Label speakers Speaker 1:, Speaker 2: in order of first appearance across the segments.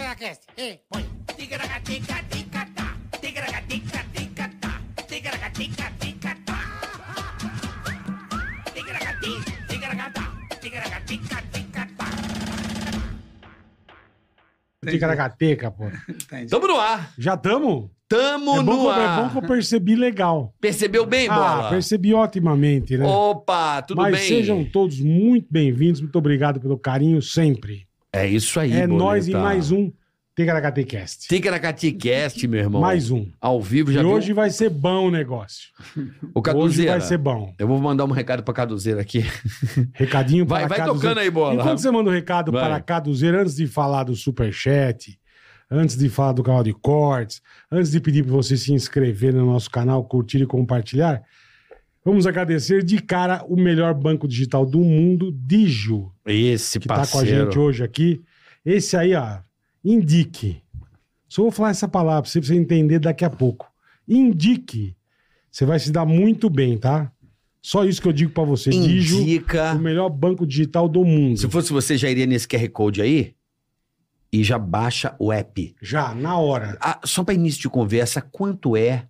Speaker 1: Tigracast, e é põe. Tigracatica, ticatá. Tigracatica, ticatá. Tigracatica, ticatá. Tigracati, tigracatá. Tigracatica, ticatá.
Speaker 2: Ticaracateca, pô.
Speaker 3: Tamo no ar.
Speaker 2: Já tamo?
Speaker 3: Tamo
Speaker 2: é, bom que,
Speaker 3: no
Speaker 2: eu-
Speaker 3: ar.
Speaker 2: é bom que eu percebi legal.
Speaker 3: Percebeu bem,
Speaker 2: ah,
Speaker 3: Bola?
Speaker 2: percebi otimamente, né?
Speaker 3: Opa, tudo
Speaker 2: Mas
Speaker 3: bem?
Speaker 2: sejam todos muito bem-vindos, muito obrigado pelo carinho sempre.
Speaker 3: É isso aí,
Speaker 2: é nóis e
Speaker 3: Boleta.
Speaker 2: mais um Ticaracatecast.
Speaker 3: Ticaracatecast, meu irmão.
Speaker 2: Mais um.
Speaker 3: Ao vivo já
Speaker 2: e
Speaker 3: viu?
Speaker 2: hoje vai ser bom o negócio.
Speaker 3: O
Speaker 2: Hoje
Speaker 3: Caduzeira.
Speaker 2: vai ser bom.
Speaker 3: Eu vou mandar um recado pra Caduzeira aqui.
Speaker 2: Recadinho
Speaker 3: Vai,
Speaker 2: para
Speaker 3: vai
Speaker 2: cada
Speaker 3: tocando aí, Bola.
Speaker 2: Enquanto você manda um recado
Speaker 3: Vai.
Speaker 2: para Caduzeiro, antes de falar do Superchat, antes de falar do canal de cortes, antes de pedir para você se inscrever no nosso canal, curtir e compartilhar, vamos agradecer de cara o melhor banco digital do mundo, Digio,
Speaker 3: Esse
Speaker 2: que está com a
Speaker 3: parceiro.
Speaker 2: gente hoje aqui. Esse aí, ó, indique. Só vou falar essa palavra para você, pra você entender daqui a pouco. Indique. Você vai se dar muito bem, tá? Só isso que eu digo para você. Digio
Speaker 3: Indica.
Speaker 2: o melhor banco digital do mundo.
Speaker 3: Se fosse você, já iria nesse QR Code aí e já baixa o app.
Speaker 2: Já, na hora.
Speaker 3: Ah, só pra início de conversa, quanto é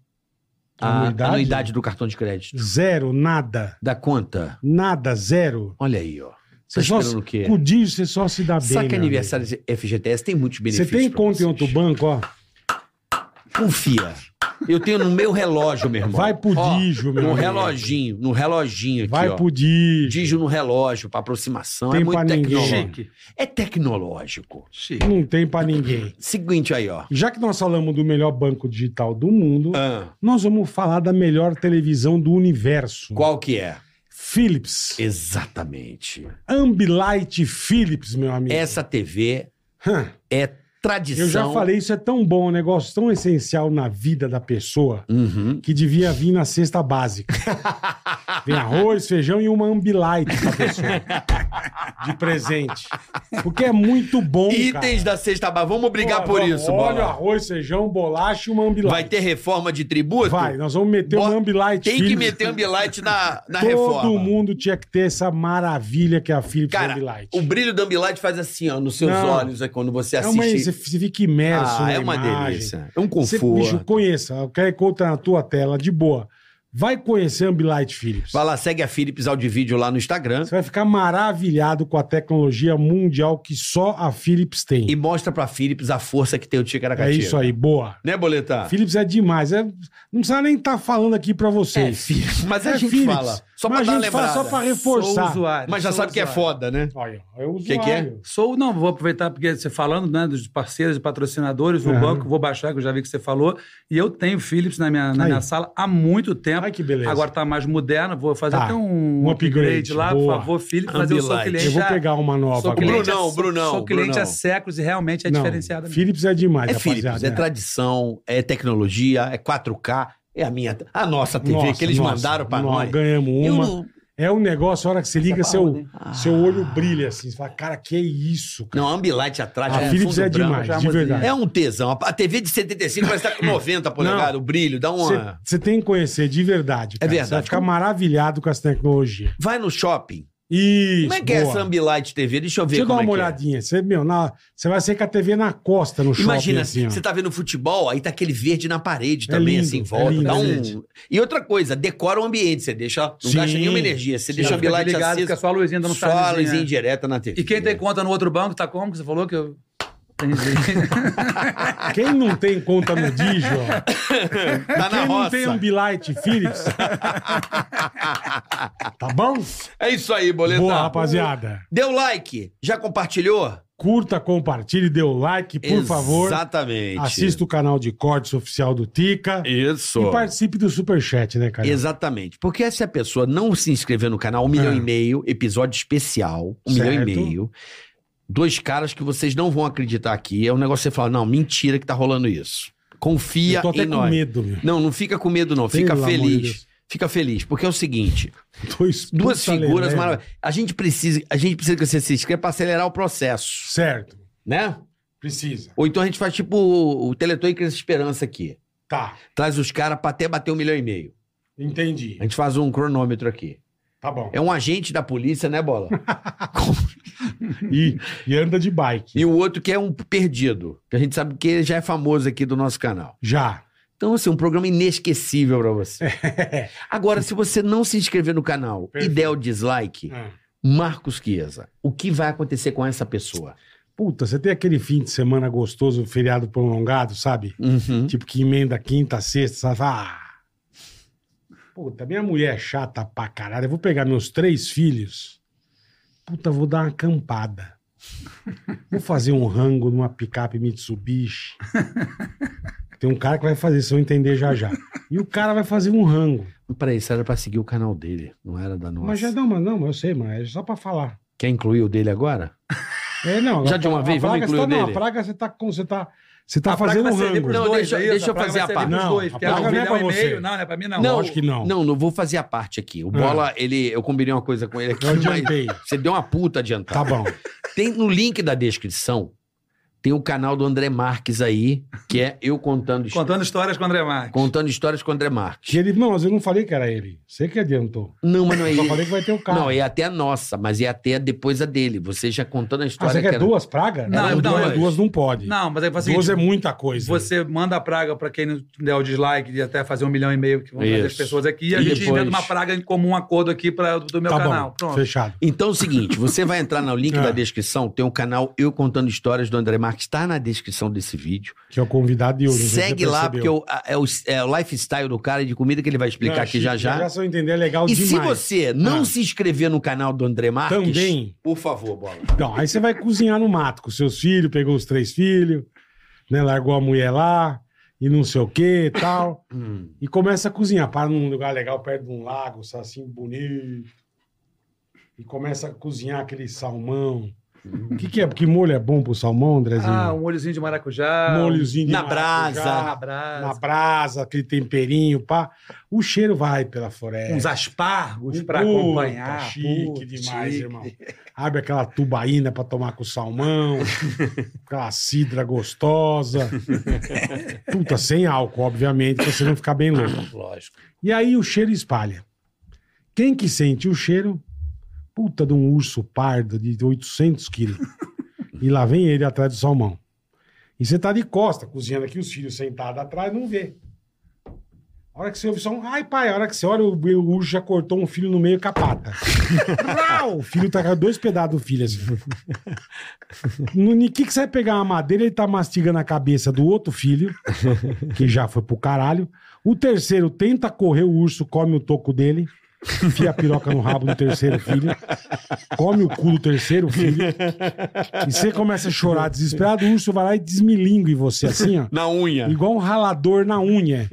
Speaker 3: a
Speaker 2: Anuidade?
Speaker 3: anuidade, do cartão de crédito?
Speaker 2: Zero, nada.
Speaker 3: Da conta?
Speaker 2: Nada, zero.
Speaker 3: Olha aí, ó.
Speaker 2: Você
Speaker 3: Tá
Speaker 2: só
Speaker 3: esperando
Speaker 2: se,
Speaker 3: o quê?
Speaker 2: com o Digio, você só se dá bem.
Speaker 3: Saca
Speaker 2: meu
Speaker 3: aniversário
Speaker 2: amigo.
Speaker 3: FGTS, tem muitos
Speaker 2: Você
Speaker 3: benefícios.
Speaker 2: tem
Speaker 3: pra
Speaker 2: conta em
Speaker 3: vocês. Tá
Speaker 2: outro banco, ó.
Speaker 3: Confia. Eu tenho no meu relógio, meu irmão.
Speaker 2: Vai pro
Speaker 3: Ó,
Speaker 2: Digio, meu
Speaker 3: No
Speaker 2: amigo.
Speaker 3: reloginho, no reloginho aqui,
Speaker 2: Vai
Speaker 3: ó.
Speaker 2: pro Digio.
Speaker 3: Digio no relógio, pra aproximação.
Speaker 2: Tem
Speaker 3: é muito
Speaker 2: pra ninguém.
Speaker 3: tecnológico.
Speaker 4: Chique,
Speaker 3: É tecnológico.
Speaker 4: chique.
Speaker 2: Não tem pra ninguém.
Speaker 3: Seguinte aí, ó.
Speaker 2: Já que nós falamos do melhor banco digital do mundo,
Speaker 3: Ah,
Speaker 2: nós vamos falar da melhor televisão do universo.
Speaker 3: qual que é?
Speaker 2: Philips.
Speaker 3: Exatamente.
Speaker 2: Ambilight Philips, meu amigo.
Speaker 3: Essa TV
Speaker 2: Hã.
Speaker 3: é tradição.
Speaker 2: Eu já falei, isso é tão bom, um negócio tão essencial na vida da pessoa
Speaker 3: Uhum.
Speaker 2: que devia vir na cesta básica. Vem arroz, feijão e uma ambilight pra pessoa. De presente. Porque é muito bom, cara.
Speaker 3: Itens da sexta barra. Vamos brigar por
Speaker 2: Olha,
Speaker 3: isso,
Speaker 2: Olha,
Speaker 3: bola.
Speaker 2: arroz, feijão, bolacha e uma ambilight.
Speaker 3: Vai ter reforma de tributo?
Speaker 2: Vai, nós vamos meter
Speaker 3: Bota-
Speaker 2: uma ambilight.
Speaker 3: Tem que
Speaker 2: Philips.
Speaker 3: meter Ambilight na, na
Speaker 2: Todo
Speaker 3: reforma.
Speaker 2: mundo tinha que ter essa maravilha que é a Philips
Speaker 3: Cara,
Speaker 2: Ambilight.
Speaker 3: o brilho da Ambilight faz assim, ó, nos seus
Speaker 2: Não.
Speaker 3: olhos, é quando você
Speaker 2: É uma, você
Speaker 3: assiste.
Speaker 2: fica imerso
Speaker 3: ah,
Speaker 2: na
Speaker 3: é uma
Speaker 2: imagem.
Speaker 3: delícia. É um
Speaker 2: Você, bicho,
Speaker 3: conforto.
Speaker 2: conheça. O QR Code tá na tua tela, de boa. Vai conhecer a Ambilight Philips.
Speaker 3: Vai lá, segue a Philips Audio e Vídeo lá no Instagram
Speaker 2: Você vai ficar maravilhado com a tecnologia mundial que só a Philips tem.
Speaker 3: e mostra pra Philips a força que tem o
Speaker 2: é
Speaker 3: Ticaracatica.
Speaker 2: isso aí, boa.
Speaker 3: Né, Boletar?
Speaker 2: Philips é demais. É- Não precisa nem estar falando aqui pra
Speaker 3: É,
Speaker 2: vocês.
Speaker 3: Philips. Mas a
Speaker 2: É
Speaker 3: gente
Speaker 2: Philips.
Speaker 3: fala. Só
Speaker 2: Mas
Speaker 3: pra dar
Speaker 2: a
Speaker 3: uma
Speaker 2: gente fala
Speaker 3: lembrada.
Speaker 2: só pra reforçar.
Speaker 4: Sou usuário.
Speaker 3: Mas já
Speaker 4: sou
Speaker 3: sabe que é
Speaker 4: usuário.
Speaker 3: foda, né?
Speaker 2: Olha, é o
Speaker 3: Que que é?
Speaker 2: usuário.
Speaker 4: Sou, não, vou aproveitar, porque você falando né, dos parceiros, dos patrocinadores, do
Speaker 2: Aham.
Speaker 4: banco, vou baixar, que eu já vi que você falou. E eu tenho Philips na minha, na
Speaker 2: Aí.
Speaker 4: minha sala há muito tempo.
Speaker 2: Ai, que beleza.
Speaker 4: Agora tá mais moderno, vou fazer
Speaker 2: Tá.
Speaker 4: até um,
Speaker 2: Um upgrade,
Speaker 4: lá,
Speaker 2: boa.
Speaker 4: por favor, Philips, mas eu sou
Speaker 3: Ambilight.
Speaker 4: cliente.
Speaker 2: Eu vou
Speaker 4: há-
Speaker 2: pegar uma nova
Speaker 4: sou
Speaker 2: agora.
Speaker 4: cliente
Speaker 3: Brunão,
Speaker 4: há-
Speaker 3: Brunão,
Speaker 4: Sou cliente
Speaker 3: Brunão.
Speaker 4: há séculos e realmente é
Speaker 2: Não,
Speaker 4: diferenciado. mesmo.
Speaker 2: Philips é demais,
Speaker 3: É
Speaker 2: rapaziada.
Speaker 3: Philips, é
Speaker 2: né?
Speaker 3: tradição, é tecnologia, é 4K, é a minha, a nossa TV que eles
Speaker 2: nossa,
Speaker 3: mandaram pra
Speaker 2: nó-
Speaker 3: nós.
Speaker 2: Ganhamos
Speaker 3: Eu
Speaker 2: uma.
Speaker 3: não-
Speaker 2: É um negócio, a hora que você liga,
Speaker 4: Essa
Speaker 2: seu,
Speaker 4: barra, né?
Speaker 2: seu olho brilha assim. Você fala, cara, que isso, cara.
Speaker 3: Não, a Ambilight atrás.
Speaker 2: a
Speaker 3: é
Speaker 2: Philips
Speaker 3: fundo
Speaker 2: é
Speaker 3: branco.
Speaker 2: demais,
Speaker 4: já
Speaker 2: de
Speaker 4: mudei.
Speaker 2: verdade.
Speaker 3: É um tesão. A TV de 75 parece estar com 90 polegadas, o brilho, dá uma.
Speaker 2: Você tem que conhecer de verdade. cara.
Speaker 3: É verdade.
Speaker 2: Você vai ficar maravilhado com essa tecnologia.
Speaker 3: Vai no shopping.
Speaker 2: Isso.
Speaker 3: como é que é
Speaker 2: boa.
Speaker 3: essa Ambilight TV? Deixa eu ver
Speaker 2: Deixa eu dar
Speaker 3: como
Speaker 2: uma
Speaker 3: é que é.
Speaker 2: olhadinha. Você, meu, na- você vai ser com a TV na costa, no
Speaker 3: Imagina,
Speaker 2: shopping.
Speaker 3: você
Speaker 2: Assim, ó.
Speaker 3: tá vendo futebol, aí tá aquele verde na parede
Speaker 2: É
Speaker 3: também,
Speaker 2: lindo,
Speaker 3: assim, em
Speaker 2: é
Speaker 3: volta.
Speaker 2: lindo,
Speaker 3: dá um-
Speaker 2: gente.
Speaker 3: E outra coisa, decora o ambiente, você deixa, não
Speaker 2: Sim.
Speaker 3: gasta nenhuma energia, você
Speaker 2: Sim.
Speaker 3: deixa o
Speaker 4: Fica
Speaker 3: Ambilight
Speaker 4: ligado, fica
Speaker 3: aceso,
Speaker 4: só a luzinha dando
Speaker 3: só a
Speaker 4: tardezinha.
Speaker 3: luzinha direta na TV.
Speaker 4: E quem tem conta no outro banco, tá como? Que você falou que eu.
Speaker 2: Quem não tem conta no Digio, ó,
Speaker 3: Tá na
Speaker 2: quem não tem um
Speaker 3: roça.
Speaker 2: Ambilight Philips, tá bom?
Speaker 3: É isso aí, boletão.
Speaker 2: Boa, rapaziada.
Speaker 3: Deu like, já compartilhou?
Speaker 2: Curta, compartilhe, dê o like, por favor.
Speaker 3: Exatamente.
Speaker 2: Assista o canal de cortes oficial do Tica.
Speaker 3: Isso.
Speaker 2: E participe do Superchat, né, cara?
Speaker 3: Exatamente. Porque se a pessoa não se inscrever no canal, um milhão
Speaker 2: É.
Speaker 3: e meio, episódio especial, um
Speaker 2: Certo.
Speaker 3: milhão e meio. Dois caras que vocês não vão acreditar aqui. É um negócio que você fala, não, mentira que tá rolando isso. Confia
Speaker 2: Eu tô até
Speaker 3: em
Speaker 2: com
Speaker 3: nós.
Speaker 2: medo, meu.
Speaker 3: Não, não fica com medo, não. Fica
Speaker 2: Pelo amor de
Speaker 3: feliz.
Speaker 2: Deus.
Speaker 3: Fica feliz. Porque é o seguinte:
Speaker 2: Tô expulso
Speaker 3: duas
Speaker 2: da
Speaker 3: figuras
Speaker 2: Lelé.
Speaker 3: maravilhosas. A gente precisa, a gente precisa que você se inscreva pra acelerar o processo,
Speaker 2: Certo.
Speaker 3: né?
Speaker 2: Precisa.
Speaker 3: Ou então a gente faz tipo o, o Teleton e Criança Esperança aqui.
Speaker 2: Tá.
Speaker 3: Traz os caras pra até bater um milhão e meio.
Speaker 2: Entendi.
Speaker 3: A gente faz um cronômetro aqui.
Speaker 2: Tá bom.
Speaker 3: É um agente da polícia, né, Bola?
Speaker 2: E, e anda de bike.
Speaker 3: e o outro que é um perdido. Que a gente sabe que ele já é famoso aqui do nosso canal.
Speaker 2: Já.
Speaker 3: Então, assim, um programa inesquecível pra você. Agora, se você não se inscrever no canal
Speaker 2: Perfeito.
Speaker 3: e der o dislike,
Speaker 2: É.
Speaker 3: Marcos Chiesa, o que vai acontecer com essa pessoa?
Speaker 2: Puta, você tem aquele fim de semana gostoso, feriado prolongado, sabe?
Speaker 3: Uhum.
Speaker 2: Tipo que emenda quinta, sexta, sabe? Ah. Puta, minha mulher é chata pra caralho. Eu vou pegar meus três filhos. Puta, vou dar uma acampada. Vou fazer um rango numa picape Mitsubishi. Tem um cara que vai fazer, se eu entender já já. E o cara vai fazer um rango.
Speaker 3: Peraí, isso era pra seguir o canal dele, não era da nossa.
Speaker 2: Mas já não, mas não, mas eu sei, mas é só pra falar.
Speaker 3: Quer incluir o dele agora?
Speaker 2: É, não.
Speaker 3: Já de uma
Speaker 2: a
Speaker 3: vez, vamos
Speaker 2: praga, você
Speaker 3: incluir o
Speaker 2: tá, não,
Speaker 3: dele?
Speaker 2: a praga você tá, com- você tá, você tá
Speaker 4: A praga
Speaker 2: fazendo
Speaker 4: vai
Speaker 2: um
Speaker 4: servir
Speaker 2: rango.
Speaker 4: pros
Speaker 3: Não,
Speaker 4: dois,
Speaker 3: deixa-
Speaker 4: é isso?
Speaker 3: deixa eu
Speaker 4: praga
Speaker 3: fazer
Speaker 4: vai
Speaker 3: a
Speaker 4: servir
Speaker 3: parte.
Speaker 4: pros
Speaker 2: Não,
Speaker 4: dois,
Speaker 2: a
Speaker 4: porque é um
Speaker 2: praga não é
Speaker 4: milhão
Speaker 2: pra
Speaker 4: e
Speaker 2: você.
Speaker 4: meio. Não, não é pra mim, não.
Speaker 2: lógico que não. Ah.
Speaker 3: Não, não vou fazer a parte aqui. O Bola, ele, eu combinei uma coisa com ele aqui,
Speaker 2: Eu
Speaker 3: mas
Speaker 2: adiantei.
Speaker 3: você deu uma puta
Speaker 2: Tá
Speaker 3: adiantada.
Speaker 2: bom.
Speaker 3: Tem no link da descrição, tem o canal do André Marques aí, que é eu contando, his-
Speaker 4: Contando histórias com o André Marques.
Speaker 3: contando histórias com o André
Speaker 2: Que
Speaker 3: Marques.
Speaker 2: ele, não, mas eu não falei que era ele. Você que adiantou.
Speaker 3: Não, mas não é
Speaker 2: Só
Speaker 3: isso.
Speaker 2: falei que vai ter um Ah, o carro.
Speaker 3: Não, é até a nossa, mas é até depois a dele. Você já contando a
Speaker 2: ah,
Speaker 3: história.
Speaker 2: você quer
Speaker 3: que é era-
Speaker 2: duas pragas?
Speaker 4: Não,
Speaker 2: Eram
Speaker 4: não,
Speaker 2: duas,
Speaker 4: é-
Speaker 2: duas não pode.
Speaker 4: Não, mas aí faz o
Speaker 2: duas
Speaker 4: seguinte,
Speaker 2: é muita coisa.
Speaker 4: Você manda a praga pra quem não der o dislike de até fazer um milhão e meio que vão fazer as
Speaker 3: Isso.
Speaker 4: pessoas aqui. E a
Speaker 3: E
Speaker 4: gente
Speaker 3: depois-
Speaker 4: inventa uma praga em comum um acordo aqui pra,
Speaker 3: é
Speaker 4: do meu
Speaker 2: tá
Speaker 4: canal.
Speaker 2: bom,
Speaker 4: Pronto.
Speaker 2: fechado.
Speaker 3: Então é o seguinte, você vai entrar no link
Speaker 2: Ah.
Speaker 3: da descrição, tem o canal Eu Contando Histórias do André Marques, tá na descrição desse vídeo.
Speaker 2: Que é o convidado de hoje. não sei se
Speaker 3: Segue
Speaker 2: você
Speaker 3: lá,
Speaker 2: percebeu.
Speaker 3: porque o- a- é o, é o lifestyle do cara e de comida que ele vai explicar
Speaker 2: Não,
Speaker 3: aqui
Speaker 2: Chico,
Speaker 3: já já.
Speaker 2: Já se eu entender, é legal
Speaker 3: E se
Speaker 2: demais.
Speaker 3: você não
Speaker 2: Ah.
Speaker 3: se inscrever no canal do André Marques,
Speaker 2: Também.
Speaker 3: por favor, bola.
Speaker 2: Então, aí você vai cozinhar no mato com seus filhos, pegou os três filhos, né? Largou a mulher lá e não sei o que e tal.
Speaker 3: Hum,
Speaker 2: e começa a cozinhar. Para num lugar legal, perto de um lago, sabe, assim, bonito. E começa a cozinhar aquele salmão. O que, que é? Porque molho é bom pro salmão, Andrezinho?
Speaker 4: Ah, um olhozinho de maracujá.
Speaker 2: Molhozinho de
Speaker 3: Na
Speaker 2: maracujá,
Speaker 4: um
Speaker 3: brasa.
Speaker 4: abraço.
Speaker 2: Na brasa, aquele temperinho, pá. O cheiro vai pela
Speaker 4: Uns
Speaker 2: floresta.
Speaker 4: aspargos
Speaker 2: Um
Speaker 4: pra
Speaker 2: puta,
Speaker 4: acompanhar.
Speaker 2: Chique
Speaker 4: Putz,
Speaker 2: demais,
Speaker 4: chique.
Speaker 2: irmão. Abre aquela tubaína pra tomar com salmão, aquela cidra gostosa. Puta, sem álcool, obviamente, pra você não ficar bem louco.
Speaker 3: Lógico.
Speaker 2: E aí o cheiro espalha. Quem que sente o cheiro? Puta de um urso pardo de 800 quilos. E lá vem ele atrás do salmão. E você tá de costa, cozinhando aqui, os filhos sentados atrás, não vê. A hora que você ouve só um... Ai, pai, a hora que você olha, o, o urso já cortou um filho no meio com a pata. Rau! o filho tá com dois pedaços do filho, assim. No Niki que você vai pegar uma madeira, ele tá mastigando a cabeça do outro filho, que já foi pro caralho. O terceiro tenta correr, o urso come o toco dele, enfia a piroca no rabo do terceiro filho, come o cu do terceiro filho, e você começa a chorar desesperado, o urso vai lá e desmilingue você, assim, ó.
Speaker 3: Na unha.
Speaker 2: Igual um ralador na unha.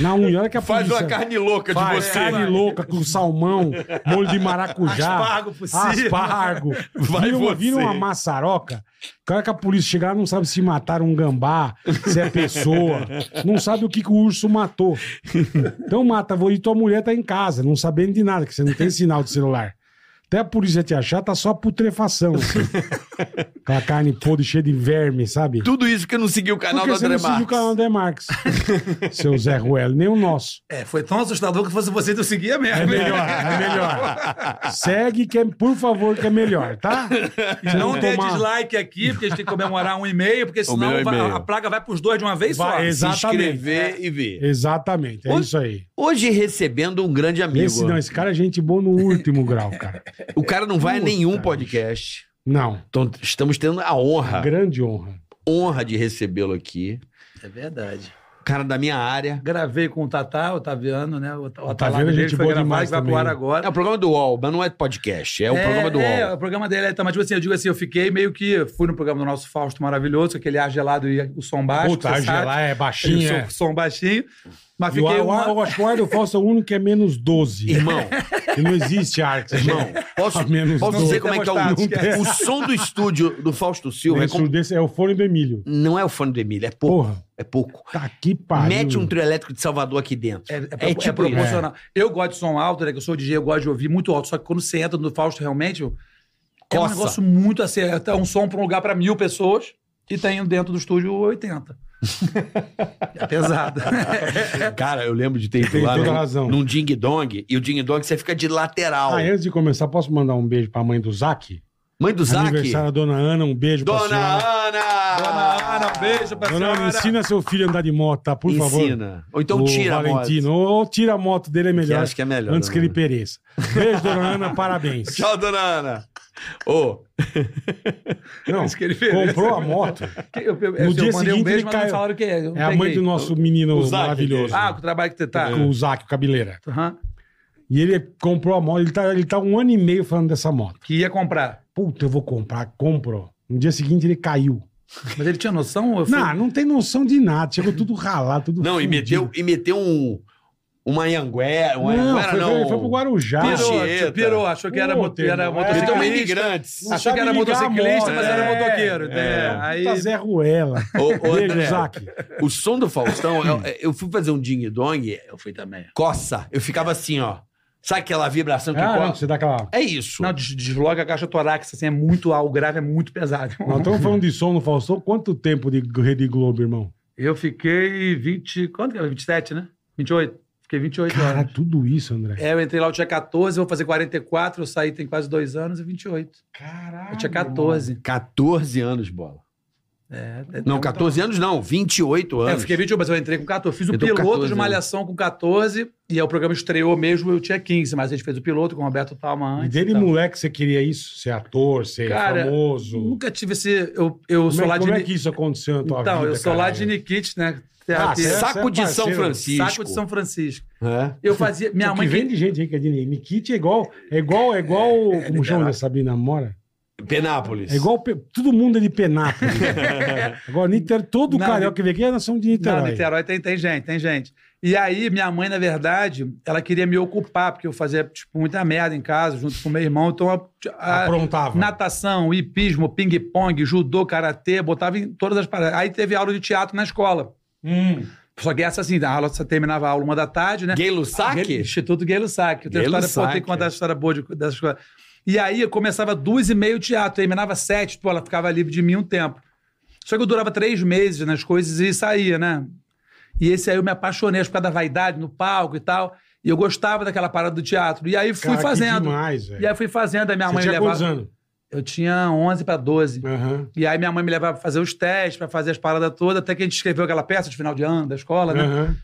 Speaker 2: Na unha, olha que a
Speaker 3: Faz uma
Speaker 2: polícia-
Speaker 3: carne louca
Speaker 2: Faz
Speaker 3: de você.
Speaker 2: carne
Speaker 4: vai.
Speaker 2: louca com salmão, molho de maracujá.
Speaker 4: Aspargo por cima.
Speaker 2: Aspargo.
Speaker 3: Vai
Speaker 2: vira, uma,
Speaker 3: você.
Speaker 2: vira uma maçaroca. Que a hora que a polícia chegar, ela não sabe se mataram um gambá, se é pessoa. Não sabe o que, que o urso matou. Então mata, vou e tua mulher tá em casa, não sabendo de nada, que você não tem sinal de celular. Até a polícia te achar, tá só putrefação. assim. Aquela carne podre cheia de verme, sabe?
Speaker 3: Tudo isso porque não seguiu o canal
Speaker 2: Porque
Speaker 3: do
Speaker 2: você
Speaker 3: André
Speaker 2: não assiste o
Speaker 3: Marques.
Speaker 2: canal do André Marques. Seu Zé Ruelo, nem o nosso.
Speaker 4: É, foi tão assustador que fosse você que eu seguia mesmo.
Speaker 2: É melhor, é melhor. Segue, que é, por favor, que é melhor, tá?
Speaker 4: E É, Não
Speaker 2: Não
Speaker 4: dê
Speaker 2: tomar-
Speaker 4: dislike aqui, porque a gente tem que comemorar um e meio, porque
Speaker 3: milhão
Speaker 4: senão
Speaker 3: e
Speaker 4: vai-
Speaker 3: meio.
Speaker 4: a praga vai pros dois de uma vez
Speaker 2: Vai,
Speaker 4: só.
Speaker 2: exa-
Speaker 3: Se
Speaker 2: Exatamente.
Speaker 3: inscrever
Speaker 2: É.
Speaker 3: e ver.
Speaker 2: Exatamente, é
Speaker 3: Onde-
Speaker 2: isso aí.
Speaker 3: Hoje recebendo um grande amigo.
Speaker 2: Esse, não, esse cara é gente boa no último grau, cara.
Speaker 3: O cara não vai a nenhum
Speaker 2: Puta,
Speaker 3: podcast.
Speaker 2: Não,
Speaker 3: Então, estamos tendo a honra,
Speaker 2: grande honra.
Speaker 3: honra de recebê-lo aqui.
Speaker 4: É verdade.
Speaker 3: Cara da minha área.
Speaker 4: Gravei com o Tatá, o Otaviano, né? O Ota-
Speaker 2: Otaviano
Speaker 4: Otalago
Speaker 2: é gente
Speaker 4: dele foi
Speaker 2: boa
Speaker 4: gravar,
Speaker 2: demais
Speaker 4: que vai pro
Speaker 2: também.
Speaker 4: ar
Speaker 3: É
Speaker 4: agora.
Speaker 3: o programa do UOL, mas não é podcast, é o programa do UOL.
Speaker 4: É, o programa dele. é- Então, mas, tipo assim, eu digo assim, eu fiquei meio que... Fui no programa do nosso Fausto maravilhoso, aquele ar gelado e o som baixo.
Speaker 2: Puta, a
Speaker 4: você sabe.
Speaker 2: Angela é
Speaker 4: E o
Speaker 2: baixinha.
Speaker 4: som, som baixinho. Mas
Speaker 2: E o,
Speaker 4: fiquei...
Speaker 2: ar- o, ar-
Speaker 4: uma-
Speaker 2: eu acho que o ar do Fausto é o único que é menos 12.
Speaker 3: Irmão,
Speaker 2: Que não existe ar. que seja
Speaker 3: irmão, posso,
Speaker 2: A menos
Speaker 3: posso
Speaker 2: dois.
Speaker 3: dizer como é que é
Speaker 4: Não
Speaker 3: o,
Speaker 4: tem.
Speaker 3: o som do estúdio do Fausto Silva? É
Speaker 2: Esse
Speaker 3: com-
Speaker 2: desse é o fone do Emílio.
Speaker 3: não é o fone do Emílio, é pouco.
Speaker 2: Porra,
Speaker 3: É pouco.
Speaker 2: tá que pariu.
Speaker 3: Mete um trio elétrico de Salvador aqui dentro.
Speaker 4: É, é,
Speaker 3: É
Speaker 4: é
Speaker 3: tipo
Speaker 4: proporcional. Eu gosto de som alto, né? Que eu sou DJ, eu gosto de ouvir muito alto. Só que quando você entra no Fausto, realmente, é um
Speaker 3: Coça.
Speaker 4: negócio muito assim. É um som pra um lugar pra mil pessoas. e tem dentro do estúdio 80. é pesado.
Speaker 3: Cara, eu lembro de ter ido
Speaker 2: Tem
Speaker 3: lá
Speaker 2: toda
Speaker 3: num,
Speaker 2: razão.
Speaker 3: num ding-dong, e o ding-dong você fica de lateral.
Speaker 2: Ah, antes de começar, posso mandar um beijo pra mãe do Zac?
Speaker 3: Mãe do Zac,
Speaker 2: Aniversário da dona Ana, um beijo pra
Speaker 3: Dona
Speaker 2: senhora.
Speaker 3: Ana!
Speaker 4: Dona Ana, um beijo pra
Speaker 2: Dona Ana,
Speaker 4: senhora.
Speaker 2: ensina seu filho a andar de moto, tá? Por favor.
Speaker 3: Ensina. Ou então
Speaker 2: O
Speaker 3: tira a moto.
Speaker 2: Valentino. Ou tira a moto dele, é
Speaker 3: Que
Speaker 2: melhor.
Speaker 3: acho que é melhor.
Speaker 2: antes que
Speaker 3: dona
Speaker 2: ele pereça. Beijo, dona Ana, parabéns.
Speaker 3: Ana. Tchau, dona Ana. Ô,
Speaker 2: Não,
Speaker 4: Antes que ele pereça.
Speaker 2: comprou a moto.
Speaker 4: Que Eu, eu,
Speaker 2: No
Speaker 4: assim, eu
Speaker 2: dia
Speaker 4: mandei
Speaker 2: seguinte
Speaker 4: um beijo,
Speaker 2: ele
Speaker 4: mas
Speaker 2: caiu.
Speaker 4: não falaram o que é. eu não
Speaker 2: É a mãe
Speaker 4: peguei.
Speaker 2: do nosso menino
Speaker 3: O Zac
Speaker 2: maravilhoso.
Speaker 4: Ah, com o trabalho que você tá.
Speaker 2: O Zac, o cabeleira.
Speaker 4: Aham.
Speaker 2: E ele comprou a moto, ele tá, ele tá um ano e meio falando dessa moto.
Speaker 4: Que ia comprar.
Speaker 2: Puta, eu vou comprar, comprou. No dia seguinte ele caiu.
Speaker 4: Mas ele tinha noção? Eu fui-
Speaker 2: Não, não tem noção de nada. Chegou tudo ralado, tudo
Speaker 3: não, e
Speaker 2: fudido.
Speaker 3: meteu, e meteu um. Uma Ianguera. Uma
Speaker 2: Não,
Speaker 3: Anhanguera,
Speaker 2: foi,
Speaker 3: não.
Speaker 2: foi- foi pro Guarujá.
Speaker 3: Pirou.
Speaker 4: pirou,
Speaker 3: Anchieta.
Speaker 4: pirou, achou que era,
Speaker 2: Pô,
Speaker 4: moto,
Speaker 2: Temo,
Speaker 4: era
Speaker 2: é.
Speaker 3: Meteu uma
Speaker 4: motociclista.
Speaker 3: imigrantes.
Speaker 2: Não
Speaker 4: Achou
Speaker 2: sabe
Speaker 4: que
Speaker 2: ligar
Speaker 4: era
Speaker 2: a
Speaker 4: motociclista,
Speaker 2: moto,
Speaker 4: mas era
Speaker 2: é,
Speaker 4: motoqueiro. né?
Speaker 3: é.
Speaker 4: Aí,
Speaker 2: Puta Zé Ruela.
Speaker 3: Ô, ô,
Speaker 2: Beijo,
Speaker 3: André,
Speaker 2: Zac.
Speaker 3: o som do Faustão, eu, eu fui fazer um ding-dong,
Speaker 4: eu fui também.
Speaker 3: coça. Eu ficava assim, ó. Sabe aquela vibração que
Speaker 2: Ah, não,
Speaker 3: coça?
Speaker 2: você dá aquela...
Speaker 3: É isso.
Speaker 4: Não, des- desloca a caixa torácica, assim, é muito alto, o grave é muito pesado.
Speaker 2: Nós estamos falando de som no Faustão. Quanto tempo de Rede Globo, irmão?
Speaker 4: Eu fiquei 20. Quanto que era? 27, né? 28. Fiquei 28
Speaker 2: Cara,
Speaker 4: horas.
Speaker 2: tudo isso, André.
Speaker 4: É, eu entrei lá, eu tinha 14, eu vou fazer 44, eu saí tem quase dois anos e 28.
Speaker 2: Caralho.
Speaker 4: Eu tinha 14.
Speaker 3: 14 anos, bola.
Speaker 4: É, é-
Speaker 3: Não, 14 anos não, 28
Speaker 4: É,
Speaker 3: anos.
Speaker 4: eu fiquei 21, mas eu entrei com 14. Fiz o
Speaker 3: Eu tô com
Speaker 4: piloto
Speaker 3: 14,
Speaker 2: né?
Speaker 4: de Malhação com 14, e aí o programa estreou mesmo, eu tinha 15, mas a gente fez o piloto com o Roberto Palma
Speaker 2: E
Speaker 4: antes.
Speaker 2: dele,
Speaker 4: então.
Speaker 2: moleque, você queria isso? Ser ator, ser
Speaker 4: Cara,
Speaker 2: famoso?
Speaker 4: Nunca tive esse. Eu, eu
Speaker 2: Como,
Speaker 4: sou lá
Speaker 2: é,
Speaker 4: de.
Speaker 2: como é
Speaker 4: Ni-
Speaker 2: que isso aconteceu na tua
Speaker 4: então,
Speaker 2: vida,
Speaker 4: eu sou lá
Speaker 2: caralho?
Speaker 4: de Nikit, né?
Speaker 2: Ah,
Speaker 4: Terapia-
Speaker 2: sério?
Speaker 3: Saco de
Speaker 2: Essa é
Speaker 3: São
Speaker 2: parceiro.
Speaker 3: Francisco.
Speaker 4: Saco de São Francisco.
Speaker 3: É.
Speaker 4: Eu fazia. Minha
Speaker 2: O
Speaker 4: mãe.
Speaker 2: que vem de gente aí que é de Nikit é igual, é igual, é igual, como chama da Sabrina Mora?
Speaker 3: Penápolis.
Speaker 2: É igual, pe- todo mundo é de Penápolis. Agora, Niter, todo
Speaker 4: Não,
Speaker 2: carioca que vem aqui é nação de Niterói.
Speaker 4: Não, Niterói tem, tem gente, tem gente. E aí, minha mãe, na verdade, ela queria me ocupar, porque eu fazia tipo, muita merda em casa, junto com meu irmão. Então, a- a-
Speaker 2: Aprontava.
Speaker 4: natação, hipismo, ping-pong, judô, karatê, botava em todas as paradas. Aí teve aula de teatro na escola.
Speaker 2: Hum.
Speaker 4: Só que essa, assim, a aula só terminava a aula uma da tarde, né?
Speaker 3: Gay Lussac?
Speaker 4: Instituto Gay Lussac. Eu tenho
Speaker 3: Gay
Speaker 4: história, pô,
Speaker 3: Lussac.
Speaker 4: tem que contar a história boa de, dessas coisas. E aí eu começava duas e meia o teatro, terminava sete, pô, ela ficava livre de mim um tempo. Só que eu durava três meses nas coisas e saía, né? E esse aí eu me apaixonei acho que por causa da vaidade no palco e tal. E eu gostava daquela parada do teatro. E aí fui
Speaker 2: Cara, que
Speaker 4: fazendo.
Speaker 2: demais,
Speaker 4: e
Speaker 2: velho.
Speaker 4: aí fui fazendo, a minha
Speaker 2: Você
Speaker 4: mãe me
Speaker 2: tinha quantos É.
Speaker 4: levava.
Speaker 2: anos?
Speaker 4: Eu tinha 11 para 12.
Speaker 2: Aham.
Speaker 4: E aí minha mãe me levava pra fazer os testes, pra fazer as paradas todas, até que a gente escreveu aquela peça de final de ano da escola, né?
Speaker 2: Aham.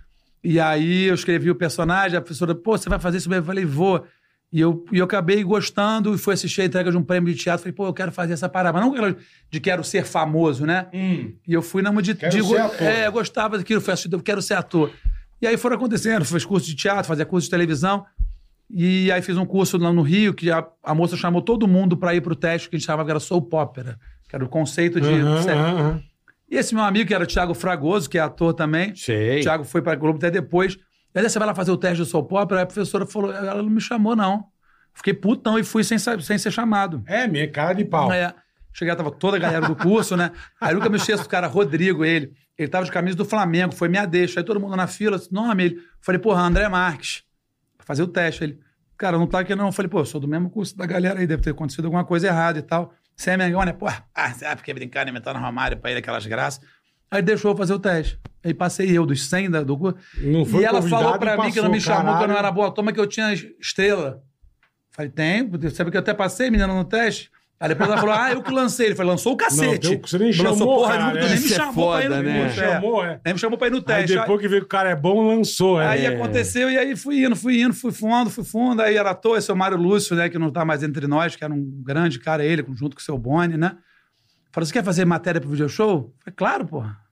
Speaker 4: E aí eu escrevi o personagem, a professora, pô, você vai fazer isso mesmo? Eu falei, vou. E eu, e eu acabei gostando e fui assistir a entrega de um prêmio de teatro. Falei, pô, eu quero fazer essa parada. Mas não aquela de quero ser famoso, né? E eu fui numa de.
Speaker 2: Quero
Speaker 4: de
Speaker 2: ser
Speaker 4: go-
Speaker 2: ator.
Speaker 4: É, eu gostava daquilo, fui assistir, eu quero ser ator. E aí foram acontecendo, fiz curso de teatro, fazia curso de televisão. E aí fiz um curso lá no Rio, que a, a moça chamou todo mundo pra ir pro teste que a gente chamava que era soap opera, que era o conceito de.
Speaker 2: Aham, aham, aham.
Speaker 4: E esse meu amigo, que era o Thiago Fragoso, que é ator também.
Speaker 3: Sei.
Speaker 4: O Thiago foi pra Globo até depois. Aí você vai lá fazer o teste do Soul Pop, aí a professora falou, ela não me chamou, não. Fiquei putão e fui sem, sa- sem ser chamado.
Speaker 2: É, minha cara de pau.
Speaker 4: É, cheguei, tava toda a galera do curso, né? Aí nunca me esqueço do cara, Rodrigo, ele. Ele tava de camisa do Flamengo, foi minha deixa. Aí todo mundo na fila, disse, nome ele. Falei, porra, André Marques, pra fazer o teste. Ele, cara, não tá aqui não. Falei, pô, eu sou do mesmo curso da galera aí, deve ter acontecido alguma coisa errada e tal. Você é Mengão, né? Pô, ah, você ah, porque brincar, né? Metendo Romário pra ele, aquelas graças. Aí deixou eu fazer o teste. Aí passei eu, dos 100 da, do curso
Speaker 2: Não foi
Speaker 4: e ela
Speaker 2: convidado
Speaker 4: falou
Speaker 2: e
Speaker 4: pra mim que não me
Speaker 2: passou,
Speaker 4: chamou, que eu não
Speaker 2: caralho.
Speaker 4: era boa turma, que eu tinha estrela. Falei, tem, sabe que eu até passei, menina, no teste? Aí depois ela falou, ah, eu que lancei. Ele falou, lançou o cacete.
Speaker 2: teu- você nem
Speaker 4: Não lançou
Speaker 2: chamou,
Speaker 4: porra
Speaker 2: cara,
Speaker 4: nenhuma, tu nem
Speaker 3: né?
Speaker 4: me
Speaker 3: Isso é
Speaker 4: chamou pra ir
Speaker 3: foda,
Speaker 4: no
Speaker 3: né?
Speaker 4: curso. é.
Speaker 2: Chamou, é.
Speaker 4: Nem me chamou pra ir no
Speaker 2: Aí
Speaker 4: teste.
Speaker 2: depois que veio que o cara é bom, lançou. É.
Speaker 4: Aí
Speaker 3: É.
Speaker 4: aconteceu, e aí fui indo, fui indo, fui fundo, fui fundo. Aí era à toa, esse é o Mário Lúcio, né, que não tá mais entre nós, que era um grande cara, ele, junto com o seu Boni, né? Falou, você quer fazer matéria pro video show? Falei, claro, porra.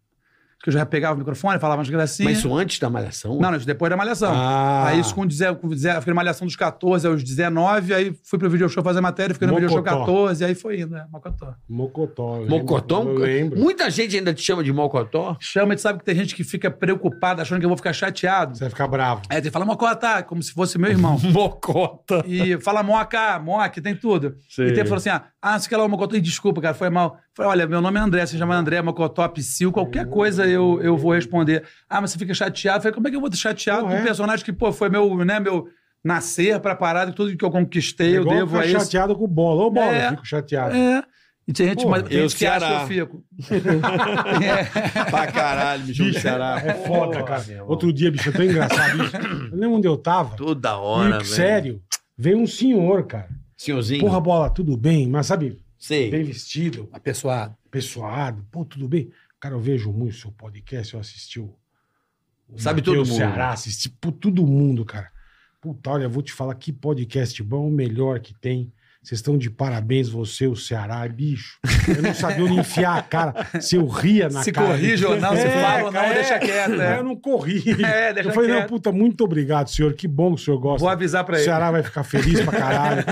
Speaker 4: Que eu já pegava o microfone, falava umas gracinhas.
Speaker 3: Mas isso antes da malhação?
Speaker 4: Não, não, isso depois da malhação.
Speaker 3: Ah.
Speaker 4: Aí isso com 19, com 19, fiquei na malhação dos 14 aos 19, aí fui pro video show fazer matéria, fiquei no video show
Speaker 2: Mocotó.
Speaker 4: 14, aí foi indo, né? Mocotó.
Speaker 2: Mocotó. eu lembro.
Speaker 3: Mocotó?
Speaker 2: Eu lembro.
Speaker 3: Muita gente ainda te chama de Mocotó?
Speaker 4: Chama, e tu sabe que tem gente que fica preocupada, achando que eu vou ficar chateado.
Speaker 2: Você vai ficar bravo.
Speaker 4: Aí tu fala Mocotá, como se fosse meu irmão.
Speaker 3: Mocota.
Speaker 4: E fala Moca, Moca, tem tudo.
Speaker 3: Sei.
Speaker 4: E tem falou assim: ah, ah, não sei o que lá, o Mocotó. Ih, desculpa, cara, foi mal. Falei, olha, meu nome é André, você chama André, Mocotó, Psyu, qualquer coisa eu, eu vou responder. Ah, mas você fica chateado. Falei, como é que eu vou te chateado com
Speaker 2: Não é.
Speaker 4: um personagem que, pô, foi meu, né, meu nascer pra parada, tudo que eu
Speaker 2: É
Speaker 4: conquistei, eu
Speaker 2: igual
Speaker 4: devo
Speaker 2: ficar
Speaker 4: a isso.
Speaker 2: chateado com o bola. Ô, bola,
Speaker 4: É.
Speaker 2: fico chateado.
Speaker 4: É. E tinha gente,
Speaker 2: Pô,
Speaker 4: mas, tem
Speaker 3: eu,
Speaker 4: gente que acha
Speaker 3: Ceará.
Speaker 4: que eu fico. É.
Speaker 3: Pra caralho, bicho do Ceará.
Speaker 2: É foda,
Speaker 3: Porra,
Speaker 2: cara.
Speaker 3: meu irmão.
Speaker 2: Outro dia, bicho, é tão engraçado isso. Eu lembro onde eu tava.
Speaker 3: Toda
Speaker 2: e,
Speaker 3: hora, velho.
Speaker 2: sério, veio um senhor, cara.
Speaker 3: Senhorzinho.
Speaker 2: Porra, bola, tudo bem, mas sabe, bem
Speaker 3: Sei.
Speaker 2: vestido,
Speaker 4: Apessoado.
Speaker 2: pessoado, pô, tudo bem. Cara, eu vejo muito seu podcast, eu assisti o. o
Speaker 3: Sabe
Speaker 2: Mateus
Speaker 3: todo mundo.
Speaker 2: Ceará, assisti pô, todo mundo, cara. Puta, olha, eu vou te falar que podcast bom, o melhor que tem. Vocês estão de parabéns, você, o Ceará, é bicho. Eu não sabia onde enfiar a cara. Se eu ria na
Speaker 4: Se
Speaker 2: cara.
Speaker 4: corrige ou não, se
Speaker 2: É,
Speaker 4: fala ou não,
Speaker 2: cara,
Speaker 4: deixa quieto. é.
Speaker 2: Eu não corri.
Speaker 4: É, deixa
Speaker 2: eu falei, não,
Speaker 4: quieto.
Speaker 2: puta, muito obrigado, senhor. Que bom que o senhor gosta.
Speaker 4: Vou avisar pra
Speaker 2: O
Speaker 4: ele.
Speaker 2: Ceará vai ficar feliz pra caralho.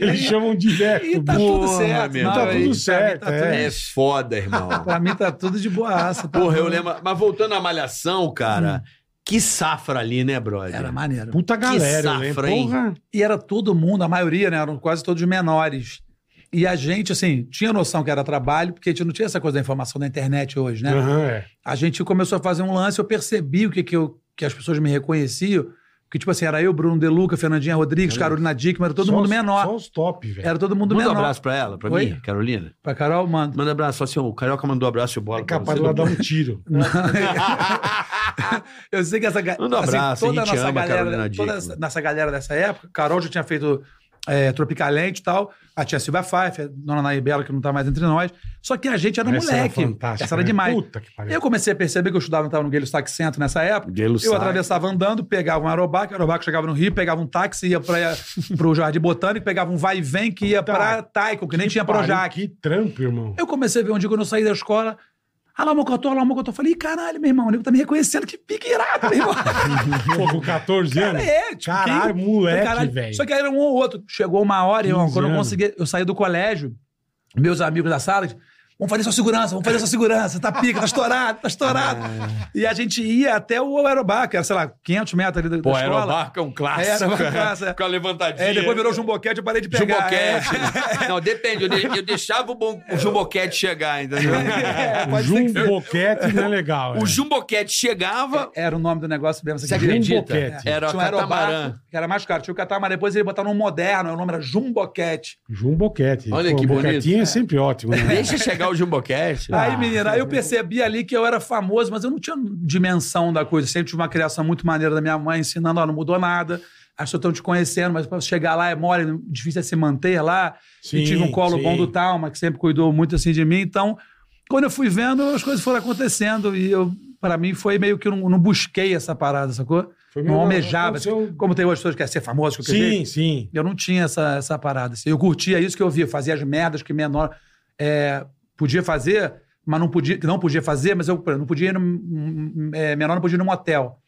Speaker 2: Eles chamam direto.
Speaker 4: E tá
Speaker 2: bicho.
Speaker 4: tudo
Speaker 3: Porra,
Speaker 4: certo.
Speaker 3: meu
Speaker 4: não,
Speaker 3: irmão.
Speaker 4: aí,
Speaker 2: Tá tudo
Speaker 4: pra mim
Speaker 2: certo,
Speaker 4: tá
Speaker 2: é.
Speaker 4: tudo-
Speaker 3: É foda, irmão.
Speaker 4: Pra mim tá tudo de boaça. tá
Speaker 3: Porra, eu
Speaker 4: tudo-
Speaker 3: lembro. Mas voltando à malhação, cara, que safra ali, né, brother?
Speaker 4: Era maneiro.
Speaker 2: Puta galera,
Speaker 3: safra,
Speaker 2: né?
Speaker 3: hein?
Speaker 2: Porra.
Speaker 4: E era todo mundo, a maioria, né? Eram quase todos menores. E a gente, assim, tinha noção que era trabalho, porque a gente não tinha essa coisa da informação da internet hoje, né?
Speaker 2: Aham, é.
Speaker 4: A gente começou a fazer um lance, eu percebi o que, que, eu, que as pessoas me reconheciam. Que, tipo assim, era eu, Bruno De Luca, Fernandinha Rodrigues, Carolina Dickman, era todo
Speaker 2: É. Só
Speaker 4: mundo
Speaker 2: os-
Speaker 4: menor.
Speaker 2: Só os top, velho.
Speaker 4: Era todo mundo
Speaker 3: Manda um
Speaker 4: menor.
Speaker 3: abraço pra ela, pra
Speaker 4: Oi?
Speaker 3: mim, Carolina.
Speaker 4: Pra Carol, manda.
Speaker 3: Manda um abraço. Só assim, o Carioca mandou um abraço e o bola.
Speaker 2: É
Speaker 3: pra
Speaker 2: capaz de
Speaker 3: você.
Speaker 2: ela dar um tiro.
Speaker 4: Eu sei que essa ga- assim,
Speaker 3: Manda um abraço,
Speaker 4: toda
Speaker 3: a gente
Speaker 4: nossa
Speaker 3: ama a
Speaker 4: galera,
Speaker 3: Carolina
Speaker 4: toda
Speaker 3: Dickmann.
Speaker 4: essa- nossa galera dessa época, Carol já tinha feito é, Tropicalente e tal, a tia Silvia Pfeiffer, Dona Nair Bela, que não tá mais entre nós. Só que a gente era um
Speaker 2: Essa
Speaker 4: moleque.
Speaker 2: fantástica,
Speaker 4: essa era
Speaker 2: né?
Speaker 4: demais.
Speaker 2: Puta que pariu.
Speaker 4: Eu comecei a perceber que eu estudava, estava no Guilherme Saque Centro nessa época.
Speaker 3: Gelo
Speaker 4: um- Eu
Speaker 3: sai.
Speaker 4: atravessava andando, pegava um aerobac, aerobac chegava no Rio, pegava um táxi, ia pra, pro Jardim Botânico, pegava um vai e vem que ia
Speaker 2: Puta
Speaker 4: pra Taiko, que nem tinha
Speaker 2: Pariu,
Speaker 4: Projac.
Speaker 2: Que trampo, irmão.
Speaker 4: Eu comecei a ver um dia quando eu saí da escola. Ah lá, Mocotó, ah lá, Mocotó. Falei, "Ih, caralho, meu irmão, o nego tá me reconhecendo, que pique irado, meu irmão.
Speaker 2: Pô, com 14 anos.
Speaker 4: é, tipo,
Speaker 2: Caralho,
Speaker 4: que-
Speaker 2: moleque,
Speaker 4: caralho.
Speaker 2: velho.
Speaker 4: Só que era um ou outro. Chegou uma hora, irmão,
Speaker 2: 15
Speaker 4: quando eu
Speaker 2: anos.
Speaker 4: consegui, eu saí do colégio, meus amigos da sala, tipo, vamos fazer sua segurança, vamos fazer sua segurança, tá pica, tá estourado, tá estourado.
Speaker 3: É.
Speaker 4: E a gente ia até o aerobar, que era, sei lá, 500 metros ali da,
Speaker 3: Pô,
Speaker 4: da escola.
Speaker 3: Aerobarca é um clássico.
Speaker 4: É, Aerobarca é um clássico, é.
Speaker 3: Com a levantadinha.
Speaker 4: É, depois virou jumboquete, eu parei de pegar. é.
Speaker 3: Jumboquete. Não, depende. Eu, de- eu deixava o, bom, o jumboquete chegar, entendeu?
Speaker 4: É, é,
Speaker 2: O
Speaker 4: pode ser que-
Speaker 2: Jumboquete não é legal. é.
Speaker 3: O jumboquete chegava...
Speaker 4: Era o nome do negócio mesmo. É. Você
Speaker 3: Você
Speaker 4: acredita?
Speaker 3: acredita?
Speaker 2: Jumboquete.
Speaker 3: Era o
Speaker 4: Tinha um
Speaker 3: catamarã.
Speaker 4: aerobarco, que era mais caro. Tinha o catamarã. Depois ele botaram um moderno, o nome era Jumboquete.
Speaker 2: Jumboquete.
Speaker 3: Olha que bonito.
Speaker 2: Boquetinha é sempre ótimo, né?
Speaker 3: Deixa chegar o jumboquete.
Speaker 2: Ah,
Speaker 4: aí, menina, aí eu percebi ali que eu era famoso, mas eu não tinha dimensão da coisa. Sempre tive uma criação muito maneira da minha mãe, ensinando, ó, não mudou nada. As pessoas estão te conhecendo, mas pra chegar lá é mole, difícil é se manter lá.
Speaker 2: Sim,
Speaker 4: e tive um colo
Speaker 2: sim.
Speaker 4: bom do Talma, que sempre cuidou muito assim de mim. Então, quando eu fui vendo, as coisas foram acontecendo. E eu, para mim, foi meio que eu não, não busquei essa parada, sacou?
Speaker 2: Foi
Speaker 4: não
Speaker 2: meio-
Speaker 4: almejava.
Speaker 2: aconteceu-
Speaker 4: Como tem hoje pessoas que querem ser famoso, que eu queria.
Speaker 2: Sim, sim.
Speaker 4: Eu não tinha essa, essa parada. assim. Eu curtia isso que eu via, fazia as merdas que menor é, podia fazer, mas não podia, que não podia fazer, mas eu por exemplo, não podia ir no, hum, é, menor não podia ir num hotel.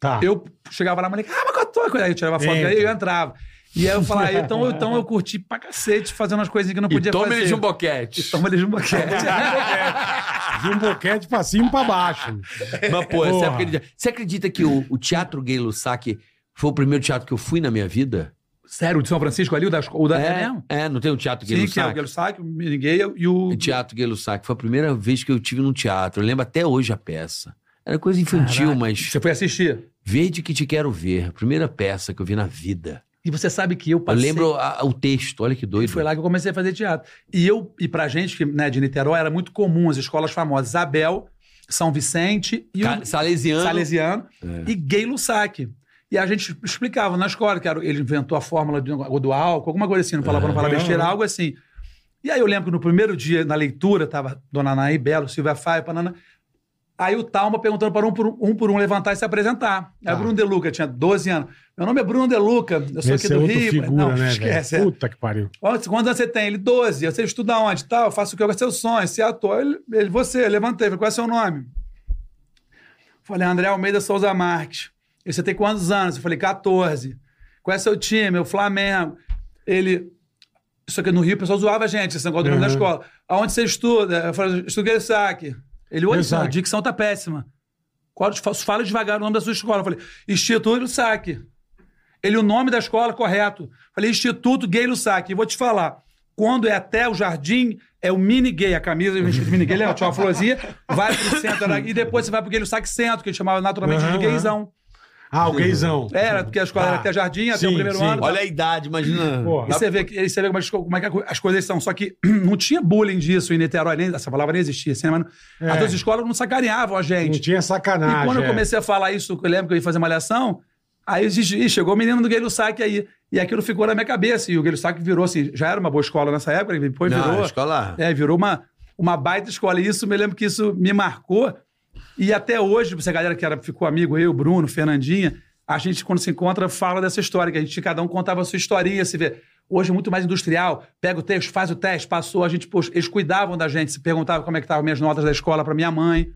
Speaker 2: Tá.
Speaker 4: Eu chegava lá, moleque, ah, mas qual a tua coisa? Aí eu tirava foto
Speaker 2: Entra.
Speaker 4: aí eu entrava. E aí eu falava, ah, então, então eu curti pra cacete fazendo umas coisinhas que eu não
Speaker 3: E
Speaker 4: podia
Speaker 3: toma
Speaker 4: fazer.
Speaker 3: ele jumboquete.
Speaker 4: Toma ele jumboquete.
Speaker 2: Jumboquete um pra cima e pra baixo.
Speaker 3: Mas, pô, essa
Speaker 2: Porra.
Speaker 3: época de- Você acredita que o, o Teatro Gay Lussac foi o primeiro teatro que eu fui na minha vida?
Speaker 4: Sério, o de São Francisco ali, o da... O da é mesmo?
Speaker 3: é, não tem o Teatro Gay
Speaker 4: Sim, que é o
Speaker 3: Lussac?
Speaker 4: Gelo Saque, o Minigueia e o...
Speaker 3: O Teatro Gay Lussac foi a primeira vez que eu tive num teatro. Eu lembro até hoje a peça. Era coisa infantil, mas
Speaker 4: Você foi assistir.
Speaker 3: Verde que te quero ver. a Primeira peça que eu vi na vida.
Speaker 4: E você sabe que eu
Speaker 3: Eu
Speaker 4: passei...
Speaker 3: lembro a- o texto, olha que doido.
Speaker 4: Foi lá que eu comecei a fazer teatro. E eu, e pra gente, que, né, de Niterói, era muito comum as escolas famosas, Abel, São Vicente e
Speaker 3: Ca-
Speaker 4: o
Speaker 3: Salesiano.
Speaker 4: Salesiano
Speaker 2: É.
Speaker 4: e Gay Lussac. E a gente explicava na escola que era- ele inventou a fórmula do, ou do álcool, alguma coisa assim, não falava, não falava
Speaker 2: Aham.
Speaker 4: besteira, algo assim. E aí eu lembro que no primeiro dia, na leitura, tava Dona Anaí Belo, Silvia Faia, Panana. Aí o Talma perguntando para um por um, um por um levantar e se apresentar. Aí
Speaker 2: Tá.
Speaker 4: o Bruno De Luca tinha 12 anos. Meu nome é Bruno De Luca, eu sou
Speaker 2: Esse
Speaker 4: aqui
Speaker 2: é
Speaker 4: do
Speaker 2: outra
Speaker 4: Rio.
Speaker 2: figura,
Speaker 4: não,
Speaker 2: né,
Speaker 4: esquece.
Speaker 2: velho?
Speaker 4: é.
Speaker 2: Puta que pariu.
Speaker 4: Quantos quantos anos você tem? Ele, 12. Você estuda onde? Tal, eu faço o que? Qual é seu sonho? Você é ator? Ele, ele, você, eu levantei. Falei, qual é seu nome? Falei, André Almeida Souza Marques. Ele, você tem quantos anos? Eu falei, 14. Qual é seu time? O Flamengo. Ele... Isso aqui no Rio, o pessoal zoava a gente, esse negócio do nome da
Speaker 2: Uhum.
Speaker 4: escola. Aonde você estuda? Eu falei, estudei saque. Ele, oi,
Speaker 2: Gelsaki.
Speaker 4: a dicção tá péssima. Qual- Fala devagar o nome da sua escola. Eu falei, Instituto Saque. Ele, o nome da escola, correto. Falei, Instituto Gay Lussac. E vou te falar, quando é até o jardim, é o mini gay, a camisa escrito mini gay, lembra? Tinha uma florzinha, vai pro centro, era- e depois você vai pro Gay Lussac Centro, que a gente chamava naturalmente
Speaker 2: Aham,
Speaker 4: de gayzão.
Speaker 2: Ah, o gaysão.
Speaker 4: Era, porque a escola era
Speaker 2: Ah,
Speaker 4: até jardim, até
Speaker 2: sim,
Speaker 4: o primeiro
Speaker 2: sim.
Speaker 4: ano.
Speaker 3: Olha a idade, imagina.
Speaker 2: Porra.
Speaker 4: E você vê, que- e você vê como, as, co- como é que a co- as coisas são. Só que não tinha bullying disso em Niterói, nem, essa palavra nem existia. Assim, mas
Speaker 2: É.
Speaker 4: As duas escolas não sacaneavam a
Speaker 2: Não
Speaker 4: gente.
Speaker 2: tinha sacanagem.
Speaker 4: E quando
Speaker 2: é.
Speaker 4: eu comecei a falar isso, eu lembro que eu ia fazer malhação, aí eu disse, "Ih, chegou o menino do Guilherme Saque aí. E aquilo ficou na minha cabeça. E o Guilherme Saque virou assim, já era uma boa escola nessa época, ele depois
Speaker 3: Não,
Speaker 4: virou.
Speaker 3: a escola.
Speaker 4: É, virou uma, uma baita escola. E isso, me lembro que isso me marcou. E até hoje, essa galera que era, ficou amigo, eu, Bruno, Fernandinha, a gente, quando se encontra, fala dessa história, que a gente, cada um contava a sua historinha, se vê. Hoje é muito mais industrial. Pega o texto, faz o teste, passou. A gente, pô, eles cuidavam da gente, se perguntavam como é que estavam minhas notas da escola para minha mãe.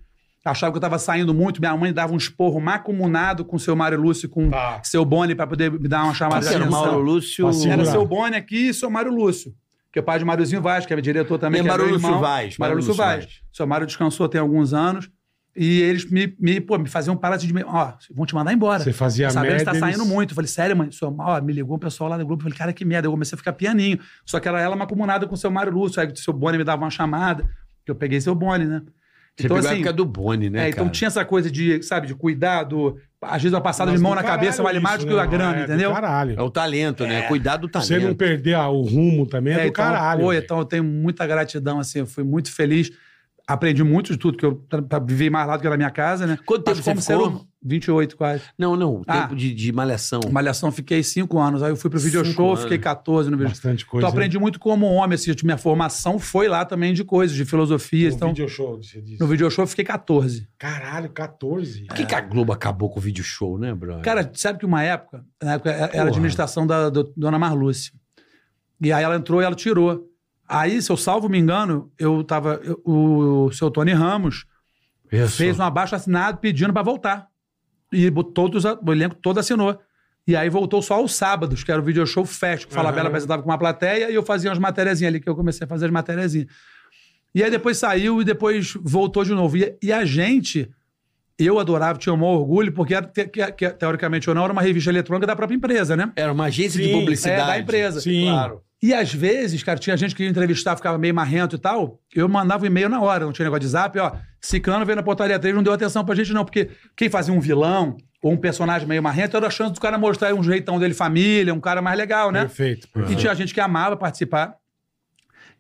Speaker 4: Achava que eu estava saindo muito. Minha mãe dava um esporro macumunado com o seu Mário Lúcio, com
Speaker 2: Tá.
Speaker 4: seu Boni, para poder me dar uma chamada
Speaker 3: Mas Ah. era o Mauro Lúcio.
Speaker 2: Assim,
Speaker 4: era
Speaker 2: Segurado.
Speaker 4: seu Boni aqui e seu Mário Lúcio. Que é o pai de Máriozinho Vaz, que é diretor também.
Speaker 3: É
Speaker 4: que é
Speaker 3: Mário
Speaker 4: meu
Speaker 3: Lúcio
Speaker 4: irmão.
Speaker 3: Vaz, Mário
Speaker 4: Mário Lúcio
Speaker 3: Lúcio
Speaker 4: Vaz.
Speaker 3: Vaz.
Speaker 4: Seu Mário descansou tem alguns anos. E eles me, me, pô, me faziam parar de. me- Ó, vão te mandar embora.
Speaker 2: Você fazia
Speaker 4: Sabendo que
Speaker 2: merda.
Speaker 4: tá saindo
Speaker 2: eles-
Speaker 4: muito. Eu falei, sério, mãe, sua, ó, me ligou um pessoal lá do grupo. Eu falei, cara, que merda. Eu comecei a ficar pianinho. Só que era ela macumunada com o seu Mário Lúcio. Aí o seu Boni me dava uma chamada. Que eu peguei seu Boni, né?
Speaker 3: Você pegou a época do Boni, né?
Speaker 4: É, então
Speaker 3: cara?
Speaker 4: tinha essa coisa de, sabe, de cuidado. Às vezes uma passada
Speaker 2: Mas
Speaker 4: de mão
Speaker 2: do
Speaker 4: na cabeça
Speaker 2: caralho
Speaker 4: vale mais
Speaker 2: isso,
Speaker 4: do que a
Speaker 2: né?
Speaker 4: grana,
Speaker 2: É, do
Speaker 4: entendeu? Tá
Speaker 3: É
Speaker 2: Caralho.
Speaker 3: o talento,
Speaker 4: É.
Speaker 3: né? Cuidado do
Speaker 2: Você não
Speaker 3: talento.
Speaker 2: perder ah, o rumo também é, do
Speaker 4: então,
Speaker 2: caralho.
Speaker 4: pô,
Speaker 2: velho.
Speaker 4: então eu tenho muita gratidão, assim, eu fui muito feliz. Aprendi muito de tudo, que eu pra- pra viver mais lá do que na minha casa, né?
Speaker 3: Quanto tempo
Speaker 4: Mas
Speaker 3: você
Speaker 4: como
Speaker 3: ficou?
Speaker 4: humano- 28 quase.
Speaker 3: Não, não. o
Speaker 4: Ah.
Speaker 3: Tempo de, de malhação.
Speaker 4: Malhação, fiquei 5 anos. Aí eu fui pro video
Speaker 3: Cinco
Speaker 4: show,
Speaker 3: anos. é.
Speaker 4: fiquei 14 no video show.
Speaker 2: Bastante coisa. né?
Speaker 4: Então aprendi muito como homem, assim, minha formação foi lá também de coisas, de filosofias.
Speaker 2: no
Speaker 4: então,
Speaker 2: video show, você disse.
Speaker 4: no video show eu fiquei 14.
Speaker 2: Caralho, É. 14.
Speaker 3: Por que, que a Globo acabou com o vídeo show, né, brother?
Speaker 4: Cara, sabe que uma época, na época era
Speaker 3: Porra.
Speaker 4: a administração da do- dona Marluce. E aí ela entrou e ela tirou. Aí, se eu salvo me engano, eu tava. eu- o seu Tony Ramos
Speaker 3: Isso.
Speaker 4: fez um abaixo assinado pedindo pra voltar. E bot- todos, a- o elenco todo assinou. E aí voltou só aos sábados, que era o video show fest, que o Fala
Speaker 2: Aham.
Speaker 4: Bela apresentava com uma plateia e eu fazia umas matériazinhas ali, que eu comecei a fazer as matériazinhas. E aí depois saiu e depois voltou de novo. E, e a gente, eu adorava, tinha um maior orgulho, porque era, te- que- que- teoricamente ou não, era uma revista eletrônica da própria empresa, né?
Speaker 3: Era uma agência de
Speaker 2: Sim,
Speaker 3: publicidade.
Speaker 4: é, da empresa.
Speaker 2: Sim.
Speaker 3: Claro.
Speaker 4: E às vezes, cara, tinha gente que ia entrevistar, ficava meio marrento e tal. Eu mandava um e-mail na hora, não tinha negócio de zap, ó. Ciclano veio na portaria 3, não deu atenção pra gente, não, porque quem fazia um vilão ou um personagem meio marrento era a chance do cara mostrar um jeitão dele, família, um cara mais legal, né?
Speaker 2: Perfeito.
Speaker 4: E
Speaker 2: perfeito.
Speaker 4: tinha gente que amava participar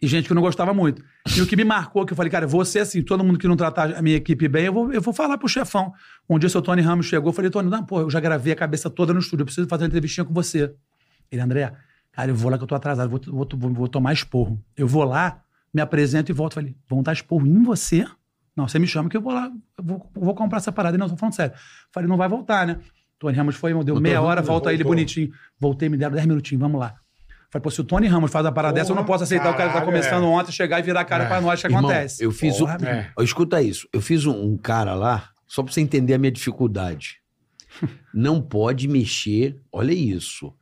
Speaker 4: e gente que não gostava muito. E o que me marcou, que eu falei, cara, você assim, todo mundo que não tratar a minha equipe bem, eu vou, eu vou falar pro chefão. Um dia o seu Tony Ramos chegou, eu falei, Tony, não, pô, eu já gravei a cabeça toda no estúdio, eu preciso fazer uma entrevistinha com você. Ele, André, cara, eu vou lá que eu tô atrasado, vou, vou, vou, vou tomar esporro. Eu vou lá, me apresento e volto. Eu Falei, vão dar esporro em você? Não, você me chama que eu vou lá, eu vou, vou comprar essa parada. Ele, Não, tô falando sério. Eu Falei, não vai voltar, né? Tony Ramos foi, deu
Speaker 3: Voltou,
Speaker 4: meia hora,
Speaker 3: voltou,
Speaker 4: volta ele
Speaker 2: voltou.
Speaker 4: bonitinho. Voltei, me deram 10 minutinhos, vamos lá. Falei, pô, se o Tony Ramos faz uma parada
Speaker 2: Porra,
Speaker 4: dessa, eu não posso aceitar o cara que tá
Speaker 2: caralho,
Speaker 4: começando
Speaker 2: é.
Speaker 4: ontem, chegar e virar a cara
Speaker 2: É.
Speaker 4: pra nós, que
Speaker 3: Irmão,
Speaker 4: acontece.
Speaker 3: eu fiz
Speaker 4: Porra,
Speaker 3: o-
Speaker 4: meu.
Speaker 2: É.
Speaker 3: Ó, Escuta isso. Eu fiz um, um cara lá, só pra você entender a minha dificuldade. Não pode mexer, olha isso,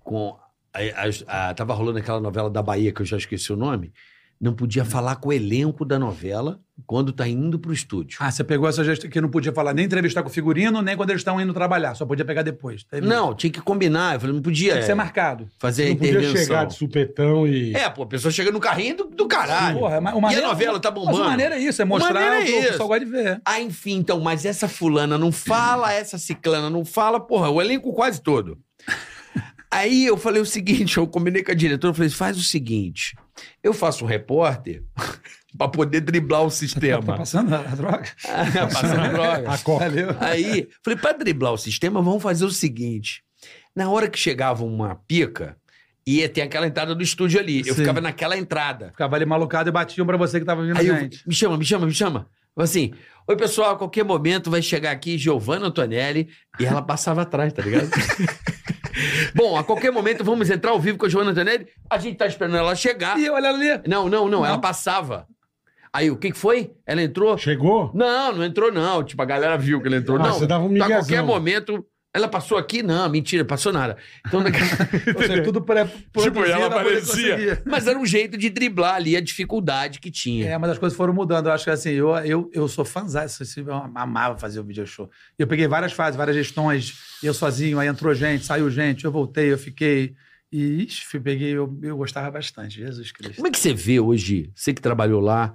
Speaker 3: com... A, a- a- tava rolando aquela novela da Bahia, que eu já esqueci o nome. Não podia falar com o elenco da novela quando tá indo pro estúdio.
Speaker 4: Ah, você pegou essa gestão que não podia falar, nem entrevistar com o figurino, nem quando eles estão indo trabalhar, só podia pegar depois. Teve-
Speaker 3: Não, é. tinha que combinar. Eu falei, não podia
Speaker 4: Tem é que ser marcado.
Speaker 3: fazer a
Speaker 2: não podia
Speaker 3: intervenção.
Speaker 2: chegar de supetão e.
Speaker 3: É, pô, a pessoa chega no carrinho do, do caralho.
Speaker 4: Porra, mas o
Speaker 3: e a
Speaker 4: maneiro-
Speaker 3: novela tá bombando.
Speaker 4: Mas o maneiro é isso, é
Speaker 3: O
Speaker 4: mostrar
Speaker 3: maneiro
Speaker 4: o,
Speaker 3: é
Speaker 4: que o
Speaker 3: isso.
Speaker 4: pessoal gosta de ver. Tá
Speaker 3: Ah, enfim, então, mas essa fulana não fala, essa ciclana não fala, porra, o elenco quase todo. Aí eu falei o seguinte, eu combinei com a diretora, eu falei, faz o seguinte, eu faço um repórter pra poder driblar o
Speaker 4: Tá
Speaker 3: sistema.
Speaker 4: passando a a droga?
Speaker 3: Passando droga.
Speaker 2: A coca.
Speaker 4: Valeu.
Speaker 3: Aí, falei, pra driblar o sistema, vamos fazer o seguinte. Na hora que chegava uma pica, ia ter aquela entrada do estúdio ali. Eu
Speaker 4: Sim.
Speaker 3: ficava naquela entrada.
Speaker 4: Ficava ali malucado e batiam pra você que tava vindo
Speaker 3: Aí eu,
Speaker 4: gente.
Speaker 3: me chama, me chama, me chama. Falei Assim, oi pessoal, a qualquer momento vai chegar aqui Giovanna Antonelli e ela passava atrás, tá ligado? Bom, a qualquer momento vamos entrar ao vivo com a Giovanna Antonelli. A gente tá esperando ela chegar.
Speaker 4: Ih, olha ali.
Speaker 3: Não, não, não, ela
Speaker 4: Não.
Speaker 3: passava. Aí o que que foi? Ela entrou?
Speaker 2: Chegou?
Speaker 3: Não, não entrou não. Tipo, a galera viu que ela entrou.
Speaker 2: Ah,
Speaker 3: não,
Speaker 2: você dava um
Speaker 4: tá
Speaker 3: a
Speaker 2: miguezão.
Speaker 3: qualquer momento ela passou aqui? Não, mentira, passou nada. Então, daqui...
Speaker 4: Ou seja, tudo pré
Speaker 3: tipo,
Speaker 4: produzido
Speaker 3: ela
Speaker 4: pra poder
Speaker 3: aparecia.
Speaker 4: conseguir.
Speaker 3: Mas era um jeito de driblar ali a dificuldade que tinha.
Speaker 4: É, mas as coisas foram mudando. Eu acho que assim, eu, eu, eu sou fãzão, eu amava fazer o video show. Eu peguei várias fases, várias gestões, eu sozinho, aí entrou gente, saiu gente, eu voltei, eu fiquei. E ixi, peguei, eu, eu gostava bastante, Jesus Cristo.
Speaker 3: Como é que você vê hoje, você que trabalhou lá,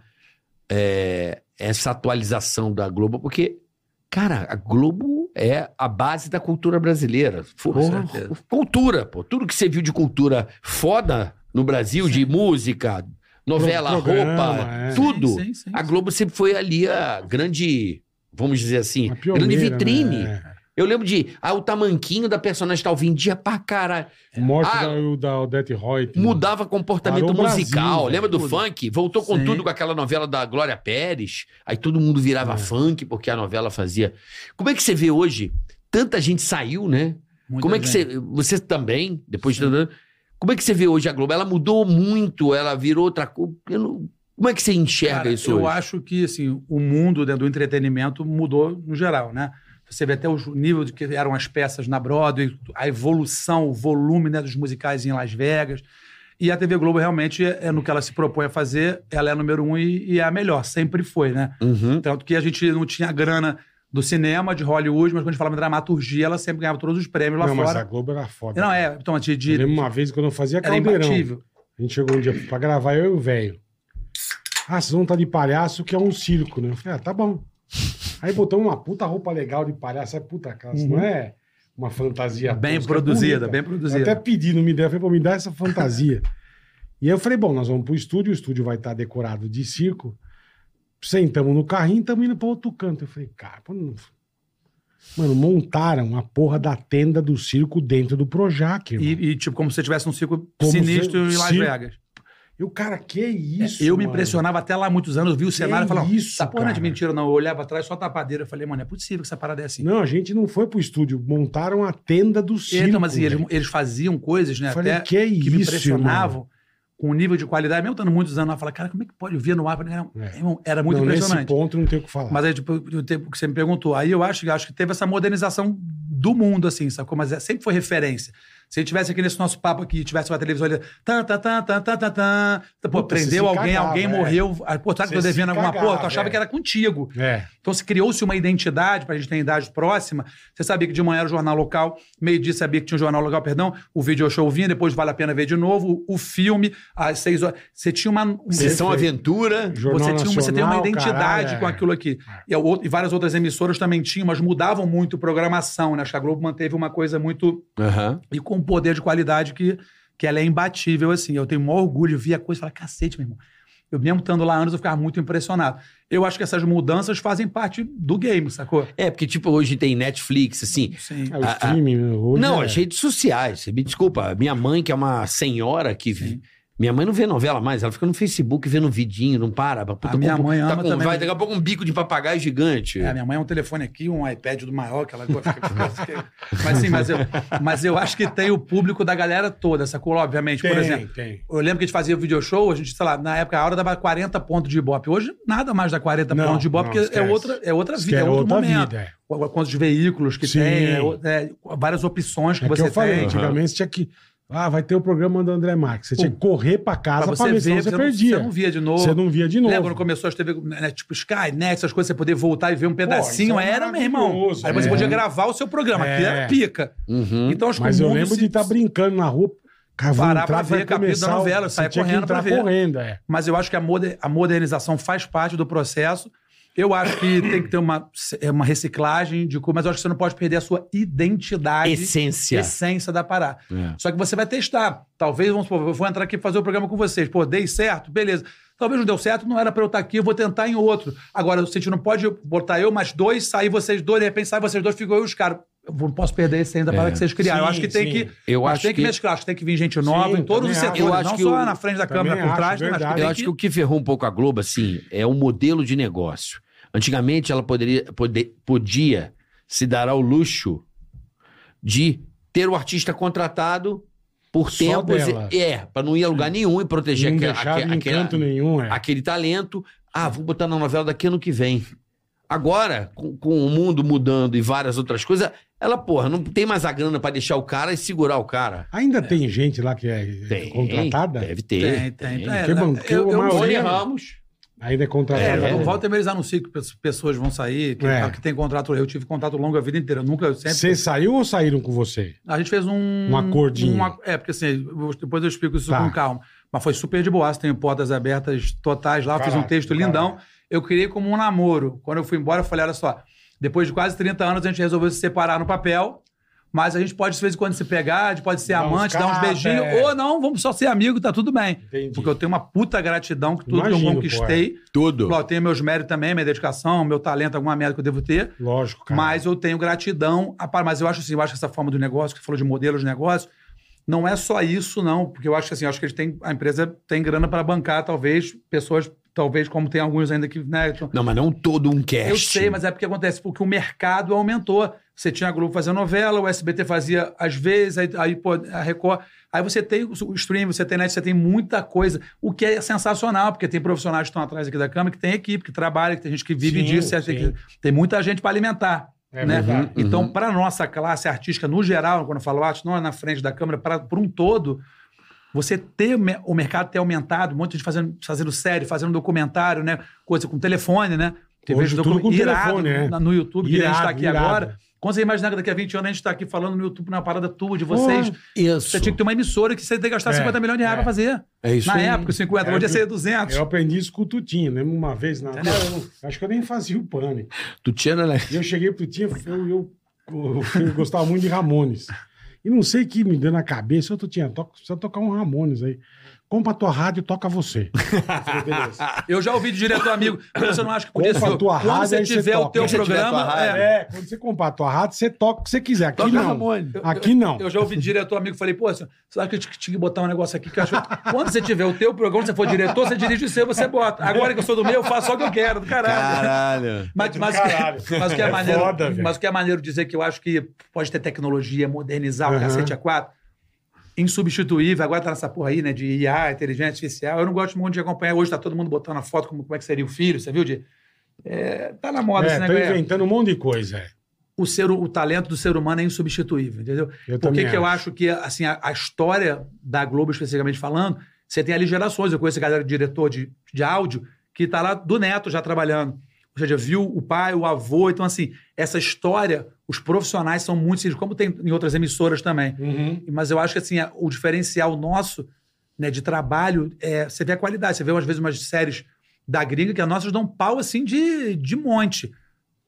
Speaker 3: é, essa atualização da Globo? Porque, cara, a Globo é a base da cultura brasileira. Porra,
Speaker 4: certeza.
Speaker 3: cultura, pô. Tudo que você viu de cultura foda no Brasil, de música, novela,
Speaker 2: Pro- programa,
Speaker 3: roupa,
Speaker 2: é.
Speaker 3: tudo.
Speaker 4: Sim, sim, sim,
Speaker 3: a
Speaker 4: sim.
Speaker 3: Globo sempre foi ali a grande, vamos dizer assim,
Speaker 2: Uma
Speaker 4: é
Speaker 3: grande
Speaker 2: pioneira,
Speaker 3: vitrine.
Speaker 2: né?
Speaker 3: Eu lembro de, ah, o tamanquinho da personagem tal vendia pra caralho.
Speaker 2: É. Morte
Speaker 3: Ah,
Speaker 2: da, da Odete Reutemann.
Speaker 3: Mudava comportamento
Speaker 2: Parou o Brasil,
Speaker 3: musical.
Speaker 2: velho,
Speaker 3: Lembra do
Speaker 4: tudo.
Speaker 3: funk? Voltou com
Speaker 4: Sim.
Speaker 3: tudo com aquela novela da Glória Pérez. Aí todo mundo virava
Speaker 2: É.
Speaker 3: funk porque a novela fazia. Como é que você vê hoje? Tanta gente saiu, né?
Speaker 4: Muita
Speaker 3: Como é que
Speaker 4: gente.
Speaker 3: você. Você também, depois de. tanto- Como é que você vê hoje a Globo? Ela mudou muito, ela virou outra coisa. Como é que você enxerga
Speaker 4: Cara,
Speaker 3: isso
Speaker 4: eu
Speaker 3: hoje?
Speaker 4: acho que assim, o mundo né, do entretenimento mudou no geral, né? Você vê até o nível de que eram as peças na Broadway, a evolução, o volume né, dos musicais em Las Vegas. E a TV Globo realmente, é no que ela se propõe a fazer, ela é a número um e, e é a melhor, sempre foi, né?
Speaker 3: Uhum.
Speaker 4: Tanto que a gente não tinha grana do cinema, de Hollywood, mas quando a gente falava em dramaturgia, ela sempre ganhava todos os prêmios lá
Speaker 2: Não, mas a
Speaker 4: fora.
Speaker 2: Globo era foda.
Speaker 4: Não, é, então, de,
Speaker 2: Eu
Speaker 4: de,
Speaker 2: lembro uma vez quando eu fazia
Speaker 4: era
Speaker 2: caldeirão.
Speaker 4: imbatível.
Speaker 2: A gente chegou um dia pra gravar, eu e o velho. Ah, vocês vão estar de palhaço, que é um circo, né? Eu falei, ah, tá bom. Aí botamos uma puta roupa legal de palhaço. É puta casa, não é uma fantasia.
Speaker 4: Uhum. Bem
Speaker 2: tosca, é
Speaker 4: produzida,
Speaker 2: bonita.
Speaker 4: bem
Speaker 2: Eu até
Speaker 4: produzida.
Speaker 2: pedi, não me deu. Eu falei, pô, me dá essa fantasia. e aí eu falei, bom, nós vamos pro estúdio, o estúdio vai estar decorado de circo. Sentamos no carrinho e estamos indo para outro canto. Eu falei, cara, pô, não- mano, montaram a porra da tenda do circo dentro do Projac. irmão.
Speaker 4: E, e, tipo, como se você tivesse um ciclo
Speaker 2: Como se-
Speaker 4: sinistro em Las
Speaker 2: circo.
Speaker 4: Vegas.
Speaker 2: E o cara, que é isso?
Speaker 4: É, eu me
Speaker 2: mano?
Speaker 4: impressionava até lá há muitos anos, eu vi o cenário e falava,
Speaker 2: isso,
Speaker 4: essa porra não é de
Speaker 2: cara?
Speaker 4: mentira não. Eu olhava atrás, só tapadeira. Eu falei, mano, é possível que essa parada é assim.
Speaker 2: Não, a gente não foi pro estúdio, montaram a tenda do
Speaker 4: E,
Speaker 2: circo.
Speaker 4: então, mas assim, eles,
Speaker 2: velho.
Speaker 4: eles faziam coisas, né,
Speaker 2: Eu falei,
Speaker 4: até
Speaker 2: que é
Speaker 4: que
Speaker 2: isso,
Speaker 4: me
Speaker 2: irmão?
Speaker 4: impressionavam com o nível de qualidade. Mesmo estando muitos anos lá, eu falava, cara, como é que pode? Eu via no ar, eu falei, não,
Speaker 2: É.
Speaker 4: irmão, era muito
Speaker 2: não, Nesse
Speaker 4: impressionante.
Speaker 2: ponto não tem o que falar.
Speaker 4: Mas aí, tipo, o tempo que você me perguntou, aí eu acho, que- acho que teve essa modernização do mundo, assim, sacou? Mas é- sempre foi referência. Se ele tivesse aqui nesse nosso papo aqui, tivesse uma televisão ali, tan, tan, tan, tan, tan, tan, tan, pô,
Speaker 2: Puta,
Speaker 4: prendeu
Speaker 2: você se
Speaker 4: alguém,
Speaker 2: cagava,
Speaker 4: alguém
Speaker 2: é.
Speaker 4: morreu, aí, pô, será que eu tô
Speaker 2: Você se
Speaker 4: devendo alguma
Speaker 2: cagava,
Speaker 4: porra? Tu achava
Speaker 2: é.
Speaker 4: que era contigo.
Speaker 2: É,
Speaker 4: Então se criou-se uma identidade, pra gente ter idade próxima. Você sabia que de manhã era o jornal local, meio-dia sabia que tinha um jornal local, perdão, o video show vinha, depois vale a pena ver de novo, o filme, às seis horas. Você tinha uma. um-
Speaker 3: Sessão Aventura.
Speaker 2: Jornal
Speaker 4: você, tinha, você tem uma
Speaker 2: Nacional,
Speaker 4: identidade
Speaker 2: caralho,
Speaker 4: com
Speaker 2: é.
Speaker 4: aquilo aqui. E, a outra- e várias outras emissoras também tinham, mas mudavam muito programação, né? Acho que a Globo manteve uma coisa muito.
Speaker 3: Aham.
Speaker 4: e com um poder de qualidade que, que ela é imbatível, assim. Eu tenho o maior orgulho, eu via a coisa e falava, cacete, meu irmão. Eu mesmo estando lá anos, eu ficava muito impressionado. Eu acho que essas mudanças fazem parte do game, sacou?
Speaker 3: É, porque, tipo, hoje tem Netflix, assim.
Speaker 4: Sim.
Speaker 2: é o
Speaker 3: Ah,
Speaker 2: streaming. né? Hoje
Speaker 3: não,
Speaker 2: é...
Speaker 3: as redes sociais. Me desculpa, minha mãe, que é uma senhora que.
Speaker 4: Sim.
Speaker 3: Minha mãe não vê novela mais, ela fica no Facebook vendo um vidinho, não para. Puta,
Speaker 4: A minha
Speaker 3: com-
Speaker 4: mãe
Speaker 3: tá
Speaker 4: ama
Speaker 3: com,
Speaker 4: também.
Speaker 3: Vai, daqui a pouco um bico de papagaio gigante.
Speaker 4: É, minha mãe é um telefone aqui, um iPad do maior, que ela gosta. mas sim, mas eu, mas eu acho que tem o público da galera toda, sacou? Obviamente,
Speaker 2: tem,
Speaker 4: por exemplo.
Speaker 2: tem.
Speaker 4: Eu lembro que a gente fazia video show, a gente, sei lá, na época a hora dava 40 pontos de Ibope. Hoje, nada mais dá 40
Speaker 2: Não,
Speaker 4: pontos de Ibope,
Speaker 2: não,
Speaker 4: porque é
Speaker 2: esquece.
Speaker 4: outra, é outra vida, é
Speaker 2: Quero outra
Speaker 4: outro momento.
Speaker 2: vida, é.
Speaker 4: O- o- Quantos veículos que
Speaker 2: Sim.
Speaker 4: tem, é o- é, várias opções que
Speaker 2: É que
Speaker 4: você
Speaker 2: eu falei,
Speaker 4: tem.
Speaker 2: antigamente você tinha que. Ah, vai ter o programa do André Marques. Você tinha que correr pra
Speaker 4: Pra
Speaker 2: casa pra,
Speaker 4: você
Speaker 2: ver, senão
Speaker 4: ver,
Speaker 2: você,
Speaker 4: você, não,
Speaker 2: perdia.
Speaker 4: você não via de novo.
Speaker 2: Você não via de novo.
Speaker 4: Lembra quando começou as TV, né, tipo Sky, Net, essas coisas, você poder voltar e ver um pedacinho?
Speaker 2: isso é
Speaker 4: era, meu irmão.
Speaker 2: maravilhoso,
Speaker 4: Aí você
Speaker 2: é.
Speaker 4: podia gravar o seu programa, que
Speaker 2: É.
Speaker 4: era pica.
Speaker 3: Uhum.
Speaker 4: Então, acho que
Speaker 2: Mas
Speaker 4: o
Speaker 2: eu
Speaker 4: mundo
Speaker 2: lembro
Speaker 4: se-
Speaker 2: de tá estar brincando na rua. Cara, vou
Speaker 4: Parar
Speaker 2: entrar,
Speaker 4: pra
Speaker 2: vai
Speaker 4: ver capítulo da
Speaker 2: começar o-
Speaker 4: novela,
Speaker 2: você
Speaker 4: sair
Speaker 2: tinha que
Speaker 4: correndo
Speaker 2: entrar
Speaker 4: pra ver.
Speaker 2: correndo, é.
Speaker 4: mas eu acho que a, moder- a modernização faz parte do processo. Eu acho que tem que ter uma, é, uma reciclagem de coisa, mas eu acho que você não pode perder a sua identidade,
Speaker 3: Essência.
Speaker 4: essência da parada.
Speaker 3: É.
Speaker 4: Só que você vai testar. Talvez, vamos supor, eu vou entrar aqui e fazer o programa com vocês. Pô, dei certo? Beleza. Talvez não deu certo, não era pra eu estar aqui, eu vou tentar em outro. Agora, você não pode botar eu mais dois, sair vocês dois, de repente sai vocês dois, ficou eu e os caras. Eu não posso perder a essência da parada
Speaker 3: É.
Speaker 4: que vocês criaram. eu
Speaker 2: Sim,
Speaker 4: acho que tem
Speaker 2: sim.
Speaker 4: que.
Speaker 3: Eu
Speaker 4: mas
Speaker 3: acho
Speaker 4: tem que,
Speaker 3: que-
Speaker 4: mesclar, acho que tem que vir gente nova
Speaker 2: Sim,
Speaker 4: em todos os
Speaker 2: também acho.
Speaker 4: setores,
Speaker 3: Eu acho
Speaker 4: não
Speaker 3: que
Speaker 4: só
Speaker 3: o-
Speaker 4: na frente da
Speaker 2: Também
Speaker 4: câmera, por
Speaker 2: acho,
Speaker 4: trás, mas
Speaker 2: verdade.
Speaker 4: tem
Speaker 3: Eu acho que o que ferrou um pouco a Globo, assim, é o modelo de negócio. Antigamente ela poderia, pode- podia se dar ao luxo de ter o artista contratado por
Speaker 2: Só
Speaker 3: tempos.
Speaker 2: dela.
Speaker 3: e- É, para não ir a lugar nenhum e proteger
Speaker 2: Não
Speaker 3: aque-
Speaker 2: deixava
Speaker 3: aque-
Speaker 2: em
Speaker 3: aquela-
Speaker 2: canto nenhum, é.
Speaker 3: aquele talento. Ah, vou botar na novela daqui ano que vem. Agora, com, com o mundo mudando e várias outras coisas, ela, porra, não tem mais a grana pra deixar o cara e segurar o cara.
Speaker 2: Ainda tem gente lá que é
Speaker 3: Tem.
Speaker 2: contratada?
Speaker 3: Deve ter.
Speaker 4: Tem, tem. É,
Speaker 2: Que bom, que
Speaker 4: eu,
Speaker 2: a
Speaker 4: eu,
Speaker 2: maioria-
Speaker 3: Tony
Speaker 2: Tem.
Speaker 3: Ramos.
Speaker 2: Ainda é
Speaker 4: é,
Speaker 2: contratada.
Speaker 3: É,
Speaker 4: eu
Speaker 2: né?
Speaker 4: volta e meia eles anunciam que pe- pessoas vão sair, que,
Speaker 2: É.
Speaker 4: que tem contrato. Eu tive contrato longo a vida inteira. Eu nunca, eu sempre.
Speaker 2: Você saiu ou saíram com você?
Speaker 4: A gente fez um.
Speaker 2: Um acordinho.
Speaker 4: um ac- é, porque assim, eu- depois eu explico isso
Speaker 2: Tá.
Speaker 4: com calma. Mas foi super de boas, tenho portas abertas totais lá. eu fiz um
Speaker 2: Caraca,
Speaker 4: texto
Speaker 2: caraca.
Speaker 4: lindão. Eu criei como um namoro. Quando eu fui embora, eu falei: olha só, Depois de quase 30 anos, a gente resolveu se separar no papel. Mas a gente pode, de vez em quando, se pegar, a gente pode ser
Speaker 2: Dar uns
Speaker 4: amante, dar uns
Speaker 2: capa,
Speaker 4: beijinhos,
Speaker 2: é.
Speaker 4: ou não, vamos só ser amigo, tá tudo bem.
Speaker 2: Entendi.
Speaker 4: Porque eu tenho uma puta gratidão que tudo que
Speaker 2: Imagino,
Speaker 4: eu conquistei.
Speaker 3: Tudo.
Speaker 4: Claro, eu tenho meus méritos também, minha dedicação, meu talento, alguma merda que eu devo ter.
Speaker 2: Lógico, cara.
Speaker 4: Mas eu tenho gratidão. a par- Mas eu acho assim, eu acho que essa forma do negócio, que falou de modelo de negócio, não é só isso, não. Porque eu acho que assim, eu acho que eles têm, a empresa tem grana para bancar, talvez, pessoas, talvez, como tem alguns ainda que. Né, tão-
Speaker 3: Não, mas não todo um cast.
Speaker 4: eu sei, mas é porque acontece, porque o mercado aumentou. Você tinha a Globo fazendo novela, o SBT fazia às vezes, aí, aí, pô, a Record. Aí você tem o o stream, você tem net, você tem muita coisa, o que é sensacional, porque tem profissionais que estão atrás aqui da câmera, que tem equipe, que trabalha, que tem gente que vive
Speaker 2: Sim,
Speaker 4: disso, tem-
Speaker 2: sim.
Speaker 4: tem muita gente para alimentar.
Speaker 2: É
Speaker 4: né?
Speaker 2: verdade.
Speaker 4: Então,
Speaker 3: Uhum.
Speaker 4: para nossa classe artística, no geral, quando eu falo arte, não é na frente da câmera, para por um todo, você ter o mer- o mercado ter aumentado, um monte de gente fazendo, fazendo série, fazendo documentário, né? Coisa com telefone, né?
Speaker 2: Hoje
Speaker 4: de
Speaker 2: tudo
Speaker 4: docu-
Speaker 2: com
Speaker 4: irado
Speaker 2: telefone, é.
Speaker 4: na- no YouTube, que nem a gente
Speaker 2: Irado,
Speaker 4: está aqui
Speaker 2: irado.
Speaker 4: agora. Quando você imaginar que daqui a 20 anos a gente está aqui falando no YouTube, na parada tua, de vocês,
Speaker 2: Porra,
Speaker 3: Isso.
Speaker 4: você tinha que ter uma emissora que você ia ter que gastar
Speaker 2: É,
Speaker 4: 50 milhões de reais
Speaker 2: é.
Speaker 4: para fazer.
Speaker 3: É isso
Speaker 4: na
Speaker 3: aí.
Speaker 4: época, 50,
Speaker 2: É,
Speaker 4: hoje ia
Speaker 2: eu-
Speaker 4: ser 200.
Speaker 2: Eu aprendi isso com o Tutinho, lembra uma vez na. Eu não- acho que eu nem fazia o pânico.
Speaker 3: Tu tinha, né?
Speaker 2: E eu cheguei pro Tinha, eu, eu, eu, eu gostava muito de Ramones. E não sei o que me deu na cabeça, eu tô, Tinha, toca, precisa tocar um Ramones aí. Compra a tua rádio e toca você. Eu falei, beleza.
Speaker 4: Eu já ouvi de diretor amigo, você não acha que podia
Speaker 2: Compra
Speaker 4: ser.
Speaker 2: a tua
Speaker 4: Quando
Speaker 2: rádio,
Speaker 4: você
Speaker 2: aí você
Speaker 4: tiver o
Speaker 2: toca.
Speaker 4: teu
Speaker 3: Quando você tiver a tua
Speaker 4: programa.
Speaker 3: rádio.
Speaker 4: é.
Speaker 2: É, quando você comprar a tua rádio, você toca o que você quiser. Aqui
Speaker 3: Toca
Speaker 2: não.
Speaker 3: Ramones.
Speaker 2: Aqui não.
Speaker 4: Eu já ouvi diretor amigo falei, pô, você acha que eu tinha que- tinha que botar um negócio aqui que eu acho que quando você tiver o teu programa, você for diretor, você dirige o seu, você bota. Agora que eu sou do meu, eu faço só o que eu quero, do caralho.
Speaker 3: Caralho.
Speaker 4: Mas, mas,
Speaker 2: caralho.
Speaker 4: mas o que é
Speaker 2: É
Speaker 4: maneiro,
Speaker 2: foda, velho.
Speaker 4: mas o que é maneiro dizer que eu acho que pode ter tecnologia, modernizar
Speaker 2: Aham.
Speaker 4: o cacete a quatro, insubstituível, agora tá nessa porra aí, né, de IA, inteligência artificial. Eu não gosto muito de acompanhar, hoje tá todo mundo botando a foto como, como é que seria o filho, você viu, de é, tá na moda
Speaker 2: É,
Speaker 4: esse
Speaker 2: tô
Speaker 4: negócio.
Speaker 2: inventando um monte de coisa. é.
Speaker 4: O, ser, o talento do ser humano é insubstituível, entendeu?
Speaker 2: Eu
Speaker 4: Por
Speaker 2: também
Speaker 4: que, que eu acho que assim, a, a história da Globo, especificamente falando, você tem ali gerações. Eu conheço a galera de diretor de, de áudio que está lá do neto já trabalhando. Ou seja, viu o pai, o avô. Então, assim, essa história, os profissionais são muito simples, como tem em outras emissoras também.
Speaker 2: Uhum.
Speaker 4: Mas eu acho que assim, a- o diferencial nosso né, de trabalho é você vê a qualidade. Você vê, às vezes, umas séries da gringa que as nossas dão pau assim de, de monte.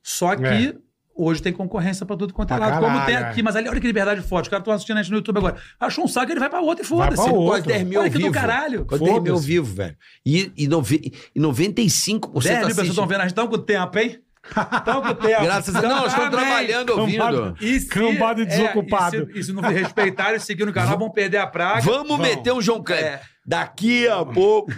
Speaker 4: Só que
Speaker 2: É.
Speaker 4: hoje tem concorrência pra tudo quanto é
Speaker 2: Pra
Speaker 4: lado, como
Speaker 2: caralho,
Speaker 4: tem
Speaker 2: é.
Speaker 4: aqui. Mas ali, olha que liberdade forte. O cara tá assistindo a gente no YouTube agora. Achou um saco, ele vai pra outra e
Speaker 2: Vai
Speaker 4: foda-se.
Speaker 2: pra outra.
Speaker 3: Quase 10 mil ao
Speaker 4: Olha que do
Speaker 3: vivo.
Speaker 4: caralho.
Speaker 3: Quase 10 mil ao
Speaker 2: Foda-se.
Speaker 3: vivo, velho. E, e, novi- e 95%
Speaker 4: 10 mil pessoas
Speaker 3: assiste-
Speaker 4: estão vendo, a gente tá com tempo, hein? Estamos com tempo.
Speaker 2: é
Speaker 3: Graças a Deus. Não, estou
Speaker 4: Amém.
Speaker 3: trabalhando ouvindo.
Speaker 4: E se-
Speaker 2: Cambada de
Speaker 4: é,
Speaker 2: desocupado.
Speaker 4: e se- e se não respeitarem, seguir no canal, vão perder a praga.
Speaker 3: Vamos meter um João Kleber.
Speaker 4: É.
Speaker 3: Daqui a pouco,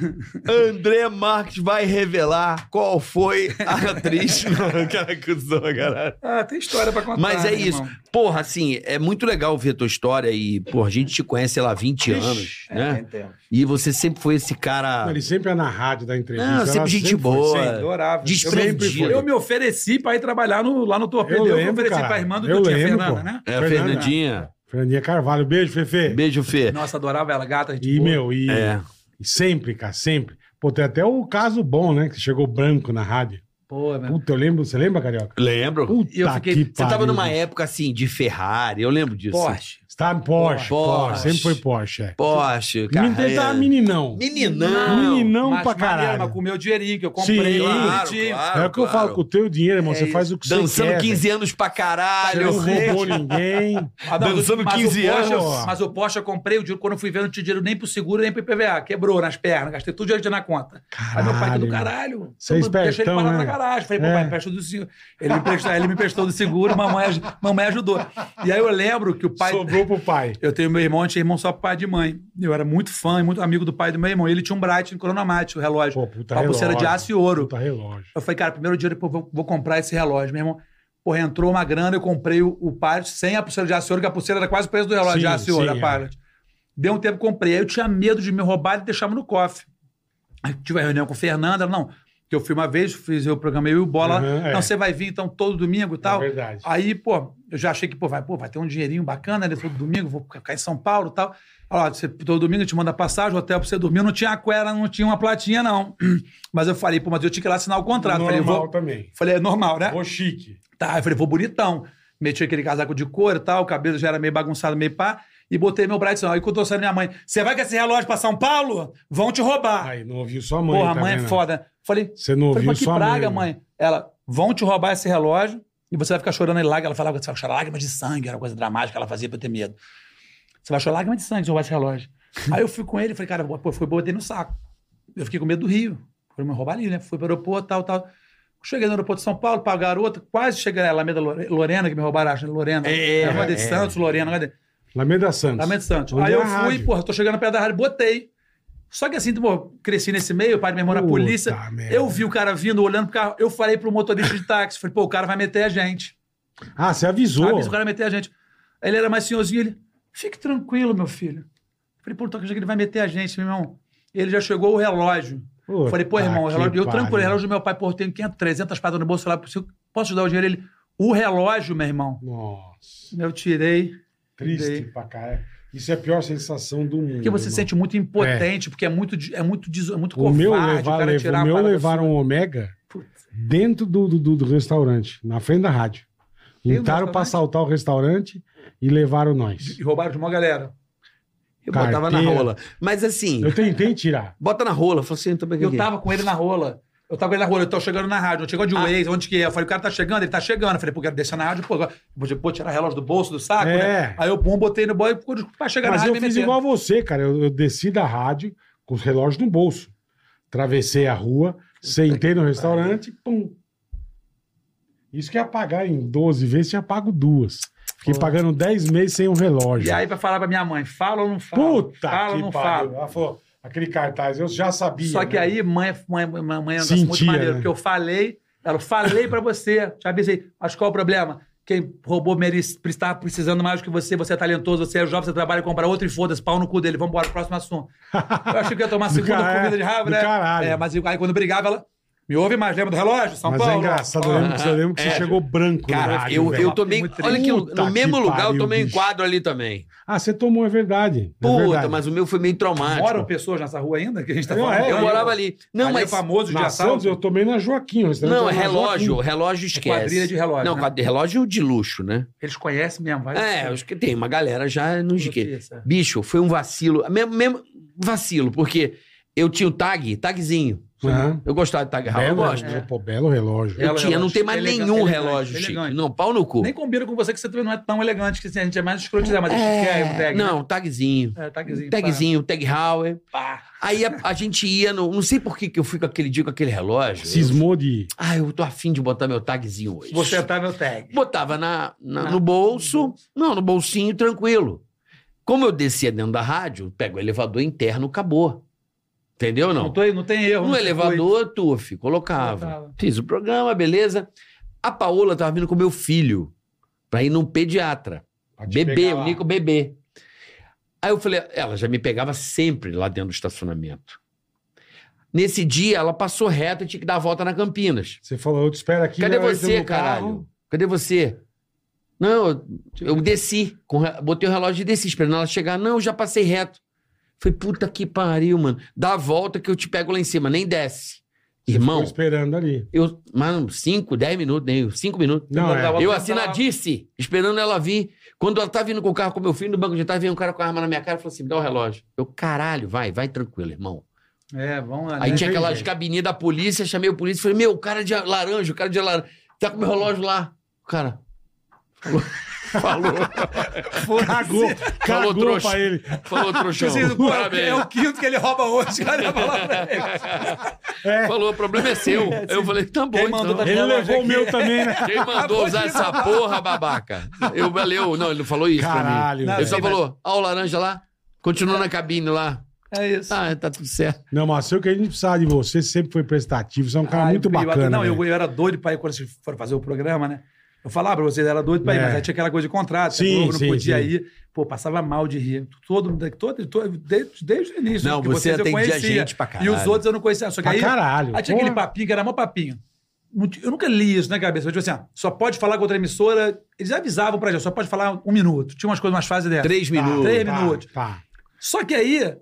Speaker 3: André Marques vai revelar qual foi a atriz. Não, cara, cuzão, caralho.
Speaker 4: Ah, tem história pra contar.
Speaker 3: Mas é
Speaker 4: né,
Speaker 3: isso.
Speaker 4: irmão?
Speaker 3: Porra, assim, é muito legal ver a tua história e, porra, a gente te conhece, sei lá, 20 anos,
Speaker 4: É,
Speaker 3: né?
Speaker 4: entendo.
Speaker 3: E você sempre foi esse cara...
Speaker 2: Ele sempre é na rádio da entrevista.
Speaker 3: Não,
Speaker 2: ela
Speaker 3: sempre gente
Speaker 2: foi,
Speaker 3: boa.
Speaker 2: sempre.
Speaker 4: Adorável.
Speaker 3: Desprendido.
Speaker 4: Eu, me- eu me ofereci pra ir trabalhar no- lá no Torpedeiro.
Speaker 2: Eu
Speaker 4: Eu, me
Speaker 2: lembro,
Speaker 4: ofereci
Speaker 2: cara.
Speaker 4: pra irmã do
Speaker 2: Eu
Speaker 4: teu tia
Speaker 2: lembro,
Speaker 4: Fernanda,
Speaker 2: pô.
Speaker 4: né?
Speaker 3: É, a
Speaker 2: Fernanda.
Speaker 3: Fernandinha.
Speaker 2: Fernandinha Carvalho, beijo, Fefe.
Speaker 3: Beijo, Fê.
Speaker 4: Nossa, adorava ela, gata. gente
Speaker 2: E,
Speaker 4: boa.
Speaker 2: meu, e,
Speaker 3: É.
Speaker 2: e sempre, cara, sempre. Pô, tem até o caso bom, né? Que chegou branco na rádio.
Speaker 4: Pô, meu.
Speaker 2: Puta, eu lembro, você lembra, Carioca?
Speaker 3: Lembro.
Speaker 2: Puta
Speaker 4: E eu fiquei-
Speaker 2: que
Speaker 3: Você tava
Speaker 2: pariu,
Speaker 3: numa
Speaker 2: bicho.
Speaker 3: época, assim, de Ferrari. Eu lembro disso.
Speaker 4: Porsche.
Speaker 2: Você tava em Porsche,
Speaker 3: Porsche.
Speaker 2: Porsche, sempre foi Porsche, é.
Speaker 3: Porsche, cara. é.
Speaker 2: Menino, ele tava meninão.
Speaker 3: Meninão.
Speaker 2: Meninão
Speaker 4: é. Mas
Speaker 2: pra
Speaker 4: maneiro,
Speaker 2: caralho.
Speaker 4: Mas com o meu dinheirinho que eu comprei.
Speaker 2: Sim.
Speaker 4: eu
Speaker 2: Claro,
Speaker 4: investi.
Speaker 2: é o que eu falo, com o teu dinheiro, irmão,
Speaker 4: É
Speaker 2: você
Speaker 4: isso.
Speaker 2: faz o que você
Speaker 3: Dançando
Speaker 2: quer.
Speaker 3: 15 anos pra caralho.
Speaker 2: anos. Não
Speaker 4: né?
Speaker 2: roubou ninguém.
Speaker 4: Ah, não,
Speaker 3: Dançando
Speaker 4: mas o
Speaker 3: 15
Speaker 4: Porsche-
Speaker 2: anos.
Speaker 4: Mas o Porsche eu comprei, o dinheiro, quando eu fui ver, eu não tinha dinheiro nem pro seguro, nem pro IPVA. Quebrou nas pernas, gastei tudo dinheiro na conta. Aí meu pai
Speaker 2: Caralho,
Speaker 4: tudo,
Speaker 2: irmão.
Speaker 4: caralho.
Speaker 2: Você é
Speaker 4: então, deixa
Speaker 2: espertão,
Speaker 4: ele parar
Speaker 2: né?
Speaker 4: na garagem. Falei, pô,
Speaker 2: É.
Speaker 4: pai, empresta do seguro. Ele me emprestou, ele me emprestou do seguro, mamãe, aj- mamãe ajudou. E aí eu lembro que o pai.
Speaker 2: Sobrou pro pai.
Speaker 4: Eu tenho meu irmão, eu tinha irmão só pai de mãe. Eu era muito fã e muito amigo do pai do meu irmão. Ele tinha um Bright em Coronamat, o relógio.
Speaker 2: Pô, puta
Speaker 4: uma
Speaker 2: relógio.
Speaker 4: pulseira de aço e ouro.
Speaker 2: Puta relógio.
Speaker 4: Eu falei, cara, primeiro dinheiro, pô, vou, vou comprar esse relógio. Meu irmão, porra, entrou uma grana, eu comprei o, o Pilot sem a pulseira de aço e ouro, que a pulseira era quase o preço do relógio
Speaker 2: Sim,
Speaker 4: de aço e ouro,
Speaker 2: sim,
Speaker 4: a
Speaker 2: é.
Speaker 4: Pilot. Deu um tempo, comprei. Aí eu tinha medo de me roubar e deixava no cofre. Aí tive a reunião com o Fernando, ela, não, que eu fui uma vez, fiz eu programei eu e o Bola.
Speaker 2: Uhum, é.
Speaker 4: Não, você vai vir então todo domingo e tal.
Speaker 2: É verdade.
Speaker 4: Aí, pô, eu já achei que, pô, vai, pô, vai ter um dinheirinho bacana ali todo domingo, vou ficar em São Paulo e tal. Olha lá, você, todo domingo eu te manda passagem, hotel pra você dormir, não tinha aquela, não tinha uma platinha, não. Mas eu falei, pô, mas eu tinha que ir lá assinar o contrato.
Speaker 2: Normal tá?
Speaker 4: falei, eu vou.
Speaker 2: também.
Speaker 4: Falei, é normal, né?
Speaker 2: Ô, chique.
Speaker 4: Tá, eu falei, vou bonitão. Meti aquele casaco de couro e tal, o cabelo já era meio bagunçado, meio pá, e botei meu braço. Aí quando eu saindo minha mãe, você vai com esse relógio pra São Paulo? Vão te roubar.
Speaker 2: Aí, não ouviu sua mãe.
Speaker 4: Ah. Porra,
Speaker 2: tá
Speaker 4: a mãe é
Speaker 2: vendo?
Speaker 4: foda. Falei,
Speaker 2: Você não ouviu
Speaker 4: Falei, mas que
Speaker 2: sua
Speaker 4: praga,
Speaker 2: mãe.
Speaker 4: mãe. Ela, vão te roubar esse relógio E você vai ficar chorando aí lágrimas. Ela falava que você vai chorar lágrimas de sangue, era uma coisa dramática que ela fazia pra eu ter medo. Você vai chorar lágrimas de sangue se eu roubar esse relógio. aí eu fui com ele e falei, cara, pô, foi boa, botei no saco. Eu fiquei com medo do Rio. Foi me roubar ali, né? Fui pro aeroporto, tal, tal. Cheguei no aeroporto de São Paulo, pago a garota, quase cheguei na Alameda Lore- Lorena, que me roubaram, acho, né? Lorena.
Speaker 3: É, é,
Speaker 4: Alameda de
Speaker 3: é.
Speaker 4: Santos, Lorena, cadê?
Speaker 2: Lameda Santos.
Speaker 4: Lamento Santos.
Speaker 2: Onde
Speaker 4: Aí
Speaker 2: é
Speaker 4: eu
Speaker 2: a
Speaker 4: fui,
Speaker 2: rádio?
Speaker 4: porra, tô chegando perto da rádio, botei. Só que assim, pô, cresci nesse meio, o pai do meu irmão na
Speaker 2: Puta
Speaker 4: polícia.
Speaker 2: merda.
Speaker 4: Eu vi o cara vindo, olhando pro carro. Eu falei pro motorista de táxi, falei, pô, o cara vai meter a gente.
Speaker 2: Ah, você avisou.
Speaker 4: Sabe? O cara vai meter a gente. Aí Ele era mais senhorzinho, ele, fique tranquilo, meu filho. Falei, pô, tô achando que ele vai meter a gente, meu irmão. Ele já chegou o relógio.
Speaker 2: Puta
Speaker 4: falei, pô, irmão, o
Speaker 2: tá que
Speaker 4: relógio. Eu
Speaker 2: pariu.
Speaker 4: tranquilo, o relógio do meu pai, pô, eu tenho 500, 300 patas no bolso, sei lá, posso te dar o dinheiro? Ele, o relógio, meu irmão.
Speaker 2: Nossa.
Speaker 4: Eu tirei.
Speaker 2: Triste
Speaker 4: Dei.
Speaker 2: pra caralho. Isso é a pior sensação do mundo.
Speaker 4: Porque você se
Speaker 2: irmão.
Speaker 4: sente muito impotente, porque é muito, de- é muito, des- é muito
Speaker 2: O
Speaker 4: covarde.
Speaker 2: meu, levar,
Speaker 4: cara
Speaker 2: lev-
Speaker 4: tirar a
Speaker 2: o meu
Speaker 4: parada
Speaker 2: levaram um ômega
Speaker 4: Putz.
Speaker 2: dentro do, do- do- do restaurante, na frente da rádio.
Speaker 4: do
Speaker 2: Entraram pra
Speaker 4: restaurante?
Speaker 2: assaltar o restaurante e levaram nós.
Speaker 4: sua. E roubaram de uma galera.
Speaker 3: Eu botava na
Speaker 2: Carteira.
Speaker 3: rola. Mas assim,
Speaker 2: Eu tentei tirar.
Speaker 3: bota na rola. Falei assim, também
Speaker 4: Eu tava com ele na rola. Eu tava com ele na rola, eu tô chegando na rádio, eu chegou
Speaker 2: Ah.
Speaker 4: de Waze, onde que é? Eu falei, o cara tá chegando, ele tá chegando. Eu falei, pô, quero deixar na rádio, pô, agora, pô, pô, tirar relógio do bolso, do saco,
Speaker 2: É.
Speaker 4: né? Aí eu pum, botei no boy, pô, desculpa, pra chegar
Speaker 2: Mas
Speaker 4: na
Speaker 2: eu
Speaker 4: rádio
Speaker 2: fiz
Speaker 4: me
Speaker 2: igual
Speaker 4: meteram.
Speaker 2: a você, cara. Eu, eu desci da rádio com os relógios no bolso. Travessei a rua, sentei no restaurante, pum. Isso que ia pagar em 12 vezes, tinha pago duas. Fiquei pagando 10 meses sem um relógio.
Speaker 4: E aí pra falar pra minha mãe, fala ou não fala?
Speaker 2: Puta
Speaker 4: Fala ou
Speaker 2: que
Speaker 4: não
Speaker 2: pariu.
Speaker 4: fala?
Speaker 2: Ela falou, aquele cartaz, eu já sabia.
Speaker 4: Só que
Speaker 2: né?
Speaker 4: aí, mãe, mãe, mãe, mãe é um negócio muito
Speaker 2: Sentia,
Speaker 4: maneiro,
Speaker 2: né?
Speaker 4: porque eu falei, ela falei pra você, te avisei, mas qual é o problema? Quem roubou merece, estava tá precisando mais do que você, você é talentoso, você é jovem, você trabalha, compra outro e foda-se, pau no cu dele, vamos embora, próximo assunto. Eu achei que ia tomar
Speaker 2: Do
Speaker 4: segunda
Speaker 2: cara-
Speaker 4: comida de raiva,
Speaker 2: do
Speaker 4: né?
Speaker 2: caralho.
Speaker 4: É, mas aí quando brigava, ela me ouve mais, lembra do relógio? São
Speaker 2: Mas
Speaker 4: Paulo. É.
Speaker 2: é engraçado, eu
Speaker 4: Paulo.
Speaker 2: lembro que, você- eu lembro que você chegou branco. na
Speaker 3: Cara,
Speaker 2: rádio,
Speaker 3: eu,
Speaker 2: velho.
Speaker 3: eu tomei.
Speaker 4: Muito
Speaker 3: Olha que no,
Speaker 2: Puta
Speaker 3: no mesmo
Speaker 2: que
Speaker 3: lugar
Speaker 2: pariu,
Speaker 3: eu tomei um
Speaker 2: bicho.
Speaker 3: quadro ali também.
Speaker 2: Ah, você tomou, é verdade. é
Speaker 3: Puta,
Speaker 2: verdade.
Speaker 3: mas o meu foi meio traumático.
Speaker 4: Moram pessoas nessa rua ainda, que a gente tá
Speaker 2: Não,
Speaker 4: falando?
Speaker 2: é,
Speaker 3: eu
Speaker 2: aí,
Speaker 3: morava ali. Não,
Speaker 4: Ali é
Speaker 3: mas.
Speaker 4: famoso de
Speaker 2: Na Santos,
Speaker 4: assalto.
Speaker 2: eu tomei na Joaquim. o restaurante
Speaker 3: Não, é
Speaker 2: era na
Speaker 3: relógio.
Speaker 2: Joaquim.
Speaker 3: Relógio esquece.
Speaker 4: quadrilha de relógio,
Speaker 3: um- Não,
Speaker 4: né?
Speaker 3: quadrilha- relógio de luxo, né?
Speaker 4: Eles conhecem mesmo, vai.
Speaker 3: É, acho que tem uma galera já no esquece.
Speaker 4: Notícia.
Speaker 3: Bicho, foi um vacilo. Mesmo, mesmo vacilo, porque eu tinha o tag, tagzinho.
Speaker 2: Aham.
Speaker 3: Eu gostava de tag ralo, eu
Speaker 2: Belo,
Speaker 3: gosto.
Speaker 4: né?
Speaker 2: relógio, pô, belo relógio.
Speaker 3: Eu
Speaker 4: Belo
Speaker 3: tinha, não
Speaker 4: relógio.
Speaker 3: tem mais
Speaker 4: é Elegante,
Speaker 3: nenhum
Speaker 4: elegante,
Speaker 3: relógio, Chico.
Speaker 4: elegante.
Speaker 3: Não, pau no cu.
Speaker 4: Nem combina com você que você também não é tão elegante, que assim, a gente é mais escrotizado, mas a gente quer um tag. né?
Speaker 3: É. Não, tagzinho.
Speaker 4: É, tagzinho.
Speaker 3: Tagzinho, tag Hauer.
Speaker 4: Pá, pá.
Speaker 3: Aí a, a gente ia no. Não sei por que, que eu fui com aquele dia com aquele relógio.
Speaker 2: Cismou de.
Speaker 3: Ah, eu tô afim de botar meu tagzinho hoje.
Speaker 4: Você tá meu tag.
Speaker 3: Botava na, na-
Speaker 4: Na-
Speaker 3: no bolso, não, no bolsinho, tranquilo. Como eu descia dentro da rádio, pega o elevador interno, acabou. Entendeu ou
Speaker 4: Não,
Speaker 3: não?
Speaker 4: tô, não tem erro. né?
Speaker 3: No
Speaker 4: não
Speaker 3: elevador, tuf, colocava.
Speaker 4: Botava.
Speaker 3: Fiz o programa, beleza. A Paola tava vindo com meu filho pra ir num pediatra.
Speaker 2: pra te
Speaker 3: Bebê,
Speaker 2: pegar
Speaker 3: o
Speaker 2: lá.
Speaker 3: Nico bebê. Aí eu falei, ela já me pegava sempre lá dentro do estacionamento. Nesse dia, ela passou reto e tinha que dar a volta na Campinas.
Speaker 2: Você falou, eu te espero aqui.
Speaker 3: Cadê
Speaker 2: né? Eu entro
Speaker 3: você,
Speaker 2: no carro.
Speaker 3: caralho? Cadê você? Não, eu- eu desci. com re- botei o relógio e desci, esperando ela chegar. Não, eu já passei reto. Falei, puta que pariu, mano. Dá a volta que eu te pego lá em cima. Nem desce.
Speaker 2: Você
Speaker 3: Irmão,
Speaker 2: ficou esperando ali.
Speaker 3: eu... Mano, cinco, dez minutos, nem cinco minutos.
Speaker 2: Não, é.
Speaker 3: Eu assinadisse, esperando ela vir. Quando ela tá vindo com o carro com meu filho no banco de trás, vem um cara com a arma na minha cara e falou assim: me dá o relógio. Eu, caralho, vai, vai tranquilo, irmão.
Speaker 4: É, vamos lá.
Speaker 3: Aí
Speaker 4: né?
Speaker 3: tinha
Speaker 2: tem
Speaker 3: aquelas
Speaker 2: jeito.
Speaker 3: cabines da polícia, chamei o polícia e falei: meu, o cara de laranja, o cara de laranja, tá com meu relógio lá. O cara. Falou. Falou,
Speaker 2: Cagou. Cagou
Speaker 3: trouxa.
Speaker 2: pra ele.
Speaker 3: falou trouxão.
Speaker 4: Preciso- Pô, é o-
Speaker 3: Parabéns.
Speaker 4: É o quinto que ele rouba hoje, cara. Eu vou lá pra ele.
Speaker 2: É,
Speaker 3: Falou, o problema é seu. Eu falei: tá bom,
Speaker 4: Quem
Speaker 3: então.
Speaker 4: mandou tá
Speaker 2: ele
Speaker 4: relógio
Speaker 2: levou o
Speaker 4: aqui.
Speaker 2: meu também, né?
Speaker 3: Quem mandou usar essa porra, babaca? Eu, valeu. Não, ele não falou isso pra
Speaker 2: Caralho.
Speaker 3: mim.
Speaker 4: Não,
Speaker 3: Ele
Speaker 2: velho.
Speaker 3: só
Speaker 4: sim,
Speaker 3: falou, ó o laranja lá, continua na cabine lá.
Speaker 4: É isso.
Speaker 3: Ah, tá tudo certo.
Speaker 2: Não, mas eu que a gente precisava de você, você sempre foi prestativo, você é um cara
Speaker 4: Ah,
Speaker 2: muito
Speaker 4: eu- eu-
Speaker 2: bacana. né?
Speaker 4: Não, eu,
Speaker 2: velho.
Speaker 4: eu era doido pra ir quando vocês foram fazer o programa, né? Eu falava pra vocês, era doido pra ir,
Speaker 2: É.
Speaker 4: mas aí tinha aquela coisa de contrato, a
Speaker 2: Sim,
Speaker 4: Globo não
Speaker 2: sim,
Speaker 4: podia
Speaker 2: sim.
Speaker 4: ir. Pô, passava mal de rir. Todo, mundo- todo, todo- desde, desde o início.
Speaker 3: Não,
Speaker 4: porque
Speaker 3: você
Speaker 4: vocês eu
Speaker 3: atendia
Speaker 4: conhecia.
Speaker 3: gente pra
Speaker 4: E
Speaker 3: caralho.
Speaker 4: os outros eu não conhecia. Só que
Speaker 2: Pra
Speaker 4: aí,
Speaker 2: caralho.
Speaker 4: Aí tinha
Speaker 2: porra.
Speaker 4: aquele papinho que era mó papinho. Não ti- Eu nunca li isso na cabeça. Tipo assim, ó, só pode falar com outra emissora. Eles avisavam pra gente, só pode falar um minuto. Tinha umas coisas, umas fases dessas.
Speaker 3: Três
Speaker 2: Tá,
Speaker 3: minutos.
Speaker 4: três
Speaker 2: tá,
Speaker 4: minutos.
Speaker 2: Tá.
Speaker 4: Só que aí, eu-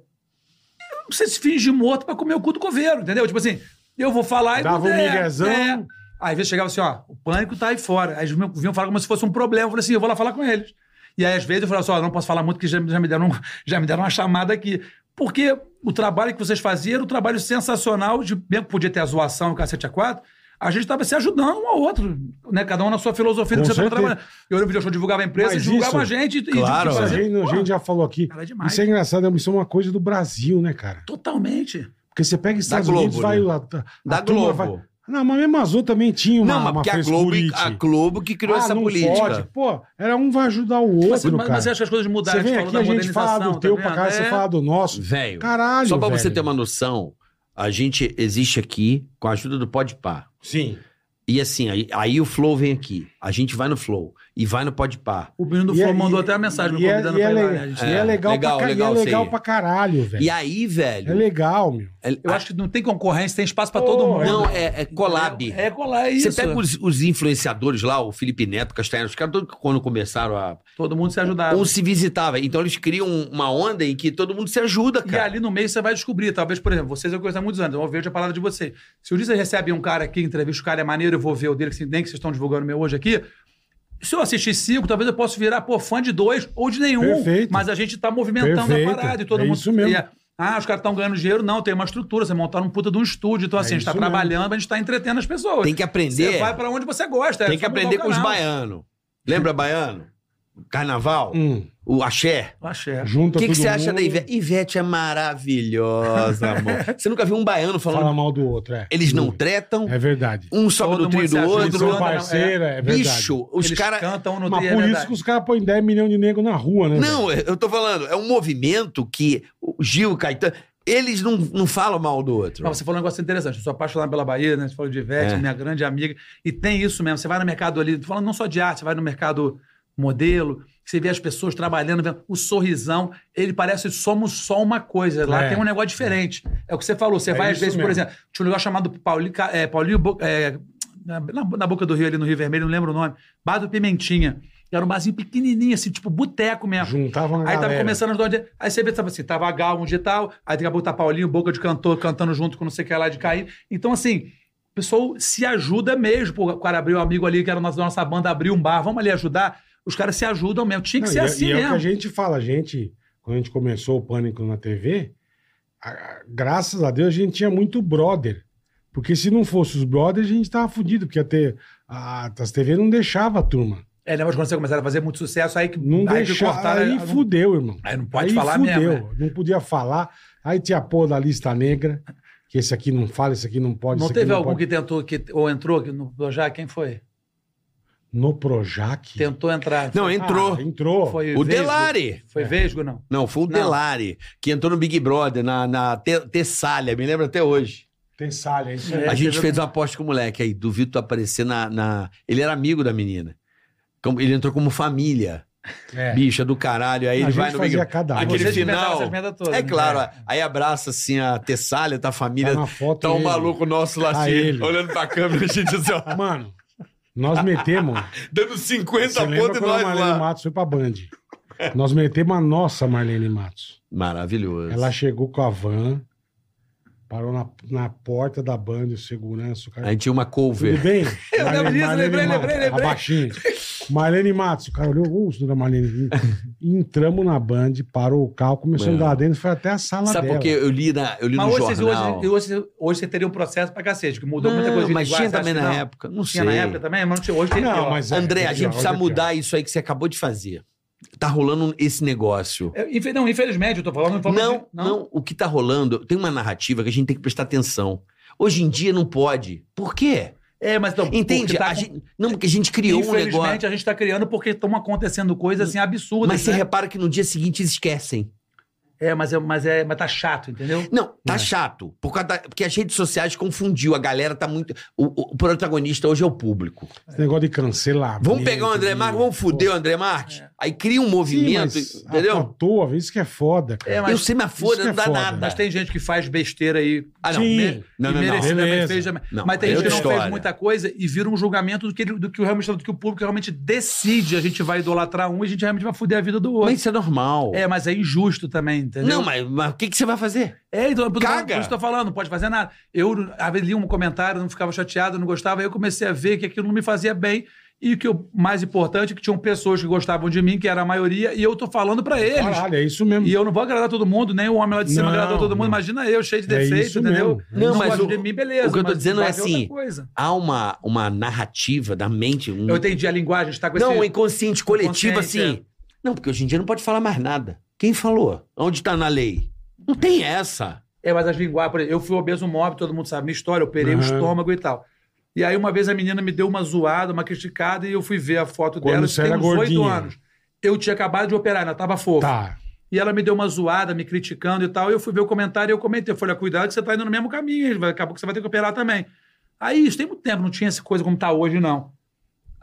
Speaker 4: você se finge morto pra comer o cu do coveiro, entendeu? Tipo assim, eu vou falar e.
Speaker 2: Dava um
Speaker 4: é,
Speaker 2: miguezão.
Speaker 4: é. Aí às vezes chegava assim, ó, o pânico tá aí fora. Aí eles me- vinham falar como se fosse um problema. Eu falei assim, eu vou lá falar com eles. E aí às vezes eu falava assim, ó, não posso falar muito que já, já me deram, um- já me deram uma chamada aqui. Porque o trabalho que vocês faziam era um trabalho sensacional, de, mesmo que podia ter a zoação, o cacete a quatro, a gente estava se ajudando um ao outro, né? Cada um na sua filosofia do
Speaker 2: Com
Speaker 4: que você estava
Speaker 2: certeza.
Speaker 4: trabalhando. Eu no video show divulgava a empresa
Speaker 2: Mas
Speaker 4: e divulgava
Speaker 2: isso- né?
Speaker 4: a gente. e-
Speaker 3: Claro.
Speaker 4: e,
Speaker 2: Isso a
Speaker 4: fazia-
Speaker 2: gente, a
Speaker 4: Porra,
Speaker 2: gente já falou aqui.
Speaker 4: Cara, é demais.
Speaker 2: Isso é engraçado, né? isso é uma coisa do Brasil, né, cara?
Speaker 4: Totalmente.
Speaker 2: Porque você pega Estados
Speaker 3: Globo,
Speaker 2: Unidos, vai
Speaker 3: né?
Speaker 2: lá.
Speaker 3: Da Globo.
Speaker 2: turma vai- Não, mas mesmo a Azul também tinha uma,
Speaker 3: não, mas
Speaker 2: uma
Speaker 3: porque a Globo,
Speaker 2: frescurite.
Speaker 3: a Globo que criou
Speaker 2: Ah,
Speaker 3: essa
Speaker 2: não
Speaker 3: política.
Speaker 2: pode. Pô, era um vai ajudar o outro,
Speaker 4: Mas, mas,
Speaker 2: cara.
Speaker 4: mas eu acho que as coisas
Speaker 2: você
Speaker 4: mudaram.
Speaker 2: vem
Speaker 4: falou
Speaker 2: aqui, a gente fala do teu
Speaker 4: tá
Speaker 2: pra cá,
Speaker 4: vendo?
Speaker 2: você
Speaker 4: É.
Speaker 2: fala do nosso.
Speaker 3: Velho.
Speaker 2: Caralho,
Speaker 3: Só pra
Speaker 2: velho.
Speaker 3: você ter uma noção, a gente existe aqui com a ajuda do Podpah.
Speaker 2: Sim.
Speaker 3: E assim, aí, aí o Flow vem aqui. A gente vai no Flow e vai no Podpah.
Speaker 4: O menino do
Speaker 2: E
Speaker 4: Flow
Speaker 2: é-
Speaker 4: mandou
Speaker 2: e-
Speaker 4: até uma mensagem me
Speaker 2: e é-
Speaker 4: convidando
Speaker 2: e é
Speaker 4: pra ir lá.
Speaker 2: le-
Speaker 4: né, gente?
Speaker 2: e é
Speaker 3: É,
Speaker 2: legal,
Speaker 3: legal,
Speaker 2: pra, ca- e é
Speaker 3: legal
Speaker 2: legal
Speaker 3: sim.
Speaker 2: pra caralho, velho.
Speaker 3: E aí, velho...
Speaker 2: É legal, meu.
Speaker 3: é-
Speaker 4: Eu acho que não tem concorrência, tem espaço pra
Speaker 2: Pô,
Speaker 4: todo mundo.
Speaker 3: Não, é, é collab.
Speaker 4: É, é colar é isso.
Speaker 3: Você pega os, os influenciadores lá, o Felipe Neto, Castanheira, os caras, todos quando começaram a.
Speaker 4: Todo mundo se ajudava.
Speaker 3: Um se visitava. Então eles criam uma onda em que todo mundo se ajuda,
Speaker 4: E
Speaker 3: cara.
Speaker 4: ali no meio você vai descobrir, talvez, por exemplo, vocês eu conheço há muitos anos, eu vejo a palavra de vocês. Se o dia você recebe um cara aqui, entrevista, o cara é maneiro, eu vou ver o dele, que se- nem que vocês estão divulgando o meu hoje aqui. Se eu assistir cinco, talvez eu possa virar, pô, fã de dois ou de nenhum.
Speaker 2: Perfeito.
Speaker 4: Mas a gente tá movimentando
Speaker 2: Perfeito.
Speaker 4: a parada e todo
Speaker 2: É
Speaker 4: mundo.
Speaker 2: isso mesmo.
Speaker 4: e é, ah, os caras estão ganhando dinheiro. Não, tem uma estrutura, você montaram um puta de um estúdio. Então,
Speaker 2: É
Speaker 4: assim, a gente tá
Speaker 2: isso mesmo.
Speaker 4: trabalhando, mas a gente tá entretendo as pessoas.
Speaker 3: Tem que aprender.
Speaker 4: Você vai pra onde você gosta. é
Speaker 3: Tem que
Speaker 4: só mudar
Speaker 3: aprender
Speaker 4: o
Speaker 3: com os
Speaker 4: canal.
Speaker 3: baianos. Lembra baiano? Carnaval?
Speaker 2: Hum,
Speaker 3: O axé?
Speaker 4: Axé.
Speaker 2: junta
Speaker 3: O que, que
Speaker 2: todo
Speaker 3: você acha
Speaker 2: mundo,
Speaker 3: da Ivete? Ivete é maravilhosa, amor.
Speaker 4: É.
Speaker 3: Você nunca viu um baiano falando.
Speaker 2: Fala mal do outro, é.
Speaker 3: Eles não
Speaker 2: Hum,
Speaker 3: tretam,
Speaker 2: É verdade.
Speaker 3: um sobe
Speaker 4: Todo
Speaker 3: no trio
Speaker 4: mundo se
Speaker 3: do
Speaker 4: ajuda,
Speaker 2: Eles
Speaker 3: outro.
Speaker 2: são
Speaker 4: não, é.
Speaker 2: parceira, é verdade.
Speaker 3: Bicho, os
Speaker 4: Eles
Speaker 3: caras.
Speaker 4: cantam no
Speaker 2: Mas
Speaker 4: dia,
Speaker 2: por
Speaker 4: é
Speaker 2: isso
Speaker 4: verdade.
Speaker 2: que os caras põem 10 milhões de nego na rua, né? velho?
Speaker 3: Não, eu tô falando, é um movimento que o Gil, o Caetano, eles não, não falam mal do outro.
Speaker 4: Mas você falou um negócio interessante. Eu sou apaixonado pela Bahia, né? Você falou de Ivete,
Speaker 3: É.
Speaker 4: minha grande amiga. E tem isso mesmo. Você vai no mercado ali, tô falando não só de arte, você vai no mercado modelo, você vê as pessoas trabalhando, vendo o sorrisão, ele parece somos só uma coisa. Lá
Speaker 2: É.
Speaker 4: tem um negócio diferente. É o que você falou. Você
Speaker 2: É
Speaker 4: vai, às
Speaker 2: isso
Speaker 4: vezes, por
Speaker 2: mesmo.
Speaker 4: exemplo, tinha um lugar chamado Paulinho, Ca- é, Paulinho Bo- é, na, na boca do Rio, ali no Rio Vermelho, não lembro o nome. Bar do Pimentinha. Era um barzinho pequenininho, assim, tipo boteco
Speaker 3: é.
Speaker 4: mesmo.
Speaker 2: Juntava uma
Speaker 4: Aí
Speaker 3: tá
Speaker 2: galera.
Speaker 4: tava começando as duas. Aí você vê, tava assim, tava Gal um dia e tal, aí daqui a pouco tá Paulinho, boca de cantor, cantando junto com não sei o que lá de cair. Então, assim, o pessoal se ajuda mesmo. Pô, O cara abriu um amigo ali, que era nossa, nossa banda, abriu um bar, vamos ali ajudar. Os caras se ajudam mesmo. Tinha que
Speaker 2: Não,
Speaker 4: ser
Speaker 2: e é-
Speaker 4: assim
Speaker 2: e é o que
Speaker 4: mesmo.
Speaker 2: a gente fala, a gente, quando a gente começou o pânico na TV, a- a- graças a Deus a gente tinha muito brother. Porque se não fosse os brothers, a gente tava fudido, porque até as TV não deixava a turma.
Speaker 4: É, lembra quando você começaram a fazer muito sucesso, aí que,
Speaker 2: Não
Speaker 4: aí que
Speaker 2: deixava.
Speaker 4: cortaram.
Speaker 2: Aí
Speaker 4: não-
Speaker 2: fudeu, irmão.
Speaker 4: aí não pode
Speaker 2: aí
Speaker 4: falar
Speaker 2: fudeu,
Speaker 4: mesmo. né?
Speaker 2: não podia falar. Aí tinha a porra da lista negra, que esse aqui não fala, esse aqui não pode.
Speaker 4: Não
Speaker 2: esse
Speaker 4: teve
Speaker 2: aqui
Speaker 4: algum
Speaker 2: pode.
Speaker 4: que tentou, que, ou entrou, que no já quem foi?
Speaker 2: No Projac.
Speaker 4: Tentou entrar.
Speaker 3: Não,
Speaker 4: Foi-
Speaker 3: entrou.
Speaker 2: Ah, entrou.
Speaker 4: Foi
Speaker 3: o
Speaker 4: Vesgo.
Speaker 3: Delari.
Speaker 2: É.
Speaker 4: Foi Vesgo, não.
Speaker 3: Não, foi o
Speaker 4: Não.
Speaker 3: Delari, que entrou no Big Brother, na, na Te- Tessália, me lembro até hoje.
Speaker 2: Tem salha, é isso aí.
Speaker 4: É,
Speaker 3: a gente
Speaker 4: teve-
Speaker 3: fez uma aposta com o moleque aí, duvido tu aparecer na, na- Ele era amigo da menina. Como- Ele entrou como família,
Speaker 2: É.
Speaker 3: bicha do caralho,
Speaker 2: a
Speaker 3: aí ele
Speaker 2: gente
Speaker 3: vai no Big
Speaker 2: fazia
Speaker 3: Brother.
Speaker 2: cada um.
Speaker 3: Aquele
Speaker 4: Vocês inventaram
Speaker 3: final.
Speaker 4: essas merda toda,
Speaker 3: é
Speaker 4: né?
Speaker 3: claro, aí abraça assim a Tessália, tá a
Speaker 2: Tá
Speaker 3: família.
Speaker 2: na foto.
Speaker 3: Tá um
Speaker 2: ele.
Speaker 3: maluco nosso lá
Speaker 2: Tá
Speaker 3: assim,
Speaker 2: ele.
Speaker 3: olhando pra câmera, a gente assim, ó,
Speaker 2: Ah, Mano, nós metemos.
Speaker 3: dando 50
Speaker 2: Você lembra
Speaker 3: pontos Então, e
Speaker 2: quando a
Speaker 3: nós
Speaker 2: Marlene
Speaker 3: lá.
Speaker 2: Matos foi pra Band? Nós metemos a nossa Marlene Matos.
Speaker 3: Maravilhoso.
Speaker 2: Ela chegou com a van, parou na, na porta da Band, o segurança, o cara.
Speaker 3: A gente tinha uma
Speaker 2: Tudo
Speaker 3: cover.
Speaker 2: bem?
Speaker 4: Eu lembro disso, lembrei,
Speaker 2: Matos,
Speaker 4: lembrei, lembrei.
Speaker 2: A baixinha. Marlene Matos, o cara olhou, ô, da Marlene. Entramos na Band, parou o carro, começou a
Speaker 3: Mano.
Speaker 2: andar dentro, foi até a sala
Speaker 3: Sabe
Speaker 2: dela.
Speaker 3: por quê? Eu li, na, eu li
Speaker 4: Mas
Speaker 3: no
Speaker 4: hoje, vocês-
Speaker 3: jornal.
Speaker 4: hoje, hoje, hoje você teria um processo pra cacete, que mudou muita
Speaker 3: Não,
Speaker 4: coisa. de
Speaker 3: mas tinha
Speaker 4: linguagem, você acha
Speaker 3: também
Speaker 4: que
Speaker 3: na
Speaker 4: não?
Speaker 3: época. Não sei.
Speaker 4: Tinha na época também, mas não tinha. Hoje tem
Speaker 2: Não,
Speaker 4: pior.
Speaker 2: mas é,
Speaker 3: André,
Speaker 2: hoje
Speaker 3: a
Speaker 2: é
Speaker 3: gente
Speaker 2: pior,
Speaker 3: precisa
Speaker 2: hoje é pior.
Speaker 3: mudar isso aí que você acabou de fazer. Tá rolando esse negócio.
Speaker 4: Eu- infe- É, não, infelizmente, eu tô falando. eu tô falando
Speaker 3: Não,
Speaker 4: de-
Speaker 3: não, o que tá rolando, tem uma narrativa que a gente tem que prestar atenção. Hoje em dia não pode. Por quê?
Speaker 4: É, mas então.
Speaker 3: Entende?
Speaker 4: porque tá
Speaker 3: A
Speaker 4: com-
Speaker 3: gente- não, porque a gente criou um
Speaker 4: Infelizmente,
Speaker 3: negócio.
Speaker 4: a gente tá criando porque estão acontecendo coisas assim absurdas.
Speaker 3: Mas você
Speaker 4: né?
Speaker 3: repara que no dia seguinte eles esquecem.
Speaker 4: É, mas é, mas é, mas tá chato, entendeu?
Speaker 3: Não, tá
Speaker 2: É.
Speaker 3: chato. Por causa da- porque as redes sociais confundiu. A galera tá muito. O, o- o protagonista hoje é o público.
Speaker 2: Esse negócio de cancelar.
Speaker 3: Vamos pegar o André Marques, vamos fuder o André Marques.
Speaker 4: É.
Speaker 3: Aí cria um movimento, entendeu?
Speaker 2: À toa, isso que é foda, cara.
Speaker 4: É, né? mas-
Speaker 3: Eu sei, mas foda,
Speaker 2: Isso
Speaker 3: não
Speaker 2: que é
Speaker 3: dá
Speaker 2: foda,
Speaker 3: nada.
Speaker 4: Mas tem gente que faz besteira aí.
Speaker 3: Ah, não.
Speaker 2: Sim.
Speaker 3: Me- Tá. Não, não, não.
Speaker 4: e
Speaker 2: merece-
Speaker 4: merecidamente
Speaker 2: Beleza.
Speaker 4: fez também.
Speaker 3: Não,
Speaker 4: mas tem
Speaker 3: aí é
Speaker 4: gente que não
Speaker 3: outra história.
Speaker 4: fez muita coisa e vira um julgamento do que, ele- do que o realmente do que o público realmente decide. A gente vai idolatrar um e a gente realmente vai fuder a vida do outro.
Speaker 3: Mas isso é normal.
Speaker 4: É, mas é injusto também, entendeu?
Speaker 3: não, mas, mas o que, que você vai fazer?
Speaker 4: É, então, por
Speaker 3: Caga.
Speaker 4: por isso que eu tô falando, não pode fazer nada. Eu às vezes, li um comentário, não ficava chateado, não gostava, aí eu comecei a ver que aquilo não me fazia bem. E o que eu, mais importante é que tinham pessoas que gostavam de mim, que era a maioria, e eu tô falando pra eles.
Speaker 2: Caralho, é isso mesmo.
Speaker 4: E eu não vou agradar todo mundo, nem o homem lá de cima
Speaker 2: Não,
Speaker 4: agradou todo mundo.
Speaker 2: não.
Speaker 4: Imagina eu, cheio de
Speaker 2: É
Speaker 4: defeito,
Speaker 2: isso
Speaker 4: entendeu?
Speaker 2: mesmo.
Speaker 4: Não,
Speaker 3: Não, mas
Speaker 4: gosta
Speaker 3: o-
Speaker 4: de mim, beleza.
Speaker 3: o que eu tô
Speaker 4: mas
Speaker 3: dizendo é
Speaker 4: vai ver outra
Speaker 3: assim,
Speaker 4: coisa.
Speaker 3: Há uma, uma narrativa da mente. Um...
Speaker 4: Eu entendi a linguagem, está com
Speaker 3: Não, o
Speaker 4: esse...
Speaker 3: inconsciente coletivo,
Speaker 4: inconsciente,
Speaker 3: assim. Não, porque hoje em dia não pode falar mais nada. Quem falou? Onde tá na lei? Não tem essa.
Speaker 4: É, mas as linguagens, por exemplo, eu fui obeso móvel, todo mundo sabe minha história, eu operei
Speaker 2: Aham.
Speaker 4: o estômago e tal. E aí uma vez a menina me deu uma zoada, uma criticada, e eu fui ver a foto
Speaker 2: Quando
Speaker 4: dela,
Speaker 2: você
Speaker 4: tem
Speaker 2: era
Speaker 4: uns oito
Speaker 2: gordinha.
Speaker 4: anos. Eu tinha acabado de operar, ainda tava fofa.
Speaker 2: Tá.
Speaker 4: E ela me deu uma zoada, me criticando e tal. E eu fui ver o comentário e eu comentei. Eu falei, "Olha, cuidado que você tá indo no mesmo caminho. vai- Acabou que você vai ter que operar também. Aí, isso tem muito tempo. Não tinha essa coisa como tá hoje, não.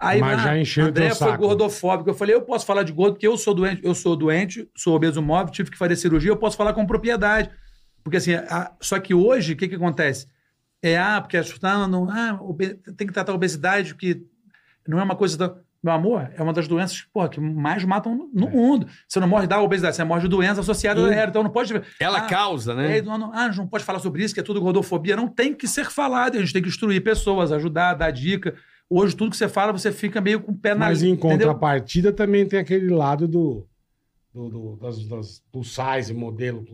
Speaker 4: Aí,
Speaker 2: Mas já encheu o
Speaker 4: André
Speaker 2: teu
Speaker 4: foi
Speaker 2: saco.
Speaker 4: gordofóbico. Eu falei, eu posso falar de gordo porque eu sou doente. Eu sou doente, sou obeso móvel, tive que fazer cirurgia. Eu posso falar com propriedade. Porque assim, a- só que hoje, o que que acontece? É, ah, porque assustando, ah, obe- tem que tratar a obesidade, que não é uma coisa... tão- Meu amor, é uma das doenças porra, que mais matam
Speaker 3: É.
Speaker 4: no- no mundo. Você não morre da obesidade, você morre de doença associada a ela. Então não pode...
Speaker 3: Ela
Speaker 4: Ah,
Speaker 3: causa, né?
Speaker 4: é, não, não, ah, não pode falar sobre isso, que é tudo gordofobia. Não tem que ser falado. A gente tem que instruir pessoas, ajudar, dar dica. Hoje, tudo que você fala, você fica meio com o
Speaker 3: é
Speaker 4: pé na...
Speaker 2: Mas em
Speaker 4: entendeu?
Speaker 2: contrapartida também tem aquele lado do, do, do- das, das plus size, modelo,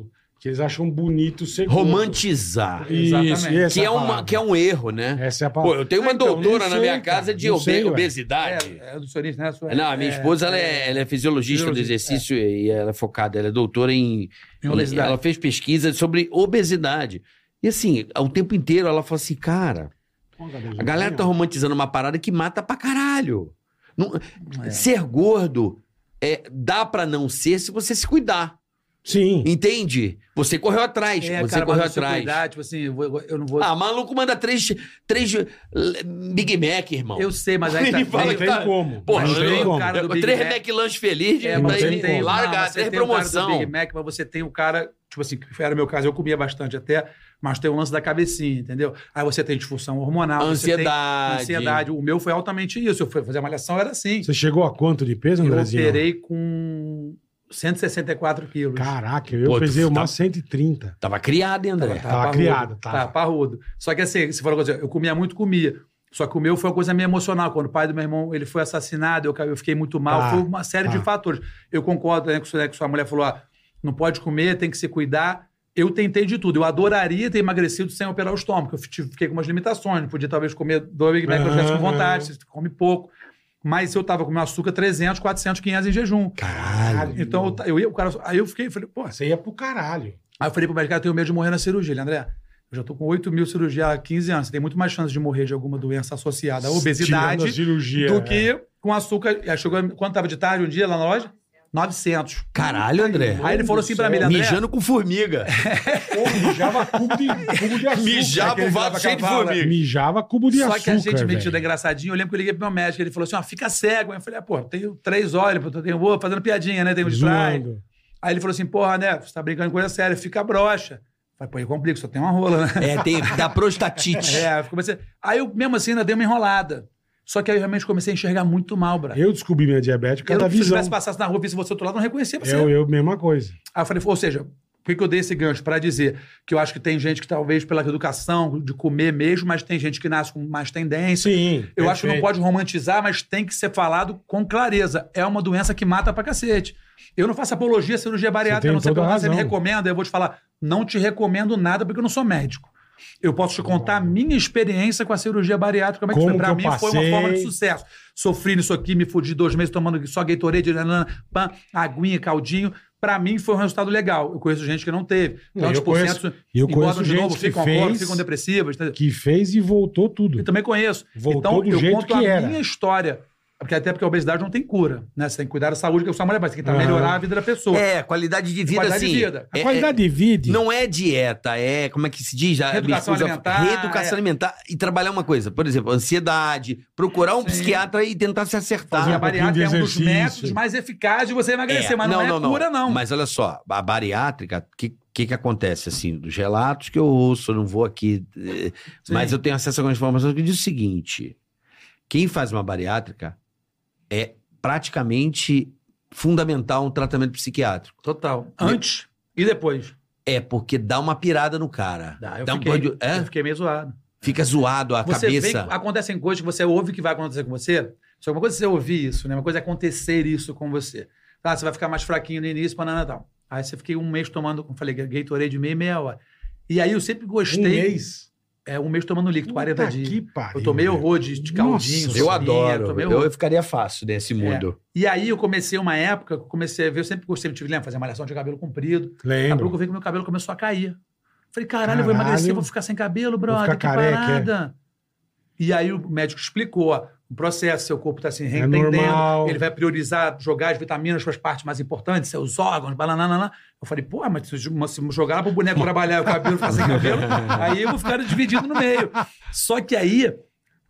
Speaker 2: que eles acham bonito ser gordo.
Speaker 3: Romantizar.
Speaker 2: Isso,
Speaker 4: Exatamente.
Speaker 2: essa
Speaker 3: Que
Speaker 2: a
Speaker 3: é, uma,
Speaker 2: palavra.
Speaker 3: que é um erro, né?
Speaker 2: Essa é a
Speaker 3: Pô,
Speaker 2: palavra.
Speaker 3: eu tenho uma
Speaker 2: Ah, então,
Speaker 3: doutora
Speaker 2: não
Speaker 3: na
Speaker 2: sei,
Speaker 3: minha
Speaker 2: cara,
Speaker 3: casa de
Speaker 2: não
Speaker 3: obe-
Speaker 2: sei, ué.
Speaker 3: obesidade.
Speaker 4: É, é do senhorista, né? sua-
Speaker 3: Não, a minha
Speaker 4: é,
Speaker 3: esposa ela é, ela é fisiologista do
Speaker 4: Fisiologista,
Speaker 3: exercício e ela é focada, ela é doutora em,
Speaker 4: Em obesidade.
Speaker 3: Ela fez pesquisa sobre obesidade. E assim, o tempo inteiro ela fala assim, cara, a
Speaker 4: é
Speaker 3: galera tá romantizando uma parada que mata pra caralho. Não-
Speaker 4: É.
Speaker 3: Ser gordo é, dá pra não ser se você se cuidar.
Speaker 2: Sim.
Speaker 3: Entende? Você correu atrás.
Speaker 4: É,
Speaker 3: você
Speaker 4: cara,
Speaker 3: correu
Speaker 4: mas você
Speaker 3: atrás.
Speaker 4: cuidar, tipo assim, eu, vou- eu não vou...
Speaker 3: Ah, maluco manda três, três eh, Big Mac, irmão.
Speaker 4: eu sei, mas aí tá...
Speaker 3: Ele fala
Speaker 2: Não
Speaker 4: aí-
Speaker 3: que
Speaker 2: tem
Speaker 3: tá-
Speaker 2: como.
Speaker 3: Porra,
Speaker 2: não tem
Speaker 3: eu-
Speaker 2: como.
Speaker 4: cara do
Speaker 3: Eu-
Speaker 4: Big
Speaker 3: três
Speaker 4: Mac.
Speaker 3: McLanche feliz,
Speaker 4: É,
Speaker 3: gente,
Speaker 2: mas
Speaker 3: daí
Speaker 2: tem
Speaker 3: ele
Speaker 2: como.
Speaker 3: larga,
Speaker 4: mas você
Speaker 3: três
Speaker 4: tem o cara do
Speaker 3: promoção.
Speaker 4: Big Mac, mas você tem o cara, tipo assim, que era o meu caso, eu comia bastante até, mas tem o lance da cabecinha, entendeu? Aí você tem disfunção hormonal,
Speaker 3: Ansiedade.
Speaker 4: você tem ansiedade. O meu foi altamente isso. Eu fui fazer a malhação, era assim.
Speaker 2: Você chegou a quanto de peso,
Speaker 4: Eu
Speaker 2: Andrezinho?
Speaker 4: operei com 164 quilos.
Speaker 2: Caraca, eu
Speaker 3: Pô, tu
Speaker 2: pesei
Speaker 3: tá-
Speaker 2: umas 130.
Speaker 3: Tava criado, hein, André?
Speaker 2: É. Tava criado, tava.
Speaker 4: Tava parrudo. Só que assim, você falou, assim, eu comia muito, comia. Só que o meu foi uma coisa meio emocional. Quando o pai do meu irmão ele foi assassinado, eu, ca- eu fiquei muito mal.
Speaker 2: Tá,
Speaker 4: foi uma série
Speaker 2: tá.
Speaker 4: de fatores. Eu concordo né, com isso, né, que sua mulher falou: ó, não pode comer, tem que se cuidar. Eu tentei de tudo. Eu adoraria ter emagrecido sem operar o estômago. porque Eu tive- fiquei com umas limitações. Não podia talvez comer dois Big Mac que eu tivesse com
Speaker 2: Aham.
Speaker 4: vontade. Você come pouco. Mas eu tava comendo açúcar 300, 400, 500 em jejum.
Speaker 2: Caralho.
Speaker 4: Então eu, ta- eu ia, o cara... Aí eu fiquei, falei, pô,
Speaker 2: Você ia pro caralho.
Speaker 4: Aí eu falei pro médico, cara, eu tenho medo de morrer na cirurgia. Ele, André, eu já tô com 8 mil cirurgias há 15 anos. Você tem muito mais chance de morrer de alguma doença associada à
Speaker 2: Tirando a
Speaker 4: obesidade
Speaker 2: cirurgia.
Speaker 4: do
Speaker 2: é.
Speaker 4: que com açúcar. Aí chegou, quando tava de tarde um dia lá na loja? 900.
Speaker 3: Caralho, André.
Speaker 4: Aí ele falou assim pra mim, ele, André...
Speaker 3: Mijando com formiga.
Speaker 2: Pô, mijava cubo de, cubo de açúcar.
Speaker 3: Mijava
Speaker 4: aquele
Speaker 3: o
Speaker 4: que
Speaker 3: vaso
Speaker 4: lava
Speaker 3: cheio de
Speaker 4: cavalo,
Speaker 3: formiga.
Speaker 2: Mijava cubo de
Speaker 4: Só
Speaker 2: açúcar.
Speaker 4: que a gente metida
Speaker 2: velho.
Speaker 4: engraçadinho. Eu lembro que eu liguei pro meu médico, ele falou assim, ó, fica cego. Aí eu falei, ah, pô, tenho três olhos, pô, tenho boa, fazendo piadinha, né? Tenho de trás.
Speaker 2: Zoando.
Speaker 4: Aí ele falou assim, porra, né, você tá brincando com coisa séria, fica broxa. Eu Falei, pô, eu complico, só tem uma rola, né?
Speaker 3: É, tem da prostatite.
Speaker 4: É, eu comecei. Aí eu mesmo assim ainda dei uma enrolada. Só que aí eu realmente comecei a enxergar muito mal, Bra.
Speaker 2: Eu descobri minha diabetes por causa da
Speaker 4: eu, se eu
Speaker 2: visão. É
Speaker 4: tivesse passasse na rua e visse você do outro lado, eu não reconhecia você.
Speaker 2: Eu, eu, mesma coisa.
Speaker 4: Aí eu falei, ou seja, por que que eu dei esse gancho? Pra dizer que eu acho que tem gente que talvez pela educação, de comer mesmo, mas tem gente que nasce com mais tendência.
Speaker 2: Sim.
Speaker 4: Eu acho que não pode romantizar, mas tem que ser falado com clareza. É uma doença que mata pra cacete. Eu não faço apologia à cirurgia bariátrica,
Speaker 2: tem
Speaker 4: não sei
Speaker 2: toda a
Speaker 4: perguntar se você me
Speaker 2: razão.
Speaker 4: recomenda, eu vou te falar, não te recomendo nada porque eu não sou médico. Eu posso te contar a minha experiência com a cirurgia bariátrica, como é que
Speaker 2: Como
Speaker 4: foi. Pra
Speaker 2: que eu
Speaker 4: mim foi
Speaker 2: passei.
Speaker 4: uma forma de sucesso. Sofri nisso aqui, me fudi dois meses tomando só Gatorade, nanana, pan, aguinha, caldinho. Pra mim foi um resultado legal. Eu conheço gente que não teve.
Speaker 2: Não, eu
Speaker 4: Tantos por
Speaker 2: conheço-
Speaker 4: cento
Speaker 2: eu
Speaker 4: engordam
Speaker 2: conheço
Speaker 4: de novo,
Speaker 2: gente que
Speaker 4: ficam agora,
Speaker 2: fez-
Speaker 4: ficam depressivas. entendeu?
Speaker 2: Que fez e voltou tudo.
Speaker 4: Eu também conheço.
Speaker 2: Voltou
Speaker 4: então,
Speaker 2: do
Speaker 4: eu
Speaker 2: jeito
Speaker 4: conto
Speaker 2: que
Speaker 4: a
Speaker 2: era.
Speaker 4: minha história. Porque até porque a obesidade não tem cura, né? Você tem que cuidar da saúde, que a sua mulher vai você tem que tá
Speaker 2: Aham.
Speaker 4: melhorar a vida da pessoa.
Speaker 3: É, qualidade de vida,
Speaker 4: Qualidade de
Speaker 3: assim.
Speaker 4: vida.
Speaker 2: a
Speaker 3: é-
Speaker 2: qualidade de vida. um
Speaker 3: é- não é dieta, é como é que se diz? A
Speaker 4: Reeducação
Speaker 3: minha esposa-
Speaker 4: alimentar,
Speaker 3: Reeducação
Speaker 4: é.
Speaker 3: alimentar e trabalhar uma coisa, por exemplo, ansiedade, procurar um
Speaker 4: Sim.
Speaker 3: psiquiatra e tentar se acertar.
Speaker 2: Fazer
Speaker 4: E
Speaker 2: um
Speaker 4: a bariátrica é
Speaker 2: pouquinho
Speaker 4: um
Speaker 2: de
Speaker 4: dos
Speaker 2: exercício.
Speaker 4: métodos mais eficazes de você emagrecer, mas não, é cura, não.
Speaker 3: Mas olha só, a bariátrica, o que, que, que acontece? Assim, dos relatos que eu ouço, eu não vou aqui. eh,
Speaker 4: Sim.
Speaker 3: Mas eu tenho acesso a algumas informações que diz o seguinte: quem faz uma bariátrica é praticamente fundamental um tratamento psiquiátrico.
Speaker 4: Total. Antes e depois.
Speaker 3: É, porque dá uma pirada no cara.
Speaker 4: Dá, eu,
Speaker 3: dá um
Speaker 4: fiquei,
Speaker 3: banho de- é?
Speaker 4: eu fiquei meio zoado.
Speaker 3: Fica zoado a
Speaker 4: Você vê que
Speaker 3: cabeça.
Speaker 4: acontecem coisas que você ouve que vai acontecer com você. Só que uma coisa é você ouvir isso, né? Uma coisa é acontecer isso com você. Ah, você vai ficar mais fraquinho no início, banana tal. Aí você fiquei um mês tomando, como eu falei, Gatorade de meia e meia hora. E aí eu sempre
Speaker 2: Um
Speaker 4: gostei.
Speaker 2: mês.
Speaker 4: É, um mês tomando líquido, 40
Speaker 2: Puta
Speaker 4: dias.
Speaker 2: que pariu,
Speaker 4: eu tomei
Speaker 2: meu.
Speaker 4: horror de, de caldinho.
Speaker 2: Nossa,
Speaker 3: Eu
Speaker 4: sopinha,
Speaker 3: adoro.
Speaker 4: tomei
Speaker 3: Eu,
Speaker 4: horror.
Speaker 3: eu ficaria fácil nesse
Speaker 4: É.
Speaker 3: mundo.
Speaker 4: E aí eu comecei uma época, eu comecei a ver, eu sempre gostei, eu tive, lembra, fazer malhação de cabelo comprido. Daqui a
Speaker 2: Lembro.
Speaker 4: pouco eu vi que meu cabelo começou a cair. Falei, caralho, eu vou
Speaker 2: Caralho.
Speaker 4: emagrecer, vou ficar sem cabelo, brother.
Speaker 2: ficar
Speaker 4: que
Speaker 2: careca, é.
Speaker 4: parada. E aí o médico explicou, ó, o processo, seu corpo está se reentendendo,
Speaker 2: É normal.
Speaker 4: ele vai priorizar, jogar as vitaminas para as partes mais importantes, seus órgãos, balanana. Eu falei, pô, mas se eu se eu jogar pro boneco trabalhar e o cabelo ficar sem cabelo, aí eu vou ficar dividido no meio. Só que aí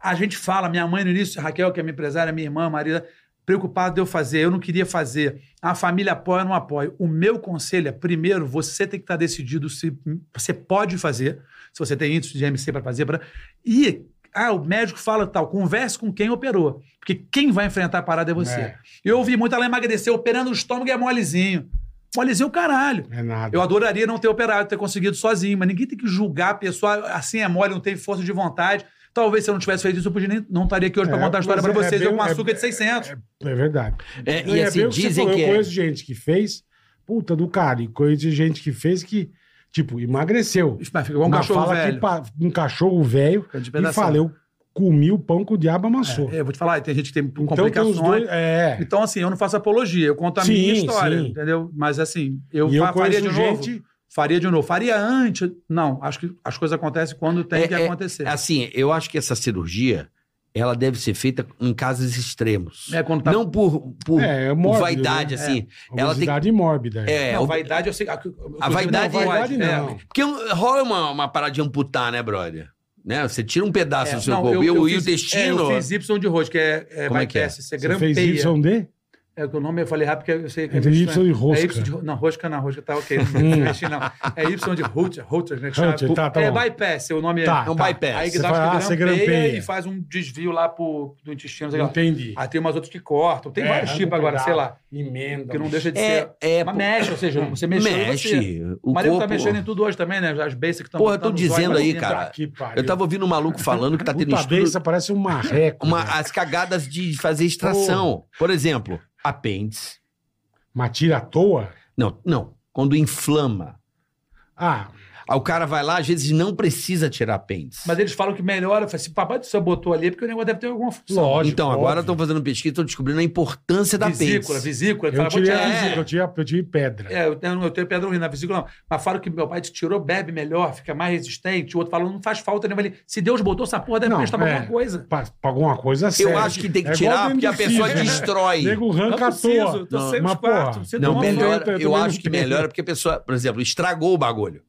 Speaker 4: a gente fala, minha mãe no início, Raquel, que é minha empresária, minha irmã, Maria, preocupada de eu fazer, eu não queria fazer. A família apoia ou não apoia. O meu conselho é, primeiro, você tem que estar decidido se você pode fazer, se você tem índice de MC para fazer. pra- E ah, o médico fala tal, converse com quem operou. Porque quem vai enfrentar a parada é você.
Speaker 2: É.
Speaker 4: Eu ouvi muito ela emagrecer operando o estômago e é molezinho. Molezinho é o caralho.
Speaker 2: É nada.
Speaker 4: Eu adoraria não ter operado, ter conseguido sozinho, mas ninguém tem que julgar a pessoa assim é mole, não teve força de vontade. Talvez se eu não tivesse feito isso, eu podia nem, não estaria aqui hoje
Speaker 2: É,
Speaker 4: para contar a história
Speaker 2: mas
Speaker 4: para
Speaker 2: é- é
Speaker 4: vocês.
Speaker 2: bem-
Speaker 4: eu com
Speaker 2: é-
Speaker 4: açúcar de 600.
Speaker 2: É verdade.
Speaker 3: É,
Speaker 2: E
Speaker 3: e assim,
Speaker 2: bem o que você
Speaker 3: dizem
Speaker 2: falou,
Speaker 3: que.
Speaker 2: Eu
Speaker 3: é-
Speaker 2: conheço gente que fez, puta do cara, e conheço gente que fez que, tipo, emagreceu.
Speaker 4: Isso, mas fica igual um
Speaker 2: Mas
Speaker 4: cachorro
Speaker 2: fala
Speaker 4: velho.
Speaker 2: Que pa- um cachorro velho
Speaker 4: Fica de
Speaker 2: e
Speaker 4: pedação.
Speaker 2: fala, eu comi o pão que o diabo amassou.
Speaker 4: É, eu vou te falar, tem gente que tem
Speaker 2: então tem
Speaker 4: complicações.
Speaker 2: os dois... É.
Speaker 4: Então, assim, eu não faço apologia, eu conto a
Speaker 2: Sim,
Speaker 4: minha história,
Speaker 2: sim.
Speaker 4: entendeu? Mas assim, eu,
Speaker 2: e eu
Speaker 4: fa- faria
Speaker 2: conheço
Speaker 4: de
Speaker 2: gente...
Speaker 4: novo. Faria de novo. Faria antes. Não, acho que as coisas acontecem quando tem
Speaker 3: É,
Speaker 4: que
Speaker 3: é-
Speaker 4: acontecer. É,
Speaker 3: Assim, eu acho que essa cirurgia ela deve ser feita em casos extremos.
Speaker 4: quando tá.
Speaker 3: Não por, por
Speaker 2: É, é mórbido,
Speaker 3: vaidade,
Speaker 2: né?
Speaker 3: assim.
Speaker 2: É.
Speaker 3: Ela
Speaker 2: Obesidade mórbida.
Speaker 3: É,
Speaker 4: não,
Speaker 3: o-
Speaker 4: vaidade eu sei. A,
Speaker 3: A vaidade-
Speaker 2: Vaidade não.
Speaker 3: Porque um- rola uma, uma parada de amputar, né, brother? Né? Você tira um pedaço
Speaker 4: É,
Speaker 3: do seu
Speaker 4: não,
Speaker 3: corpo.
Speaker 4: eu-
Speaker 3: E
Speaker 4: eu
Speaker 3: o- e o
Speaker 4: fiz-
Speaker 3: intestino.
Speaker 4: É, eu fiz Y de rosto, que é, é
Speaker 3: Como é que é?
Speaker 4: bypass, Você
Speaker 2: Você fez
Speaker 4: grampeia.
Speaker 2: YD?
Speaker 4: É que o nome eu falei rápido porque eu sei que
Speaker 2: É de
Speaker 4: meio
Speaker 2: Y de
Speaker 4: estranho.
Speaker 2: rosca.
Speaker 4: É Y de ro- Não, rosca não, rosca tá ok. Não, mexi, não. É Y de Routers, Routers, né? que chama?
Speaker 2: Routers, tá, tá
Speaker 4: é
Speaker 2: bom.
Speaker 4: bypass, o nome
Speaker 2: Tá,
Speaker 3: É um
Speaker 2: tá.
Speaker 3: bypass.
Speaker 4: é. Aí que
Speaker 2: Você
Speaker 4: dá, acho
Speaker 2: fala,
Speaker 4: que
Speaker 2: ah, você
Speaker 4: grampeia
Speaker 2: grampeia.
Speaker 4: e faz um desvio lá pro, do intestino. Sei lá.
Speaker 2: Entendi.
Speaker 3: ah,
Speaker 4: Aí tem umas outras que cortam. Tem
Speaker 2: É,
Speaker 4: vários
Speaker 2: arranca
Speaker 4: tipos
Speaker 2: um
Speaker 4: agora,
Speaker 2: pedaço,
Speaker 4: sei lá.
Speaker 2: Emenda.
Speaker 4: Que não deixa de ser.
Speaker 3: É, é,
Speaker 4: Mas
Speaker 3: pô,
Speaker 4: mexe, ou seja, você mexeu em
Speaker 3: mexe.
Speaker 4: você.
Speaker 3: O
Speaker 4: Mas ele
Speaker 3: corpo...
Speaker 4: tá mexendo em tudo hoje também, né? As basics que estão
Speaker 3: Porra, eu tô dizendo aí, cara.
Speaker 2: Que pariu.
Speaker 3: Eu tava ouvindo um maluco falando que tá tendo
Speaker 2: Puta
Speaker 3: estudo
Speaker 4: é
Speaker 2: besta, parece um marreco.
Speaker 3: uma,
Speaker 2: velho.
Speaker 3: as cagadas de fazer extração. Por exemplo, apêndice.
Speaker 2: Mas tira à toa?
Speaker 3: Não, não. Quando inflama.
Speaker 2: Ah,
Speaker 3: Aí o cara vai lá, às vezes não precisa tirar apêndice.
Speaker 2: é
Speaker 4: Mas eles falam que melhora. Eu falei, Se papai do céu botou ali, é porque o negócio deve ter alguma função.
Speaker 2: lógico.
Speaker 3: então,
Speaker 2: óbvio.
Speaker 3: agora estão fazendo pesquisa, estão descobrindo a importância da
Speaker 4: Vesícula,
Speaker 3: apêndice.
Speaker 4: vesícula.
Speaker 2: Eu
Speaker 4: fala, vou
Speaker 2: tirei,
Speaker 4: tirar
Speaker 2: a
Speaker 4: a
Speaker 3: É.
Speaker 2: visícula, eu tirei, eu tirei pedra.
Speaker 4: É, eu tenho, eu tenho pedra ruim na vesícula, não. Mas falam que meu pai te tirou, bebe melhor, fica mais resistente. O outro falou, não faz falta nenhuma. Ele, Se Deus botou essa porra, deve
Speaker 2: Não,
Speaker 4: prestar pra
Speaker 2: é.
Speaker 4: alguma coisa.
Speaker 2: Pa- Pra alguma coisa
Speaker 3: Eu
Speaker 2: séria.
Speaker 3: acho que tem que
Speaker 2: É igual
Speaker 3: tirar,
Speaker 2: dentro
Speaker 3: porque
Speaker 2: do
Speaker 3: a pessoa
Speaker 2: fígado, né?
Speaker 3: destrói.
Speaker 2: Nego
Speaker 4: Não
Speaker 2: arranca à
Speaker 4: preciso,
Speaker 2: toa.
Speaker 4: tô
Speaker 3: Não,
Speaker 4: sem
Speaker 2: mas
Speaker 4: os quatro.
Speaker 2: porra,
Speaker 4: Você tá
Speaker 3: Não,
Speaker 2: Não,
Speaker 3: melhora.
Speaker 2: eu
Speaker 3: Eu,
Speaker 2: também não
Speaker 3: acho que
Speaker 2: creio.
Speaker 3: melhora porque a pessoa, por exemplo, estragou o bagulho.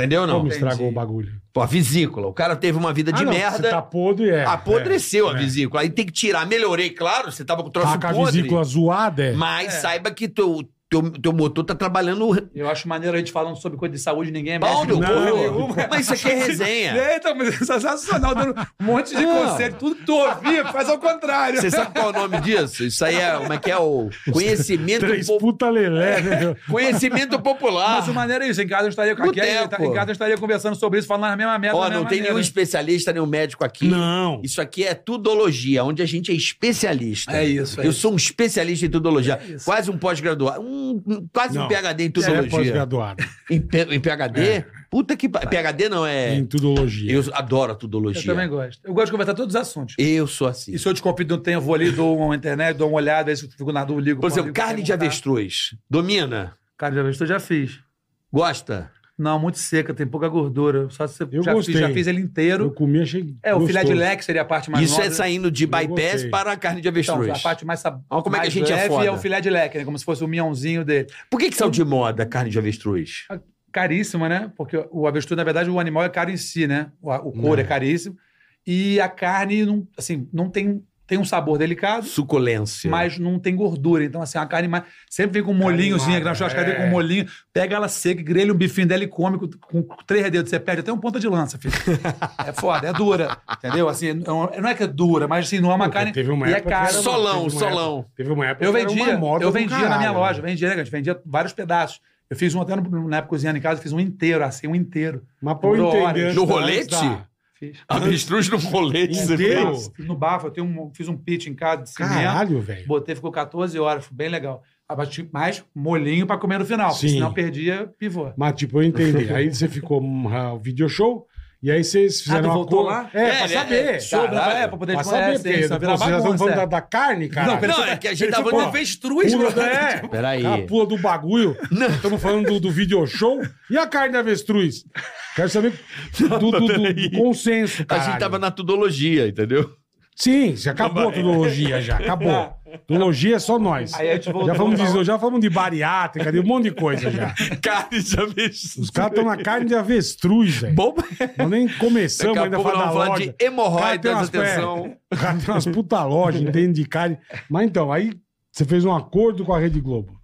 Speaker 3: Entendeu ou não?
Speaker 2: Como
Speaker 4: Entendi.
Speaker 2: estragou o bagulho?
Speaker 3: Pô, a vesícula. O cara teve uma vida de
Speaker 2: Ah, não, Você
Speaker 3: merda,
Speaker 2: tá podre, é.
Speaker 3: apodreceu
Speaker 2: é,
Speaker 3: a
Speaker 2: é.
Speaker 3: vesícula. Aí tem que tirar. Melhorei, claro, você tava com o
Speaker 2: É. Tá
Speaker 3: troço
Speaker 2: com a
Speaker 3: podre.
Speaker 2: vesícula zoada, é.
Speaker 3: Mas
Speaker 4: É.
Speaker 3: saiba que teu, teu, teu motor tá trabalhando
Speaker 4: Eu acho maneiro a gente falando sobre coisa de saúde, ninguém é
Speaker 3: pau
Speaker 4: médico.
Speaker 3: do
Speaker 2: não,
Speaker 3: corpo. Mas isso aqui é resenha.
Speaker 4: É, então, mas é sensacional, dando um monte de
Speaker 3: Não.
Speaker 4: conselho, tudo que tu ouvia, faz ao contrário.
Speaker 3: Você sabe qual é o nome disso? Isso aí é como é que é o conhecimento,
Speaker 2: Três
Speaker 3: po-
Speaker 2: puta
Speaker 3: É.
Speaker 2: lelé, né? meu?
Speaker 3: conhecimento popular.
Speaker 4: Mas o maneiro é isso, em casa eu estaria com aqui, aí,
Speaker 3: Boteco.
Speaker 4: em casa eu estaria conversando sobre isso, falando na mesma meta.
Speaker 3: Ó,
Speaker 4: da
Speaker 3: não
Speaker 4: mesma
Speaker 3: tem
Speaker 4: é maneira.
Speaker 3: nenhum especialista, nenhum médico aqui.
Speaker 2: Não.
Speaker 3: Isso aqui é tudologia, onde a gente é especialista.
Speaker 4: É isso, é
Speaker 3: Eu
Speaker 4: isso.
Speaker 3: sou um especialista em tudologia.
Speaker 4: É isso.
Speaker 3: quase um pós-graduado. Um, um- quase
Speaker 2: Não.
Speaker 3: um PhD em
Speaker 2: Você é
Speaker 3: tudologia.
Speaker 2: pós-graduado
Speaker 3: em, P- em PhD?
Speaker 4: É.
Speaker 3: Puta que pariu. PhD não é.
Speaker 2: em tudologia.
Speaker 3: Eu adoro a
Speaker 4: Eu
Speaker 3: tudologia.
Speaker 4: também gosto. Eu gosto de conversar todos os assuntos.
Speaker 3: Eu sou assim.
Speaker 4: E se eu desconfio de um tempo, eu vou ali, dou uma internet, dou uma olhada, aí se eu fico na dúvida, ligo.
Speaker 3: Por
Speaker 4: pra um
Speaker 3: exemplo,
Speaker 4: amigo pra
Speaker 3: carne de
Speaker 4: perguntar.
Speaker 3: avestruz. Domina?
Speaker 4: Carne de avestruz eu já fiz.
Speaker 3: Gosta?
Speaker 4: Não, muito seca, tem pouca gordura. Só se
Speaker 2: Eu
Speaker 4: já
Speaker 2: gostei.
Speaker 4: fiz, já fiz ele
Speaker 2: Eu
Speaker 4: inteiro.
Speaker 2: comi, achei
Speaker 4: É, o filé de
Speaker 2: gostoso.
Speaker 4: leque seria a parte mais
Speaker 3: Isso
Speaker 4: nobre.
Speaker 3: é saindo de bypass
Speaker 2: gostei.
Speaker 3: para a carne de
Speaker 4: Então,
Speaker 3: avestruz.
Speaker 4: a parte mais sab...
Speaker 3: Olha como é que
Speaker 4: mais
Speaker 3: a gente é
Speaker 4: leve
Speaker 3: foda.
Speaker 4: o filé de leque, né? Como se fosse o minhãozinho dele.
Speaker 3: Por que, que saiu de moda a carne de avestruz?
Speaker 4: Caríssima, né? Porque o avestruz, na verdade, o animal é caro em si, né? O, o couro
Speaker 2: Não.
Speaker 4: é caríssimo. E a carne, não, assim, não tem, tem um sabor delicado.
Speaker 3: Suculência.
Speaker 4: mas não tem gordura. Então, assim, a carne mais. Sempre vem com um molhinhozinho aqui na churrascaria,
Speaker 2: é.
Speaker 4: com um molhinho. Pega ela seca, grelha um bifinho dela e come com, com três dedos. Você perde até um ponta de lança, filho. é foda, é dura. Entendeu? Assim, não não é que é dura, mas assim, não é uma
Speaker 2: Puta,
Speaker 4: carne.
Speaker 2: Teve uma
Speaker 4: e é
Speaker 2: época. que
Speaker 4: cara.
Speaker 2: era uma-
Speaker 3: Solão,
Speaker 2: teve uma
Speaker 3: solão.
Speaker 2: época- Teve uma época.
Speaker 4: Eu
Speaker 2: que era
Speaker 4: vendia,
Speaker 2: uma moda
Speaker 4: eu
Speaker 2: do
Speaker 4: vendia na
Speaker 2: caralho,
Speaker 4: minha
Speaker 2: né?
Speaker 4: loja, vendia, né, gente? Vendia vários pedaços. Eu fiz um até no- na época cozinhando em casa, eu fiz um inteiro, assim, um inteiro.
Speaker 2: Mas pra eu
Speaker 4: Durou
Speaker 2: entender.
Speaker 4: horas.
Speaker 2: antes
Speaker 3: No
Speaker 2: da-
Speaker 3: rolete?
Speaker 2: antes da-
Speaker 4: Fiz.
Speaker 3: Avestruz no colete,
Speaker 2: É
Speaker 3: você
Speaker 2: teu?
Speaker 3: fez?
Speaker 4: Fiz no bafo, eu tenho um- fiz um pitch em casa de cimento.
Speaker 2: Caralho, velho.
Speaker 4: Botei, ficou 14 horas, foi bem legal. Abati mais molinho pra comer no final, porque
Speaker 2: Sim.
Speaker 4: senão perdia pivô.
Speaker 2: Mas, tipo, eu entendi. Aí você ficou um ah, video show, e aí vocês
Speaker 4: Ah, tu
Speaker 2: fizeram uma
Speaker 4: voltou
Speaker 2: coisa-
Speaker 4: lá?
Speaker 2: É,
Speaker 3: É,
Speaker 2: pra
Speaker 3: é,
Speaker 2: saber.
Speaker 3: é, show,
Speaker 4: Sobre-
Speaker 3: Caralho.
Speaker 4: é, pra poder
Speaker 2: Pra
Speaker 4: descobrir
Speaker 2: saber,
Speaker 4: essa
Speaker 2: porque
Speaker 4: essência, virar
Speaker 2: pô, vocês já estão
Speaker 4: bagunça,
Speaker 2: falando da,
Speaker 4: é.
Speaker 2: da carne, cara.
Speaker 4: Não, pera-
Speaker 3: Não, é que a gente
Speaker 2: Ele
Speaker 3: tava
Speaker 2: ficou-
Speaker 3: falando de avestruz,
Speaker 2: Pula,
Speaker 3: mano.
Speaker 2: é.
Speaker 3: Peraí.
Speaker 2: A pula do bagulho. Estamos falando do, do video show e a carne da avestruz. Quero saber do, do- do- do consenso,
Speaker 3: A
Speaker 2: cara.
Speaker 3: gente tava na tudologia, entendeu?
Speaker 2: Sim, já acabou a tudologia já, acabou. Tudologia é só nós.
Speaker 4: Aí a gente voltou
Speaker 2: já, falamos
Speaker 4: pra-
Speaker 2: de, já falamos de bariátrica, de um monte de coisa já.
Speaker 3: Carne de avestruz.
Speaker 2: Os caras estão na carne de avestruz, velho.
Speaker 3: Bom,
Speaker 2: Nós nem começamos
Speaker 3: daqui a
Speaker 2: ainda a
Speaker 3: pouco
Speaker 2: falar da
Speaker 3: nós vamos falar
Speaker 2: loja.
Speaker 3: de hemorroidas,
Speaker 2: Cara, tem umas-
Speaker 3: atenção.
Speaker 2: O cara tem umas puta lojas, entende de carne. Mas então, aí você fez um acordo com a Rede Globo.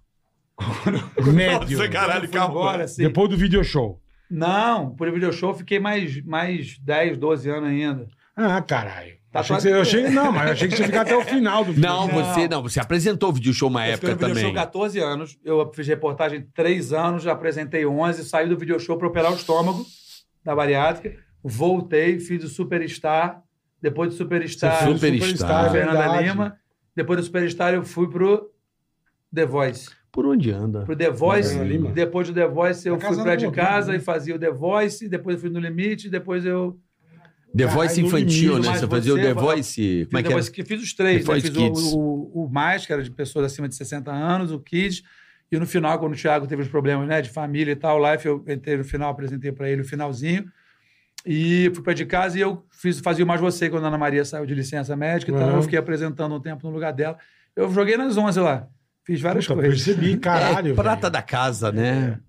Speaker 2: Médio.
Speaker 3: Nossa, caralho,
Speaker 4: Fui
Speaker 3: calma.
Speaker 4: embora, assim.
Speaker 2: Depois do video show.
Speaker 4: Não, por video show eu fiquei mais, mais 10, 12 anos ainda.
Speaker 2: Ah, caralho.
Speaker 4: Tá
Speaker 2: achei que
Speaker 4: quase-
Speaker 2: você, eu achei, não, mas eu achei que você ia ficar até o final do vídeo.
Speaker 3: Não,
Speaker 4: Não.
Speaker 3: você não, você apresentou o video show uma
Speaker 4: eu fiquei
Speaker 3: época
Speaker 4: no video
Speaker 3: também.
Speaker 4: show 14 anos, eu fiz reportagem 3 anos, já apresentei 11, saí do video show pra operar o estômago da bariátrica, voltei, fiz o Superstar, depois do Superstar...
Speaker 3: Você fez o
Speaker 4: a
Speaker 3: Ah,
Speaker 4: Fernanda
Speaker 2: verdade.
Speaker 4: Lima. Depois do Superstar, eu fui pro The Voice.
Speaker 3: Por onde anda?
Speaker 4: Pro The Voice,
Speaker 2: Fernanda Lima?
Speaker 4: depois do The Voice, eu
Speaker 2: Tá
Speaker 4: fui
Speaker 2: casado
Speaker 4: pra de
Speaker 2: com o
Speaker 4: casa
Speaker 2: Lima,
Speaker 4: e fazia o The Voice, depois eu fui no Limite, depois eu.
Speaker 3: The
Speaker 2: Caralho,
Speaker 3: Voice
Speaker 2: no
Speaker 3: infantil,
Speaker 2: limite,
Speaker 3: né?
Speaker 4: mas
Speaker 3: Você fazia o
Speaker 4: você um
Speaker 3: The
Speaker 4: vai-
Speaker 3: Voice. Como é
Speaker 4: Fiz, The
Speaker 3: que era?
Speaker 4: Voice Kids, fiz os três,
Speaker 3: The
Speaker 4: né?
Speaker 3: Voice
Speaker 4: Fiz o,
Speaker 3: Kids.
Speaker 4: o, o mais, que era de pessoas acima de 60 anos, o Kids. E no final, quando o Thiago teve os problemas né, de família e tal, life, eu entrei no final, apresentei pra ele o finalzinho. E fui pra de casa e eu fiz, fazia o mais você quando a Ana Maria saiu de licença médica, então
Speaker 2: Uhum.
Speaker 4: eu fiquei apresentando um tempo no lugar dela. Eu joguei nas 11 lá. Fiz várias
Speaker 2: Puta,
Speaker 4: coisas.
Speaker 2: percebi, caralho.
Speaker 3: É, prata
Speaker 2: velho.
Speaker 3: da casa, né?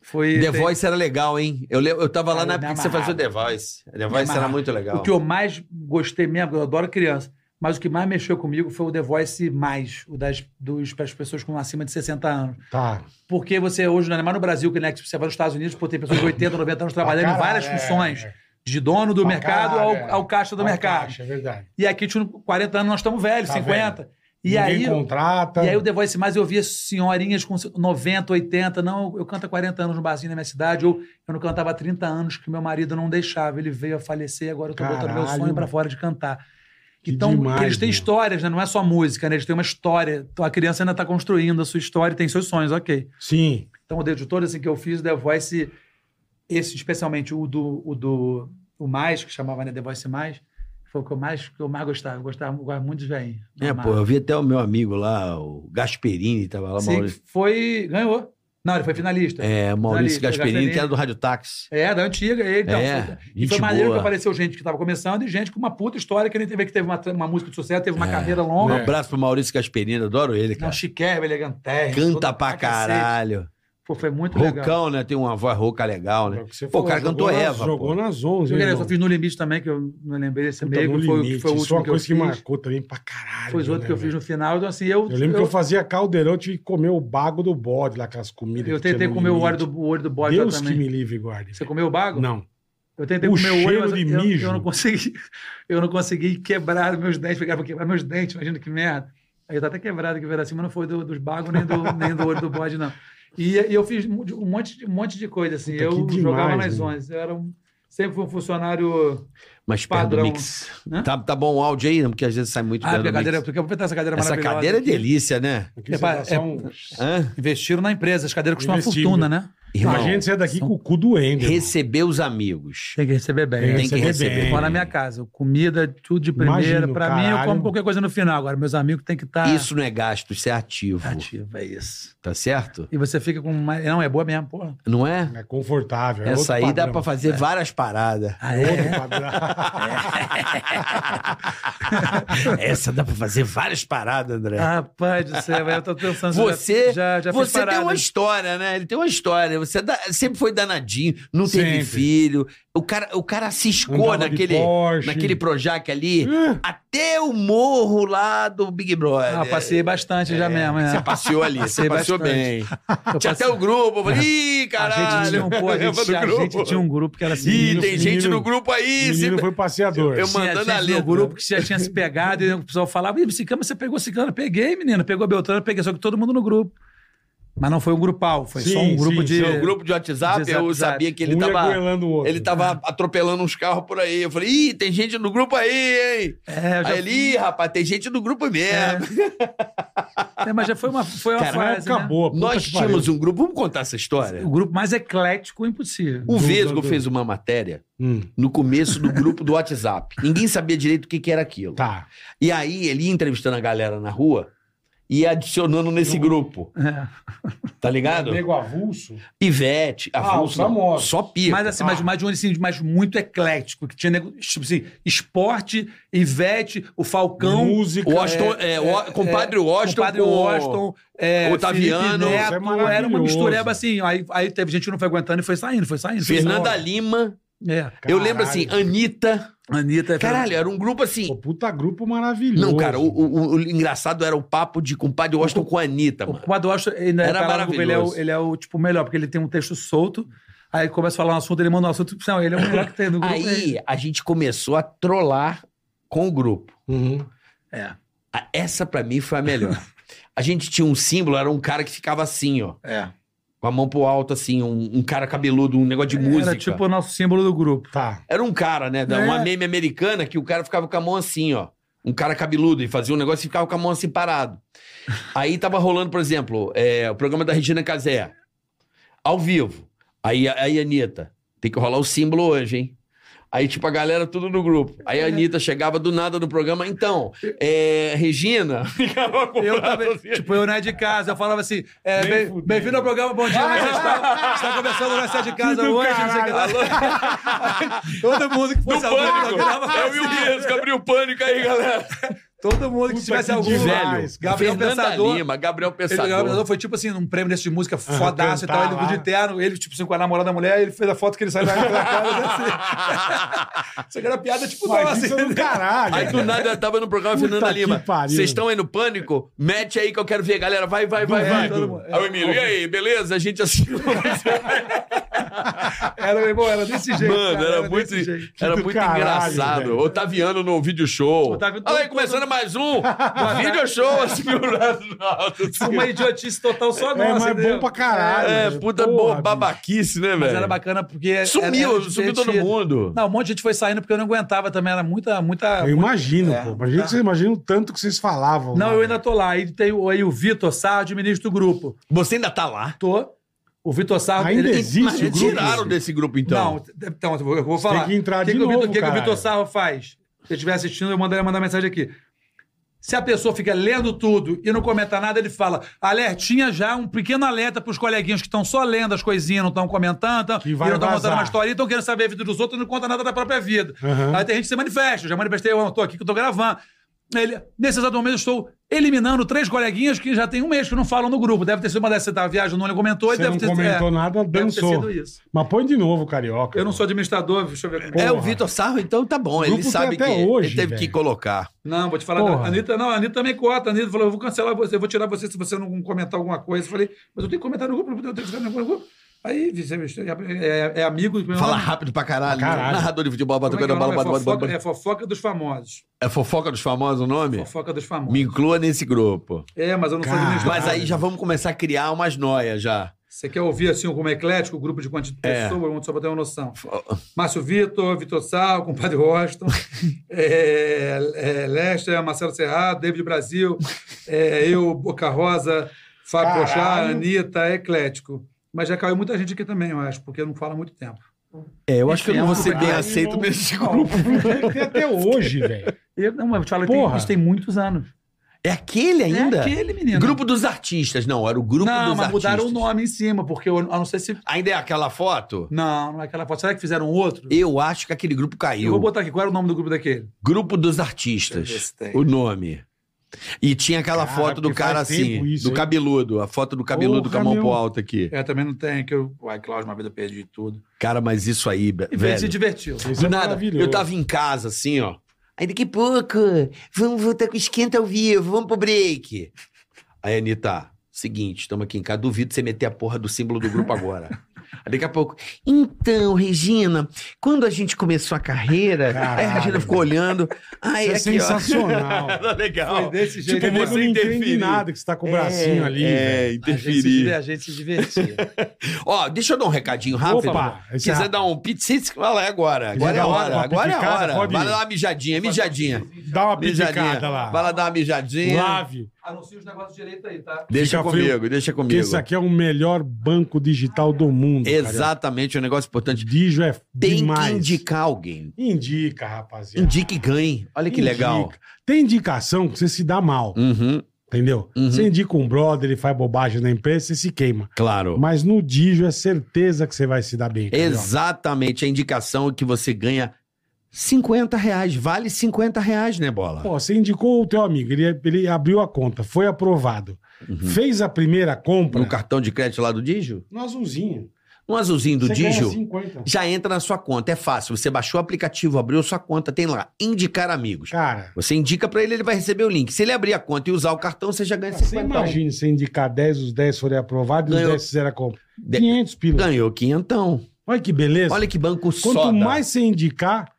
Speaker 4: Foi,
Speaker 3: The
Speaker 4: tem-
Speaker 3: Voice era legal, hein? Eu, le- eu tava lá
Speaker 4: Cara,
Speaker 3: na
Speaker 4: eu
Speaker 3: época
Speaker 4: me
Speaker 3: que você fazia o The Voice. The Voice era
Speaker 4: amarrava.
Speaker 3: muito
Speaker 4: O
Speaker 3: é legal.
Speaker 4: que eu mais gostei mesmo, eu adoro criança, mas o que mais mexeu comigo foi o The Voice Mais, o das dos, para as pessoas com acima de 60 anos.
Speaker 2: Tá.
Speaker 4: Porque você hoje, não é mais no Brasil, que né, que você vai nos Estados Unidos, pô, tem pessoas de 80, 90 anos trabalhando
Speaker 2: Pra
Speaker 4: em várias
Speaker 2: caralho,
Speaker 4: funções.
Speaker 2: é.
Speaker 4: De dono do
Speaker 2: Pra
Speaker 4: mercado
Speaker 2: caralho,
Speaker 4: ao,
Speaker 2: é.
Speaker 4: ao caixa do
Speaker 2: Tá,
Speaker 4: mercado.
Speaker 2: caixa, é verdade.
Speaker 4: E aqui, tipo, 40 anos, nós estamos velhos,
Speaker 2: Tá
Speaker 4: 50. E
Speaker 2: Ninguém
Speaker 4: aí,
Speaker 2: contrata.
Speaker 4: e aí o The Voice Mais eu via senhorinhas com 90, 80. Não, eu canto há 40 anos no barzinho na minha cidade. Ou eu não cantava há 30 anos que meu marido não deixava. Ele veio a falecer e agora eu tô botando meu
Speaker 2: Caralho.
Speaker 4: sonho pra fora de cantar.
Speaker 2: Que
Speaker 4: então,
Speaker 2: demais,
Speaker 4: eles têm
Speaker 2: meu.
Speaker 4: histórias, né? Não é só música, né? Eles têm uma história. Então, a criança ainda tá construindo a sua história e tem seus sonhos, ok.
Speaker 2: Sim.
Speaker 4: Então, o de todo assim que eu fiz, o The Voice, esse especialmente o do, o do o mais, que chamava né, The Voice Mais, foi o que eu mais, que eu mais gostava. Eu gostava, eu gostava muito de velhinho.
Speaker 3: É,
Speaker 4: Amava.
Speaker 3: pô, eu vi até o meu amigo lá, o Gasperini, tava lá,
Speaker 4: Sim,
Speaker 3: Maurício.
Speaker 4: foi. Ganhou. Não, ele foi finalista.
Speaker 3: É,
Speaker 4: É,
Speaker 3: Maurício
Speaker 4: Jornalista,
Speaker 3: Gasperini, que
Speaker 4: Gasperini.
Speaker 3: era do Rádio Táxi.
Speaker 4: da antiga. Ele, então,
Speaker 3: É,
Speaker 4: e foi
Speaker 3: gente
Speaker 4: maneiro
Speaker 3: boa.
Speaker 4: que apareceu gente que tava começando e gente com uma puta história que nem teve, que teve uma, uma música de sucesso, teve uma carreira
Speaker 3: Um
Speaker 4: longa.
Speaker 3: abraço pro Maurício Gasperini, adoro ele,
Speaker 4: Não,
Speaker 3: cara.
Speaker 4: chiquérrimo, elegantérrimo.
Speaker 3: Canta
Speaker 4: todo-
Speaker 3: pra
Speaker 4: cacete.
Speaker 3: caralho.
Speaker 4: Pô, foi muito legal.
Speaker 3: Roucão, né? Tem uma voz rouca legal,
Speaker 2: É
Speaker 3: né?
Speaker 2: o que você
Speaker 3: Pô, o cara
Speaker 2: jogou
Speaker 3: cantou
Speaker 2: nas-
Speaker 3: Eva,
Speaker 2: Jogou
Speaker 3: pô.
Speaker 2: nas 11.
Speaker 4: Eu,
Speaker 2: né,
Speaker 4: eu só
Speaker 2: irmão?
Speaker 4: fiz no limite também, que eu não lembrei desse
Speaker 2: Puta,
Speaker 4: meio,
Speaker 2: no
Speaker 4: que foi,
Speaker 2: limite.
Speaker 4: que foi o
Speaker 2: Isso é
Speaker 4: último
Speaker 2: uma
Speaker 4: que eu
Speaker 2: coisa
Speaker 4: fiz.
Speaker 2: que marcou também pra caralho.
Speaker 4: Foi os outros
Speaker 2: né,
Speaker 4: que eu fiz
Speaker 2: velho?
Speaker 4: no final. Então, assim, eu.
Speaker 2: Eu lembro que eu fazia caldeirão, eu tive que comer o bago do bode lá, aquelas comidas.
Speaker 4: eu
Speaker 2: que tinha
Speaker 4: tentei
Speaker 2: no
Speaker 4: comer o
Speaker 2: limite.
Speaker 4: olho do, o olho do bode lá
Speaker 2: Deus
Speaker 4: também.
Speaker 2: que me livre, guarde.
Speaker 4: Você é comeu o bago?
Speaker 2: Não.
Speaker 4: Eu tentei
Speaker 2: O
Speaker 4: comer o olho,
Speaker 2: cheiro
Speaker 4: mas eu,
Speaker 2: de
Speaker 4: eu-
Speaker 2: mijo.
Speaker 4: eu não consegui. Eu não consegui quebrar meus dentes. Falei, cara, vou quebrar meus dentes, imagina que merda. Aí tá até quebrado aqui, assim, mas não foi do- dos bagos nem do, nem do olho do bode, não. E, e eu fiz mu- de- um monte, de- um monte de coisa, assim.
Speaker 2: Puta,
Speaker 4: eu
Speaker 2: que
Speaker 4: jogava
Speaker 2: demais,
Speaker 4: nas
Speaker 2: né?
Speaker 4: 11. Eu era um- sempre fui um funcionário.
Speaker 3: Mas perto do
Speaker 4: Padrão.
Speaker 3: mix.
Speaker 4: Hã?
Speaker 3: Tá, tá bom o áudio aí, porque às vezes sai muito
Speaker 4: Ah,
Speaker 3: perto
Speaker 4: porque a
Speaker 3: do
Speaker 4: cadeira.
Speaker 3: mix.
Speaker 4: Porque eu vou apertar essa cadeira
Speaker 3: Essa
Speaker 4: maravilhosa.
Speaker 3: cadeira é
Speaker 4: aqui.
Speaker 3: delícia, né?
Speaker 2: Aqui você
Speaker 4: Epa,
Speaker 2: dá só
Speaker 4: é-
Speaker 2: um-
Speaker 3: Hã?
Speaker 4: Investiram na empresa. As cadeiras custam uma
Speaker 2: Investiram.
Speaker 4: fortuna, né?
Speaker 2: A
Speaker 3: Irmão,
Speaker 2: gente sai daqui com o cu doendo. irmão.
Speaker 3: receber os amigos.
Speaker 4: Tem que receber bem.
Speaker 2: Tem
Speaker 4: né?
Speaker 3: Tem que
Speaker 2: receber
Speaker 3: receber.
Speaker 2: bem.
Speaker 4: Fora na minha casa. Comida, é tudo de primeira.
Speaker 2: Imagino,
Speaker 4: Pra mim, eu
Speaker 2: caralho.
Speaker 4: como qualquer coisa no final. Agora, meus amigos têm que estar.
Speaker 3: Isso não é gasto, isso é ativo.
Speaker 4: Ativo, é isso.
Speaker 3: Tá certo?
Speaker 4: E você fica com mais. Não, é boa mesmo, porra.
Speaker 3: Não é?
Speaker 2: É confortável. é outro
Speaker 3: Essa aí dá né?
Speaker 2: padrão.
Speaker 3: pra fazer várias paradas.
Speaker 4: Ah,
Speaker 2: É outro padrão.
Speaker 3: Essa dá pra fazer várias paradas, André.
Speaker 4: Rapaz do céu, eu tô pensando.
Speaker 3: Você,
Speaker 4: já, Ah, já, já fiz
Speaker 3: você tem
Speaker 4: parada. Ah,
Speaker 3: uma história, né? Ele tem uma história. Você é da- sempre foi danadinho, não teve
Speaker 2: Sempre.
Speaker 3: filho. O cara, o cara se escou
Speaker 2: Andava de
Speaker 3: naquele,
Speaker 2: Porsche.
Speaker 3: naquele Projac ali,
Speaker 2: Hum.
Speaker 3: até o morro lá do Big Brother.
Speaker 4: Ah, passei bastante já mesmo,
Speaker 3: É. Você
Speaker 4: né?
Speaker 3: passeou ali, você
Speaker 4: Passei
Speaker 3: passeou
Speaker 4: bastante.
Speaker 3: bem.
Speaker 4: Eu
Speaker 3: Tinha até
Speaker 4: passei-
Speaker 3: o grupo. Eu falei, ih,
Speaker 4: A gente tinha
Speaker 3: caralho.
Speaker 4: um, pô, a
Speaker 3: Lembra
Speaker 4: gente,
Speaker 3: do
Speaker 4: tinha- a
Speaker 3: grupo?
Speaker 4: gente tinha um grupo que era assim.
Speaker 3: Ih, tem
Speaker 2: Menino-
Speaker 3: gente no
Speaker 2: menino-
Speaker 3: grupo aí.
Speaker 2: menino
Speaker 3: se-
Speaker 2: foi passeador.
Speaker 3: Eu
Speaker 4: Tinha
Speaker 3: mandando
Speaker 4: gente
Speaker 3: a letra.
Speaker 4: no grupo que já tinha se pegado e o pessoal falava: Ih, Cicama, você pegou Cicano? Peguei, menino. Pegou Beltrano, peguei. Só que todo mundo no grupo. Mas não foi um grupal, foi só
Speaker 2: Sim,
Speaker 4: um grupo
Speaker 2: sim,
Speaker 4: de.
Speaker 2: sim,
Speaker 4: Foi
Speaker 2: um
Speaker 3: O é grupo de WhatsApp,
Speaker 4: De
Speaker 3: eu
Speaker 4: WhatsApp.
Speaker 3: sabia que ele
Speaker 2: um ia
Speaker 3: tava.
Speaker 2: goelando o outro.
Speaker 3: Ele tava atropelando uns carros por aí. Eu falei, ih, tem gente no grupo aí, hein?
Speaker 4: É, eu já-
Speaker 3: Aí ele, ih, rapaz, tem gente no grupo mesmo.
Speaker 4: É, mas já foi uma, foi uma
Speaker 2: Cara, mas
Speaker 4: fase. né?
Speaker 2: acabou. puta
Speaker 3: Nós
Speaker 2: que pariu.
Speaker 3: tínhamos um grupo, vamos contar essa história?
Speaker 4: O grupo mais eclético impossível.
Speaker 2: Do-
Speaker 3: O Vesgo
Speaker 2: do- do-
Speaker 3: fez uma matéria
Speaker 2: Hum,
Speaker 3: no começo do grupo do WhatsApp. Ninguém sabia direito o que, que era aquilo.
Speaker 2: tá.
Speaker 3: E aí ele ia entrevistando a galera na rua e ia adicionando nesse grupo,
Speaker 4: É.
Speaker 3: tá ligado?
Speaker 2: Nego avulso.
Speaker 3: Ivete, a
Speaker 2: Ah, os
Speaker 3: Vulsa,
Speaker 2: famosos.
Speaker 3: só pica.
Speaker 4: Mas assim,
Speaker 2: Ah.
Speaker 4: mas, mas de um assim, mas muito eclético. Que tinha nego- tipo assim, esporte, Ivete, o Falcão,
Speaker 2: Música.
Speaker 3: Washington, é, o- compadre Washington,
Speaker 4: compadre
Speaker 3: com-
Speaker 4: Washington, é,
Speaker 3: Otaviano.
Speaker 4: Felipe Neto,
Speaker 2: Isso é maravilhoso.
Speaker 4: era uma mistureba assim. Aí, aí teve gente que não foi aguentando e foi saindo, foi saindo. foi
Speaker 3: Fernanda
Speaker 2: Senhora.
Speaker 3: Lima.
Speaker 4: saindo. É.
Speaker 2: Caralho.
Speaker 3: Eu lembro assim, Anitta.
Speaker 4: Anitta.
Speaker 3: Caralho, era um grupo
Speaker 2: Pô,
Speaker 3: assim.
Speaker 2: puta grupo maravilhoso.
Speaker 3: Não, cara, o, o- o engraçado era o papo de compadre Washington com a Anitta,
Speaker 4: O
Speaker 3: mano.
Speaker 4: Padre Washington, ele,
Speaker 3: Era
Speaker 4: era ele é o,
Speaker 3: maravilhoso.
Speaker 4: ele é o tipo melhor, porque ele tem um texto solto, aí começa a falar um assunto, ele manda um assunto. Não, ele é o melhor que tem no grupo.
Speaker 3: Aí a gente começou a trollar com o grupo.
Speaker 2: Uhum.
Speaker 4: É.
Speaker 3: A- Essa pra mim foi a melhor. A gente tinha um símbolo, era um cara que ficava assim, ó.
Speaker 4: É.
Speaker 3: Com a mão pro alto, assim, um, um cara cabeludo, um negócio de música.
Speaker 4: Era tipo o nosso símbolo do grupo.
Speaker 2: Tá.
Speaker 3: Era um cara, né? da-
Speaker 4: É.
Speaker 3: Uma meme americana que o cara ficava com a mão assim, ó. Um cara cabeludo e fazia um negócio e ficava com a mão assim parado. Aí tava rolando, por exemplo, é, o programa da Regina Casé. Ao vivo. Aí, a- aí a Anitta, tem que rolar o símbolo hoje, hein? Aí, tipo, a galera tudo no grupo. Aí
Speaker 4: É.
Speaker 3: a Anitta chegava do nada no programa. Então, é, Regina... Ficava com o
Speaker 4: Eu
Speaker 3: braço
Speaker 4: também,
Speaker 3: assim.
Speaker 4: tipo, eu não é de casa, eu falava assim, é,
Speaker 2: Nem
Speaker 4: bem-
Speaker 2: fudendo.
Speaker 4: bem-vindo ao programa, bom dia, mas está, está começando o Nossa de
Speaker 2: Que
Speaker 4: Casa
Speaker 2: do
Speaker 4: hoje, não sei o que lá.
Speaker 2: caralho.
Speaker 4: Todo mundo que fosse
Speaker 3: No
Speaker 4: algum
Speaker 3: pânico.
Speaker 4: programa, assim,
Speaker 3: Eu e É o Biesco, abriu o pânico aí, galera.
Speaker 4: todo mundo que
Speaker 2: Puta,
Speaker 4: tivesse
Speaker 2: que
Speaker 4: algum...
Speaker 2: velho.
Speaker 4: Gabriel
Speaker 3: Fernanda
Speaker 4: Pensador,
Speaker 3: Lima, Gabriel
Speaker 4: Ele
Speaker 3: Pensador.
Speaker 4: jogava Pensador foi tipo assim, num prêmio desse de música fodaço e
Speaker 2: cantar
Speaker 4: tal. Ele
Speaker 2: lá.
Speaker 4: de terno, ele, tipo assim, com a namorada da mulher, ele fez a foto que ele saiu da da casa. Assim. Isso aqui era piada, tipo,
Speaker 2: Mas
Speaker 4: nossa.
Speaker 2: isso é do
Speaker 4: entendeu?
Speaker 2: caralho.
Speaker 3: Aí do nada eu tava no programa
Speaker 2: Puta
Speaker 3: Fernanda
Speaker 2: que
Speaker 3: Lima.
Speaker 2: pariu.
Speaker 3: Vocês estão aí no pânico? Mete aí que eu quero ver, galera. Vai, vai,
Speaker 4: É,
Speaker 3: vai, vai.
Speaker 2: Duvido.
Speaker 3: Aí o Emílio, e aí, beleza? A gente assistiu.
Speaker 4: Era, meu irmão, era desse jeito.
Speaker 3: Mano,
Speaker 4: cara,
Speaker 3: era muito,
Speaker 4: desse jeito.
Speaker 3: era
Speaker 2: do
Speaker 3: muito
Speaker 2: caralho,
Speaker 3: engraçado.
Speaker 2: velho.
Speaker 3: Otaviano no vídeo show.
Speaker 4: Otávio todo-
Speaker 3: Olha aí, começando mais um. vídeo show. assim, o Ronaldo.
Speaker 4: Uma idiotice total só nossa.
Speaker 2: É, mas é
Speaker 4: entendeu?
Speaker 2: bom pra caralho.
Speaker 3: É,
Speaker 2: velho.
Speaker 3: puta
Speaker 2: Porra,
Speaker 3: bo- babaquice, né,
Speaker 4: Mas era
Speaker 3: velho?
Speaker 4: bacana porque... era-
Speaker 3: Sumiu,
Speaker 4: era
Speaker 3: sumiu todo
Speaker 4: divertido.
Speaker 3: mundo.
Speaker 4: Não, um monte de gente foi saindo porque eu não aguentava também. Era muita, muita...
Speaker 2: Eu imagino,
Speaker 4: É,
Speaker 2: pô. Imagina,
Speaker 4: tá.
Speaker 2: você imagina o tanto que vocês falavam.
Speaker 4: Não,
Speaker 2: lá.
Speaker 4: eu ainda tô lá. Aí tem o, aí o Vitor Sardi, ministro do grupo.
Speaker 3: Você ainda tá lá?
Speaker 4: Tô. O Vitor Sardi...
Speaker 2: Ainda existe
Speaker 3: Mas
Speaker 2: o grupo?
Speaker 3: tiraram desse grupo, então.
Speaker 4: Não, então, eu vou- eu vou falar.
Speaker 2: tem que entrar
Speaker 4: O que
Speaker 2: de
Speaker 4: que o Vitor-
Speaker 2: novo,
Speaker 4: O que, que o
Speaker 2: caralho.
Speaker 4: Vitor Sarro faz? Se ele estiver assistindo, eu mandaria mandar mensagem aqui. Se a pessoa fica lendo tudo e não comenta nada, ele fala: alertinha já, um pequeno alerta para os coleguinhas que estão só lendo as coisinhas, não estão comentando, tão,
Speaker 2: Que vai
Speaker 4: e não estão
Speaker 2: vazar.
Speaker 4: contando uma história, estão querendo saber a vida dos outros e não conta nada da própria vida.
Speaker 2: Aham.
Speaker 4: Aí tem gente que se manifesta, eu já manifestei, eu estou aqui que eu estou gravando. Ele, nesse exato momento, eu estou eliminando três coleguinhas que já tem um mês que não falam no grupo. Deve ter sido uma dessas que você estava viajando, não comentou, e
Speaker 2: Você
Speaker 4: deve
Speaker 2: não
Speaker 4: ter
Speaker 2: comentou
Speaker 4: é,
Speaker 2: nada,
Speaker 4: deve ter
Speaker 2: dançou.
Speaker 4: sido isso.
Speaker 2: Mas põe de novo, carioca.
Speaker 4: Eu não sou administrador, deixa eu ver. como-
Speaker 2: Porra.
Speaker 3: É, o Vitor Sarro, então tá bom.
Speaker 2: grupo
Speaker 3: Ele
Speaker 2: tem
Speaker 3: sabe que
Speaker 2: até hoje,
Speaker 3: ele teve que
Speaker 2: velho.
Speaker 3: colocar.
Speaker 4: Não, vou te falar.
Speaker 2: Porra.
Speaker 4: A Anitta, não, a Anitta também cota. A Anitta falou: eu vou cancelar você, eu vou tirar você se você não comentar alguma coisa. Eu falei, mas eu tenho que comentar no grupo, eu tenho que ficar no grupo. Aí, você é, é, é amigo. meu
Speaker 3: Fala
Speaker 4: nome-
Speaker 3: rápido pra caralho. né?
Speaker 2: Caralho.
Speaker 3: Narrador de futebol, bota
Speaker 4: Como é,
Speaker 3: é,
Speaker 4: que é, o
Speaker 3: bola,
Speaker 4: nome? é,
Speaker 3: bota, bota,
Speaker 4: fofoca,
Speaker 3: bota.
Speaker 4: é fofoca dos famosos.
Speaker 3: É fofoca dos famosos o nome?
Speaker 4: Fofoca dos famosos.
Speaker 3: Me inclua nesse grupo.
Speaker 4: É, mas eu não sou
Speaker 3: Ah.
Speaker 2: Cara.
Speaker 4: administrador.
Speaker 3: Mas aí já vamos começar a criar umas noias já.
Speaker 4: Você quer ouvir assim como eclético, o grupo de quantas
Speaker 3: É.
Speaker 4: pessoas, só para ter uma noção. Márcio Vitor, Vitor Sal, compadre Washington, é, é, Lester, Marcelo Serrado, David Brasil, é, eu, Boca Rosa, Fábio
Speaker 2: Caralho.
Speaker 4: Pochá, Anitta, é Eclético. Mas já caiu muita gente aqui também, eu acho, porque não fala há muito tempo.
Speaker 3: É, eu acho que eu não vou ser bem
Speaker 2: Caralho.
Speaker 3: aceito nesse
Speaker 2: Não,
Speaker 3: grupo.
Speaker 2: tem até hoje, velho.
Speaker 4: não, mas eu te falo,
Speaker 2: tem-
Speaker 4: tem,
Speaker 2: isso
Speaker 4: isso
Speaker 2: tem
Speaker 4: tem muitos anos.
Speaker 3: É aquele ainda?
Speaker 4: É aquele, menino.
Speaker 3: Grupo dos artistas. Não, era o grupo
Speaker 4: não,
Speaker 3: dos
Speaker 4: mas
Speaker 3: artistas.
Speaker 4: mudaram o nome em cima, porque eu, eu não sei se...
Speaker 3: Ainda é aquela foto?
Speaker 4: Não, não é aquela foto. Será que fizeram outro?
Speaker 3: Eu acho que aquele grupo
Speaker 4: Eu
Speaker 3: caiu.
Speaker 4: vou botar aqui, qual era o nome do grupo daquele?
Speaker 3: Grupo dos
Speaker 4: Deixa eu ver
Speaker 3: artistas.
Speaker 4: se tem.
Speaker 3: O nome. E tinha aquela
Speaker 2: Cara,
Speaker 3: foto do
Speaker 2: porque
Speaker 3: cara
Speaker 2: faz tempo
Speaker 3: assim,
Speaker 2: isso,
Speaker 3: do
Speaker 2: hein?
Speaker 3: cabeludo. A foto do cabeludo
Speaker 2: Porra,
Speaker 3: com a mão
Speaker 2: meu.
Speaker 3: pro alto aqui.
Speaker 4: É, também não tem, que eu... Uai, Cláudio, uma vez eu perdi tudo.
Speaker 3: Cara, mas isso aí,
Speaker 4: E
Speaker 3: velho.
Speaker 4: se divertiu.
Speaker 2: Isso
Speaker 3: Do
Speaker 2: é
Speaker 3: nada.
Speaker 2: maravilhoso.
Speaker 3: Eu tava em casa, assim, ó. Aí daqui a pouco, vamos voltar com esquenta ao vivo, vamos pro break. Aí, Anitta, seguinte, estamos aqui em casa. Duvido você meter a porra do símbolo do grupo agora. Aí daqui a pouco. Então, Regina, quando a gente começou a carreira, aí a
Speaker 2: Caralho.
Speaker 3: Regina ficou olhando. Ai,
Speaker 2: Isso é
Speaker 3: aqui, ó."
Speaker 2: sensacional.
Speaker 3: Era legal.
Speaker 4: Foi desse jeito.
Speaker 2: Tipo,
Speaker 4: né?
Speaker 2: você não entende
Speaker 5: interferiu.
Speaker 2: nada que você tá com o bracinho
Speaker 3: É,
Speaker 2: ali. velho.
Speaker 5: É,
Speaker 4: a, gente se diver-
Speaker 5: interferir.
Speaker 4: a gente se divertia.
Speaker 3: Ó, deixa eu dar um recadinho rápido.
Speaker 2: Opa, esse é
Speaker 3: Quiser
Speaker 2: rápido.
Speaker 3: dar um pizzitz, vai lá, é agora. Agora é
Speaker 2: dar
Speaker 3: a
Speaker 2: uma-
Speaker 3: hora,
Speaker 2: uma
Speaker 3: agora é a
Speaker 2: pipicada,
Speaker 3: hora.
Speaker 2: pode
Speaker 3: Vai
Speaker 2: ir.
Speaker 3: lá, dar uma mijadinha, mijadinha.
Speaker 2: Dá um- uma
Speaker 3: Mijadinha.
Speaker 2: picada lá.
Speaker 3: Vai lá dar uma mijadinha.
Speaker 2: Lave.
Speaker 4: Anuncia os negócios direito aí, tá?
Speaker 3: Deixa
Speaker 2: Fica
Speaker 3: comigo,
Speaker 2: frio.
Speaker 3: deixa
Speaker 2: Porque
Speaker 3: comigo.
Speaker 2: esse aqui é o melhor banco digital do mundo. cara.
Speaker 3: Exatamente, é um negócio importante.
Speaker 2: Dijo é
Speaker 3: Tem
Speaker 2: demais.
Speaker 3: que indicar alguém.
Speaker 2: Indica, rapaziada.
Speaker 3: Indique e ganhe. Olha que
Speaker 2: Indica.
Speaker 3: legal.
Speaker 2: Tem indicação que você se dá mal,
Speaker 3: Uhum,
Speaker 2: entendeu?
Speaker 3: Uhum.
Speaker 2: Você indica um brother, ele faz bobagem na empresa, você se queima.
Speaker 3: claro.
Speaker 2: Mas no Dijo é certeza que você vai se dar bem. carioca.
Speaker 3: Exatamente, a indicação é que você ganha 50 reais. Vale 50 reais, né, Bola?
Speaker 2: Pô, você indicou o teu amigo, ele, ele abriu a conta, foi aprovado. Fez a primeira compra,
Speaker 3: Uhum. No cartão de crédito lá do Digio?
Speaker 2: no azulzinho.
Speaker 3: No azulzinho do
Speaker 2: Você ganha assim-
Speaker 3: Digio?
Speaker 2: 50.
Speaker 3: já entra na sua conta. É fácil. Você baixou o aplicativo, abriu sua conta, tem lá, indicar amigos.
Speaker 2: Cara,
Speaker 3: Você indica pra ele, ele vai receber o link. Se ele abrir a conta e usar o cartão, você já ganha
Speaker 2: você
Speaker 3: 50.
Speaker 2: imagina você indicar 10, os 10 forem aprovados e os
Speaker 3: Ganhou.
Speaker 2: 10 fizeram a compra.
Speaker 3: De-
Speaker 2: 500 pila.
Speaker 3: Ganhou quinhentão.
Speaker 2: Olha que beleza.
Speaker 3: Olha que banco
Speaker 2: Quanto
Speaker 3: soda.
Speaker 2: mais você indicar,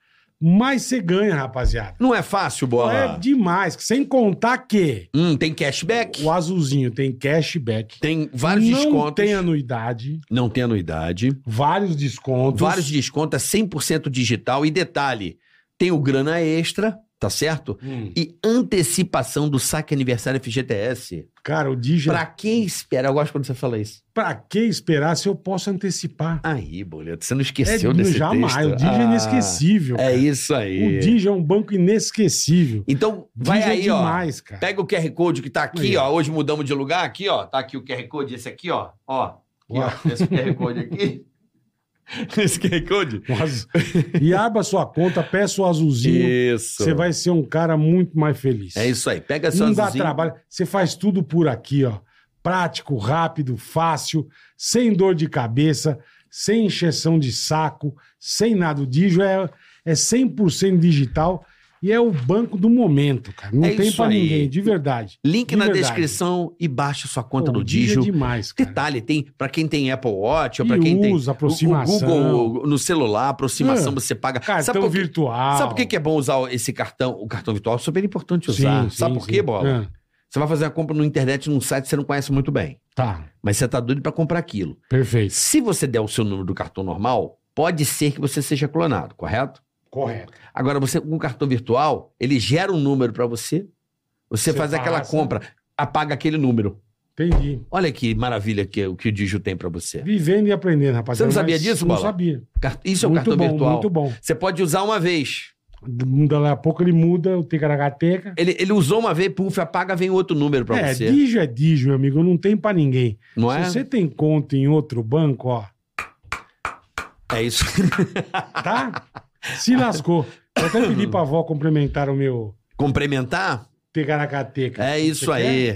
Speaker 2: mais você ganha, rapaziada.
Speaker 3: Não é fácil,
Speaker 2: Pô,
Speaker 3: bola.
Speaker 2: É demais. Sem contar que
Speaker 3: Hum, tem cashback,
Speaker 2: o azulzinho tem cashback.
Speaker 3: tem vários
Speaker 2: não
Speaker 3: descontos.
Speaker 2: tem anuidade,
Speaker 3: Não tem anuidade.
Speaker 2: vários descontos.
Speaker 3: Vários descontos, é 100% digital. E detalhe, tem o grana extra, tá certo?
Speaker 2: Hum.
Speaker 3: E antecipação do saque aniversário FGTS.
Speaker 2: Cara, o Digi, pra...
Speaker 3: Pra quem esperar? Eu gosto quando você fala isso.
Speaker 2: que esperar se eu posso antecipar?
Speaker 3: Aí, boleto, você não esqueceu
Speaker 2: É,
Speaker 3: desse
Speaker 2: jamais.
Speaker 3: texto.
Speaker 2: O Digi é
Speaker 3: Ah,
Speaker 2: inesquecível.
Speaker 3: É
Speaker 2: cara.
Speaker 3: isso aí.
Speaker 2: O Digi é um banco inesquecível.
Speaker 3: Então,
Speaker 2: Digi
Speaker 3: vai
Speaker 2: é
Speaker 3: aí, ó.
Speaker 2: demais, cara.
Speaker 3: Pega o QR Code que tá aqui,
Speaker 2: Aí.
Speaker 3: ó. Hoje mudamos de lugar aqui, ó. Tá aqui o QR Code, esse aqui, ó. Ó, aqui, ó. esse QR Code aqui. esse QR Code?
Speaker 2: O azul- Um E abra sua conta, peça o azulzinho.
Speaker 3: Isso.
Speaker 2: Você vai ser um cara muito mais feliz.
Speaker 3: É isso aí. Pega seu
Speaker 2: Não dá
Speaker 3: azulzinho.
Speaker 2: trabalho. Você faz tudo por aqui, ó. Prático, rápido, fácil, sem dor de cabeça, sem encheção de saco, sem nada. O Digio é, é 100% digital e é o banco do momento, cara. Não
Speaker 3: É
Speaker 2: tem
Speaker 3: isso
Speaker 2: pra
Speaker 3: aí.
Speaker 2: ninguém, de verdade.
Speaker 3: Link
Speaker 2: De
Speaker 3: na
Speaker 2: verdade.
Speaker 3: descrição e baixa sua
Speaker 2: Pô,
Speaker 3: conta
Speaker 2: o
Speaker 3: do
Speaker 2: Digio
Speaker 3: Digio.
Speaker 2: é demais, cara.
Speaker 3: Detalhe, tem para quem tem Apple Watch ou
Speaker 2: E
Speaker 3: para quem tem
Speaker 2: usa,
Speaker 3: o-
Speaker 2: aproximação.
Speaker 3: o Google no celular, aproximação,
Speaker 2: É.
Speaker 3: você paga.
Speaker 2: Cartão
Speaker 3: por quê?
Speaker 2: virtual.
Speaker 3: Sabe por que que é bom usar esse cartão, o cartão virtual? É super importante
Speaker 2: Sim,
Speaker 3: usar.
Speaker 2: sim,
Speaker 3: Sabe por
Speaker 2: sim.
Speaker 3: quê, Bola?
Speaker 2: Ah,
Speaker 3: Você vai fazer a compra na internet, num site que você não conhece muito bem.
Speaker 2: tá,
Speaker 3: Mas você tá doido pra comprar aquilo.
Speaker 2: perfeito.
Speaker 3: Se você der o seu número do cartão normal, pode ser que você seja clonado, correto?
Speaker 2: Correto.
Speaker 3: Agora, você com o cartão virtual, ele gera um número pra você, você,
Speaker 2: Você
Speaker 3: faz aquela
Speaker 2: passa.
Speaker 3: compra, apaga aquele número.
Speaker 2: Entendi.
Speaker 3: Olha que maravilha que, o que o Digio tem pra você.
Speaker 2: Vivendo e aprendendo, rapaziada.
Speaker 3: Você não sabia
Speaker 2: mas
Speaker 3: disso,
Speaker 2: Não
Speaker 3: Bola?
Speaker 2: sabia.
Speaker 3: Car- Isso é um
Speaker 2: muito
Speaker 3: cartão
Speaker 2: bom,
Speaker 3: virtual.
Speaker 2: Muito bom.
Speaker 3: Você pode usar uma vez.
Speaker 2: Daqui a pouco ele muda o Ticaracateca.
Speaker 3: Ele, ele usou uma vez, puf, apaga, vem outro número pra
Speaker 2: É,
Speaker 3: você.
Speaker 2: Digio é Digio, meu amigo, não tem pra ninguém.
Speaker 3: Não
Speaker 2: Se
Speaker 3: é?
Speaker 2: você tem conta em outro banco, ó,
Speaker 3: É isso.
Speaker 2: tá? Se lascou. Vou até pedir pra avó complementar o meu
Speaker 3: Complementar?
Speaker 2: Ticaracateca.
Speaker 3: É isso
Speaker 2: Você
Speaker 3: aí.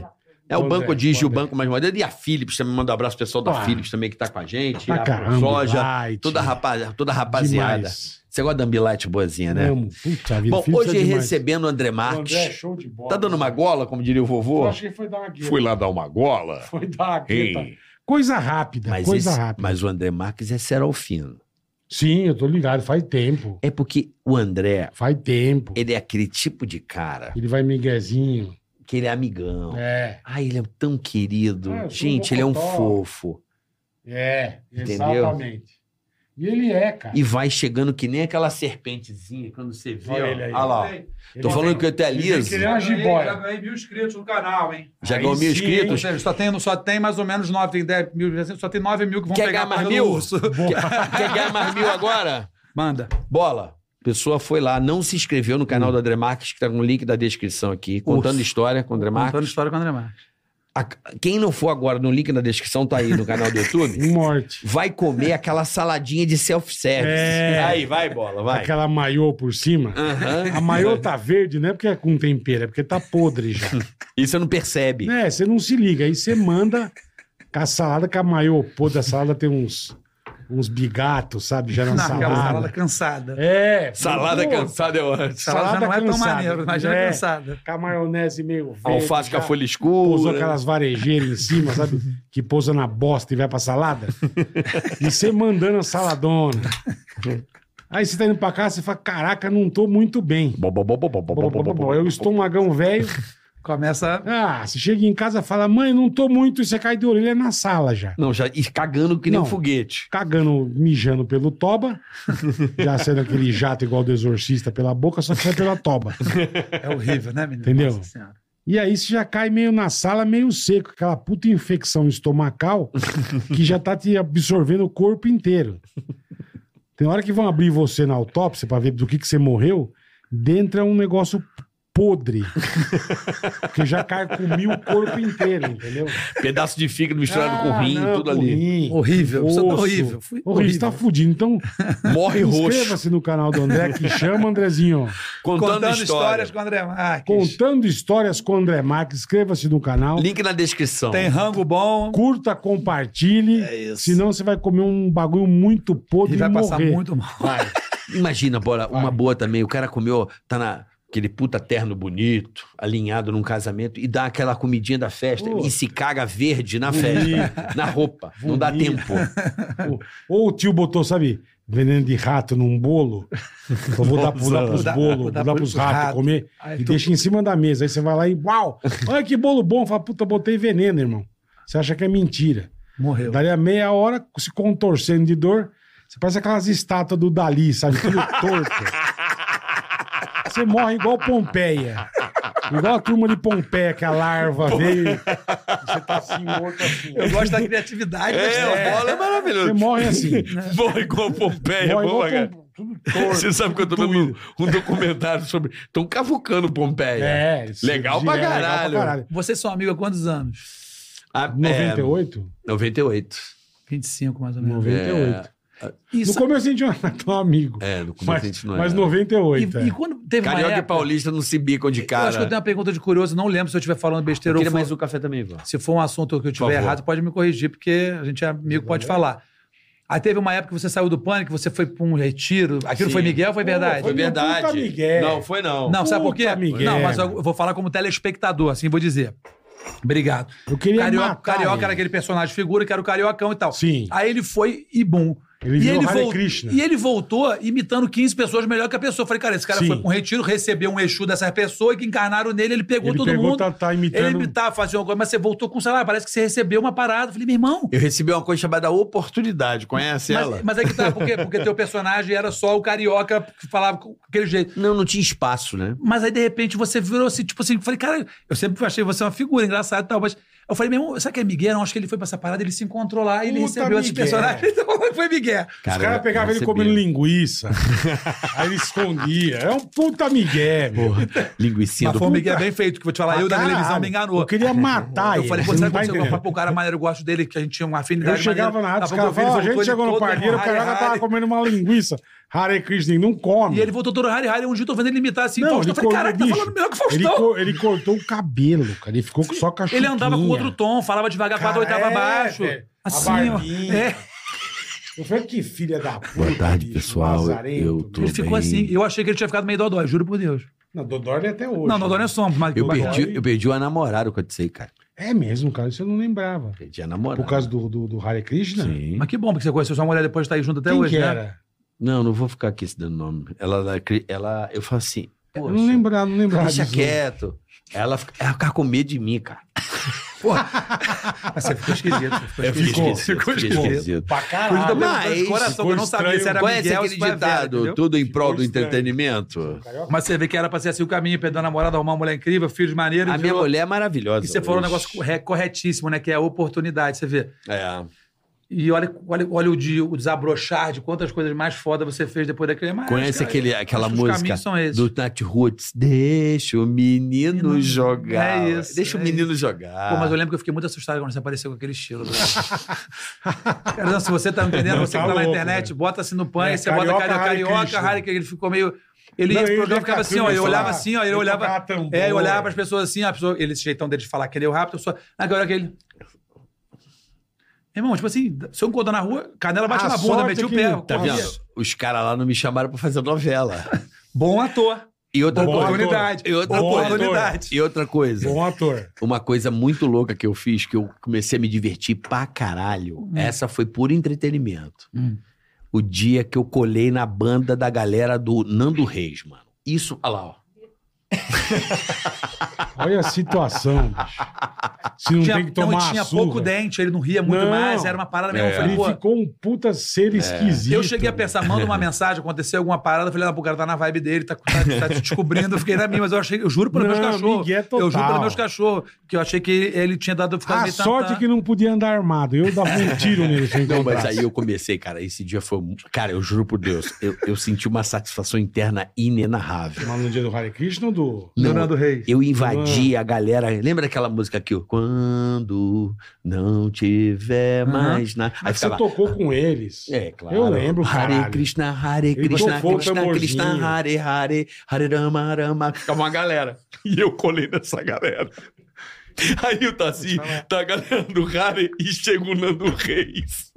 Speaker 3: É o
Speaker 2: Quando
Speaker 3: Banco
Speaker 2: é?
Speaker 3: Digio, o
Speaker 2: Quando é?
Speaker 3: banco mais moderno. E a Philips também manda um abraço pessoal da
Speaker 2: Ah.
Speaker 3: Philips também que tá com a gente.
Speaker 2: Pra
Speaker 3: a
Speaker 2: caramba,
Speaker 3: Soja,
Speaker 2: Light.
Speaker 3: toda, a rapaz, toda a rapaziada.
Speaker 2: Demais.
Speaker 3: Você gosta da Ambilight boazinha, né?
Speaker 2: Amo. Puta vida,
Speaker 3: Bom,
Speaker 2: filho,
Speaker 3: hoje
Speaker 2: isso é demais.
Speaker 3: recebendo o André
Speaker 2: O André é
Speaker 3: Marques.
Speaker 2: show de bola.
Speaker 3: Tá dando uma gola, como diria o
Speaker 2: Eu
Speaker 3: vovô?
Speaker 2: acho que foi dar uma gueta.
Speaker 5: Fui lá dar uma gola.
Speaker 2: Foi dar uma gueta.
Speaker 5: Ei. É
Speaker 2: Coisa rápida,
Speaker 3: Mas,
Speaker 2: coisa
Speaker 3: esse-
Speaker 2: rápida.
Speaker 3: mas o André Marques é serolfino.
Speaker 2: Sim, eu tô ligado, faz tempo.
Speaker 3: É porque o André,
Speaker 2: Faz tempo.
Speaker 3: ele é aquele tipo de cara
Speaker 2: Ele vai miguezinho.
Speaker 3: que ele é amigão.
Speaker 2: É,
Speaker 3: Ai, ele é tão querido.
Speaker 2: Ah, eu sou
Speaker 3: Gente,
Speaker 2: um
Speaker 3: ele é um
Speaker 2: bocotó.
Speaker 3: fofo.
Speaker 2: é,
Speaker 3: Entendeu?
Speaker 2: exatamente. E ele é, cara.
Speaker 3: E vai chegando que nem aquela serpentezinha quando você vê.
Speaker 2: Olha
Speaker 3: Olha,
Speaker 2: ele aí.
Speaker 3: Olha lá. ó. Tô falando que eu até liso.
Speaker 2: Ele é uma
Speaker 4: Já
Speaker 2: jiboia.
Speaker 4: ganhei mil inscritos no canal, hein?
Speaker 3: Já
Speaker 2: Aí
Speaker 3: ganhou mil
Speaker 2: sim,
Speaker 4: Ou
Speaker 3: inscritos.
Speaker 4: seja, só tem, só tem mais ou menos 9, tem 10 mil, só tem 9 mil que vão
Speaker 3: Quer ganhar
Speaker 4: pegar a
Speaker 3: mais
Speaker 4: porra do
Speaker 3: mil?
Speaker 4: urso.
Speaker 3: Quer, quer ganhar mais mil agora?
Speaker 4: Manda.
Speaker 3: Bola. Pessoa foi lá, não se inscreveu no
Speaker 2: Hum.
Speaker 3: canal do André Marques, que tá com o link da descrição aqui, contando
Speaker 4: Urso.
Speaker 3: história com o André
Speaker 4: Contando
Speaker 3: Marques.
Speaker 4: história com o André Marques.
Speaker 3: A- quem não for agora no link na descrição, tá aí no canal do YouTube,
Speaker 2: Morte.
Speaker 3: vai comer aquela saladinha de self-service.
Speaker 2: É.
Speaker 3: Aí, vai, bola, vai.
Speaker 2: Aquela maiô por cima.
Speaker 3: Aham.
Speaker 2: A maiô tá verde, não é porque é com tempero, é porque tá podre já.
Speaker 3: Isso você não percebe.
Speaker 2: É, você não se liga. Aí você manda com a salada, que a maiô podre da salada tem uns uns bigatos, sabe? Já na
Speaker 4: Naquela
Speaker 2: salada.
Speaker 4: salada cansada.
Speaker 2: É.
Speaker 3: Salada
Speaker 2: pô,
Speaker 3: cansada é ótimo.
Speaker 4: Salada, já
Speaker 2: salada
Speaker 4: não é tão
Speaker 2: cansada,
Speaker 4: maneiro, imagina
Speaker 2: é.
Speaker 4: cansada.
Speaker 2: Com a maionese meio verde.
Speaker 3: Alface com a
Speaker 2: já
Speaker 3: folha
Speaker 2: Pousou
Speaker 3: escura.
Speaker 2: aquelas varejeiras em cima, sabe? Que pousa na bosta e vai pra salada. E você mandando a saladona. Aí você tá indo pra casa e fala, caraca, não tô muito bem.
Speaker 3: Bo- bo- bo- bo- bo- bo-
Speaker 2: Bom, bom,
Speaker 3: bo- bo-
Speaker 2: bom,
Speaker 3: bo-
Speaker 2: bom. É o estomagão velho.
Speaker 4: Começa.
Speaker 2: Ah, você chega em casa e fala, mãe, não tô muito, e você cai de orelha na sala já.
Speaker 3: Não, já e cagando que nem
Speaker 2: Não.
Speaker 3: um foguete.
Speaker 2: Cagando, mijando pelo toba, já sendo aquele jato igual do exorcista pela boca, só que sai pela toba.
Speaker 4: É horrível, né, menino?
Speaker 2: Entendeu?
Speaker 4: Nossa Senhora.
Speaker 2: E aí você já cai meio na sala, meio seco, aquela puta infecção estomacal que já tá te absorvendo o corpo inteiro. Tem hora que vão abrir você na autópsia pra ver do que, que você morreu, dentro é um negócio podre. que já carcomiu o corpo inteiro, entendeu?
Speaker 3: Pedaço de fígado misturado com
Speaker 2: Ah,
Speaker 3: rim,
Speaker 2: não,
Speaker 3: tudo
Speaker 2: com
Speaker 3: ali.
Speaker 2: rim,
Speaker 4: Horrível,
Speaker 2: osso.
Speaker 4: isso é
Speaker 2: horrível.
Speaker 4: horrível. Fui- horrível.
Speaker 2: Você tá fudido. Então,
Speaker 3: Morre roxo.
Speaker 2: inscreva-se no canal do André que chama, Andrezinho.
Speaker 3: Contando, histórias.
Speaker 4: com o André Marques.
Speaker 2: Contando histórias com o André Marques. Inscreva-se no canal.
Speaker 3: Link na descrição.
Speaker 4: Tem rango bom
Speaker 2: Curta, compartilhe.
Speaker 3: É isso.
Speaker 2: Senão você vai comer um bagulho muito podre
Speaker 4: e
Speaker 2: e,
Speaker 4: vai
Speaker 2: morrer.
Speaker 4: passar muito mal.
Speaker 2: Vai.
Speaker 3: Imagina, bora, uma boa também. O cara comeu, tá na aquele puta terno bonito, alinhado num casamento, e dá aquela comidinha da festa
Speaker 2: Pô.
Speaker 3: e se caga verde na
Speaker 2: Vomita.
Speaker 3: festa, na roupa. Não dá
Speaker 2: Vomita.
Speaker 3: tempo.
Speaker 2: Ou- Ou o tio botou, sabe, veneno de rato num bolo. Eu vou dar, vou dar pros
Speaker 4: Vou dar-
Speaker 2: bolos, vou
Speaker 4: vou
Speaker 2: dar,
Speaker 4: dar
Speaker 2: pros
Speaker 4: pro
Speaker 2: ratos
Speaker 4: rato.
Speaker 2: comer.
Speaker 4: Aí
Speaker 2: e
Speaker 4: tu-
Speaker 2: deixa em cima da mesa. Aí você vai lá e uau! Olha que bolo bom. Fala, puta, botei veneno, irmão. Você acha que é mentira.
Speaker 4: Morreu.
Speaker 2: Daria meia hora se contorcendo de dor. Você parece aquelas estátuas do Dali, sabe? Tudo torto. Você morre igual Pompeia. Igual a turma de Pompeia, que a larva veio. e Você tá assim, morto assim.
Speaker 4: Eu gosto da criatividade.
Speaker 3: É,
Speaker 4: né?
Speaker 3: o bola é
Speaker 2: Você
Speaker 3: maravilhoso.
Speaker 2: morre assim.
Speaker 3: Morre igual Pompeia,
Speaker 2: morre
Speaker 3: bom,
Speaker 2: igual
Speaker 3: É cara.
Speaker 2: Pom- tudo torto.
Speaker 3: Você sabe que eu tô vendo um um documentário sobre. Estão cavucando Pompeia.
Speaker 2: É, isso
Speaker 3: Legal pra
Speaker 2: direto,
Speaker 3: caralho.
Speaker 4: Vocês são amigos há quantos anos?
Speaker 3: Ah,
Speaker 2: 98?
Speaker 3: É, 98.
Speaker 4: 25, mais ou menos.
Speaker 2: 98.
Speaker 4: Isso-
Speaker 2: No começo a gente não era tão amigo.
Speaker 3: É, no começo
Speaker 2: Mas,
Speaker 3: a gente não
Speaker 2: mas
Speaker 3: era.
Speaker 2: 98.
Speaker 4: e,
Speaker 2: é.
Speaker 4: e quando teve uma
Speaker 3: Carioca e
Speaker 4: época-
Speaker 3: paulista não se bicam de
Speaker 4: Eu
Speaker 3: cara.
Speaker 4: acho que eu tenho uma pergunta de curioso, não lembro se eu estiver falando
Speaker 3: Eu
Speaker 4: besteira ou
Speaker 3: queria
Speaker 4: for-
Speaker 3: mais um café também, Ivan.
Speaker 4: se for um assunto que
Speaker 3: Por
Speaker 4: eu tiver
Speaker 3: favor.
Speaker 4: errado, pode me corrigir, porque a gente é amigo, pode falar. Aí teve uma época que você saiu do pânico, você foi pra um retiro. Aquilo
Speaker 3: Sim.
Speaker 4: foi Miguel ou foi
Speaker 2: Pô,
Speaker 4: verdade?
Speaker 3: Foi
Speaker 2: Foi meu puta
Speaker 3: É verdade.
Speaker 2: Miguel.
Speaker 3: Não, foi não.
Speaker 4: Não, sabe por quê?
Speaker 2: Puta, Miguel.
Speaker 4: Não, mas eu vou falar como telespectador, assim vou dizer. Obrigado.
Speaker 2: Eu queria
Speaker 4: Carioca,
Speaker 2: matar
Speaker 4: Carioca
Speaker 2: ele.
Speaker 4: era aquele personagem figura que era o cariocão e tal.
Speaker 2: Sim.
Speaker 4: Aí ele foi e bum.
Speaker 2: Ele
Speaker 4: e,
Speaker 2: virou Hare
Speaker 4: vol-
Speaker 2: Krishna.
Speaker 4: e ele voltou imitando 15 pessoas melhor que a pessoa. Eu Falei, cara, esse cara
Speaker 2: Sim.
Speaker 4: foi pra um retiro, recebeu um Exu dessas pessoas que encarnaram nele, ele pegou
Speaker 2: Ele
Speaker 4: todo
Speaker 2: pegou,
Speaker 4: mundo.
Speaker 2: tá- tá imitando-
Speaker 4: Ele imitava, fazia uma coisa, mas você voltou com, sei lá, parece que você recebeu uma parada. Eu Falei, meu irmão,
Speaker 3: Eu recebi uma coisa chamada oportunidade, conhece ela?
Speaker 4: mas, mas é que tá, por quê? Porque teu personagem era só o carioca que falava com aquele jeito.
Speaker 3: Não, não tinha espaço, né?
Speaker 4: Mas aí, de repente, você virou assim, tipo assim, eu falei, cara, eu sempre achei você uma figura engraçada e tal, mas eu falei, meu irmão, sabe que é Miguel? Eu acho que ele foi pra essa parada, ele se encontrou lá e ele
Speaker 2: Puta
Speaker 4: recebeu esse
Speaker 2: Miguel.
Speaker 4: personagem. Então, foi Miguel.
Speaker 2: Os caras pegavam ele comendo linguiça. aí ele escondia. É um puta Miguel, meu.
Speaker 3: linguiça
Speaker 4: Mas
Speaker 3: do
Speaker 4: foi um Miguel bem feito, que eu vou te falar,
Speaker 2: Pra
Speaker 4: eu da
Speaker 2: caralho.
Speaker 4: televisão me enganou.
Speaker 2: Eu queria matar
Speaker 4: Eu
Speaker 2: ele.
Speaker 4: falei, pô,
Speaker 2: você
Speaker 4: sabe
Speaker 2: não tá
Speaker 4: quando você
Speaker 2: entendendo.
Speaker 4: fala, pô, o cara maneiro, eu gosto dele, que a gente tinha uma afinidade.
Speaker 2: Eu chegava na
Speaker 4: maneira.
Speaker 2: rádio, os
Speaker 4: Daqui a
Speaker 2: caras
Speaker 4: pouco ele
Speaker 2: falavam, a gente
Speaker 4: voltou, ele
Speaker 2: chegou no
Speaker 4: um todo
Speaker 2: pardinho, o
Speaker 4: Hare
Speaker 2: cara
Speaker 4: Hare.
Speaker 2: tava comendo uma linguiça. Hare Krishna, ele não come.
Speaker 4: E ele voltou todo Hari Hari, um dia eu tô vendo ele imitar assim,
Speaker 2: Não,
Speaker 4: Faustão.
Speaker 2: ele
Speaker 4: Eu falei,
Speaker 2: cortou,
Speaker 4: caraca, tá
Speaker 2: bicho.
Speaker 4: falando melhor que o
Speaker 2: Ele,
Speaker 4: Faustão.
Speaker 2: co- ele cortou o cabelo, cara. Ele ficou com só cachorro.
Speaker 4: Ele andava com outro tom, falava devagar, quatro
Speaker 2: Cara,
Speaker 4: oitava
Speaker 2: é,
Speaker 4: abaixo.
Speaker 2: velho. A
Speaker 4: Assim, ó.
Speaker 2: barbinha.
Speaker 4: É.
Speaker 2: Eu falei, que filha da puta.
Speaker 3: Boa tarde,
Speaker 2: bicho,
Speaker 3: pessoal.
Speaker 2: lazarento,
Speaker 3: Eu
Speaker 2: meu.
Speaker 3: tô-
Speaker 4: Ele ficou
Speaker 3: bem.
Speaker 4: assim. Eu achei que ele tinha ficado meio dodói, juro por Deus.
Speaker 2: Não, Dodor ele é até hoje.
Speaker 4: não, dodói não é sombra, mas
Speaker 3: Eu
Speaker 2: Vai.
Speaker 3: perdi, eu perdi uma namorada quando eu sei, cara.
Speaker 2: É mesmo, cara. Isso eu não lembrava.
Speaker 3: Perdi a namorada.
Speaker 2: Por causa né? do, do, do Hare Krishna?
Speaker 3: Sim.
Speaker 4: Mas que bom, porque você conheceu sua mulher depois de estar aí junto até
Speaker 2: Quem
Speaker 4: hoje,
Speaker 2: que
Speaker 4: né?
Speaker 2: era?
Speaker 3: Não, não vou ficar aqui se dando nome. Ela, ela, ela- eu falo assim,
Speaker 2: Eu
Speaker 3: poxa,
Speaker 2: não lembrava, não lembrava.
Speaker 3: deixa
Speaker 2: disso.
Speaker 3: quieto. Ela, fica- ela fica com medo de mim, cara.
Speaker 4: Mas Ah, você ficou esquisito. você Ficou
Speaker 3: Eu fiquei
Speaker 4: esquisito.
Speaker 2: Ficou,
Speaker 3: esquisito,
Speaker 4: ficou
Speaker 3: fiquei
Speaker 4: esquisito.
Speaker 3: esquisito.
Speaker 2: Pra
Speaker 4: Eu ainda
Speaker 2: caralho.
Speaker 3: Mas-
Speaker 4: perguntei de coração,
Speaker 2: ficou
Speaker 4: eu não sabia
Speaker 2: estranho.
Speaker 4: se era
Speaker 3: Conhece
Speaker 4: Miguel ou
Speaker 3: aquele
Speaker 4: se foi a Vera,
Speaker 3: ditado,
Speaker 4: entendeu?
Speaker 3: tudo em
Speaker 2: Ficou
Speaker 3: prol do
Speaker 2: estranho.
Speaker 3: entretenimento?
Speaker 2: Carioca?
Speaker 4: Mas você vê que era pra ser assim o caminho, perder a namorada, arrumar uma mulher incrível, filhos maneiros.
Speaker 3: A minha
Speaker 4: virou-
Speaker 3: mulher é maravilhosa.
Speaker 4: E você falou um
Speaker 3: hoje.
Speaker 4: negócio corre- corretíssimo, né? Que é a oportunidade, você vê.
Speaker 3: É.
Speaker 4: E olha, olha, olha o, de, o desabrochar de quantas coisas mais foda você fez depois daquele. Mas,
Speaker 3: Conhece
Speaker 4: cara,
Speaker 3: aquele,
Speaker 4: acho
Speaker 3: aquela
Speaker 4: que os
Speaker 3: música
Speaker 4: caminhos são esses.
Speaker 3: do Nat Roots? Deixa o menino
Speaker 4: Menino,
Speaker 3: jogar.
Speaker 4: é isso,
Speaker 3: Deixa o
Speaker 4: é
Speaker 3: menino jogar.
Speaker 4: Pô,
Speaker 2: Ah.
Speaker 4: mas eu lembro que eu fiquei muito assustado quando você apareceu com aquele estilo. velho. Cara, não, se você tá me entendendo,
Speaker 2: Não,
Speaker 4: você
Speaker 2: tá
Speaker 4: que tá na
Speaker 2: louco,
Speaker 4: internet,
Speaker 2: velho.
Speaker 4: bota assim no pânico,
Speaker 2: É,
Speaker 4: você
Speaker 2: carioca,
Speaker 4: bota carioca,
Speaker 2: Hare
Speaker 4: carioca,
Speaker 2: Krishna.
Speaker 4: Hare Krishna, ele ficou meio... Ele ia
Speaker 2: Não,
Speaker 4: pro
Speaker 2: ele
Speaker 4: programa
Speaker 2: ia
Speaker 4: e ficava
Speaker 2: ficar
Speaker 4: assim, ó,
Speaker 2: tudo
Speaker 4: ele olhava
Speaker 2: isso,
Speaker 4: assim, ó, ele
Speaker 2: ele
Speaker 4: olhava...
Speaker 2: tocava tambor.
Speaker 4: É, ele olhava pras pessoas assim, a pessoa, ele, esse jeitão dele de falar que ele é o rápido, a pessoa... Naquela hora que ele... Irmão, tipo assim, se eu encordar na rua, canela bate
Speaker 2: A
Speaker 4: na bunda,
Speaker 2: sorte
Speaker 4: meti
Speaker 2: é
Speaker 4: o
Speaker 2: que-
Speaker 4: pé.
Speaker 2: tá
Speaker 3: Tá
Speaker 4: corria.
Speaker 3: vendo? Os caras lá não me chamaram pra fazer novela.
Speaker 4: Bom ator.
Speaker 3: E outra
Speaker 2: Bom
Speaker 3: coisa.
Speaker 2: ator.
Speaker 4: Oportunidade.
Speaker 3: E outra
Speaker 2: Bom
Speaker 3: coisa.
Speaker 4: Oportunidade.
Speaker 3: E outra coisa.
Speaker 2: Bom ator.
Speaker 3: Uma coisa muito louca que eu fiz, que eu comecei a me divertir pra caralho. Essa foi por entretenimento.
Speaker 4: Hum.
Speaker 3: O dia que eu colei na banda da galera do Nando Reis, mano. Isso, olha lá, ó.
Speaker 2: Olha a situação, bicho. Se não tem que
Speaker 4: não,
Speaker 2: tomar
Speaker 4: e tinha
Speaker 2: a surra.
Speaker 4: pouco dente, ele não ria muito
Speaker 2: Não.
Speaker 4: mais, era uma parada mesmo.
Speaker 3: É.
Speaker 4: Eu falei,
Speaker 2: Ele
Speaker 4: pô, É.
Speaker 2: ficou um puta ser esquisito.
Speaker 4: eu cheguei a pensar, manda uma mensagem, aconteceu alguma parada, eu falei, não, pô, o cara tá na vibe dele, tá, tá, tá te descobrindo, eu fiquei na minha, mas eu achei, eu juro pelos meus
Speaker 2: Não,
Speaker 4: cachorros.
Speaker 2: amigo, é
Speaker 4: eu juro
Speaker 2: total.
Speaker 4: pelos meus cachorros, que eu achei que ele tinha dado ficar
Speaker 2: A
Speaker 4: meio
Speaker 2: sorte é
Speaker 4: tantã.
Speaker 2: que não podia andar armado. Eu dava um tiro nele se eu
Speaker 3: Não, mas
Speaker 2: encontrasse.
Speaker 3: aí eu comecei, cara. Esse dia foi. mu- Cara, eu juro por Deus. Eu, eu senti uma satisfação interna inenarrável.
Speaker 2: Mas no dia do Hare Krishna ou do...
Speaker 3: Não,
Speaker 4: Leonardo Reis.
Speaker 2: Hum.
Speaker 3: Eu invadi a galera. Lembra daquela música aqui? ó? Quando não tiver
Speaker 4: Aham.
Speaker 3: mais nada. Aí
Speaker 2: Mas é você
Speaker 3: ficava.
Speaker 2: tocou com eles.
Speaker 3: É, claro.
Speaker 2: Eu lembro,
Speaker 3: Hare
Speaker 2: caralho.
Speaker 3: Krishna, Hare
Speaker 2: Ele
Speaker 3: Krishna,
Speaker 2: tocou o
Speaker 3: Krishna,
Speaker 2: tamborzinho.
Speaker 3: Krishna, Hare Hare, Hare Rama Rama. Ficava uma galera. E eu colei nessa galera. Aí eu tá assim, tá a galera do Hare e chega o Nando Reis.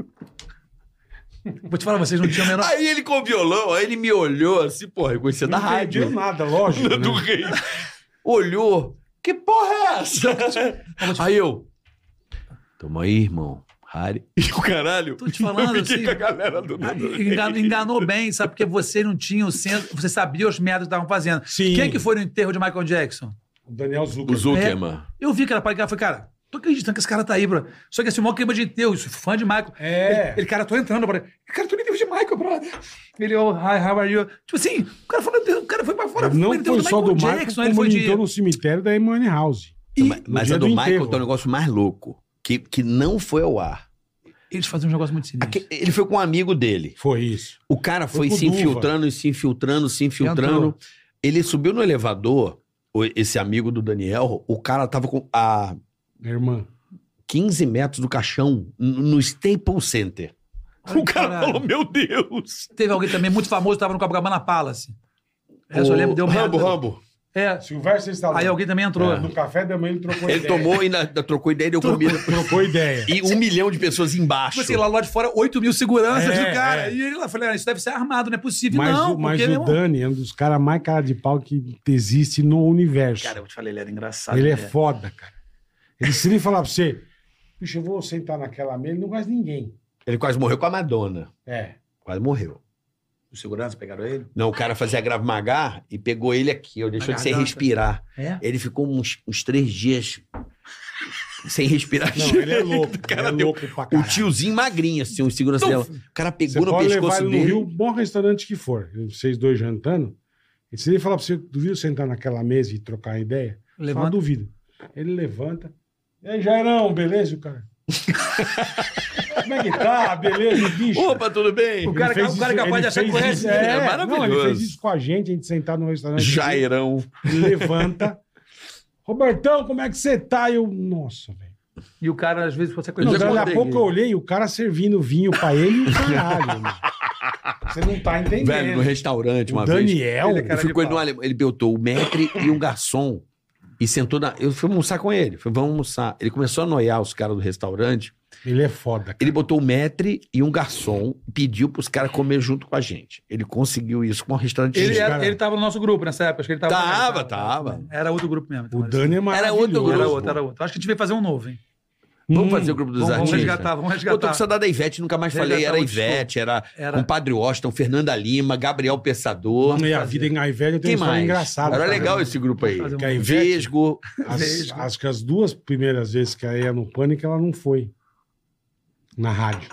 Speaker 4: Vou te falar, vocês não tinham a menor...
Speaker 3: Aí ele com o violão, aí ele me olhou assim, porra, eu conhecia da
Speaker 2: Não
Speaker 3: rádio.
Speaker 2: perdeu nada, lógico. né?
Speaker 3: Nando Reis. Olhou. Que porra é essa? Aí eu. Toma aí, irmão. Hare. E o caralho.
Speaker 4: Tô te falando,
Speaker 3: eu fiquei
Speaker 4: assim,
Speaker 3: com a galera do Nando Reis.
Speaker 4: Enganou, enganou bem, sabe? Porque você não tinha o centro, você sabia os merdas que estavam fazendo.
Speaker 2: Sim.
Speaker 4: Quem é que foi no enterro de Michael Jackson?
Speaker 2: O Daniel Zucker.
Speaker 3: O Zuckerman.
Speaker 4: Eu vi que era parada, eu falei, cara, tô acreditando que esse cara tá aí, bro. Só que esse maior clima de enterro, isso, fã de Michael.
Speaker 2: É.
Speaker 4: Ele, cara, tô entrando, brother. Cara, tô no enterro de Michael, brother. Ele, oh, hi, how are you? Tipo assim, o cara foi, no enterro- o cara foi pra fora. no
Speaker 2: Não
Speaker 4: enterro
Speaker 2: foi só do Michael,
Speaker 4: aí ele
Speaker 2: como
Speaker 4: foi
Speaker 2: ele
Speaker 4: de...
Speaker 2: entrou no cemitério da Emmane House.
Speaker 3: Mas- Mas
Speaker 2: dia
Speaker 3: a do
Speaker 2: do
Speaker 3: Michael
Speaker 2: enterro.
Speaker 3: tem um negócio mais louco. Que, que não foi ao ar.
Speaker 4: Eles fazem um negócio muito sinistro.
Speaker 3: Aque- Ele foi com um amigo dele.
Speaker 2: Foi isso.
Speaker 3: O cara
Speaker 2: Foi
Speaker 3: foi,
Speaker 2: com
Speaker 3: se
Speaker 2: Duva.
Speaker 3: infiltrando, se infiltrando, se infiltrando.
Speaker 4: Entrou.
Speaker 3: Ele subiu no elevador, o- esse amigo do Daniel, o cara tava com a
Speaker 2: Minha irmã.
Speaker 3: 15 metros do caixão, n- no Staples Center.
Speaker 4: Olha
Speaker 3: o
Speaker 4: que
Speaker 3: cara
Speaker 4: caralho.
Speaker 3: falou, meu Deus.
Speaker 4: Teve alguém também muito famoso, tava no Copacabana Palace.
Speaker 2: É,
Speaker 4: Essa eu lembro, deu
Speaker 3: Rambo,
Speaker 4: merda.
Speaker 3: Rambo.
Speaker 4: É.
Speaker 2: Silvestre Stallone.
Speaker 4: Aí alguém também entrou.
Speaker 2: No café da manhã ele trocou
Speaker 3: Ele
Speaker 2: ideia.
Speaker 3: tomou e ainda ainda trocou ideia e deu comida.
Speaker 2: Trocou ideia.
Speaker 3: E um milhão de pessoas embaixo.
Speaker 4: Tipo assim, lá, lá de fora, 8 mil seguranças
Speaker 2: É,
Speaker 4: do cara.
Speaker 2: é.
Speaker 4: E ele lá, eu falei, ah, isso deve ser armado, não é possível,
Speaker 2: Mas,
Speaker 4: não.
Speaker 2: o, mas
Speaker 4: porque, meu
Speaker 2: o
Speaker 4: irmão,
Speaker 2: Dani é um dos caras mais cara de pau que existe no universo.
Speaker 4: Cara, eu te falei, ele era engraçado.
Speaker 2: ele é
Speaker 4: né?
Speaker 2: foda, cara. Ele, se ele falar pra você, bicho, eu vou sentar naquela mesa, ele não gosta de ninguém.
Speaker 3: Ele quase morreu com a Madonna.
Speaker 2: É.
Speaker 3: Quase morreu.
Speaker 4: Os seguranças pegaram ele?
Speaker 3: Não, o cara fazia grave magar e pegou ele aqui, ó, deixou
Speaker 4: Na
Speaker 3: de sem
Speaker 4: garganta.
Speaker 3: respirar.
Speaker 4: É.
Speaker 3: Ele ficou uns, uns três dias sem respirar.
Speaker 2: Não, ele é louco.
Speaker 3: O cara
Speaker 2: ele é
Speaker 3: deu-
Speaker 2: louco pra
Speaker 3: O
Speaker 2: caralho.
Speaker 3: tiozinho magrinho, assim, o segurança dela. O cara
Speaker 2: Você
Speaker 3: pegou no
Speaker 2: pode levar
Speaker 3: pescoço
Speaker 2: ele no
Speaker 3: dele.
Speaker 2: Rio, bom restaurante que for. Vocês dois jantando. E se ele falar pra você, duvido sentar naquela mesa e trocar ideia? Fala,
Speaker 4: Levanta.
Speaker 2: duvido. Ele levanta. E aí, Jairão, beleza, o cara? Como é que tá? Beleza, bicho?
Speaker 3: Opa, tudo bem?
Speaker 4: O cara-
Speaker 2: Ele fez
Speaker 4: o cara é capaz
Speaker 2: ele
Speaker 4: de achar que
Speaker 2: fez
Speaker 4: conhece,
Speaker 2: isso,
Speaker 4: né?
Speaker 2: É,
Speaker 3: É
Speaker 2: maravilhoso.
Speaker 3: maravilhoso.
Speaker 2: ele fez isso com a gente, a gente sentado no restaurante.
Speaker 3: Jairão.
Speaker 2: Ele Levanta. Robertão, como é que você tá? Eu, nossa, velho.
Speaker 4: E o cara, às vezes, você
Speaker 2: Não,
Speaker 3: já
Speaker 2: Daqui a
Speaker 3: acordei.
Speaker 2: pouco eu olhei o cara servindo vinho pra ele e o caralho. mano. Você não tá entendendo.
Speaker 3: Velho, no restaurante, uma
Speaker 2: O
Speaker 3: vez.
Speaker 2: Daniel,
Speaker 4: Ele é
Speaker 3: Eu
Speaker 4: cara-
Speaker 3: fui
Speaker 4: de
Speaker 3: com ele no
Speaker 4: pau.
Speaker 3: alemão. Ele botou o maître e um garçom. E sentou na. Eu fui almoçar com ele. Falei, vamos almoçar. Ele começou a noiar os caras do restaurante.
Speaker 2: ele é foda.
Speaker 3: Ele botou o maître e um garçom. Pediu pros caras comer junto com a gente. Ele conseguiu isso com um restaurante.
Speaker 4: Ele,
Speaker 3: chinês.
Speaker 4: era, ele tava no nosso grupo nessa época, acho que ele tava.
Speaker 3: Tava, tava.
Speaker 4: Era outro grupo mesmo. então,
Speaker 2: O
Speaker 4: era
Speaker 2: Dani é
Speaker 3: Era outro
Speaker 2: maravilhoso.
Speaker 4: assim. Era
Speaker 3: grupo.
Speaker 4: outro, era outro. Acho que a gente veio fazer um novo, hein?
Speaker 2: Hum,
Speaker 3: Vamos fazer o grupo dos
Speaker 4: Vamos, vamos
Speaker 3: artistas.
Speaker 4: resgatar, vamos
Speaker 3: Pô, tô com
Speaker 4: resgatar.
Speaker 3: saudade da Ivete, nunca mais falei.
Speaker 4: Resgatar
Speaker 3: Era
Speaker 4: o disco.
Speaker 3: Ivete, era,
Speaker 4: Era-
Speaker 3: Compadre Washington, Fernanda Lima, Gabriel Pensador.
Speaker 2: E a Hum, vida em Aivega tem
Speaker 3: Quem
Speaker 2: uma história
Speaker 3: mais?
Speaker 2: engraçada.
Speaker 3: Era
Speaker 2: cara.
Speaker 3: legal esse grupo aí.
Speaker 4: Fazer um-
Speaker 2: Que a Ivete,
Speaker 3: Vesgo.
Speaker 2: as,
Speaker 4: Vesgo.
Speaker 2: acho que as duas primeiras vezes que ela ia no Pânico, ela não foi. Na rádio.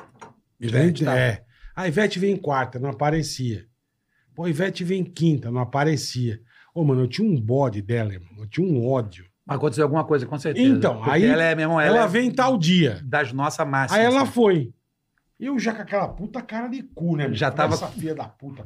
Speaker 4: Ivete, tá.
Speaker 2: É. A Ivete veio em quarta, não aparecia. Pô, a Ivete veio em quinta, não aparecia. Ô, mano, eu tinha um bode dela, irmão. Eu tinha um ódio.
Speaker 4: Mas Aconteceu alguma coisa, com certeza.
Speaker 2: Então,
Speaker 4: Porque
Speaker 2: aí
Speaker 4: Ela é mesmo, ela,
Speaker 2: ela
Speaker 4: é
Speaker 2: vem tal dia.
Speaker 4: das nossas máximas. assim.
Speaker 2: Aí ela
Speaker 4: sabe?
Speaker 2: foi. Eu já com aquela puta cara de cu, né? meu?
Speaker 4: Já tava-
Speaker 2: Essa filha da puta.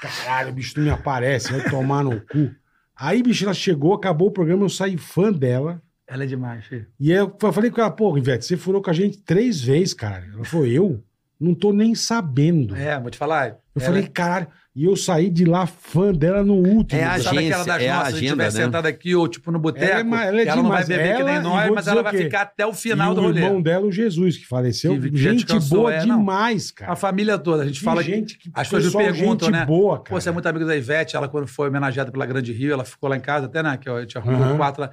Speaker 2: Caralho, bicho, tu me aparece, vai tomar no cu. Aí, bicho, ela chegou, acabou o programa, eu saí fã dela.
Speaker 4: Ela é demais, filho.
Speaker 2: E eu fa- falei com ela, pô, Ivete, você furou com a gente três vezes, cara. Ela falou, eu? Não tô nem sabendo.
Speaker 4: É, vou te falar.
Speaker 2: Eu
Speaker 4: ela- é,
Speaker 2: falei, caralho. E eu saí de lá fã dela no último.
Speaker 3: É a
Speaker 2: cara.
Speaker 4: Sabe
Speaker 3: Agência,
Speaker 4: aquela das
Speaker 3: é a
Speaker 4: nossas, se
Speaker 3: agenda,
Speaker 4: tiver
Speaker 3: né?
Speaker 4: sentada aqui ou tipo no boteco,
Speaker 2: Ela é
Speaker 4: ela,
Speaker 2: ma- ela é
Speaker 4: não vai
Speaker 2: demais.
Speaker 4: beber que nem
Speaker 2: Ela, e
Speaker 4: nós,
Speaker 2: vou
Speaker 4: mas
Speaker 2: dizer
Speaker 4: ela
Speaker 2: o
Speaker 4: vai
Speaker 2: quê?
Speaker 4: ficar até o
Speaker 2: E
Speaker 4: final do
Speaker 2: o
Speaker 4: rolê.
Speaker 2: irmão dela, o Jesus, que faleceu.
Speaker 4: Que- que já
Speaker 2: gente
Speaker 4: descansou,
Speaker 2: boa
Speaker 4: é, não.
Speaker 2: demais, cara.
Speaker 4: A família toda, a gente
Speaker 2: Que
Speaker 4: fala que
Speaker 2: gente que
Speaker 4: as pessoas
Speaker 2: pessoal,
Speaker 4: perguntam,
Speaker 2: gente
Speaker 4: né?
Speaker 2: boa, cara.
Speaker 4: Pô, você é muito amigo da Ivete, ela quando foi homenageada pela Grande Rio, ela ficou lá em casa até, né? Que eu tinha
Speaker 2: Aham.
Speaker 4: uhum. quatro lá.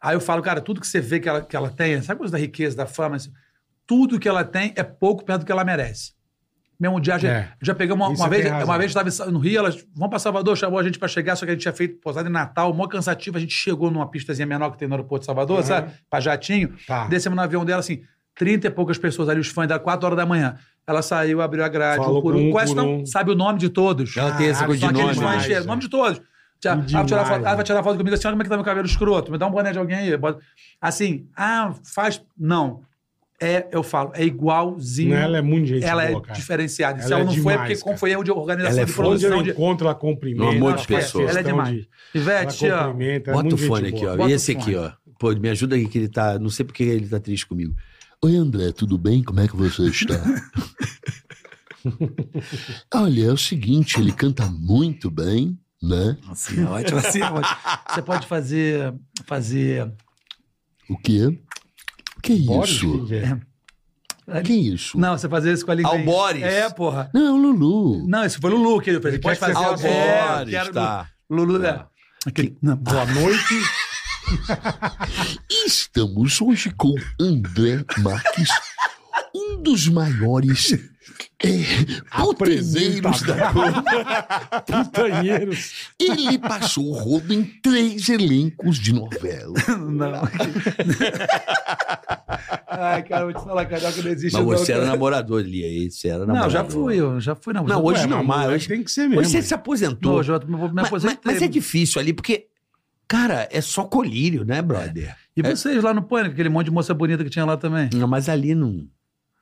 Speaker 4: Aí eu falo, cara, tudo que você vê que ela, que ela tem, sabe coisa da riqueza, da fama? assim, tudo que ela tem é pouco perto do que ela merece. Mesmo um dia, já,
Speaker 2: É.
Speaker 4: já pegamos uma,
Speaker 2: Isso
Speaker 4: uma
Speaker 2: você
Speaker 4: vez,
Speaker 2: tem razão.
Speaker 4: uma vez estava no Rio, elas vão pra Salvador, chamou a gente pra chegar, só que a gente tinha feito pousada em Natal, mó cansativo, a gente chegou numa pistazinha menor que tem no aeroporto de Salvador,
Speaker 2: Aham.
Speaker 4: sabe? Pra Jatinho.
Speaker 2: Tá.
Speaker 4: Descemos no avião dela, assim, 30 e poucas pessoas ali, os fãs dela, 4 horas da manhã. Ela saiu, abriu a grade,
Speaker 2: Falou
Speaker 4: um por
Speaker 2: com
Speaker 4: um,
Speaker 2: um
Speaker 4: quase
Speaker 2: por
Speaker 4: não
Speaker 2: um.
Speaker 4: sabe o nome de todos.
Speaker 3: Ela tem essa
Speaker 2: Caralho,
Speaker 3: coisa de
Speaker 4: São aqueles
Speaker 3: nome.
Speaker 2: demais,
Speaker 4: fãs
Speaker 3: né?
Speaker 4: cheios,
Speaker 2: é.
Speaker 4: nome de todos. Tia,
Speaker 2: Que
Speaker 4: ah, vou tirar
Speaker 2: demais,
Speaker 4: foto,
Speaker 2: né?
Speaker 4: ah, vai tirar foto comigo assim, olha como é que tá meu cabelo escroto, me dá um boné de alguém aí. bota- Assim, ah, faz... Não. É, eu falo, é igualzinho.
Speaker 2: Não, ela é muito gente
Speaker 4: Ela
Speaker 2: boa,
Speaker 4: é
Speaker 2: cara.
Speaker 4: diferenciada. Se
Speaker 2: Ela
Speaker 4: ela,
Speaker 2: é
Speaker 4: não
Speaker 2: demais,
Speaker 4: foi, é porque
Speaker 2: cara.
Speaker 4: foi erro de organização
Speaker 3: Ela é
Speaker 4: de
Speaker 3: fã
Speaker 2: Onde eu
Speaker 4: produção. De...
Speaker 2: encontro, ela cumprimenta.
Speaker 3: No amor
Speaker 2: ela
Speaker 3: de
Speaker 2: faz
Speaker 3: pessoas.
Speaker 4: Ela é
Speaker 2: questão
Speaker 4: demais.
Speaker 2: Ela
Speaker 4: Ivete, ó,
Speaker 2: cumprimenta, ela é
Speaker 3: Bota
Speaker 2: muito
Speaker 3: o fone
Speaker 2: gente
Speaker 3: aqui,
Speaker 2: boa.
Speaker 3: ó.
Speaker 4: Bota
Speaker 3: Esse
Speaker 4: o
Speaker 3: aqui,
Speaker 4: fone.
Speaker 3: ó. Pô, me ajuda aí que ele tá. Não sei porque ele tá triste comigo.
Speaker 5: Oi André, tudo bem? Como é que você está? Olha, é o seguinte, ele canta muito bem, né?
Speaker 4: Assim, é ótimo, assim, é ótimo. Você pode fazer, fazer
Speaker 5: O quê? Que
Speaker 2: Bora,
Speaker 5: isso?
Speaker 2: gente.
Speaker 5: Que isso?
Speaker 4: Não, você fazer isso com a linguinha.
Speaker 3: Albores.
Speaker 4: É, porra.
Speaker 5: Não, é o Lulu.
Speaker 4: Não, isso foi o Lulu que ele fez.
Speaker 2: Ele
Speaker 4: pode
Speaker 2: quer que
Speaker 4: fazer
Speaker 2: você
Speaker 4: Albores.
Speaker 2: faça
Speaker 4: É, eu
Speaker 3: Albores,
Speaker 4: quero
Speaker 3: tá.
Speaker 4: Lulu, né? Aquele- Não,
Speaker 2: Boa noite.
Speaker 5: Estamos hoje com André Marques, um dos maiores é, putanheiros da
Speaker 2: Putanheiros.
Speaker 5: Ele passou o rodo em três elencos de novela.
Speaker 4: não. Ai, cara, eu vou te falar, carioca não existe.
Speaker 3: Mas
Speaker 4: não,
Speaker 3: você era
Speaker 4: cara.
Speaker 3: namorador ali, aí você era
Speaker 4: Não,
Speaker 3: namorador.
Speaker 4: já fui, eu já fui, não.
Speaker 3: Não,
Speaker 4: já
Speaker 3: hoje
Speaker 4: fui.
Speaker 3: não,
Speaker 2: mas
Speaker 3: mas-
Speaker 2: moleque tem que ser mesmo.
Speaker 3: Hoje você se aposentou.
Speaker 4: Não, hoje eu me me
Speaker 3: Mas- mas,
Speaker 4: aposentei.
Speaker 3: mas é difícil ali, porque, cara, é só colírio, né, brother?
Speaker 4: E vocês lá no Pânico, aquele monte de moça bonita que tinha lá também?
Speaker 3: Não, mas ali não.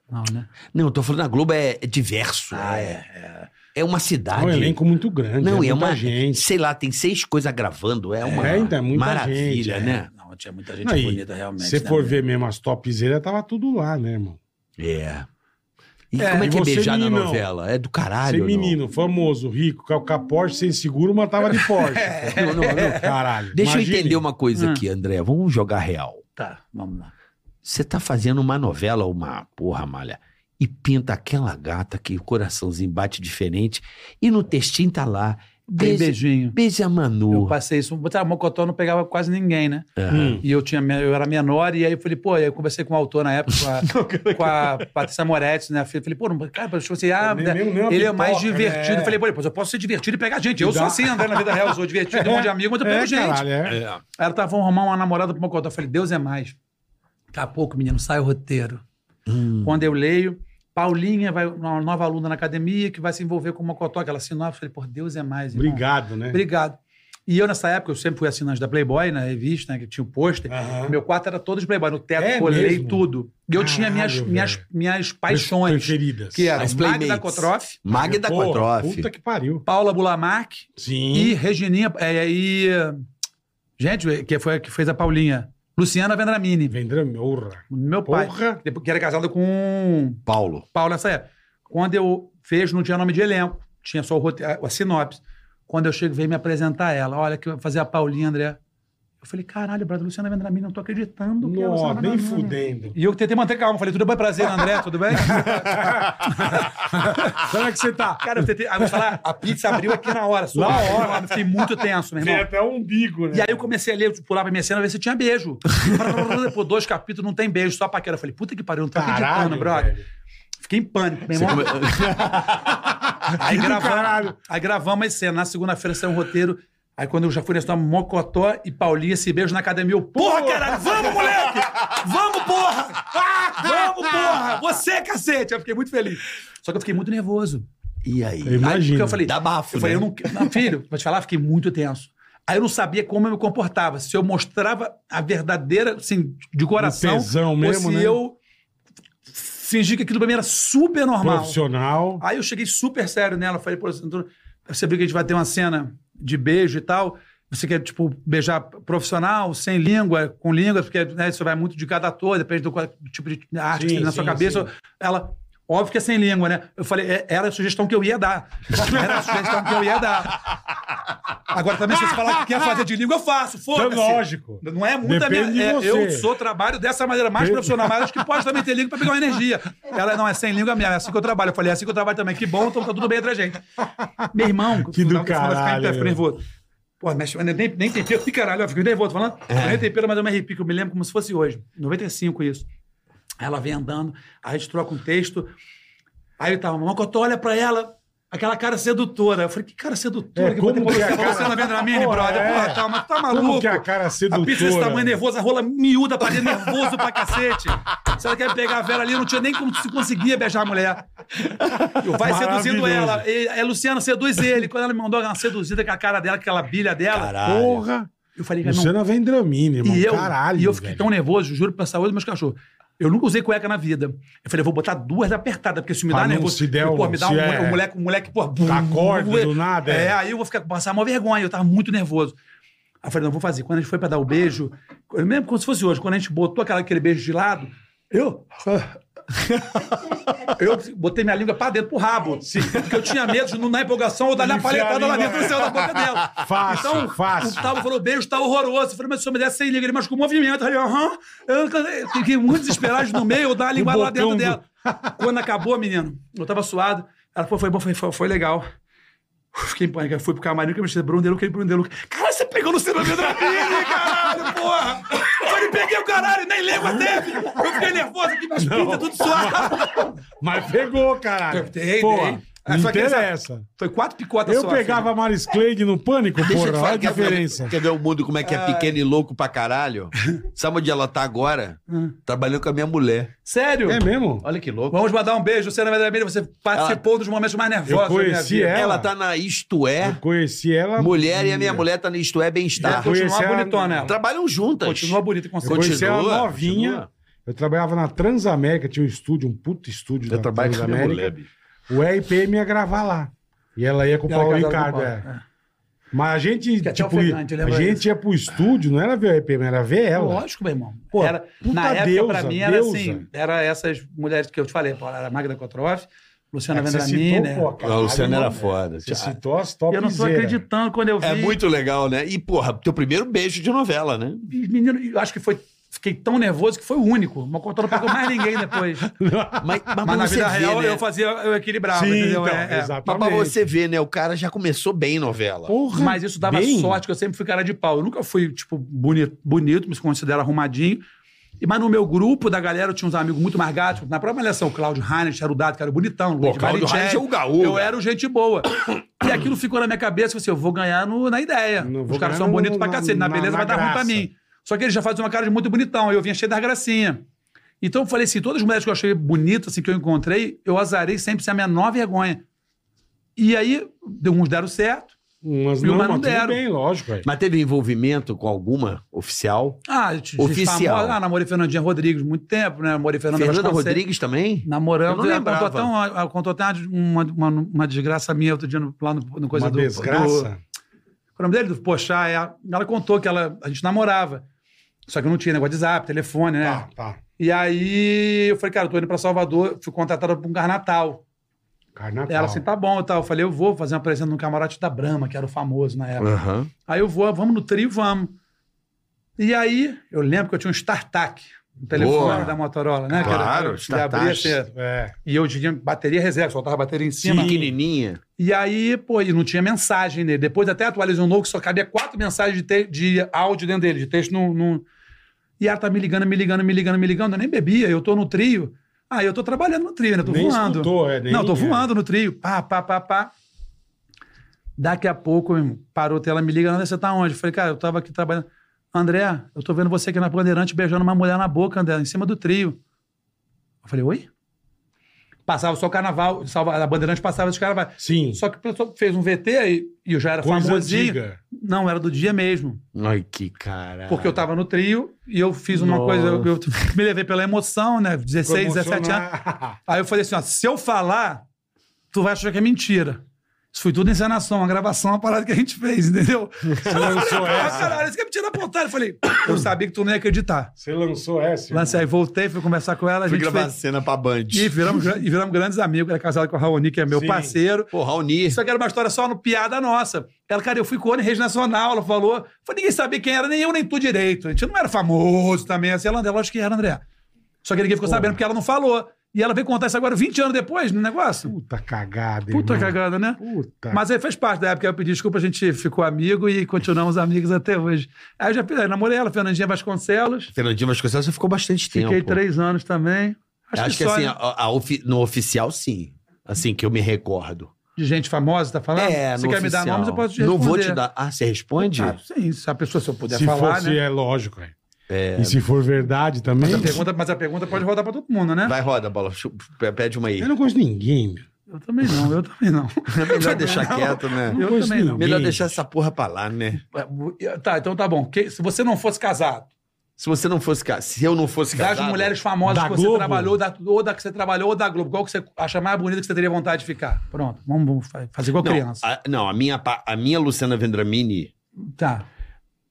Speaker 4: Não, né?
Speaker 3: Não, eu tô falando, a Globo é, é diverso.
Speaker 4: Ah,
Speaker 3: é, é uma
Speaker 2: É
Speaker 3: cidade.
Speaker 2: um elenco muito grande.
Speaker 3: não,
Speaker 2: é
Speaker 3: e é
Speaker 2: muita
Speaker 3: uma.
Speaker 2: gente.
Speaker 3: Sei lá, tem seis coisas gravando. É uma
Speaker 2: É, então, é muita
Speaker 3: maravilha,
Speaker 2: gente, é.
Speaker 3: né?
Speaker 4: Não, tinha muita gente
Speaker 2: Não, e
Speaker 4: bonita realmente. né,
Speaker 2: Se você
Speaker 3: tá,
Speaker 2: for ver mesmo as topzeiras, tava tudo lá, né, irmão?
Speaker 3: É. E
Speaker 4: É,
Speaker 3: como é
Speaker 2: e
Speaker 3: que é
Speaker 2: você,
Speaker 3: beijar na
Speaker 2: meninão?
Speaker 3: novela? É do
Speaker 2: Você
Speaker 3: caralho. não?
Speaker 2: menino, famoso, rico, com a Porsche sem seguro, mas tava de Porsche.
Speaker 3: Não, não, não.
Speaker 2: Caralho.
Speaker 3: É. Deixa
Speaker 2: imagine.
Speaker 3: eu entender uma coisa
Speaker 4: Ah.
Speaker 3: aqui, André. Vamos jogar real.
Speaker 4: Tá, vamos lá.
Speaker 3: Você tá fazendo uma novela, uma porra, malha, e pinta aquela gata que o coraçãozinho bate diferente, e no textinho tá lá.
Speaker 4: Tem
Speaker 3: Beija,
Speaker 4: beijinho.
Speaker 3: beija a
Speaker 4: Eu
Speaker 3: Manu.
Speaker 4: passei isso. Botar Mocotó não pegava quase ninguém, né?
Speaker 3: Aham.
Speaker 2: Hum.
Speaker 4: E eu, tinha, eu era menor, e aí eu falei, pô, aí eu conversei com o autor na época, com a, com a Patrícia Moretti, né? Eu falei, pô, não, cara, eu assim, ah,
Speaker 2: Nem- nem- nem uma
Speaker 4: ele é
Speaker 2: pipoca,
Speaker 4: mais
Speaker 2: né?
Speaker 4: divertido. Eu falei, pô, depois eu posso ser divertido e pegar gente. Eu
Speaker 2: Dá.
Speaker 4: sou assim, André, na vida real, eu sou divertido, tenho um monte de amigo, mas eu pego
Speaker 2: É,
Speaker 4: gente.
Speaker 2: caralho, é.
Speaker 3: É.
Speaker 4: Aí ela tava arrumando uma namorada pro Mocotó. Eu falei, Deus é mais. Daqui a pouco, menino, sai o roteiro.
Speaker 3: Hum.
Speaker 4: Quando eu leio, Paulinha vai, uma nova aluna na academia, que vai se envolver com o Mocotó, aquela sinopse. Eu falei, pô, Deus é mais. irmão.
Speaker 2: Obrigado, né?
Speaker 4: Obrigado. E eu, nessa época, eu sempre fui assinante da Playboy, na revista, né, que tinha o pôster.
Speaker 2: Aham.
Speaker 4: Meu quarto era todo de Playboy. No teto,
Speaker 2: É
Speaker 4: colei
Speaker 2: mesmo?
Speaker 4: tudo. E eu
Speaker 2: Caralho,
Speaker 4: tinha minhas,
Speaker 2: velho.
Speaker 4: minhas, minhas paixões,
Speaker 2: Preferidas.
Speaker 4: que é eram
Speaker 3: As
Speaker 4: Magda
Speaker 3: playmates.
Speaker 4: Kotroff,
Speaker 3: Magda
Speaker 2: Porra,
Speaker 3: Quatroff.
Speaker 2: Puta que pariu.
Speaker 4: Paula Bulamark e
Speaker 2: Sim.
Speaker 4: Regininha... É, e, gente, que foi a que fez a Paulinha. Luciana Vendramini.
Speaker 2: Vendrame, honra.
Speaker 4: Meu pai,
Speaker 2: Porra.
Speaker 4: depois- que era casado com
Speaker 3: Paulo.
Speaker 4: Paulo nessa época. Quando eu vejo, não tinha nome de elenco, tinha só o rote- a, a sinopse. Quando eu chego, veio me apresentar ela. Olha, que eu vou fazer a Paulinha, André. Eu falei, caralho, brother, Luciana Vendramini, não tô acreditando. que é a
Speaker 2: Nossa,
Speaker 4: Luciana
Speaker 2: nem
Speaker 4: Vendramini.
Speaker 2: fudendo.
Speaker 4: E eu tentei manter calma. Falei, tudo bem, prazer, André, tudo bem?
Speaker 2: Como é que você tá?
Speaker 4: Cara, eu tentei. ah, vou te falar, a pizza abriu aqui na hora. Só
Speaker 2: Na
Speaker 4: hora. Eu Fiquei muito tenso, meu
Speaker 2: Tem
Speaker 4: irmão.
Speaker 2: até um umbigo, né?
Speaker 4: E aí eu comecei a ler, tipo, pular pra minha cena, ver se tinha beijo. Por dois capítulos, não tem beijo, só paquera. Eu falei, puta que pariu, não tô acreditando,
Speaker 2: Caralho,
Speaker 4: brother.
Speaker 2: velho.
Speaker 4: Fiquei em pânico, meu irmão. Aí gravamos,
Speaker 2: caralho.
Speaker 4: aí gravamos as cenas. Na segunda-feira saiu um roteiro. Aí quando eu já fui nesse nome, Mocotó e Paulinha se beijam na academia. Eu, porra, caralho, vamos, moleque! Vamos, porra! Vamos, porra! Você, cacete! Eu fiquei muito feliz. Só que eu fiquei muito nervoso.
Speaker 3: E aí?
Speaker 2: Eu imagino.
Speaker 4: Aí, porque eu falei,
Speaker 3: Dá bafo,
Speaker 4: eu falei,
Speaker 3: né?
Speaker 4: eu não, não, filho, vou te falar, fiquei muito tenso. Aí eu não sabia como eu me comportava. Se eu mostrava a verdadeira, assim, de coração.
Speaker 2: O tesão
Speaker 4: ou
Speaker 2: mesmo,
Speaker 4: se
Speaker 2: né?
Speaker 4: eu fingi que aquilo pra mim era super normal.
Speaker 2: Profissional.
Speaker 4: Então, Aí eu cheguei super sério nela, falei, pô, você não- você viu que a gente vai ter uma cena de beijo e tal. Você quer, tipo, beijar profissional, sem língua, com língua, porque né, isso vai muito de cada ator, depende do, qual- do tipo de
Speaker 2: Sim,
Speaker 4: arte que tem na sua
Speaker 2: sim,
Speaker 4: cabeça.
Speaker 2: sim.
Speaker 4: Ela, Óbvio que é sem língua, né? Eu falei, é- era a sugestão que eu ia dar. Era a sugestão que eu ia dar. Agora também, se você falar que quer fazer de língua, eu faço,
Speaker 2: É
Speaker 4: foda-se.
Speaker 2: lógico.
Speaker 4: assim. Não é muita
Speaker 2: Depende
Speaker 4: minha.
Speaker 2: de
Speaker 4: é,
Speaker 2: você.
Speaker 4: eu sou trabalho dessa maneira mais profissional, mas acho que pode também ter língua pra pegar uma energia. Ela não é sem língua minha, é assim que eu trabalho. Eu falei, é assim que eu trabalho também. Que bom, então tá tudo bem entre a gente. Meu irmão,
Speaker 2: Que do
Speaker 4: eu tava- eu tava ficando em pé,
Speaker 2: caralho,
Speaker 4: fiquei nervoso. Pô, mexe, eu nem, nem tempero, que caralho, eu fico nervoso, tô falando.
Speaker 2: É.
Speaker 4: Eu nem tempero, mas eu me arrepio, que eu me lembro como se fosse hoje. 95 isso. Aí Ela vem andando, aí a gente troca um texto. Aí ele tá, tava, Mocotó olha pra ela, aquela cara sedutora. Eu falei, que cara sedutora?
Speaker 2: É,
Speaker 4: que
Speaker 2: como
Speaker 4: vou ter
Speaker 2: que a
Speaker 4: que
Speaker 2: cara-
Speaker 4: você tá na Vendra Mini,
Speaker 2: Porra,
Speaker 4: brother? Porra,
Speaker 2: é.
Speaker 4: tá, mas tá maluco.
Speaker 2: Como que a cara
Speaker 4: A pizza desse
Speaker 2: sedutora? né?
Speaker 4: tamanho é nervosa, rola miúda pra dentro, nervoso pra cacete. Se ela quer pegar a Vera ali, não tinha nem como se conseguia beijar a mulher. Eu vai seduzindo
Speaker 2: Maravilhoso.
Speaker 4: ela. E, a Luciana seduz ele. Quando ela me mandou uma seduzida com a cara dela, aquela bilha dela,
Speaker 3: Caralho.
Speaker 2: Porra.
Speaker 4: eu falei, cara, não.
Speaker 2: Luciana vem Dramini, irmão.
Speaker 4: E eu,
Speaker 2: Caralho,
Speaker 4: e eu fiquei
Speaker 2: velho.
Speaker 4: tão nervoso, juro, pela saúde dos meus cachorros. Eu nunca usei cueca na vida. Eu falei, eu vou botar duas apertadas, porque se me
Speaker 2: Pra
Speaker 4: dá
Speaker 2: não
Speaker 4: nervoso.
Speaker 2: se der
Speaker 4: e, pô,
Speaker 2: um-
Speaker 4: me dá
Speaker 2: se
Speaker 4: um,
Speaker 2: é-
Speaker 4: um moleque, um moleque, pô, bum,
Speaker 2: Acorda
Speaker 4: bum,
Speaker 2: do nada,
Speaker 4: É,
Speaker 2: é.
Speaker 4: aí eu vou ficar passar uma vergonha, eu tava muito nervoso. Aí eu falei, não, vou fazer. Quando a gente foi pra dar o beijo, eu lembro como se fosse hoje, quando a gente botou aquela- aquele beijo de lado, eu. Eu botei minha língua pra dentro pro rabo. Porque eu tinha medo de, não- na empolgação, eu dar na
Speaker 2: Enfiar a
Speaker 4: paletada lá
Speaker 2: língua.
Speaker 4: dentro do céu da boca dela.
Speaker 2: Fácil,
Speaker 4: Então,
Speaker 2: fácil.
Speaker 4: o Tava falou, beijo, tá horroroso. Eu falei, mas se eu me desse sem liga, ele machucou o movimento. Eu falei, aham. Eu eu fiquei muito desesperado no meio, eu dar a linguada lá dentro
Speaker 2: bocão do-
Speaker 4: dela. Quando acabou, menino, eu tava suado. Ela falou, foi bom, foi, foi, foi legal. Eu Fiquei em pânico, eu fui pro camarim, que eu mexi, Bruno Deluca, Bruno Deluca. Caralho, você pegou no Ciro Vendramini, caralho, porra! Eu falei, peguei o caralho, nem lembro teve! Eu fiquei nervoso aqui, minhas pintas tudo suado.
Speaker 2: Mas pegou, caralho.
Speaker 4: Dei,
Speaker 2: Porra,
Speaker 4: dei.
Speaker 2: não
Speaker 4: É, só que assim, ele
Speaker 2: interessa.
Speaker 4: Foi quatro picotas
Speaker 2: Eu
Speaker 4: só,
Speaker 2: pegava a Maris Cleide no pânico,
Speaker 3: Deixa eu
Speaker 2: porra.
Speaker 3: te
Speaker 2: Olha
Speaker 3: falar
Speaker 2: a
Speaker 3: que
Speaker 2: diferença.
Speaker 3: Quer ver o mundo como é que é pequeno e louco pra caralho? Sabe onde ela tá agora? Trabalhando com a minha mulher.
Speaker 4: Hum. Sério?
Speaker 2: É mesmo?
Speaker 3: Olha que louco.
Speaker 4: Vamos mandar um beijo, Luciana Vendramini, você participou dos momentos mais nervosos
Speaker 2: Eu
Speaker 4: da minha
Speaker 2: conheci
Speaker 4: vida.
Speaker 2: ela.
Speaker 3: Ela, tá na Isto
Speaker 2: Eu
Speaker 3: É,
Speaker 2: conheci ela.
Speaker 3: mulher, e a minha mulher tá na Isto É
Speaker 4: Deve
Speaker 2: Eu
Speaker 3: Bem-Estar.
Speaker 2: conheci
Speaker 4: continuar
Speaker 2: ela-
Speaker 4: bonitona ela.
Speaker 3: Trabalham juntas.
Speaker 4: Continua bonita, com
Speaker 2: Eu
Speaker 4: certeza.
Speaker 2: conheci ela
Speaker 3: Continua,
Speaker 2: novinha.
Speaker 3: continua.
Speaker 2: Eu trabalhava na Transamérica, tinha um estúdio, um puto estúdio da Transamérica.
Speaker 3: bicho.
Speaker 2: O RPM ia gravar lá. E ela ia com o
Speaker 4: Ela
Speaker 2: Paulo
Speaker 4: casada com
Speaker 2: Ricardo.
Speaker 4: o Paulo,
Speaker 2: é.
Speaker 4: é.
Speaker 2: Mas a gente,
Speaker 4: Que é até o
Speaker 2: tipo, ia-
Speaker 4: Fernandes
Speaker 2: a
Speaker 4: lembra
Speaker 2: gente
Speaker 4: disso.
Speaker 2: ia pro estúdio, não era ver o RPM, era ver ela.
Speaker 4: Lógico, meu irmão.
Speaker 2: Pô,
Speaker 4: era,
Speaker 2: puta
Speaker 4: na época,
Speaker 2: deusa,
Speaker 4: pra mim, era
Speaker 2: deusa.
Speaker 4: assim: era essas mulheres que eu te falei, pô, era Magda Kotroff, Luciana
Speaker 2: É que você
Speaker 4: Vendramini. né?
Speaker 2: citou, pô, caralho,
Speaker 3: A Luciana era
Speaker 2: mano.
Speaker 3: foda.
Speaker 2: Você citou as top
Speaker 4: Eu não tô acreditando quando eu vi.
Speaker 3: É muito legal, né? E, porra, teu primeiro beijo de novela, né?
Speaker 4: Menino, eu acho que foi. Fiquei tão nervoso que foi o único. Mas contou não pegou mais ninguém depois.
Speaker 3: Mas, mas,
Speaker 4: Mas na
Speaker 3: você
Speaker 4: vida
Speaker 3: vê,
Speaker 4: real
Speaker 3: né?
Speaker 4: eu fazia, eu equilibrava,
Speaker 2: Sim,
Speaker 4: entendeu?
Speaker 2: então,
Speaker 4: É, é.
Speaker 3: Mas
Speaker 2: exatamente.
Speaker 3: pra você ver, né? O cara já começou bem novela.
Speaker 2: Porra,
Speaker 4: Mas isso dava
Speaker 2: bem.
Speaker 4: sorte, que eu sempre fui cara de pau. Eu nunca fui, tipo, bonito, bonito me considero arrumadinho. E, mas no meu grupo da galera, eu tinha uns amigos muito mais gatos. Na própria malhação, Cláudio Heinrich era o dado, que era o bonitão. Luiz
Speaker 3: Cláudio
Speaker 4: Baricelli.
Speaker 3: Heinrich é
Speaker 2: um
Speaker 3: o gaúcho.
Speaker 4: Eu era o gente boa. e aquilo ficou na minha cabeça, eu falei assim, eu vou ganhar no- na ideia.
Speaker 2: Não
Speaker 4: Os
Speaker 2: vou
Speaker 4: caras
Speaker 2: ganhar
Speaker 4: são bonitos
Speaker 2: no-
Speaker 4: pra
Speaker 2: na-
Speaker 4: cacete. Na,
Speaker 2: na-
Speaker 4: beleza
Speaker 2: na
Speaker 4: vai dar ruim pra
Speaker 2: graça.
Speaker 4: mim. Só que ele já faz uma cara de muito bonitão. Eu vinha cheio das gracinhas. Então eu falei assim, todas as mulheres que eu achei bonitas, assim, que eu encontrei, eu azarei sempre sem a menor vergonha. E aí, uns deram certo,
Speaker 2: Mas
Speaker 4: E o
Speaker 2: não, mas
Speaker 4: Manu
Speaker 2: tudo
Speaker 4: deram.
Speaker 2: bem, lógico. é. velho.
Speaker 3: Mas teve envolvimento com alguma oficial?
Speaker 4: Ah, eu te,
Speaker 3: Oficial.
Speaker 4: Famosa, ah, namorei Fernandinha Rodrigues muito tempo, né? Namorei Fernanda
Speaker 3: Fernanda
Speaker 4: Vasconcelos.
Speaker 3: Rodrigues também? Eu não
Speaker 4: Namoramos, ela
Speaker 3: lembrava.
Speaker 4: contou até, uma, ah, contou até uma, uma, uma desgraça minha outro dia no, lá no, no coisa
Speaker 2: Uma
Speaker 4: do. do-
Speaker 2: desgraça.
Speaker 4: o nome dele? Do Pochá. É, ela contou que ela, a gente namorava. Só que não tinha negócio de zap, telefone, né?
Speaker 2: Tá, tá.
Speaker 4: E aí eu falei, cara, eu tô indo pra Salvador, fui contratado pra um carnatal.
Speaker 2: Carnaval.
Speaker 4: Ela assim, tá bom e tal. Eu falei, eu vou fazer uma presença no camarote da Brahma, que era o famoso na época.
Speaker 3: Aham.
Speaker 4: Aí eu vou, vamos no trio, vamos. E aí, eu lembro que eu tinha um StarTAC, um telefone
Speaker 3: Boa.
Speaker 4: da Motorola, né? que era-
Speaker 3: Claro,
Speaker 4: que
Speaker 3: StarTAC.
Speaker 4: abria, você-
Speaker 2: É.
Speaker 4: E eu tinha bateria reserva, soltava a bateria em cima.
Speaker 3: Pequenininha.
Speaker 4: E aí, pô, e não tinha mensagem nele. Depois até atualizou um novo que só cabia quatro mensagens de, te- de áudio dentro dele, de texto não. não- E ela tá me ligando, me ligando, me ligando, me ligando. Eu nem bebia, eu tô no trio. Ah, eu tô trabalhando no trio, né? Tô
Speaker 2: Nem
Speaker 4: voando.
Speaker 2: escutou, é, nem-
Speaker 4: não, tô
Speaker 2: é.
Speaker 4: voando no trio. Pá, pá, pá, pá. Daqui a pouco, meu irmão, parou ela me liga, André, você tá onde? Eu falei, cara, eu tava aqui trabalhando. André, eu tô vendo você aqui na Bandeirante beijando uma mulher na boca, André, em cima do trio. Eu falei, oi? Passava só o carnaval, salva- a Bandeirante passava os carnaval.
Speaker 2: Sim.
Speaker 4: Só que o pessoal fez um VT e, e eu já era
Speaker 2: Coisa
Speaker 4: famosinho.
Speaker 2: antiga.
Speaker 4: Não, era do dia mesmo.
Speaker 3: Ai, que caralho.
Speaker 4: Porque eu tava no trio e eu fiz uma
Speaker 3: Nossa.
Speaker 4: coisa, eu, eu me levei pela emoção, né? 16, 17 anos.
Speaker 2: Promocionar.
Speaker 4: Aí eu falei assim: ó, se eu falar, tu vai achar que é mentira. Isso foi tudo encenação, uma gravação, uma parada que a gente fez, entendeu?
Speaker 2: Você lançou
Speaker 4: Ah,
Speaker 2: essa.
Speaker 4: caralho, isso que me tirar pontada. Eu falei, eu sabia que tu não ia acreditar.
Speaker 2: Você lançou essa. irmão.
Speaker 4: Lancei, aí voltei, fui conversar com ela, a
Speaker 3: Fui
Speaker 4: gente
Speaker 3: gravar
Speaker 4: fez-
Speaker 3: cena pra Band.
Speaker 4: E viramos, gran- e viramos grandes amigos. Ela é casada com a Raoni, que é meu
Speaker 2: Sim.
Speaker 4: parceiro.
Speaker 3: Pô, Raoni.
Speaker 4: Isso aqui era uma história só no piada nossa. Ela, cara, eu fui com o rede nacional, ela falou. Falei, ninguém sabia quem era, nem eu, nem tu direito. A gente não era famoso também, assim. Ela, André, lógico que era, André. Só que ninguém ficou sabendo porque ela não falou. E ela veio contar isso agora 20 anos depois no negócio.
Speaker 2: Puta cagada,
Speaker 4: Puta
Speaker 2: irmão.
Speaker 4: cagada, né?
Speaker 3: É.
Speaker 2: Puta.
Speaker 4: Mas aí fez parte da época, eu pedi desculpa, a gente ficou amigo e continuamos amigos até hoje. Aí eu já aí namorei ela, Fernandinha Vasconcelos.
Speaker 3: Fernandinho Vasconcelos, você ficou bastante tempo.
Speaker 4: Fiquei três anos também.
Speaker 3: é
Speaker 4: Acho,
Speaker 3: um Acho, que,
Speaker 4: só,
Speaker 3: assim,
Speaker 4: né?
Speaker 3: a- a ofi- no oficial, sim. Assim, que eu me recordo.
Speaker 4: De gente famosa, tá falando?
Speaker 3: É,
Speaker 4: Você
Speaker 3: no
Speaker 4: quer me dar
Speaker 3: oficial.
Speaker 4: nomes, eu posso te
Speaker 3: Não
Speaker 4: responder.
Speaker 3: vou te dar. Ah, você responde?
Speaker 4: Ah, sim, se a pessoa, se eu puder
Speaker 2: se
Speaker 4: falar,
Speaker 2: fosse,
Speaker 4: né?
Speaker 2: é lógico. velho. E se for verdade também.
Speaker 4: É. Mas a, pergunta, mas a pergunta pode rodar pra todo mundo, né?
Speaker 3: Vai, roda, bola. Chu- Pede uma aí.
Speaker 2: Eu não gosto de ninguém, meu.
Speaker 4: Eu também não, eu também não.
Speaker 3: É melhor deixar quieto, né?
Speaker 2: Não
Speaker 4: Eu
Speaker 2: gosto
Speaker 4: também
Speaker 2: de
Speaker 4: não.
Speaker 2: ninguém.
Speaker 3: Melhor deixar
Speaker 4: assim.
Speaker 3: essa porra pra lá, né?
Speaker 4: tá, então tá bom. Que- se você não fosse casado,
Speaker 3: Se você não fosse casado, se eu não fosse casado...
Speaker 4: das mulheres famosas
Speaker 2: Da
Speaker 4: que você
Speaker 2: Globo?
Speaker 4: trabalhou, da- ou da que você trabalhou, ou da Globo, qual que você acha mais bonita que você teria vontade de ficar? Pronto, vamos, vamos fa- fazer igual
Speaker 3: Não,
Speaker 4: criança.
Speaker 3: a, não, a minha, pa- a minha Luciana Vendramini,
Speaker 4: Tá.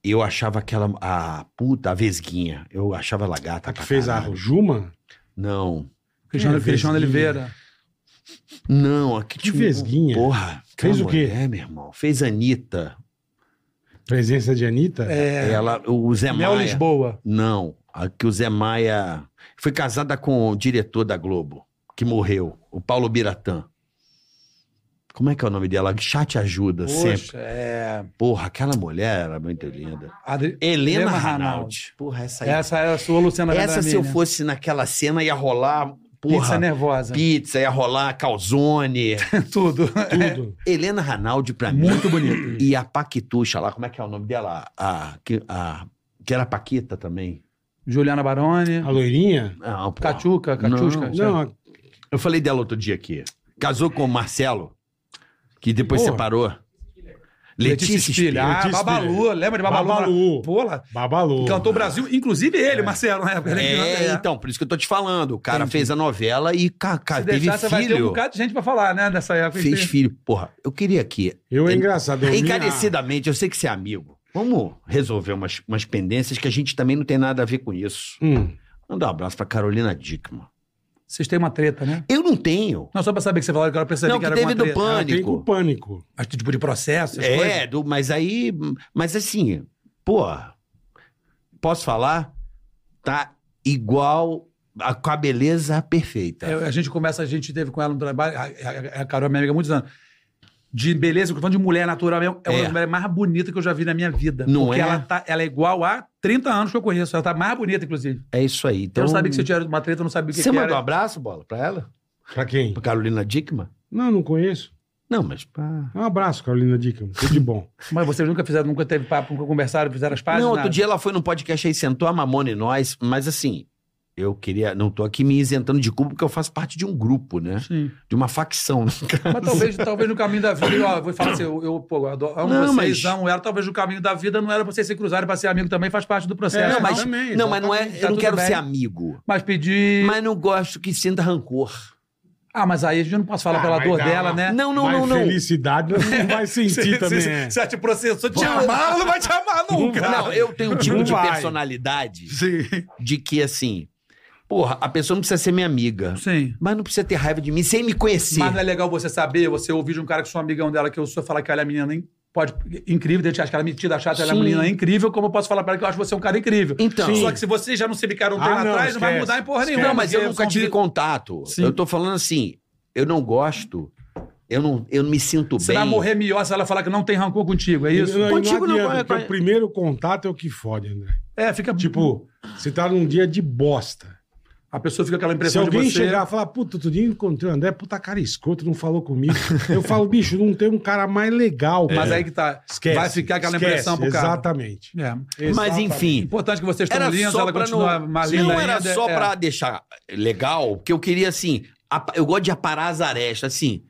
Speaker 3: eu achava aquela... A puta, a vesguinha. Eu achava ela gata
Speaker 2: A Tá que
Speaker 3: pra
Speaker 2: fez a
Speaker 3: caralho.
Speaker 2: Juma?
Speaker 3: Não.
Speaker 4: Cristiano,
Speaker 2: É,
Speaker 4: Cristiano
Speaker 2: vesguinha.
Speaker 4: Oliveira.
Speaker 3: Não, a que
Speaker 2: Que
Speaker 3: tinha um-
Speaker 2: vesguinha?
Speaker 3: Porra.
Speaker 2: Fez
Speaker 3: aquela
Speaker 2: o quê?
Speaker 3: Mulher, meu irmão. Fez Anitta.
Speaker 2: Presença de Anitta?
Speaker 4: É,
Speaker 3: Ela, o Zé
Speaker 4: Mel
Speaker 3: Maia.
Speaker 4: Lisboa.
Speaker 3: Não, a que o Zé Maia foi casada com o diretor da Globo, que morreu, o Paulo Biratã. Como é que é o nome dela? Chá te ajuda sempre.
Speaker 4: Poxa, é...
Speaker 3: Porra, aquela mulher era muito linda.
Speaker 4: Adri-
Speaker 3: Helena
Speaker 4: Helena
Speaker 3: Ranaldi. Porra, essa aí. Essa,
Speaker 4: Essa era É a sua Luciana
Speaker 3: se eu
Speaker 4: Vendramini.
Speaker 3: fosse naquela cena ia rolar,
Speaker 4: Pizza né?
Speaker 3: porra, pizza,
Speaker 4: nervosa.
Speaker 3: ia rolar calzone.
Speaker 4: Tudo.
Speaker 2: Tudo.
Speaker 3: Helena Ranaldi pra mim.
Speaker 4: Muito bonito.
Speaker 3: E a Paquituxa lá, como é que é o nome dela? A, que- a, que era Paquita também.
Speaker 4: Juliana Baroni.
Speaker 2: A loirinha?
Speaker 3: Não, porra.
Speaker 4: Cachuca, Cachuca.
Speaker 3: Não,
Speaker 2: Não, a-
Speaker 3: Eu falei dela outro dia aqui. Casou com o Marcelo, que depois
Speaker 2: Porra.
Speaker 3: separou.
Speaker 4: Letícia Spiller. Ah,
Speaker 2: Letícia Spiller.
Speaker 4: Babalu. Lembra de Babalu?
Speaker 2: Babalu.
Speaker 4: Pô, lá.
Speaker 2: Babalu.
Speaker 4: Cantou o Brasil, inclusive ele, Marcelo, né?
Speaker 3: É, então, por isso que eu tô te falando. O cara
Speaker 4: Entendi.
Speaker 3: fez a novela e ca, ca,
Speaker 4: Se
Speaker 3: teve
Speaker 4: deixar, você vai ter um
Speaker 3: filho.
Speaker 4: bocado de gente pra falar, né? Dessa época.
Speaker 3: fez filho. Porra, eu queria aqui.
Speaker 2: Eu é
Speaker 3: en-
Speaker 2: engraçado. eu vi a-
Speaker 3: Encarecidamente, eu sei que você é amigo. Vamos resolver umas, umas pendências que a gente também não tem nada a ver com isso.
Speaker 2: Hum.
Speaker 3: Manda um abraço pra Carolina Dickman.
Speaker 4: Vocês têm uma treta, né?
Speaker 3: Eu não tenho.
Speaker 4: Não, só pra saber que você falou que era pra saber
Speaker 3: Não, que
Speaker 4: que era
Speaker 3: teve
Speaker 4: alguma
Speaker 3: do
Speaker 4: treta. Ah,
Speaker 2: Ela tem com
Speaker 3: pânico.
Speaker 2: pânico.
Speaker 4: Acho que tipo de processo, essas coisas.
Speaker 3: É, do- mas aí. Mas assim, pô, posso falar? Tá igual. A, com a beleza perfeita.
Speaker 4: É, a gente começa, a gente teve com ela no trabalho, a, a- a Carol é minha amiga há muitos anos. De beleza, eu tô falando de mulher natural mesmo, é uma
Speaker 3: É.
Speaker 4: das mulheres mais bonitas que eu já vi na minha vida.
Speaker 3: Não
Speaker 4: porque
Speaker 3: é?
Speaker 4: ela, tá, ela é igual a 30 anos que eu conheço. Ela tá mais bonita, inclusive.
Speaker 3: É isso aí. Então,
Speaker 4: eu não sabia que você tinha uma treta, eu não sabia o que,
Speaker 3: Você
Speaker 4: que
Speaker 3: mandou um
Speaker 4: era.
Speaker 3: abraço, bola, pra ela?
Speaker 2: Pra quem?
Speaker 3: Pra Carolina Dickman?
Speaker 2: Não, não conheço.
Speaker 3: Não, mas. pá.
Speaker 2: Um abraço, Carolina Dica. Tudo de bom.
Speaker 4: Mas vocês nunca fizeram, nunca teve papo, nunca conversaram, fizeram as páginas?
Speaker 3: não, outro dia ela foi num podcast aí, sentou a Mamona e nós, mas assim, eu queria. Não tô aqui me isentando de culpa porque eu faço parte de um grupo, né?
Speaker 4: Sim.
Speaker 3: De uma facção.
Speaker 4: Mas talvez, talvez no caminho da vida, ó, eu vou falar assim, eu, eu, pô, eu adoro, amo
Speaker 3: Não,
Speaker 4: vocês,
Speaker 3: mas-
Speaker 4: amo ela, talvez no caminho da vida não era pra vocês se cruzarem pra ser amigo também, faz parte do processo.
Speaker 2: É,
Speaker 4: mas,
Speaker 2: mas- também,
Speaker 3: não, mas não é.
Speaker 4: exatamente, tá
Speaker 3: Eu não
Speaker 4: tudo
Speaker 3: quero
Speaker 4: bem.
Speaker 3: ser amigo.
Speaker 4: mas pedir...
Speaker 3: Mas não gosto que sinta rancor.
Speaker 4: Ah, mas aí a gente não pode falar
Speaker 2: Ah,
Speaker 4: pela
Speaker 2: mas
Speaker 4: dor
Speaker 2: dá
Speaker 4: dela,
Speaker 2: uma-
Speaker 4: né?
Speaker 3: Não, não,
Speaker 2: Mas
Speaker 3: não, não.
Speaker 2: felicidade não vai sentir também. é.
Speaker 4: já te processou, te
Speaker 3: Não.
Speaker 4: amar, ela não vai te amar nunca.
Speaker 3: Não, eu tenho um tipo
Speaker 2: Não
Speaker 3: de
Speaker 2: vai.
Speaker 3: personalidade
Speaker 4: Sim.
Speaker 3: de que, assim, porra, a pessoa não precisa ser minha amiga,
Speaker 4: Sim.
Speaker 3: mas não precisa ter raiva de mim sem me conhecer.
Speaker 4: Mas não é legal você saber, você ouvir de um cara que sou amigão dela, que eu sou, falar que ela é menina in- pode, incrível, daí a gente acha que ela é metida, chata, ela é
Speaker 3: Sim.
Speaker 4: menina incrível, como eu posso falar pra ela que eu acho você um cara incrível.
Speaker 3: Então,
Speaker 2: Sim.
Speaker 4: Só que se vocês já não se bicaram um
Speaker 2: Ah,
Speaker 4: tempo
Speaker 2: não,
Speaker 4: atrás, não vai
Speaker 2: esquece.
Speaker 4: mudar em porra
Speaker 2: Esquece.
Speaker 4: nenhuma.
Speaker 3: não, mas eu
Speaker 4: porque
Speaker 3: nunca
Speaker 4: são
Speaker 3: tive
Speaker 4: vi-
Speaker 3: contato.
Speaker 4: Sim.
Speaker 3: Eu tô falando assim, eu não gosto, eu não, eu não me sinto
Speaker 4: Se
Speaker 3: bem.
Speaker 4: ela morrer mió, se ela falar que não tem rancor contigo, é isso?
Speaker 2: Não, não
Speaker 3: Contigo não
Speaker 2: adianta,
Speaker 3: vai-
Speaker 2: porque o primeiro contato é o que fode, André.
Speaker 4: É, fica.
Speaker 2: Tipo, você tá num dia de bosta.
Speaker 4: a pessoa fica com aquela
Speaker 2: Se
Speaker 4: impressão de
Speaker 2: alguém
Speaker 4: você.
Speaker 2: chegar e falar, puta, outro dia eu encontrei o André, puta cara escroto, não falou comigo. Eu falo, bicho, não tem um cara mais legal.
Speaker 4: Mas
Speaker 2: cara.
Speaker 4: aí que tá.
Speaker 2: Esquece,
Speaker 4: vai ficar aquela
Speaker 2: esquece,
Speaker 4: impressão pro cara.
Speaker 2: Exatamente.
Speaker 4: É.
Speaker 3: Mas
Speaker 2: Exatamente.
Speaker 3: enfim,
Speaker 4: Importante que vocês estão
Speaker 3: era
Speaker 4: lindos,
Speaker 3: só
Speaker 4: ela
Speaker 3: pra
Speaker 4: continua
Speaker 3: não...
Speaker 4: mais linda
Speaker 3: Não era
Speaker 4: ainda,
Speaker 3: só
Speaker 4: é.
Speaker 3: pra deixar legal, que eu queria, assim, apa- eu gosto de aparar as arestas, assim...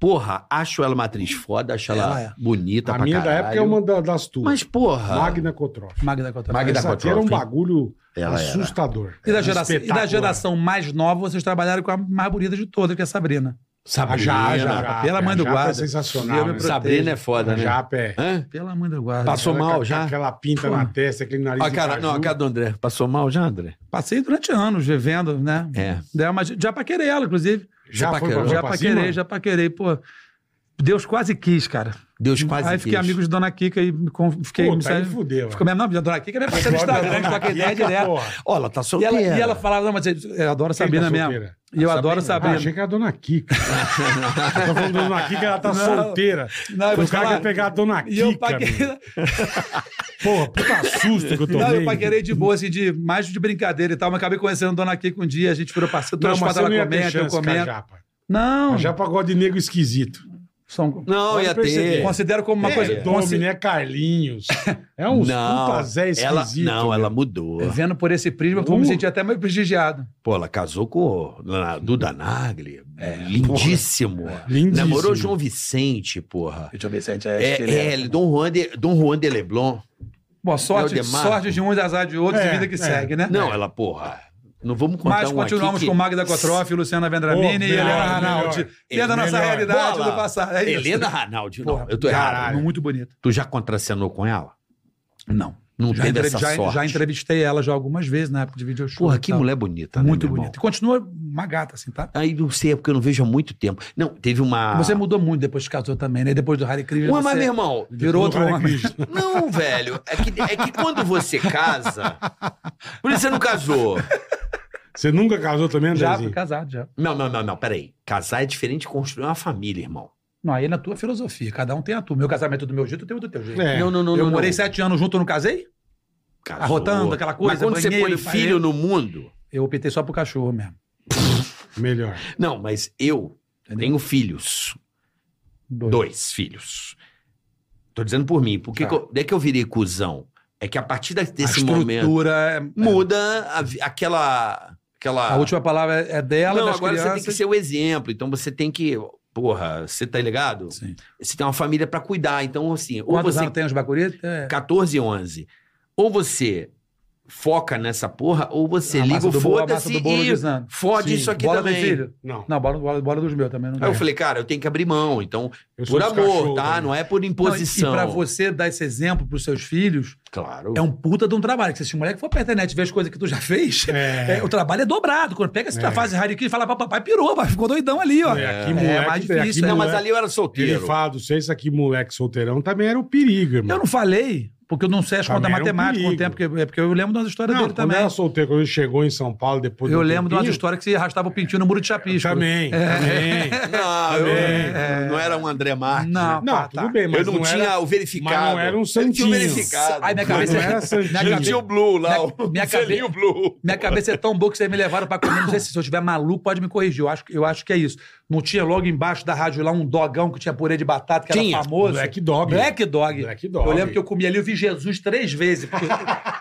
Speaker 3: Porra, acho ela uma atriz foda, acho ela,
Speaker 4: Ela é.
Speaker 3: bonita
Speaker 2: A
Speaker 3: pra
Speaker 2: minha
Speaker 3: caralho.
Speaker 2: da época é uma da- das tuas.
Speaker 3: Mas, porra...
Speaker 2: Magna Kotroff.
Speaker 4: Magda Cotto.
Speaker 3: Magda
Speaker 2: Essa aqui era um
Speaker 3: Kotroff, hein?
Speaker 2: bagulho
Speaker 3: Ela era.
Speaker 2: assustador.
Speaker 4: E da,
Speaker 2: Era
Speaker 4: geração, e da
Speaker 2: espetacular.
Speaker 4: geração mais nova, vocês trabalharam com a mais bonita de todas, que é a Sabrina.
Speaker 3: Sabrina.
Speaker 2: Japa, a Japa.
Speaker 4: pela mãe do
Speaker 2: A Japa é
Speaker 4: guarda.
Speaker 2: sensacional,
Speaker 4: Deus me
Speaker 2: né?
Speaker 4: proteja.
Speaker 3: Sabrina é foda, né?
Speaker 2: Japa é.
Speaker 3: Hã?
Speaker 4: Pela mãe do guarda.
Speaker 3: Passou
Speaker 2: Ela
Speaker 3: mal
Speaker 2: com-
Speaker 3: já?
Speaker 2: com Aquela pinta na testa, aquele nariz.
Speaker 3: Ó, cara,
Speaker 2: de
Speaker 3: não, a
Speaker 2: caju.
Speaker 3: cara do André. Passou mal já, André?
Speaker 4: Passei durante anos vivendo, né?
Speaker 3: É.
Speaker 4: É, mas já paquerei ela, inclusive.
Speaker 2: Já
Speaker 3: Você
Speaker 2: foi
Speaker 3: paquerou?
Speaker 2: pra,
Speaker 4: já
Speaker 2: já
Speaker 4: paquerei, já paquerei. Pô, Deus quase quis, cara.
Speaker 3: Deus quase
Speaker 4: Aí fiquei
Speaker 3: quis.
Speaker 4: amigo de Dona Kika e me con- fiquei... me
Speaker 2: Puta, tá aí
Speaker 4: sa-
Speaker 2: fudeu.
Speaker 4: Ficou mesmo, não, a Dona Kika é minha parceira no Instagram, troca ideia
Speaker 2: é
Speaker 4: direto.
Speaker 3: Ó, ela tá
Speaker 4: E
Speaker 3: solteira.
Speaker 4: ela, e ela falava, não, mas eu adoro
Speaker 2: é
Speaker 4: Sabina mesmo. E eu adoro
Speaker 2: Ah,
Speaker 4: Sabrina.
Speaker 2: achei que era a dona Kika. Eu tô falando da dona Kika, ela tá
Speaker 4: Não.
Speaker 2: solteira.
Speaker 4: Não, eu vou
Speaker 2: o
Speaker 4: te
Speaker 2: cara quer
Speaker 4: falar.
Speaker 2: é pegar a dona Kika.
Speaker 4: E eu
Speaker 2: meu.
Speaker 4: paquerei...
Speaker 2: Porra, puta susto que eu tomei.
Speaker 4: Não, eu paquerei de boa, assim, de, mais de brincadeira e tal, mas acabei conhecendo a Dona Kika um dia, a gente virou parceiro,
Speaker 2: Não,
Speaker 4: todas as
Speaker 2: mas
Speaker 4: fotos
Speaker 2: você não
Speaker 4: ela
Speaker 2: ia ter
Speaker 4: comenta, eu
Speaker 2: chance com a
Speaker 4: comento.
Speaker 2: japa.
Speaker 4: Não,
Speaker 2: A japa gosta de nego esquisito.
Speaker 4: são,
Speaker 3: Não,
Speaker 2: Pode
Speaker 3: ia
Speaker 2: perceber.
Speaker 3: ter.
Speaker 4: considero como uma
Speaker 2: é,
Speaker 4: coisa... consi-
Speaker 2: Dominé Carlinhos. É
Speaker 4: um
Speaker 2: uns puta Zé
Speaker 3: ela,
Speaker 2: esquisito.
Speaker 4: né?
Speaker 3: não, ela
Speaker 2: meu.
Speaker 3: mudou.
Speaker 4: Vendo por esse prisma, eu vou me
Speaker 2: Uh.
Speaker 4: sentir até mais prestigiado.
Speaker 3: Pô, ela casou com a Duda Nagli.
Speaker 4: É,
Speaker 3: lindíssimo.
Speaker 2: Lindíssimo.
Speaker 3: Namorou João Vicente, porra.
Speaker 4: Deixa eu ver se a gente
Speaker 3: É, é, Dom Juan de, Dom Juan de Leblon.
Speaker 4: Bom, sorte,
Speaker 3: Leodemar.
Speaker 4: sorte de um e azar de outro,
Speaker 2: É,
Speaker 4: vida que
Speaker 2: é.
Speaker 4: segue, né?
Speaker 3: Não, ela, porra. Não vamos contar
Speaker 4: Mas
Speaker 3: um
Speaker 4: continuamos
Speaker 3: aqui
Speaker 4: com
Speaker 3: que...
Speaker 4: Magda Cotroff, Luciana Vendramini
Speaker 2: Oh,
Speaker 4: e Helena
Speaker 2: melhor,
Speaker 4: Ranaldi.
Speaker 2: melhor.
Speaker 4: Dentro da nossa
Speaker 2: Melhor.
Speaker 4: realidade
Speaker 3: Bola.
Speaker 4: do passado. É isso.
Speaker 3: Helena Ranaldi, não,
Speaker 4: Porra,
Speaker 3: eu tô errado.
Speaker 2: caralho.
Speaker 4: Muito bonito.
Speaker 3: Tu já contracenou com ela?
Speaker 4: Não.
Speaker 3: Não
Speaker 4: Já,
Speaker 3: teve
Speaker 4: entrevi-
Speaker 3: essa
Speaker 4: já-
Speaker 3: sorte.
Speaker 4: já entrevistei ela já algumas vezes na época de vídeo é show.
Speaker 3: Porra,
Speaker 4: e
Speaker 3: que
Speaker 4: tal.
Speaker 3: mulher bonita, né,
Speaker 4: Muito
Speaker 3: meu irmão?
Speaker 4: bonita. E continua uma gata, assim, tá?
Speaker 3: Aí não sei, é porque eu não vejo há muito tempo. Não, teve uma.
Speaker 4: Você mudou muito depois que casou também, né? Depois do Hare Krishna.
Speaker 3: Ah. Uma, é mas,
Speaker 4: você
Speaker 3: meu irmão.
Speaker 4: virou outro
Speaker 2: Hare
Speaker 4: homem.
Speaker 2: Krishna.
Speaker 3: Não, velho. É que, é que quando você casa. Por isso você não casou.
Speaker 2: Você nunca casou também,
Speaker 4: Já,
Speaker 2: Andrezinho?
Speaker 4: fui casado, já.
Speaker 3: Não, não, não, não. Peraí. Casar é diferente de construir uma família, irmão.
Speaker 4: Não, aí é na tua filosofia. Cada um tem a tua. Meu casamento é do meu jeito, o teu é do teu jeito.
Speaker 2: É.
Speaker 3: Não, não, não.
Speaker 4: eu
Speaker 3: não,
Speaker 4: morei
Speaker 3: não.
Speaker 4: sete anos junto, eu não casei?
Speaker 3: Casou.
Speaker 4: arrotando, aquela coisa,
Speaker 3: Mas quando você
Speaker 4: banheiro,
Speaker 3: põe
Speaker 4: parede.
Speaker 3: filho no mundo.
Speaker 4: Eu optei só pro cachorro mesmo.
Speaker 2: Melhor.
Speaker 3: Não, mas eu
Speaker 4: Entendeu?
Speaker 3: tenho filhos.
Speaker 4: Dois.
Speaker 3: Dois filhos. Tô dizendo por mim. Porque
Speaker 4: Tá.
Speaker 3: que eu, daí que eu virei cuzão. É que a partir da-
Speaker 4: A
Speaker 3: desse momento.
Speaker 4: estrutura é-
Speaker 3: muda a vi- aquela. aquela...
Speaker 2: Ah.
Speaker 4: A última palavra é é dela,
Speaker 3: Não,
Speaker 4: das
Speaker 3: agora você
Speaker 4: crianças.
Speaker 3: tem que ser o exemplo. Então você tem que. Porra, você tá ligado?
Speaker 4: Sim.
Speaker 3: Você tem uma família pra cuidar. Então, assim, ou
Speaker 4: Quantos
Speaker 3: você.
Speaker 4: anos tem os bacuritos? É.
Speaker 3: 14, 11. Ou você foca nessa porra, ou você
Speaker 4: A
Speaker 3: liga
Speaker 4: massa
Speaker 3: o
Speaker 4: do bolo, a massa
Speaker 3: foda-se
Speaker 4: do bolo
Speaker 3: e
Speaker 4: diz nada.
Speaker 3: fode
Speaker 2: Sim,
Speaker 3: isso aqui
Speaker 4: Bola do
Speaker 3: também.
Speaker 4: filho?
Speaker 2: Não.
Speaker 4: Não, bola, bola, bola dos meus também. Não
Speaker 3: Aí eu
Speaker 4: dá.
Speaker 3: falei, cara, eu tenho que abrir mão. Então,
Speaker 2: eu sou
Speaker 3: por
Speaker 2: dos
Speaker 3: amor,
Speaker 2: cachorro
Speaker 3: tá?
Speaker 2: também.
Speaker 3: Não é por
Speaker 4: Não,
Speaker 3: imposição.
Speaker 4: E pra você dar esse exemplo pros seus filhos,
Speaker 3: Claro.
Speaker 4: é um puta de um trabalho. Que se esse moleque for pra internet ver as coisas que tu já fez,
Speaker 2: É.
Speaker 4: é, o trabalho é dobrado. Quando pega essa
Speaker 2: É.
Speaker 4: tua fase rádio aqui e fala, papai pirou, pai, ficou doidão ali, ó.
Speaker 2: É, aqui,
Speaker 4: É,
Speaker 2: moleque,
Speaker 4: mais
Speaker 2: tem-
Speaker 4: difícil,
Speaker 2: aqui,
Speaker 3: Não, mas
Speaker 2: moleque-
Speaker 3: ali eu era
Speaker 2: Ele
Speaker 3: solteiro.
Speaker 2: fala do César que moleque solteirão também era o perigo, irmão.
Speaker 4: Eu não falei, porque eu não sei as
Speaker 2: Também
Speaker 4: contas
Speaker 2: era um
Speaker 4: matemáticas com o
Speaker 2: perigo.
Speaker 4: tempo, porque, é porque eu lembro das histórias
Speaker 2: Não,
Speaker 4: dele
Speaker 2: quando
Speaker 4: também.
Speaker 2: era solteiro, quando ele chegou em São Paulo depois
Speaker 4: Eu
Speaker 2: do
Speaker 4: lembro de umas
Speaker 2: tempinho,
Speaker 4: histórias que se arrastava o pintinho no muro de chapisco. É.
Speaker 2: Também, também.
Speaker 3: Não, eu-
Speaker 2: É.
Speaker 3: não era um André Marques.
Speaker 4: Não,
Speaker 2: Não,
Speaker 4: pá,
Speaker 2: tudo
Speaker 4: tá.
Speaker 2: bem, mas
Speaker 3: Ah, eu não, tinha
Speaker 2: era-
Speaker 3: o verificado.
Speaker 2: mas não era um
Speaker 3: Eu tinha o
Speaker 2: santinho.
Speaker 3: verificado.
Speaker 4: Ai, minha cabeça é-
Speaker 2: Não é era santinho.
Speaker 4: Minha
Speaker 3: Tinha
Speaker 4: cabeça-
Speaker 3: o Blue lá,
Speaker 4: minha-
Speaker 3: o
Speaker 4: minha cabe-
Speaker 3: selinho Blue.
Speaker 4: Minha cabeça é tão boa que vocês me levaram pra comer. Não sei se, se eu tiver maluco, pode me corrigir. Eu acho, eu acho que é isso. Não tinha logo embaixo da rádio lá um dogão que tinha purê de batata, que
Speaker 3: Tinha.
Speaker 4: era famoso.
Speaker 2: Black Dog.
Speaker 4: Black Dog.
Speaker 2: Black Dog.
Speaker 4: Eu lembro que eu comi ali, eu vi Jesus três vezes. Porque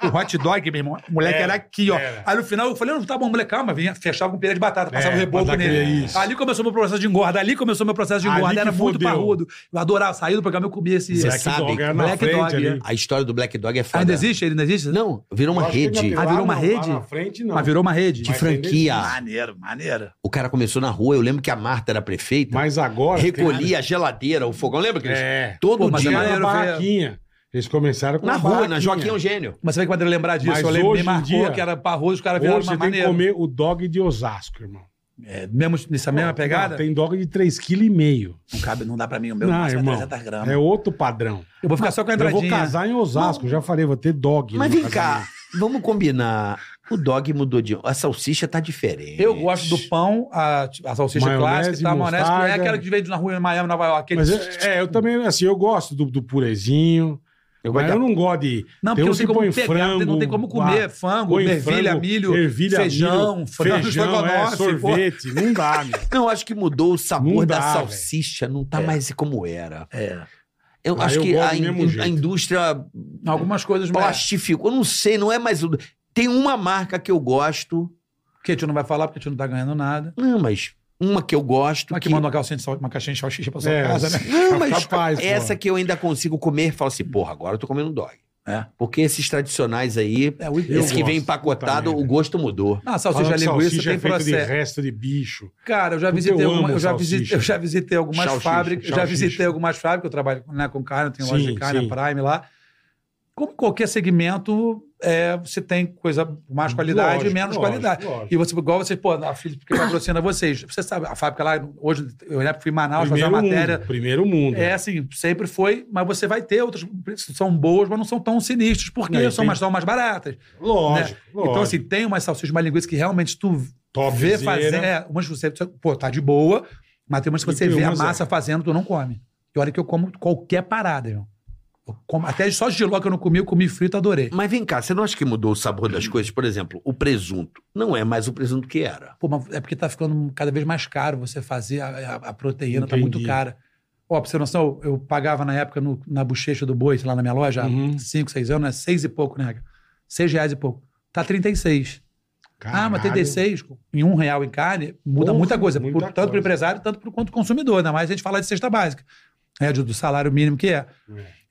Speaker 4: o hot dog, meu irmão, o moleque
Speaker 2: Era,
Speaker 4: era aqui, ó.
Speaker 2: era.
Speaker 4: Aí no final eu falei, não, tá bom, moleque, calma. Vinha, fechava com purê de batata, passava
Speaker 2: É,
Speaker 4: o reboco
Speaker 2: pra dar aquele-
Speaker 4: nele.
Speaker 2: isso.
Speaker 4: Ali começou meu processo de engorda. Ali começou meu processo de
Speaker 2: Ali
Speaker 4: engorda.
Speaker 2: que
Speaker 4: Era muito
Speaker 2: fodeu.
Speaker 4: parrudo. Eu adorava. Saí do programa, eu comia esse...
Speaker 3: Você
Speaker 2: Black
Speaker 3: sabe
Speaker 2: Dog
Speaker 3: que
Speaker 2: era na
Speaker 4: Black
Speaker 2: frente
Speaker 4: Dog,
Speaker 2: ali.
Speaker 4: é.
Speaker 3: A história do Black Dog é foda.
Speaker 4: Ainda existe? Ele ainda existe?
Speaker 3: Não, virou uma
Speaker 2: Eu acho que
Speaker 3: rede.
Speaker 2: na
Speaker 4: Ah, virou uma
Speaker 2: Pilar, não,
Speaker 4: rede?
Speaker 2: Lá na frente, não.
Speaker 4: Mas virou uma rede.
Speaker 3: Que
Speaker 2: Mas
Speaker 3: franquia.
Speaker 4: Ah. Maneiro, maneiro.
Speaker 3: O cara começou na rua. Eu lembro que a Marta era prefeita.
Speaker 2: Mas agora...
Speaker 3: recolhia a geladeira, o fogão. Lembra que
Speaker 2: tem-
Speaker 3: eles...
Speaker 2: É.
Speaker 3: Todo
Speaker 4: Pô, mas
Speaker 3: dia.
Speaker 4: é
Speaker 2: Tinha
Speaker 4: maneiro.
Speaker 2: uma
Speaker 4: ver-
Speaker 2: barraquinha. Eles começaram com
Speaker 3: Na
Speaker 2: uma
Speaker 3: rua, na
Speaker 2: barraquinha.
Speaker 3: Joaquim Eugênio.
Speaker 4: Mas você vê que maneiro lembrar disso.
Speaker 2: Mas
Speaker 4: eu lembro,
Speaker 2: hoje
Speaker 4: me
Speaker 2: em
Speaker 4: marcou
Speaker 2: dia-
Speaker 4: que era pra arroz, os caras viraram
Speaker 2: Hoje
Speaker 4: uma
Speaker 2: você tem que
Speaker 4: maneira.
Speaker 2: comer o dog de Osasco, irmão.
Speaker 4: É, mesmo nessa mesma pegada?
Speaker 2: Não, tem dog de 3,5 kg.
Speaker 4: Não cabe, não dá pra mim o meu.
Speaker 2: Não,
Speaker 4: máximo é
Speaker 2: irmão.
Speaker 4: 300 gramas.
Speaker 2: É outro padrão.
Speaker 4: Eu vou ficar só com a
Speaker 2: Eu
Speaker 4: entradinha.
Speaker 2: vou casar em Osasco, já falei, vou ter dog.
Speaker 3: Mas
Speaker 2: no
Speaker 3: vem
Speaker 2: casamento.
Speaker 3: cá, vamos combinar. O dog mudou de... A salsicha tá diferente.
Speaker 4: Eu gosto do pão, a, a salsicha
Speaker 2: Maionese,
Speaker 4: clássica, tá, a maionese, que é
Speaker 2: mostarda.
Speaker 4: aquela que vende na rua em Miami, Nova York. Aquele...
Speaker 2: Mas é, é, eu também, assim, eu gosto do, do purezinho.
Speaker 3: Eu
Speaker 2: mas
Speaker 3: gosto
Speaker 2: eu
Speaker 3: da-
Speaker 2: não gosto de.
Speaker 4: Não,
Speaker 2: tem
Speaker 4: porque não
Speaker 2: uns
Speaker 4: tem
Speaker 2: que
Speaker 4: como
Speaker 2: põem
Speaker 4: pegar, não tem como comer.
Speaker 2: ah,
Speaker 4: Frango,
Speaker 2: põe
Speaker 4: ervilha,
Speaker 2: frango,
Speaker 4: milho,
Speaker 2: ervilha,
Speaker 4: feijão,
Speaker 2: milho,
Speaker 4: frango,
Speaker 2: feijão, é,
Speaker 4: estrogonofe,
Speaker 2: sorvete. Não dá, meu.
Speaker 3: Não, acho que mudou o sabor
Speaker 2: Não
Speaker 3: da
Speaker 2: dá,
Speaker 3: salsicha. Não tá
Speaker 4: É.
Speaker 3: mais como era.
Speaker 4: É.
Speaker 3: Eu
Speaker 2: Ah,
Speaker 3: acho
Speaker 2: eu
Speaker 3: que
Speaker 2: gosto
Speaker 3: a,
Speaker 2: do
Speaker 3: in-
Speaker 2: mesmo
Speaker 3: a
Speaker 2: jeito.
Speaker 3: indústria
Speaker 4: Algumas coisas mais.
Speaker 3: plastificou. Eu não sei, não é mais... o- Tem uma marca que eu gosto...
Speaker 4: Porque a gente não vai falar, porque a gente não tá ganhando nada.
Speaker 3: Não, mas uma que eu gosto...
Speaker 4: Mas que
Speaker 3: que-
Speaker 4: manda uma, calcinha de sal- uma caixinha de salsicha pra sua
Speaker 2: É,
Speaker 4: casa, né?
Speaker 3: Não, mas
Speaker 2: Capaz, pô.
Speaker 3: essa que eu ainda consigo comer, fala assim, porra, agora eu tô comendo um dog.
Speaker 4: É.
Speaker 3: Porque esses tradicionais aí,
Speaker 4: É, o
Speaker 2: Eu
Speaker 3: esse que vem
Speaker 2: gosto. né?
Speaker 3: empacotado,
Speaker 2: Puta
Speaker 3: o
Speaker 2: merda.
Speaker 3: gosto mudou.
Speaker 4: Ah,
Speaker 2: Falam
Speaker 4: salsicha
Speaker 2: que
Speaker 4: linguiça
Speaker 2: salsicha
Speaker 4: tem
Speaker 2: é feito de
Speaker 4: processo.
Speaker 2: resto de bicho.
Speaker 4: Cara, eu já
Speaker 2: Puta,
Speaker 4: visitei,
Speaker 2: eu
Speaker 4: alguma,
Speaker 2: amo
Speaker 4: eu já visitei, eu
Speaker 2: salsicha.
Speaker 4: já visitei algumas
Speaker 3: Salsicha,
Speaker 4: fábricas, eu já
Speaker 2: salsicha.
Speaker 4: visitei algumas fábricas, eu trabalho com, né, com carne, eu tenho loja
Speaker 2: Sim,
Speaker 4: de carne,
Speaker 2: sim.
Speaker 4: a Prime lá. Como qualquer segmento, é, você tem coisa com mais qualidade
Speaker 2: Lógico,
Speaker 4: e menos
Speaker 2: lógico,
Speaker 4: qualidade.
Speaker 2: lógico.
Speaker 4: E você, igual vocês, pô, a Philips que patrocina vocês. Você sabe, a fábrica lá, hoje, eu né, fui em Manaus fazer
Speaker 2: Primeiro
Speaker 4: uma matéria.
Speaker 2: mundo. Primeiro mundo. né?
Speaker 4: É assim, sempre foi, mas você vai ter outras que são boas, mas não são tão sinistros, porque
Speaker 2: Não, e
Speaker 4: são,
Speaker 2: tem-
Speaker 4: mais, são mais baratas.
Speaker 2: Lógico, lógico.
Speaker 4: Então, assim, tem umas salsichas mais linguiças que realmente tu
Speaker 2: Topzera.
Speaker 4: vê fazendo. É, umas que você, pô, tá de boa, mas tem umas que
Speaker 2: E
Speaker 4: você
Speaker 2: tem
Speaker 4: vê a
Speaker 2: umas,
Speaker 4: massa
Speaker 2: é.
Speaker 4: fazendo, tu não come. E olha que eu como qualquer parada, irmão. Eu como- até só giló que eu não comi, eu comi frito, adorei.
Speaker 3: Mas vem cá, você não acha que mudou o sabor das coisas? Por exemplo, o presunto não é mais o presunto que era.
Speaker 4: Pô, mas é porque tá ficando cada vez mais caro você fazer a, a- a proteína, tá muito
Speaker 2: Entendi.
Speaker 4: cara. Ó, pra você ter noção, eu, eu pagava na época no- na bochecha do boi, sei lá na minha loja,
Speaker 2: Uhum.
Speaker 4: 5, 6 anos, né? 6 e pouco, né? Raga? Seis reais e pouco. Tá 36. Ah,
Speaker 2: Caralho.
Speaker 4: mas 36 em um real em carne muda
Speaker 2: Porra,
Speaker 4: muita coisa, por-
Speaker 2: muita
Speaker 4: tanto
Speaker 2: coisa.
Speaker 4: para o empresário, tanto para o consumidor, ainda mais a gente falar de cesta básica, é, do, do salário mínimo que é.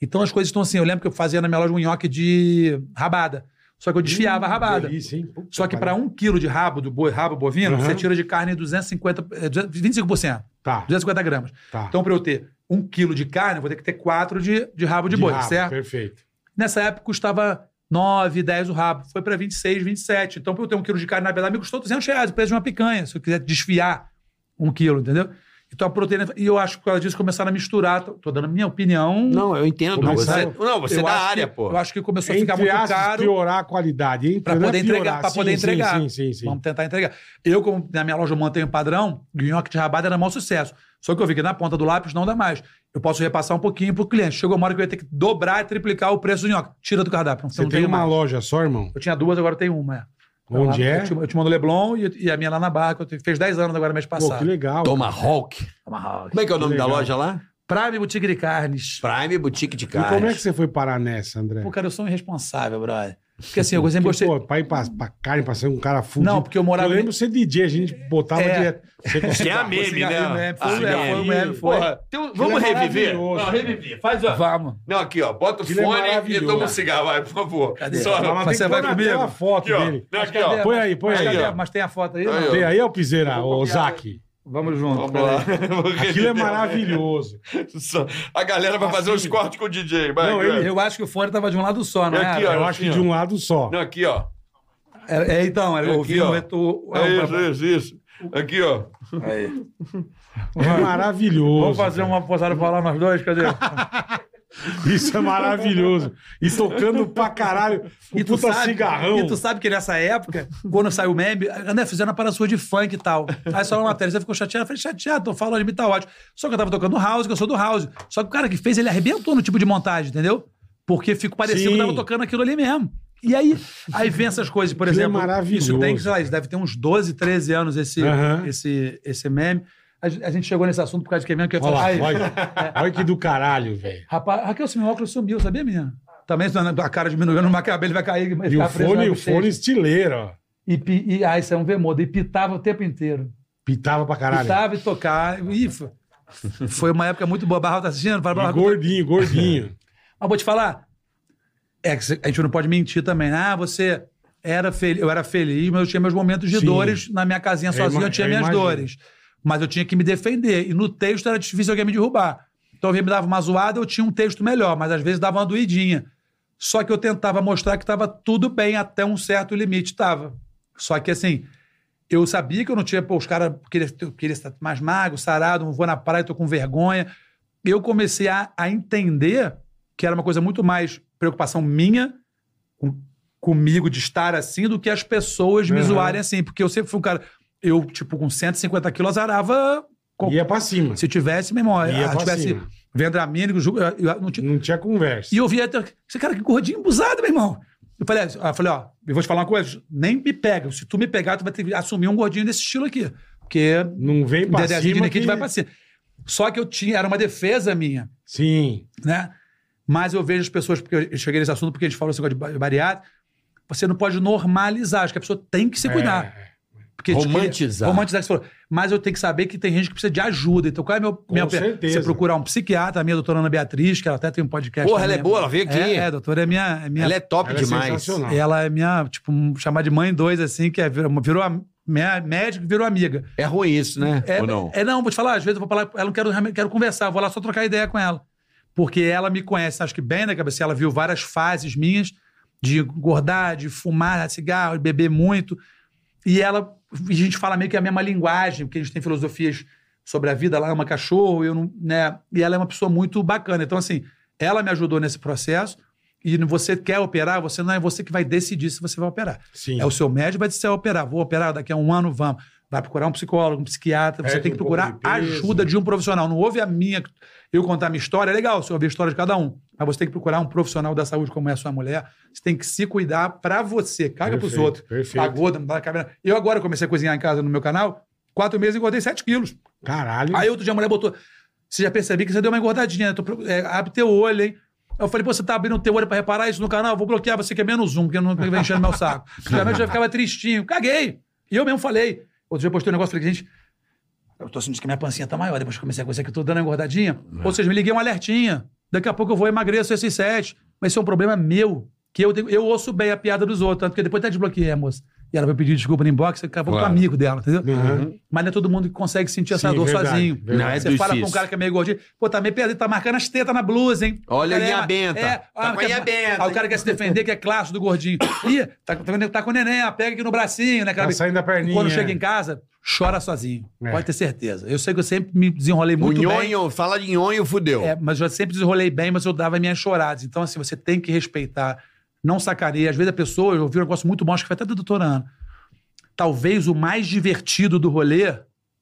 Speaker 4: Então as coisas estão assim. Eu lembro que eu fazia na minha loja um nhoque de rabada, só que eu desfiava a rabada.
Speaker 2: Delícia, hein? Puta
Speaker 4: Só que para
Speaker 2: parada.
Speaker 4: um quilo de rabo do boi, rabo bovino,
Speaker 2: Aham.
Speaker 4: você tira de carne 250, eh, 200 25%,
Speaker 2: Tá,
Speaker 4: 250 gramas.
Speaker 2: tá.
Speaker 4: Então, para eu ter um quilo de carne, eu vou ter que ter quatro de, de rabo de, boi,
Speaker 2: rabo,
Speaker 4: certo?
Speaker 2: Perfeito.
Speaker 4: Nessa época custava 9, 10 o rabo. Foi para 26, 27. Então, para eu ter um quilo de carne na verdade, me custou 200 reais, o preço de uma picanha, se eu quiser desfiar um quilo, entendeu? Então, a proteína... E eu acho que por causa disso começaram a misturar. Tô, tô dando a minha opinião.
Speaker 3: Não, eu entendo.
Speaker 2: Hum. Começaram-
Speaker 3: Você, não, você é
Speaker 4: Eu
Speaker 3: da
Speaker 4: acho que-
Speaker 3: área, pô.
Speaker 4: Eu acho que começou a
Speaker 2: Entre
Speaker 4: ficar muito
Speaker 2: aspas,
Speaker 4: caro.
Speaker 2: piorar a qualidade. Entre,
Speaker 4: Pra
Speaker 2: não é
Speaker 4: poder
Speaker 2: piorar.
Speaker 4: entregar, pra
Speaker 2: Sim,
Speaker 4: poder
Speaker 2: sim,
Speaker 4: entregar.
Speaker 2: Sim, sim, sim.
Speaker 4: Vamos tentar entregar. Eu, como na minha loja eu mantenho o padrão, guinhoque de rabada era maior sucesso. Só que eu vi que na ponta do lápis não dá mais. Eu posso repassar um pouquinho pro cliente. Chegou uma hora que eu ia ter que dobrar e triplicar o preço do nhoque. Tira do cardápio. não-
Speaker 2: Você
Speaker 4: não
Speaker 2: tem
Speaker 4: tenho
Speaker 2: uma
Speaker 4: mais.
Speaker 2: loja só, irmão?
Speaker 4: Eu tinha duas, agora eu tenho uma. é.
Speaker 2: Onde
Speaker 4: Lá-
Speaker 2: é?
Speaker 4: Eu te, eu te mando Leblon e, e a minha lá na Barra, que eu te- fez 10 anos agora mês
Speaker 2: Pô, que
Speaker 4: passado.
Speaker 2: legal.
Speaker 3: Toma Hawk.
Speaker 4: Tomahawk.
Speaker 3: Como é que é o nome
Speaker 2: legal.
Speaker 3: da loja lá?
Speaker 4: Prime Boutique de Carnes.
Speaker 3: Prime Boutique de
Speaker 2: E
Speaker 3: Carnes.
Speaker 2: como é que você foi parar nessa, André?
Speaker 4: Pô, cara, eu sou um irresponsável, brother. Porque assim, eu sempre
Speaker 2: Porque,
Speaker 4: gostei...
Speaker 2: Pô, pra ir pra, pra carne, pra ser um cara fudido.
Speaker 4: Não, porque eu morava...
Speaker 2: Eu lembro você DJ, a gente botava
Speaker 4: É.
Speaker 2: direto. Você
Speaker 3: Que é a
Speaker 4: Pô,
Speaker 3: meme,
Speaker 4: cigarrinho,
Speaker 3: né?
Speaker 4: né? Foi um
Speaker 3: Ah,
Speaker 4: meme, foi um meme, foi.
Speaker 3: Porra, então vamos
Speaker 2: Aquilo é
Speaker 3: reviver.
Speaker 2: maravilhoso.
Speaker 3: Não, reviver. Faz, ó.
Speaker 4: Vamos.
Speaker 3: Não, aqui, ó. Bota o
Speaker 2: Aquilo é
Speaker 3: fone e
Speaker 2: maravilhoso.
Speaker 3: toma um cigarro, vai, por favor.
Speaker 4: Cadê?
Speaker 3: Só.
Speaker 4: Fala
Speaker 2: Mas você vai comigo? a foto
Speaker 3: Aqui, ó.
Speaker 2: dele.
Speaker 3: Não, aqui,
Speaker 4: Cadê?
Speaker 3: ó.
Speaker 2: Põe aí, põe
Speaker 4: mas,
Speaker 2: aí,
Speaker 4: cadê?
Speaker 3: ó.
Speaker 4: é Mas tem a foto aí?
Speaker 3: é Aí,
Speaker 4: não?
Speaker 3: ó.
Speaker 2: Tem aí, ó, Piseira,
Speaker 4: vou
Speaker 2: ô
Speaker 4: copiar.
Speaker 2: Zaki.
Speaker 4: Vamos junto.
Speaker 3: Vamos
Speaker 4: peraí.
Speaker 3: lá.
Speaker 2: Aquilo é maravilhoso.
Speaker 3: Só- A galera vai fazer uns cortes com o DJ. Vai,
Speaker 2: Não,
Speaker 3: vai.
Speaker 2: ele-
Speaker 4: Eu acho que o fone tava de um lado só, não
Speaker 3: É
Speaker 4: é?
Speaker 3: aqui, ó.
Speaker 2: Eu acho que de um lado só.
Speaker 3: Não, aqui, ó.
Speaker 4: É, é, então,
Speaker 3: É
Speaker 4: eu
Speaker 3: aqui,
Speaker 4: ouvi
Speaker 3: ó.
Speaker 4: o reto.
Speaker 3: É isso, isso, isso. Aqui, ó.
Speaker 2: É maravilhoso.
Speaker 4: Vamos fazer um- uma posada pra lá nós dois, cadê?
Speaker 2: Isso é maravilhoso. E tocando pra caralho. Um puta cigarrão.
Speaker 4: E tu sabe que nessa época, quando saiu o meme, né, fizeram a parada sua de funk e tal. Aí saiu uma matéria, você ficou chateado. Eu falei, chateado, tô falando de mim, tá ótimo. Só que eu tava tocando house, que eu sou do house. Só que o cara que fez, ele arrebentou no tipo de montagem, entendeu? Porque fico parecendo
Speaker 2: Sim.
Speaker 4: que eu tava tocando aquilo ali mesmo. E aí, aí vem essas coisas, por
Speaker 2: Aquilo é
Speaker 4: exemplo. Isso tem,
Speaker 2: maravilhoso.
Speaker 4: sei lá, isso deve ter uns 12, 13 anos esse,
Speaker 2: Aham.
Speaker 4: esse, esse meme. A, gen- a gente chegou nesse assunto por causa de que mesmo que eu ia
Speaker 2: Olha lá,
Speaker 4: falar. "Ai,
Speaker 2: olha, olha que do caralho, velho.
Speaker 4: Rapaz, Raquel, se meu óculos sumiu, sabia, menina? Também, se a cara diminuindo, não vai caber, ele vai cair. vai
Speaker 2: E
Speaker 4: ficar
Speaker 2: o
Speaker 4: preso na
Speaker 2: fone, o
Speaker 4: bochecha.
Speaker 2: fone estileiro, ó.
Speaker 4: E, pi- e ah, isso é um vemodo. E pitava o tempo inteiro.
Speaker 2: Pitava pra caralho.
Speaker 4: Pitava e tocava. E foi, foi uma época muito boa. Barra tá assistindo? Fala,
Speaker 2: E
Speaker 4: Barra,
Speaker 2: gordinho, gordinho.
Speaker 4: Mas vou te falar. É que cê- a gente não pode mentir também. né? Ah, você era feliz. Eu era feliz, mas eu tinha meus momentos de
Speaker 2: Sim.
Speaker 4: dores na minha casinha
Speaker 2: Eu
Speaker 4: sozinho,
Speaker 2: ima-
Speaker 4: eu tinha
Speaker 2: eu
Speaker 4: minhas
Speaker 2: imagino.
Speaker 4: dores. Mas eu tinha que me defender. E no texto era difícil alguém me derrubar. Então alguém me dava uma zoada, eu tinha um texto melhor, mas às vezes dava uma doidinha. Só que eu tentava mostrar que estava tudo bem até um certo limite, tava. Só que assim, eu sabia que eu não tinha, pô, os caras queriam queria estar é mais magro, sarado, não vou na praia, tô com vergonha. Eu comecei a, a entender que era uma coisa muito mais preocupação minha com- comigo de estar assim do que as pessoas me
Speaker 2: Aham.
Speaker 4: zoarem assim. Porque eu sempre fui um cara, eu, tipo, com 150 quilos, azarava. com-
Speaker 2: Ia pra cima.
Speaker 4: Se tivesse memória,
Speaker 2: Ia pra
Speaker 4: tivesse
Speaker 2: cima.
Speaker 4: vendramínico, ju- eu- eu não tinha.
Speaker 2: Não tinha conversa.
Speaker 4: E eu vi até. Esse cara que gordinho abusado, meu irmão. Eu falei, ah, eu falei, ó, eu vou te falar uma coisa, nem me pega. Se tu me pegar, tu vai ter que assumir um gordinho desse estilo aqui. Porque
Speaker 2: Não vem pra
Speaker 4: Dedezinho de
Speaker 2: cima.
Speaker 4: Nikit
Speaker 2: Que...
Speaker 4: vai pra cima. Só que eu tinha, era uma defesa minha,
Speaker 2: Sim.
Speaker 4: né? Mas eu vejo as pessoas, porque eu cheguei nesse assunto, porque a gente falou assim de ba- bariátrica, você não pode normalizar, acho que a pessoa tem que se cuidar.
Speaker 2: É.
Speaker 4: Porque Porque diz que-
Speaker 3: Romantizar.
Speaker 4: romantizar, que você falou. Mas eu tenho que saber que tem gente que precisa de ajuda. Então, qual é a minha, minha
Speaker 2: certeza.
Speaker 4: Você procurar um psiquiatra, a minha doutora Ana Beatriz, que ela até tem um podcast.
Speaker 3: Porra, ela
Speaker 4: também.
Speaker 3: é boa, ela veio aqui.
Speaker 4: É, é, doutora, é minha. É minha
Speaker 3: Ela é top
Speaker 2: Ela é
Speaker 3: demais.
Speaker 2: sensacional.
Speaker 4: ela é minha, tipo, um- chamar de mãe dois, assim, que é, virou, virou a, minha médico e virou amiga.
Speaker 3: É, ruim isso, né?
Speaker 4: É,
Speaker 3: Ou não?
Speaker 4: É, não, vou te falar, às vezes eu vou falar, ela não quero, realmente- quero conversar, vou lá só trocar ideia com ela. Porque ela me conhece, acho que bem na cabeça, ela viu várias fases minhas de engordar, de fumar cigarro, de beber muito. E ela, a gente fala meio que a mesma linguagem, porque a gente tem filosofias sobre a vida, ela ama cachorro, eu não, né? E ela é uma pessoa muito bacana. Então, assim, ela me ajudou nesse processo. E você quer operar, você não é você que vai decidir se você vai operar.
Speaker 2: Sim.
Speaker 4: É o seu médico vai dizer, operar, vou operar daqui a um ano, vamos. Vai procurar um psicólogo, um psiquiatra, você
Speaker 2: Perde
Speaker 4: tem que
Speaker 2: um pouco
Speaker 4: procurar
Speaker 2: de peso.
Speaker 4: ajuda de um profissional. Não ouve a minha, eu contar a minha história, é legal você ouvir a história de cada um. Mas você tem que procurar um profissional da saúde como é a sua mulher. Você tem que se cuidar pra você, caga pros
Speaker 2: Perfeito,
Speaker 4: outros.
Speaker 2: perfeito.
Speaker 4: Tá gorda, não tá na cabela. Eu agora comecei a cozinhar em casa no meu canal, quatro meses engordei 7 quilos.
Speaker 2: Caralho.
Speaker 4: Aí outro dia a mulher botou, você já percebi que você deu uma engordadinha, né? Tô pro- é, abre teu olho, hein? Eu falei, pô, você tá abrindo teu olho pra reparar isso no canal? Eu Vou bloquear você que é menos um, porque não vai enchendo meu saco. Geralmente eu já ficava tristinho. Caguei! E eu mesmo falei. Outro dia eu postei um negócio, falei, gente, eu tô sentindo que minha pancinha tá maior, depois que eu comecei a coisa que eu tô dando uma engordadinha.
Speaker 2: É.
Speaker 4: Ou seja, me liguei um alertinha. Daqui a pouco eu vou emagrecer esses sete. Mas isso é um problema meu, que eu, tenho- eu ouço bem a piada dos outros, tanto que depois até desbloqueei a moça. E ela vai pedir desculpa no inbox, daqui a pouco eu
Speaker 3: Claro.
Speaker 4: tô amigo dela, entendeu?
Speaker 2: Uhum.
Speaker 4: Mas não é todo mundo que consegue sentir essa
Speaker 2: Sim,
Speaker 4: dor
Speaker 2: verdade,
Speaker 4: sozinho.
Speaker 2: verdade.
Speaker 3: Não, é
Speaker 4: Você fala com um
Speaker 3: difícil.
Speaker 4: cara que é meio gordinho, pô, tá meio perdido, tá marcando as tetas na blusa, hein?
Speaker 3: Olha a
Speaker 4: Cara,
Speaker 3: linha
Speaker 4: é,
Speaker 3: benta.
Speaker 4: É,
Speaker 3: Tá
Speaker 4: ah,
Speaker 3: com a
Speaker 4: quer-
Speaker 3: linha benta,
Speaker 4: ah, o
Speaker 3: hein?
Speaker 4: cara quer se defender, que é clássico do gordinho. Ih, tá, tá, tá com o neném, ah, pega aqui no bracinho, né? Cara?
Speaker 2: Tá saindo a perninha.
Speaker 4: E quando chega em casa, chora sozinho.
Speaker 2: É.
Speaker 4: Pode ter certeza. Eu sei que eu sempre me desenrolei
Speaker 3: O
Speaker 4: muito bem.
Speaker 3: nhonho, fala de nhonho, fudeu.
Speaker 4: É, mas eu sempre desenrolei bem, mas eu dava minhas choradas. Então, assim, você tem que respeitar. Não sacaneia. Às vezes a pessoa, eu ouvi um negócio muito bom, acho que foi até da doutora Ana. Talvez o mais divertido do rolê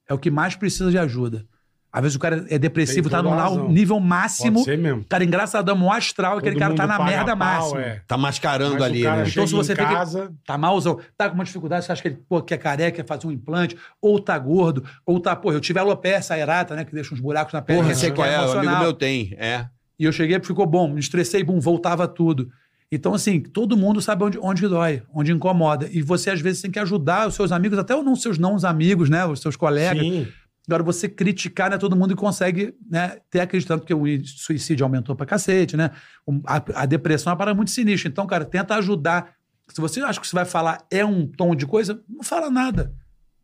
Speaker 4: é o que mais precisa de ajuda. Às vezes o cara é depressivo,
Speaker 2: Tem
Speaker 4: tá no
Speaker 2: toda a
Speaker 4: nau-
Speaker 2: razão.
Speaker 4: nível
Speaker 2: Pode
Speaker 4: máximo.
Speaker 2: ser mesmo.
Speaker 4: Cara, é engraçadão, o astral, aquele
Speaker 2: Todo
Speaker 4: cara tá
Speaker 2: mundo
Speaker 4: na
Speaker 2: paga
Speaker 4: merda
Speaker 2: pau,
Speaker 4: máxima.
Speaker 2: é.
Speaker 3: Tá mascarando
Speaker 2: Mas o
Speaker 3: ali,
Speaker 2: cara
Speaker 3: né?
Speaker 2: chega
Speaker 4: Então, se você
Speaker 2: em
Speaker 4: tem que-
Speaker 2: casa,
Speaker 4: Tá malzão, tá com uma dificuldade, você acha que ele pô, que é careca, quer fazer um implante, ou tá gordo, ou tá, porra, eu tive alopecia aerata, né, que deixa uns buracos na perna.
Speaker 3: Porra,
Speaker 4: que
Speaker 3: sei
Speaker 4: é
Speaker 3: qual é, o amigo
Speaker 4: emocional.
Speaker 3: meu tem. É.
Speaker 4: E eu cheguei, ficou bom, me estressei, bum, voltava tudo. Então, assim, todo mundo sabe onde, onde dói, onde incomoda. E você, às vezes, tem que ajudar os seus amigos, até ou não seus não amigos, né? Os seus colegas.
Speaker 2: sim.
Speaker 4: Agora, você criticar, né? Todo mundo consegue né, ter acreditando que o suicídio aumentou pra cacete, né? O- A, a depressão é uma parada muito sinistra. Então, cara, tenta ajudar. Se você acha que você vai falar é um tom de coisa, não fala nada.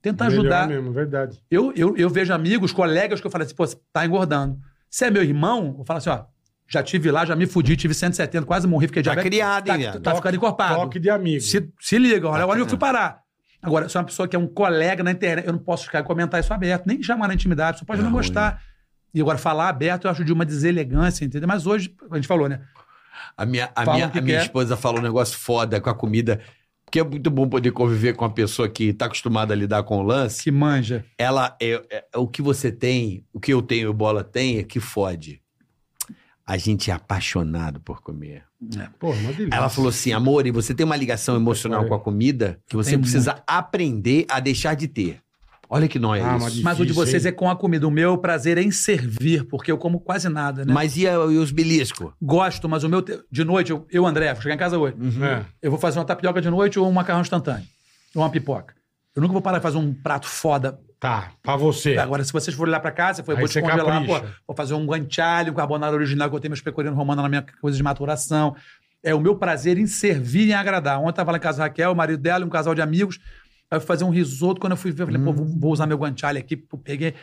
Speaker 4: Tenta
Speaker 2: Melhor
Speaker 4: ajudar.
Speaker 2: mesmo, verdade.
Speaker 4: Eu, eu, eu vejo amigos, colegas que eu falo assim, pô, você tá engordando. Se é meu irmão, eu falo assim, ó, já tive lá, já me fudi, tive 170, quase morri, fiquei
Speaker 3: Já
Speaker 4: diabético.
Speaker 3: criado, hein,
Speaker 4: Tá,
Speaker 3: viado?
Speaker 4: tá ficando encorpado.
Speaker 2: Toque de amigo.
Speaker 4: Se, se liga, olha onde eu fui parar. Agora, se é uma pessoa que é um colega na internet, eu não posso ficar e comentar isso aberto, nem chamar na intimidade, você pode
Speaker 3: É
Speaker 4: não
Speaker 3: ruim.
Speaker 4: gostar. E agora, falar aberto eu acho de uma deselegância, entendeu? Mas hoje, a gente falou, né?
Speaker 3: A minha, a
Speaker 4: Fala
Speaker 3: minha,
Speaker 4: o que
Speaker 3: a minha
Speaker 4: quer.
Speaker 3: esposa fala um negócio foda com a comida. Porque é muito bom poder conviver com uma pessoa que tá acostumada a lidar com o lance.
Speaker 4: Se manja.
Speaker 3: Ela é, é- é o que você tem, o que eu tenho e o Bola tem é que fode. A gente é apaixonado por comer.
Speaker 2: Porra, uma delícia.
Speaker 3: Ela falou assim, amor, e você tem uma ligação emocional com a comida que você
Speaker 4: Tem
Speaker 3: precisa aprender a deixar de ter. Olha que nóia
Speaker 2: Ah,
Speaker 3: isso.
Speaker 2: mas
Speaker 4: Mas o de
Speaker 2: Difícil,
Speaker 4: vocês
Speaker 2: hein?
Speaker 4: é com a comida. O meu prazer é em servir, porque eu como quase nada, né?
Speaker 3: Mas e, a- e os beliscos?
Speaker 4: Gosto, mas o meu. te- De noite, eu, eu, André, vou chegar em casa hoje.
Speaker 2: É.
Speaker 4: Eu vou fazer uma tapioca de noite ou um macarrão instantâneo. Ou uma pipoca. Eu nunca vou parar de fazer um prato foda.
Speaker 2: Tá, pra você.
Speaker 4: Agora, se vocês forem lá pra casa, eu
Speaker 2: Aí
Speaker 4: vou
Speaker 2: você
Speaker 4: descongelar, pô,
Speaker 2: capricha.
Speaker 4: vou fazer um guanciale, um carbonara original que eu tenho meus pecorino romano na minha coisa de maturação. É o meu prazer em servir e em agradar. Ontem eu tava lá em casa da Raquel, o marido dela e um casal de amigos. Aí eu fui fazer um risoto. Quando eu fui ver, eu falei, pô, vou,
Speaker 2: Hum.
Speaker 4: vou usar meu guanciale aqui. Pô, peguei.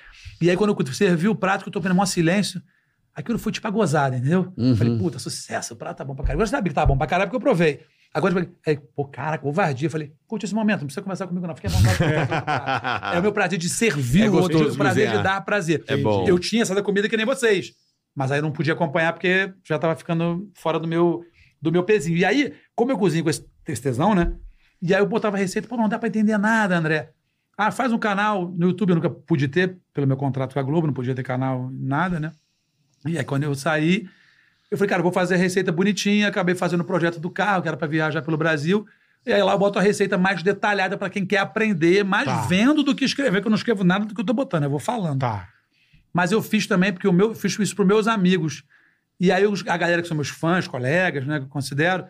Speaker 4: E aí, quando eu servi o prato, que eu tô vendo o maior silêncio, aquilo foi tipo a gozada, entendeu?
Speaker 2: Uhum.
Speaker 4: Falei, puta, sucesso, o prato tá bom pra caralho. Eu já sabia que tá bom pra caralho, porque eu provei. Agora, eu falei, aí, pô, cara, covardia. Eu falei, curte esse momento, não precisa conversar comigo não. Fique à vontade. É o meu prazer de servir
Speaker 3: É
Speaker 4: o outro,
Speaker 3: gostoso
Speaker 4: o prazer
Speaker 3: cozinhar.
Speaker 4: de dar prazer.
Speaker 3: É bom.
Speaker 4: Eu tinha essa da comida que nem vocês. Mas aí eu não podia acompanhar porque já tava ficando fora do meu, do meu pezinho. E aí, como eu cozinho com esse esse tesão, né? E aí eu botava receita, pô, não dá pra entender nada, André. Ah, faz um canal no YouTube, eu nunca pude ter, pelo meu contrato com a Globo, não podia ter canal, nada, né? E aí quando eu saí, eu falei, cara, eu vou fazer a receita bonitinha, acabei fazendo o projeto do carro, que era para viajar pelo Brasil. E aí lá eu boto a receita mais detalhada para quem quer aprender, mais
Speaker 2: Tá.
Speaker 4: vendo do que escrever, que eu não escrevo nada do que eu tô botando, eu vou falando.
Speaker 2: Tá.
Speaker 4: Mas eu fiz também, porque o meu, fiz isso pros meus amigos. E aí os- a galera que são meus fãs, colegas, né, que eu considero,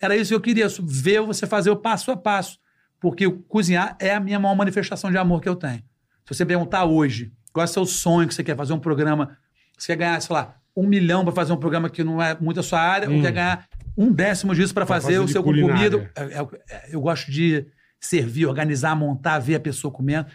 Speaker 4: era isso que eu queria, su- ver você fazer o passo a passo. porque cozinhar é a minha maior manifestação de amor que eu tenho. Se você perguntar hoje, qual é o seu sonho que você quer fazer um programa, você quer ganhar, sei lá, um milhão para fazer um programa que não é muito a sua área, ou quer ganhar um décimo disso para
Speaker 2: Hum. Pra
Speaker 4: fazer,
Speaker 2: fazer
Speaker 4: o
Speaker 2: de
Speaker 4: seu
Speaker 2: culinária.
Speaker 4: comido. É- é- é- eu gosto de servir, organizar, montar, ver a pessoa comendo.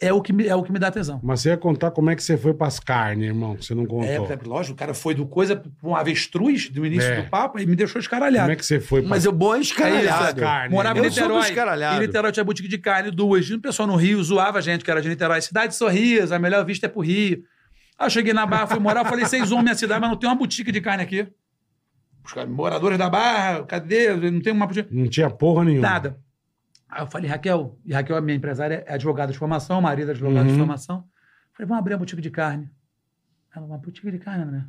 Speaker 4: É o que me, é o que me dá tesão.
Speaker 2: Mas você ia contar como é que você foi pras carnes, irmão, que você não
Speaker 4: É,
Speaker 2: contou.
Speaker 4: porque, lógico, o cara foi do coisa pra um avestruz do início
Speaker 2: É.
Speaker 4: do papo e me deixou
Speaker 2: como
Speaker 4: escaralhado.
Speaker 2: é que é? você foi
Speaker 3: Mas eu bom é
Speaker 2: pras
Speaker 3: escaralhado.
Speaker 2: carnes?
Speaker 4: Morava em
Speaker 3: Eu sou
Speaker 4: Niterói.
Speaker 3: descaralhado.
Speaker 4: Em Niterói tinha boutique de carne, duas. E O pessoal no Rio zoava a gente, que era de Niterói. Cidade Sorrias, a melhor vista é pro Rio. Aí eu cheguei na Barra, fui morar, falei, vocês zoam minha cidade, mas não tem uma boutique de carne aqui. Os caras, moradores da Barra, cadê? Não tem uma boutique.
Speaker 2: Não tinha porra nenhuma.
Speaker 4: Nada. Aí eu falei, Raquel, e Raquel, a minha empresária, é advogada de formação, o marido é advogado
Speaker 2: Uhum.
Speaker 4: de formação. Falei, vamos abrir uma boutique de carne. Ela, uma boutique de carne, né?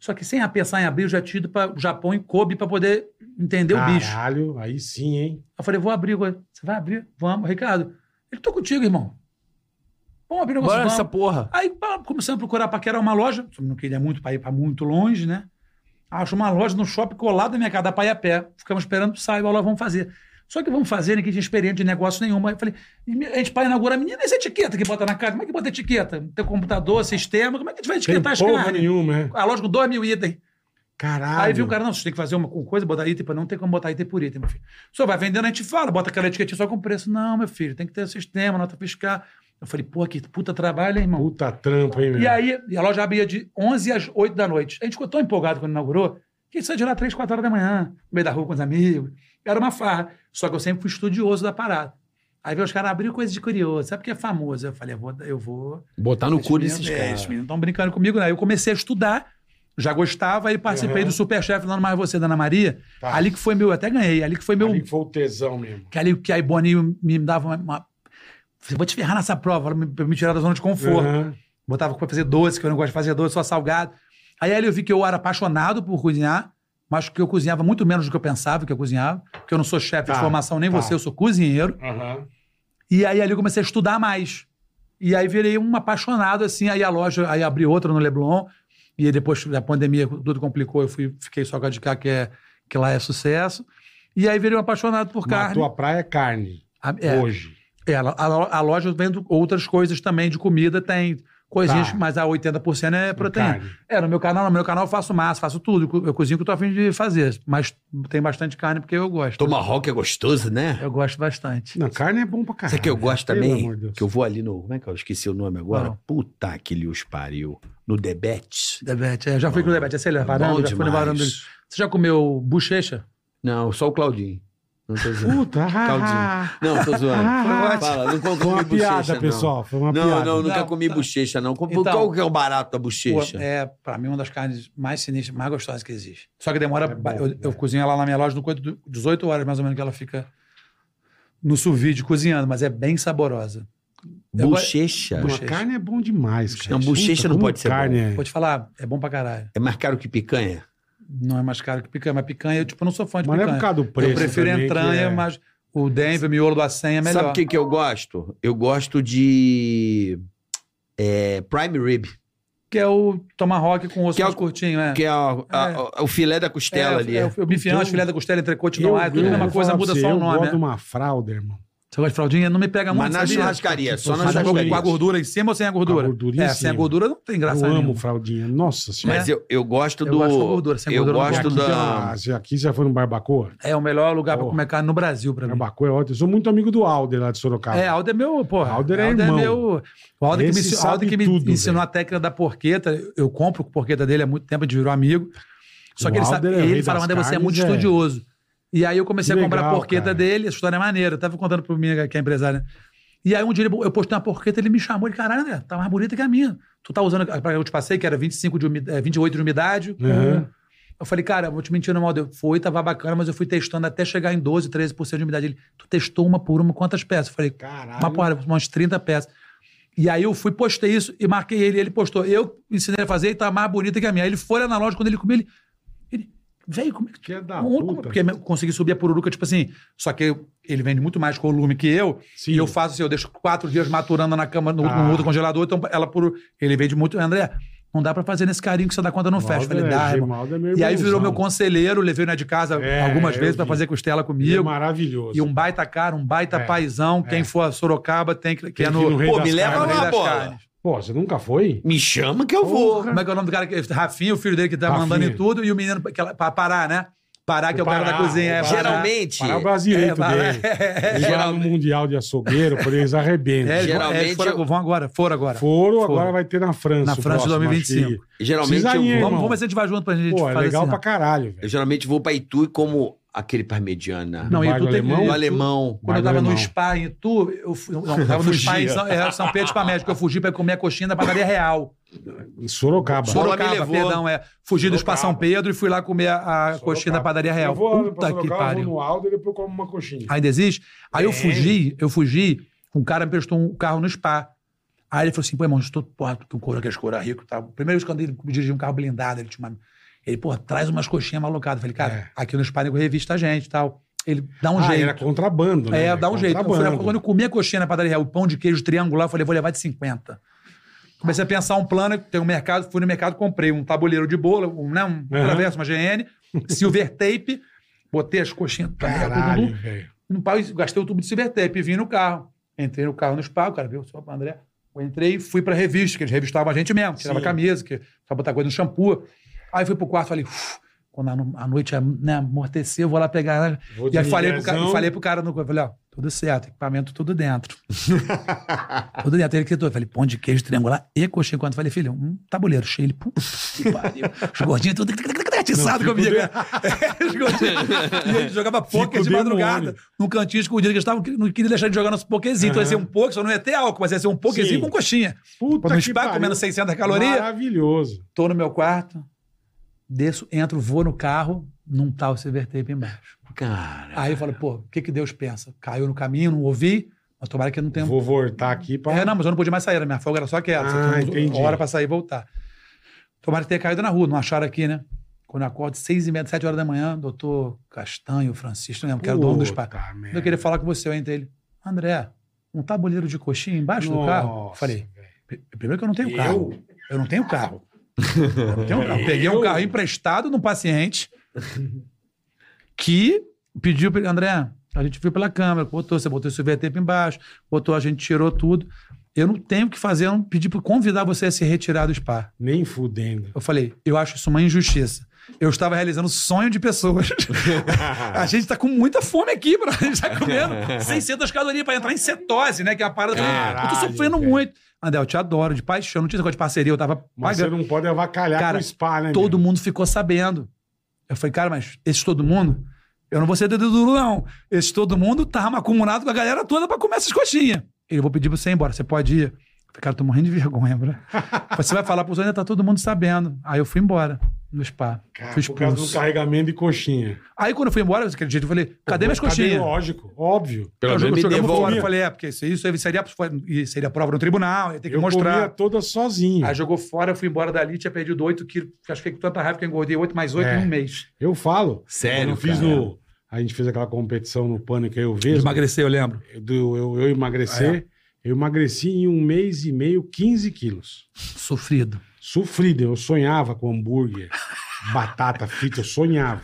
Speaker 4: Só que sem a pensar em abrir, eu já tinha ido para o Japão em Kobe para poder entender o bicho.
Speaker 2: Caralho, aí sim, hein?
Speaker 4: Eu falei, vou abrir. agora. Você vai abrir? Vamos, Ricardo. Ele, tô contigo, irmão. Vamos abrir o negócio.
Speaker 3: Bora
Speaker 4: Vamos.
Speaker 3: essa porra.
Speaker 4: Aí pá, começamos a procurar paquera uma loja. Só Não queria muito para ir para muito longe, né? Acho uma loja no shopping colado na minha casa, dá pra ir a pé. Ficamos esperando sair, lá vamos fazer. Só que vamos fazer, ninguém tinha experiência de negócio nenhuma. Aí eu falei, e a gente vai inaugurar a menina, essa etiqueta que bota na casa. Como é que bota etiqueta? Não tem computador, sistema, como é que a gente vai
Speaker 2: Tem
Speaker 4: etiquetar as
Speaker 2: porra
Speaker 4: carnes?
Speaker 2: nenhuma, Ah, é.
Speaker 4: A loja com dois mil itens.
Speaker 2: Caralho.
Speaker 4: Aí viu o cara, não, você tem que fazer uma coisa, botar item, pra- não tem como botar item por item, meu filho. Só vai vendendo, a gente fala, bota aquela etiquetinha só com preço. Não, meu filho, tem que ter sistema, nota fiscal. Eu falei, pô, que puta trabalho, hein, irmão.
Speaker 2: Puta trampa, hein, meu?
Speaker 4: E aí, e a loja abria de 11 às 8 da noite. A gente ficou tão empolgado quando inaugurou, que a gente saiu de lá 3, 4 horas da manhã, no meio da rua com os amigos. Era uma farra. Só que eu sempre fui estudioso da parada. Aí veio os caras abriu coisa de curioso, sabe o que é famoso? Eu falei, eu vou, eu vou
Speaker 3: Botar no cu desses
Speaker 4: é,
Speaker 3: caras.
Speaker 4: Esses meninos estão brincando comigo, né? Aí Eu comecei a estudar, já gostava, aí participei
Speaker 2: Aham.
Speaker 4: do Superchef lá no Mais Você, da Ana Maria.
Speaker 2: Tá.
Speaker 4: Ali que foi meu, até ganhei. Ali que foi meu.
Speaker 2: Ali foi o tesão mesmo.
Speaker 4: Que ali que aí Boninho me dava uma. uma eu vou te ferrar nessa prova, me, pra me tirar da zona de conforto.
Speaker 2: Aham.
Speaker 4: Botava pra fazer doce, que eu não gosto de fazer doce, só salgado. Aí ali eu vi que eu era apaixonado por cozinhar, mas que eu cozinhava muito menos do que eu pensava que eu cozinhava, porque eu não sou chefe
Speaker 2: Tá,
Speaker 4: de formação, nem
Speaker 2: tá.
Speaker 4: você, eu sou cozinheiro.
Speaker 2: Aham.
Speaker 4: E aí ali eu comecei a estudar mais. E aí virei um apaixonado, assim, aí a loja, aí abri outra no Leblon, e aí depois da pandemia tudo complicou, eu fui, fiquei só com a de cá, que, é, que lá é sucesso. E aí virei um apaixonado por
Speaker 2: Mas A
Speaker 4: carne.
Speaker 2: tua praia é carne,
Speaker 4: A, é,
Speaker 2: hoje.
Speaker 4: é, a, a- a loja vendo outras coisas também de comida, tem coisinhas,
Speaker 2: Tá.
Speaker 4: mas a 80% é proteína.
Speaker 2: Carne.
Speaker 4: É, no meu canal, no meu canal eu faço massa, faço tudo, eu co- eu cozinho o que eu tô afim de fazer, mas tem bastante carne porque eu gosto.
Speaker 3: Tomahawk é gostoso, né?
Speaker 4: Eu gosto bastante.
Speaker 2: Não, carne é bom pra caralho.
Speaker 3: Sabe que eu gosto
Speaker 2: Pelo
Speaker 3: também?
Speaker 2: amor de Deus.
Speaker 3: que eu vou ali no. Como é que eu esqueci o nome agora?
Speaker 4: Não.
Speaker 3: Puta que lhe os pariu. No Debete.
Speaker 4: Debete, é, já fui com o Debete, esse ele é varanda,
Speaker 3: Bom
Speaker 4: já fui no varanda dele.
Speaker 3: demais.
Speaker 4: Você já comeu bochecha?
Speaker 3: Não, só o Claudinho. Não tô zoando.
Speaker 2: Puta, ah,
Speaker 3: Caldinho. Não, tô zoando.
Speaker 2: Ah,
Speaker 3: Fala, não comi
Speaker 2: Foi uma piada,
Speaker 3: bochecha, não.
Speaker 2: pessoal. Foi uma
Speaker 3: Não,
Speaker 2: piada.
Speaker 3: não, nunca
Speaker 4: Não,
Speaker 3: comi
Speaker 4: tá.
Speaker 3: bochecha, não. Com-
Speaker 4: Então-
Speaker 3: Qual que é o barato da
Speaker 4: Pô,
Speaker 3: bochecha?
Speaker 4: é, pra mim, uma das carnes mais sinistras, mais gostosas que existe. Só que demora.
Speaker 2: É bom,
Speaker 4: eu, eu
Speaker 2: é.
Speaker 4: cozinho ela lá na minha loja no coito do- 18 horas, mais ou menos, que ela fica no sous-vide cozinhando, mas é bem saborosa. eu-
Speaker 3: bochecha?
Speaker 2: Uma
Speaker 4: Bochecha.
Speaker 2: carne é bom demais, cara.
Speaker 3: Não, bochecha
Speaker 2: Puta,
Speaker 3: não
Speaker 2: como
Speaker 3: pode ser
Speaker 2: carne é-
Speaker 4: Vou te falar, é bom pra caralho.
Speaker 3: É mais caro que picanha?
Speaker 4: Não é mais caro que picanha, mas picanha, eu tipo, não sou fã de
Speaker 2: Mas não é
Speaker 4: picanha.
Speaker 2: por causa do preço.
Speaker 4: eu prefiro
Speaker 2: também, que
Speaker 4: entranha,
Speaker 2: é-
Speaker 4: mas o Denver, o miolo do acém é melhor.
Speaker 3: Sabe o que, que eu gosto? Eu gosto de. é, prime rib,
Speaker 4: Que é o tomahawk com osso
Speaker 3: Que é o-
Speaker 4: mais curtinho, é.
Speaker 3: que é, a- a- a- o filé da costela
Speaker 4: é,
Speaker 3: ali.
Speaker 4: É, o bifião, as
Speaker 2: Então,
Speaker 4: filé da costela, entrecote, não há, é tudo a
Speaker 2: eu
Speaker 4: mesma
Speaker 2: vou
Speaker 4: coisa,
Speaker 2: falar pra
Speaker 4: muda
Speaker 2: você,
Speaker 4: só o
Speaker 2: Eu um-
Speaker 4: nome.
Speaker 2: gosto de
Speaker 4: é.
Speaker 2: uma fralda, irmão.
Speaker 4: Você gosta de fraldinha? Não me pega muito,
Speaker 3: mas na
Speaker 4: sabia?
Speaker 3: churrascaria, só na
Speaker 2: Mas
Speaker 4: Mas
Speaker 2: eu
Speaker 4: com
Speaker 2: gosto
Speaker 4: com a
Speaker 3: churrascaria.
Speaker 4: gordura em cima ou sem a gordura?
Speaker 2: A gordura em
Speaker 4: é,
Speaker 2: cima.
Speaker 4: sem a gordura não tem
Speaker 2: Eu
Speaker 4: graça
Speaker 2: amo
Speaker 4: nenhuma.
Speaker 2: fraldinha. Nossa senhora.
Speaker 3: Mas eu, eu gosto
Speaker 4: Eu
Speaker 3: do.
Speaker 4: gosto da gordura, sem
Speaker 3: eu
Speaker 4: gordura eu não
Speaker 3: gosto
Speaker 2: aqui,
Speaker 3: da.
Speaker 2: já- aqui já foi no Barbacoa?
Speaker 4: É o melhor lugar
Speaker 2: Porra.
Speaker 4: pra comer carne no Brasil, pra mim.
Speaker 2: Barbacoa é ótimo. Eu sou muito amigo do Alder lá de Sorocaba.
Speaker 4: É, Alder é meu, porra.
Speaker 2: Alder é irmão.
Speaker 4: meu. O Alder que me,
Speaker 2: Esse
Speaker 4: ensi- Alder
Speaker 2: sabe
Speaker 4: que me
Speaker 2: tudo,
Speaker 4: ensinou
Speaker 2: velho.
Speaker 4: a técnica da porqueta. Eu compro a porqueta dele há muito tempo, a gente virou amigo. Só
Speaker 2: O
Speaker 4: que ele sabe,
Speaker 2: Alder é o rei
Speaker 4: ele fala,
Speaker 2: das
Speaker 4: mas você é
Speaker 2: carnes,
Speaker 4: muito
Speaker 2: é.
Speaker 4: estudioso. E aí eu comecei
Speaker 2: Que
Speaker 4: a comprar a
Speaker 2: legal,
Speaker 4: porqueta
Speaker 2: cara.
Speaker 4: dele, essa história é maneira. Eu tava contando pro minha que é empresária. E aí um dia ele- eu postei uma porqueta, ele me chamou, ele, caralho, André, tá mais bonita que a minha. Tu tá usando a pra que eu te passei, que era 25 de umidade, eh, 28 de umidade. com-
Speaker 2: Uhum.
Speaker 4: Eu falei, cara, vou te mentir, não, Alder. Foi, tava bacana, mas eu fui testando até chegar em 12, 13% de umidade. Ele, tu testou uma por uma, quantas peças? Eu falei,
Speaker 2: Caralho.
Speaker 4: uma porra, umas 30 peças. E aí eu fui, postei isso e marquei ele. Ele postou. Eu ensinei a fazer e tá mais bonita que a minha. Ele foi lá na loja, quando ele comeu, ele. ele Véi, como é que tu.
Speaker 2: Que é da
Speaker 4: como-
Speaker 2: puta.
Speaker 4: Porque eu consegui subir a pururuca, tipo assim. Só que eu- ele vende muito mais volume que eu.
Speaker 2: Sim.
Speaker 4: E eu faço assim, eu deixo quatro dias maturando na cama no,
Speaker 2: Ah.
Speaker 4: no outro congelador. Então ela por. Ele vende muito. André, Não dá pra fazer nesse carinho que você dá conta não fecha. Eu Falei,
Speaker 2: Valdo é-
Speaker 4: dá, irmão.
Speaker 2: Gemaldo é
Speaker 4: E aí virou meu
Speaker 2: irmãozão.
Speaker 4: conselheiro, levei ele de casa
Speaker 2: É,
Speaker 4: algumas
Speaker 2: eu
Speaker 4: vezes pra
Speaker 2: vi.
Speaker 4: fazer costela
Speaker 2: Ele é
Speaker 4: comigo.
Speaker 2: maravilhoso.
Speaker 4: E um baita cara, um baita
Speaker 2: É,
Speaker 4: paizão.
Speaker 2: é.
Speaker 4: Quem for a Sorocaba tem que. Que
Speaker 2: Tem
Speaker 4: é
Speaker 2: que
Speaker 4: no.
Speaker 2: ir no Rei né?
Speaker 4: Pô,
Speaker 2: das
Speaker 4: me leva
Speaker 2: Carnes.
Speaker 4: lá,
Speaker 3: Rei das
Speaker 4: pô.
Speaker 3: Carnes.
Speaker 2: Pô, você nunca foi?
Speaker 3: Me chama que eu vou.
Speaker 4: Como é que é o nome do cara? que- Rafinha, o filho dele que tá
Speaker 2: Rafinha.
Speaker 4: mandando em tudo, e o menino que ela- pra parar, né? Parar, que é o cara
Speaker 2: Pará,
Speaker 4: da cozinha. É,
Speaker 2: o
Speaker 4: Pará.
Speaker 3: Geralmente,
Speaker 2: Para o brasileiro
Speaker 4: É, vai-
Speaker 2: dele. Ele vai lá no Mundial de Açougueiro, por eles arrebentam.
Speaker 4: É, eles vão-
Speaker 3: Geralmente
Speaker 4: é, eles foram,
Speaker 3: eu-
Speaker 4: vão agora, foram agora.
Speaker 2: Foram,
Speaker 4: Foram.
Speaker 2: agora vai ter na França.
Speaker 4: Na
Speaker 2: o
Speaker 4: França,
Speaker 2: próximo,
Speaker 4: 2025.
Speaker 2: acho que-
Speaker 3: geralmente
Speaker 2: Precisa
Speaker 3: eu
Speaker 2: ir,
Speaker 3: vou.
Speaker 4: Vamos,
Speaker 2: irmão.
Speaker 4: vamos ver se a gente vai junto pra gente assim,
Speaker 2: Pô, é
Speaker 4: fazer
Speaker 2: legal
Speaker 4: esse-
Speaker 2: pra caralho, velho.
Speaker 3: Eu geralmente vou pra Itu e como aquele parmegiana.
Speaker 4: Não,
Speaker 2: No
Speaker 4: e
Speaker 2: bairro
Speaker 4: tu tem
Speaker 2: alemão?
Speaker 4: que
Speaker 3: o
Speaker 4: Itu-
Speaker 3: alemão.
Speaker 4: Quando eu tava
Speaker 2: Bairro
Speaker 4: no
Speaker 2: alemão.
Speaker 4: spa em Itu, eu fui, não, eu tava no spa
Speaker 3: Fugia.
Speaker 4: em São, é, São Pedro Spa Médico, eu fugi pra comer a coxinha da padaria real.
Speaker 2: Em Sorocaba.
Speaker 3: Sorocaba.
Speaker 4: Sorocaba,
Speaker 3: levou.
Speaker 4: perdão, é. Fugi do Spa
Speaker 2: Sorocaba.
Speaker 4: São Pedro e fui lá comer a, a coxinha da padaria real.
Speaker 2: Eu vou pra
Speaker 4: Puta que
Speaker 2: Sorocaba, eu
Speaker 4: pariu. Ah,
Speaker 2: vou no Aldo e depois eu como uma coxinha.
Speaker 4: Ainda existe? Aí eu
Speaker 2: Tem.
Speaker 4: fugi, eu fugi, um cara me prestou um carro no spa. Aí ele falou assim, pô, irmão, estou, porra, tu que um coroa que é coroa rico e tal. Primeira vez quando ele dirigiu um carro blindado, ele tinha uma... Ele, pô, traz umas coxinhas malucadas. Eu falei, cara,
Speaker 2: É.
Speaker 4: aqui no spa nego revista a gente e tal. Ele dá um
Speaker 2: Ah,
Speaker 4: jeito.
Speaker 2: era contrabando, né?
Speaker 4: É, dá um jeito. Eu falei,
Speaker 2: Contrabando.
Speaker 4: quando eu comi a coxinha na padaria, Real, o pão de queijo triangular, eu falei, vou levar de 50. Comecei a pensar um plano, tem um mercado, fui no mercado, comprei um tabuleiro de bolo, um, né, um traverso, uma GN, silver tape, botei as coxinhas, tá,
Speaker 2: Caralho, velho.
Speaker 4: no pau, gastei o tubo de silver tape, vim no carro. Entrei no carro no spa, o cara viu, só André. Eu entrei e fui pra revista, que eles revistavam a gente mesmo, tirava
Speaker 2: Sim.
Speaker 4: camisa, que só botar coisa no shampoo. Aí fui pro quarto, falei, "Uf, quando a no- a noite né, amortecer, eu vou lá pegar. né?"
Speaker 2: Vou
Speaker 4: e aí
Speaker 2: de
Speaker 4: falei pro, cara,
Speaker 2: milhazão.
Speaker 4: falei pro cara no corpo, falei, ó, tudo certo, equipamento tudo dentro. tudo dentro. Ele quitou, falei, pão de queijo triangular e coxinha. Quando falei, filho, um tabuleiro cheio. Ele, puta que pariu. Os gordinhos tudo atiçado comigo. né? Os gordinhos. E ele jogava poker
Speaker 2: Fico
Speaker 4: de madrugada,
Speaker 2: demônio.
Speaker 4: num cantinho escondido que eles estavam, não queria deixar de jogar nosso pokerzinho. Então ia ser um poker, só não ia ter álcool, mas ia ser um pokerzinho
Speaker 2: Sim.
Speaker 4: com coxinha.
Speaker 2: Puta
Speaker 4: Pra no
Speaker 2: que
Speaker 4: spa,
Speaker 2: pariu.
Speaker 4: comendo 600 calorias.
Speaker 2: Maravilhoso.
Speaker 4: Tô no meu quarto, desço, entro, vou no carro, não tá o silver tape embaixo.
Speaker 3: Cara.
Speaker 4: Aí eu falo, pô, o que, que Deus pensa? Caiu no caminho, não ouvi, mas tomara que não tenha.
Speaker 2: Vou voltar aqui pra...
Speaker 4: É, não, mas eu não podia mais sair, era minha folga era só aquela.
Speaker 2: Ah,
Speaker 4: Você tinha
Speaker 2: entendi.
Speaker 4: uma hora pra sair e voltar. Tomara que tenha caído na rua, não acharam aqui, né? Quando eu acordo, seis e meia, sete horas da manhã, doutor Castanho, Francisco, não lembro, que era o dono do spa.
Speaker 2: Puta merda.
Speaker 4: Eu queria falar com você, eu entrei ele. André, um tabuleiro de coxinha embaixo do carro? Eu
Speaker 2: Nossa,
Speaker 4: Falei,
Speaker 2: velho.
Speaker 4: "Pri- primeiro que eu não tenho
Speaker 2: Eu?
Speaker 4: carro. Eu não tenho carro. Eu não tenho carro. Eu Peguei um
Speaker 2: Eu?
Speaker 4: carro emprestado num paciente que pediu para ele, André, a gente viu pela câmera, botou, você botou esse VTP embaixo, botou, a gente tirou tudo. Eu não tenho o que fazer, eu não pedi para convidar você a se retirar do spa.
Speaker 2: Nem fudendo.
Speaker 4: Eu falei, eu acho isso uma injustiça. Eu estava realizando o sonho de pessoas. A gente tá com muita fome aqui, bro. A gente tá comendo 600 calorias pra entrar em cetose, né? Que é a parada.
Speaker 2: Caralho,
Speaker 4: eu tô sofrendo
Speaker 2: velho.
Speaker 4: muito. André, eu te adoro, de paixão. Não tinha essa coisa de parceria, eu tava
Speaker 2: Mas
Speaker 4: pagando.
Speaker 2: você não pode avacalhar
Speaker 4: Cara,
Speaker 2: com o spa, né?
Speaker 4: Todo
Speaker 2: meu?
Speaker 4: mundo ficou sabendo. Eu falei, cara, mas esse todo mundo, eu não vou ser dedo duro, não. Esse todo mundo tava acumulado com a galera toda pra comer essas coxinhas. Ele, eu vou pedir pra você ir embora, você pode ir. Eu falei, cara, eu tô morrendo de vergonha, bro. Você vai falar pros ainda tá todo mundo sabendo. Aí eu fui embora do spa.
Speaker 2: Cara,
Speaker 4: fui
Speaker 2: por causa
Speaker 4: expulso.
Speaker 2: do carregamento de coxinha.
Speaker 4: Aí quando eu fui embora, aquele jeito, eu falei, cadê minhas coxinhas?
Speaker 2: Lógico, óbvio.
Speaker 3: Pelo
Speaker 4: eu
Speaker 3: menos me
Speaker 4: joguei fora.
Speaker 3: devolve.
Speaker 4: Eu falei, é, porque isso, isso seria, foi- seria prova no tribunal, ia ter que
Speaker 2: Eu comia
Speaker 4: mostrar.
Speaker 2: toda sozinho.
Speaker 4: Aí jogou fora, eu fui embora dali, tinha perdido 8 quilos. Acho que com tanta raiva que eu engordei 8 mais 8
Speaker 2: É.
Speaker 4: em um mês.
Speaker 2: Eu falo. Quando
Speaker 3: Sério,
Speaker 2: eu fiz
Speaker 3: cara.
Speaker 2: no. A gente fez aquela competição no Pânico, aí eu vejo.
Speaker 4: Emagreceu, eu lembro.
Speaker 2: do eu, eu emagrecer.
Speaker 4: É.
Speaker 2: Eu emagreci em um mês e meio 15 quilos.
Speaker 4: Sofrido.
Speaker 2: Sofrido. Eu sonhava com hambúrguer, batata frita, eu sonhava.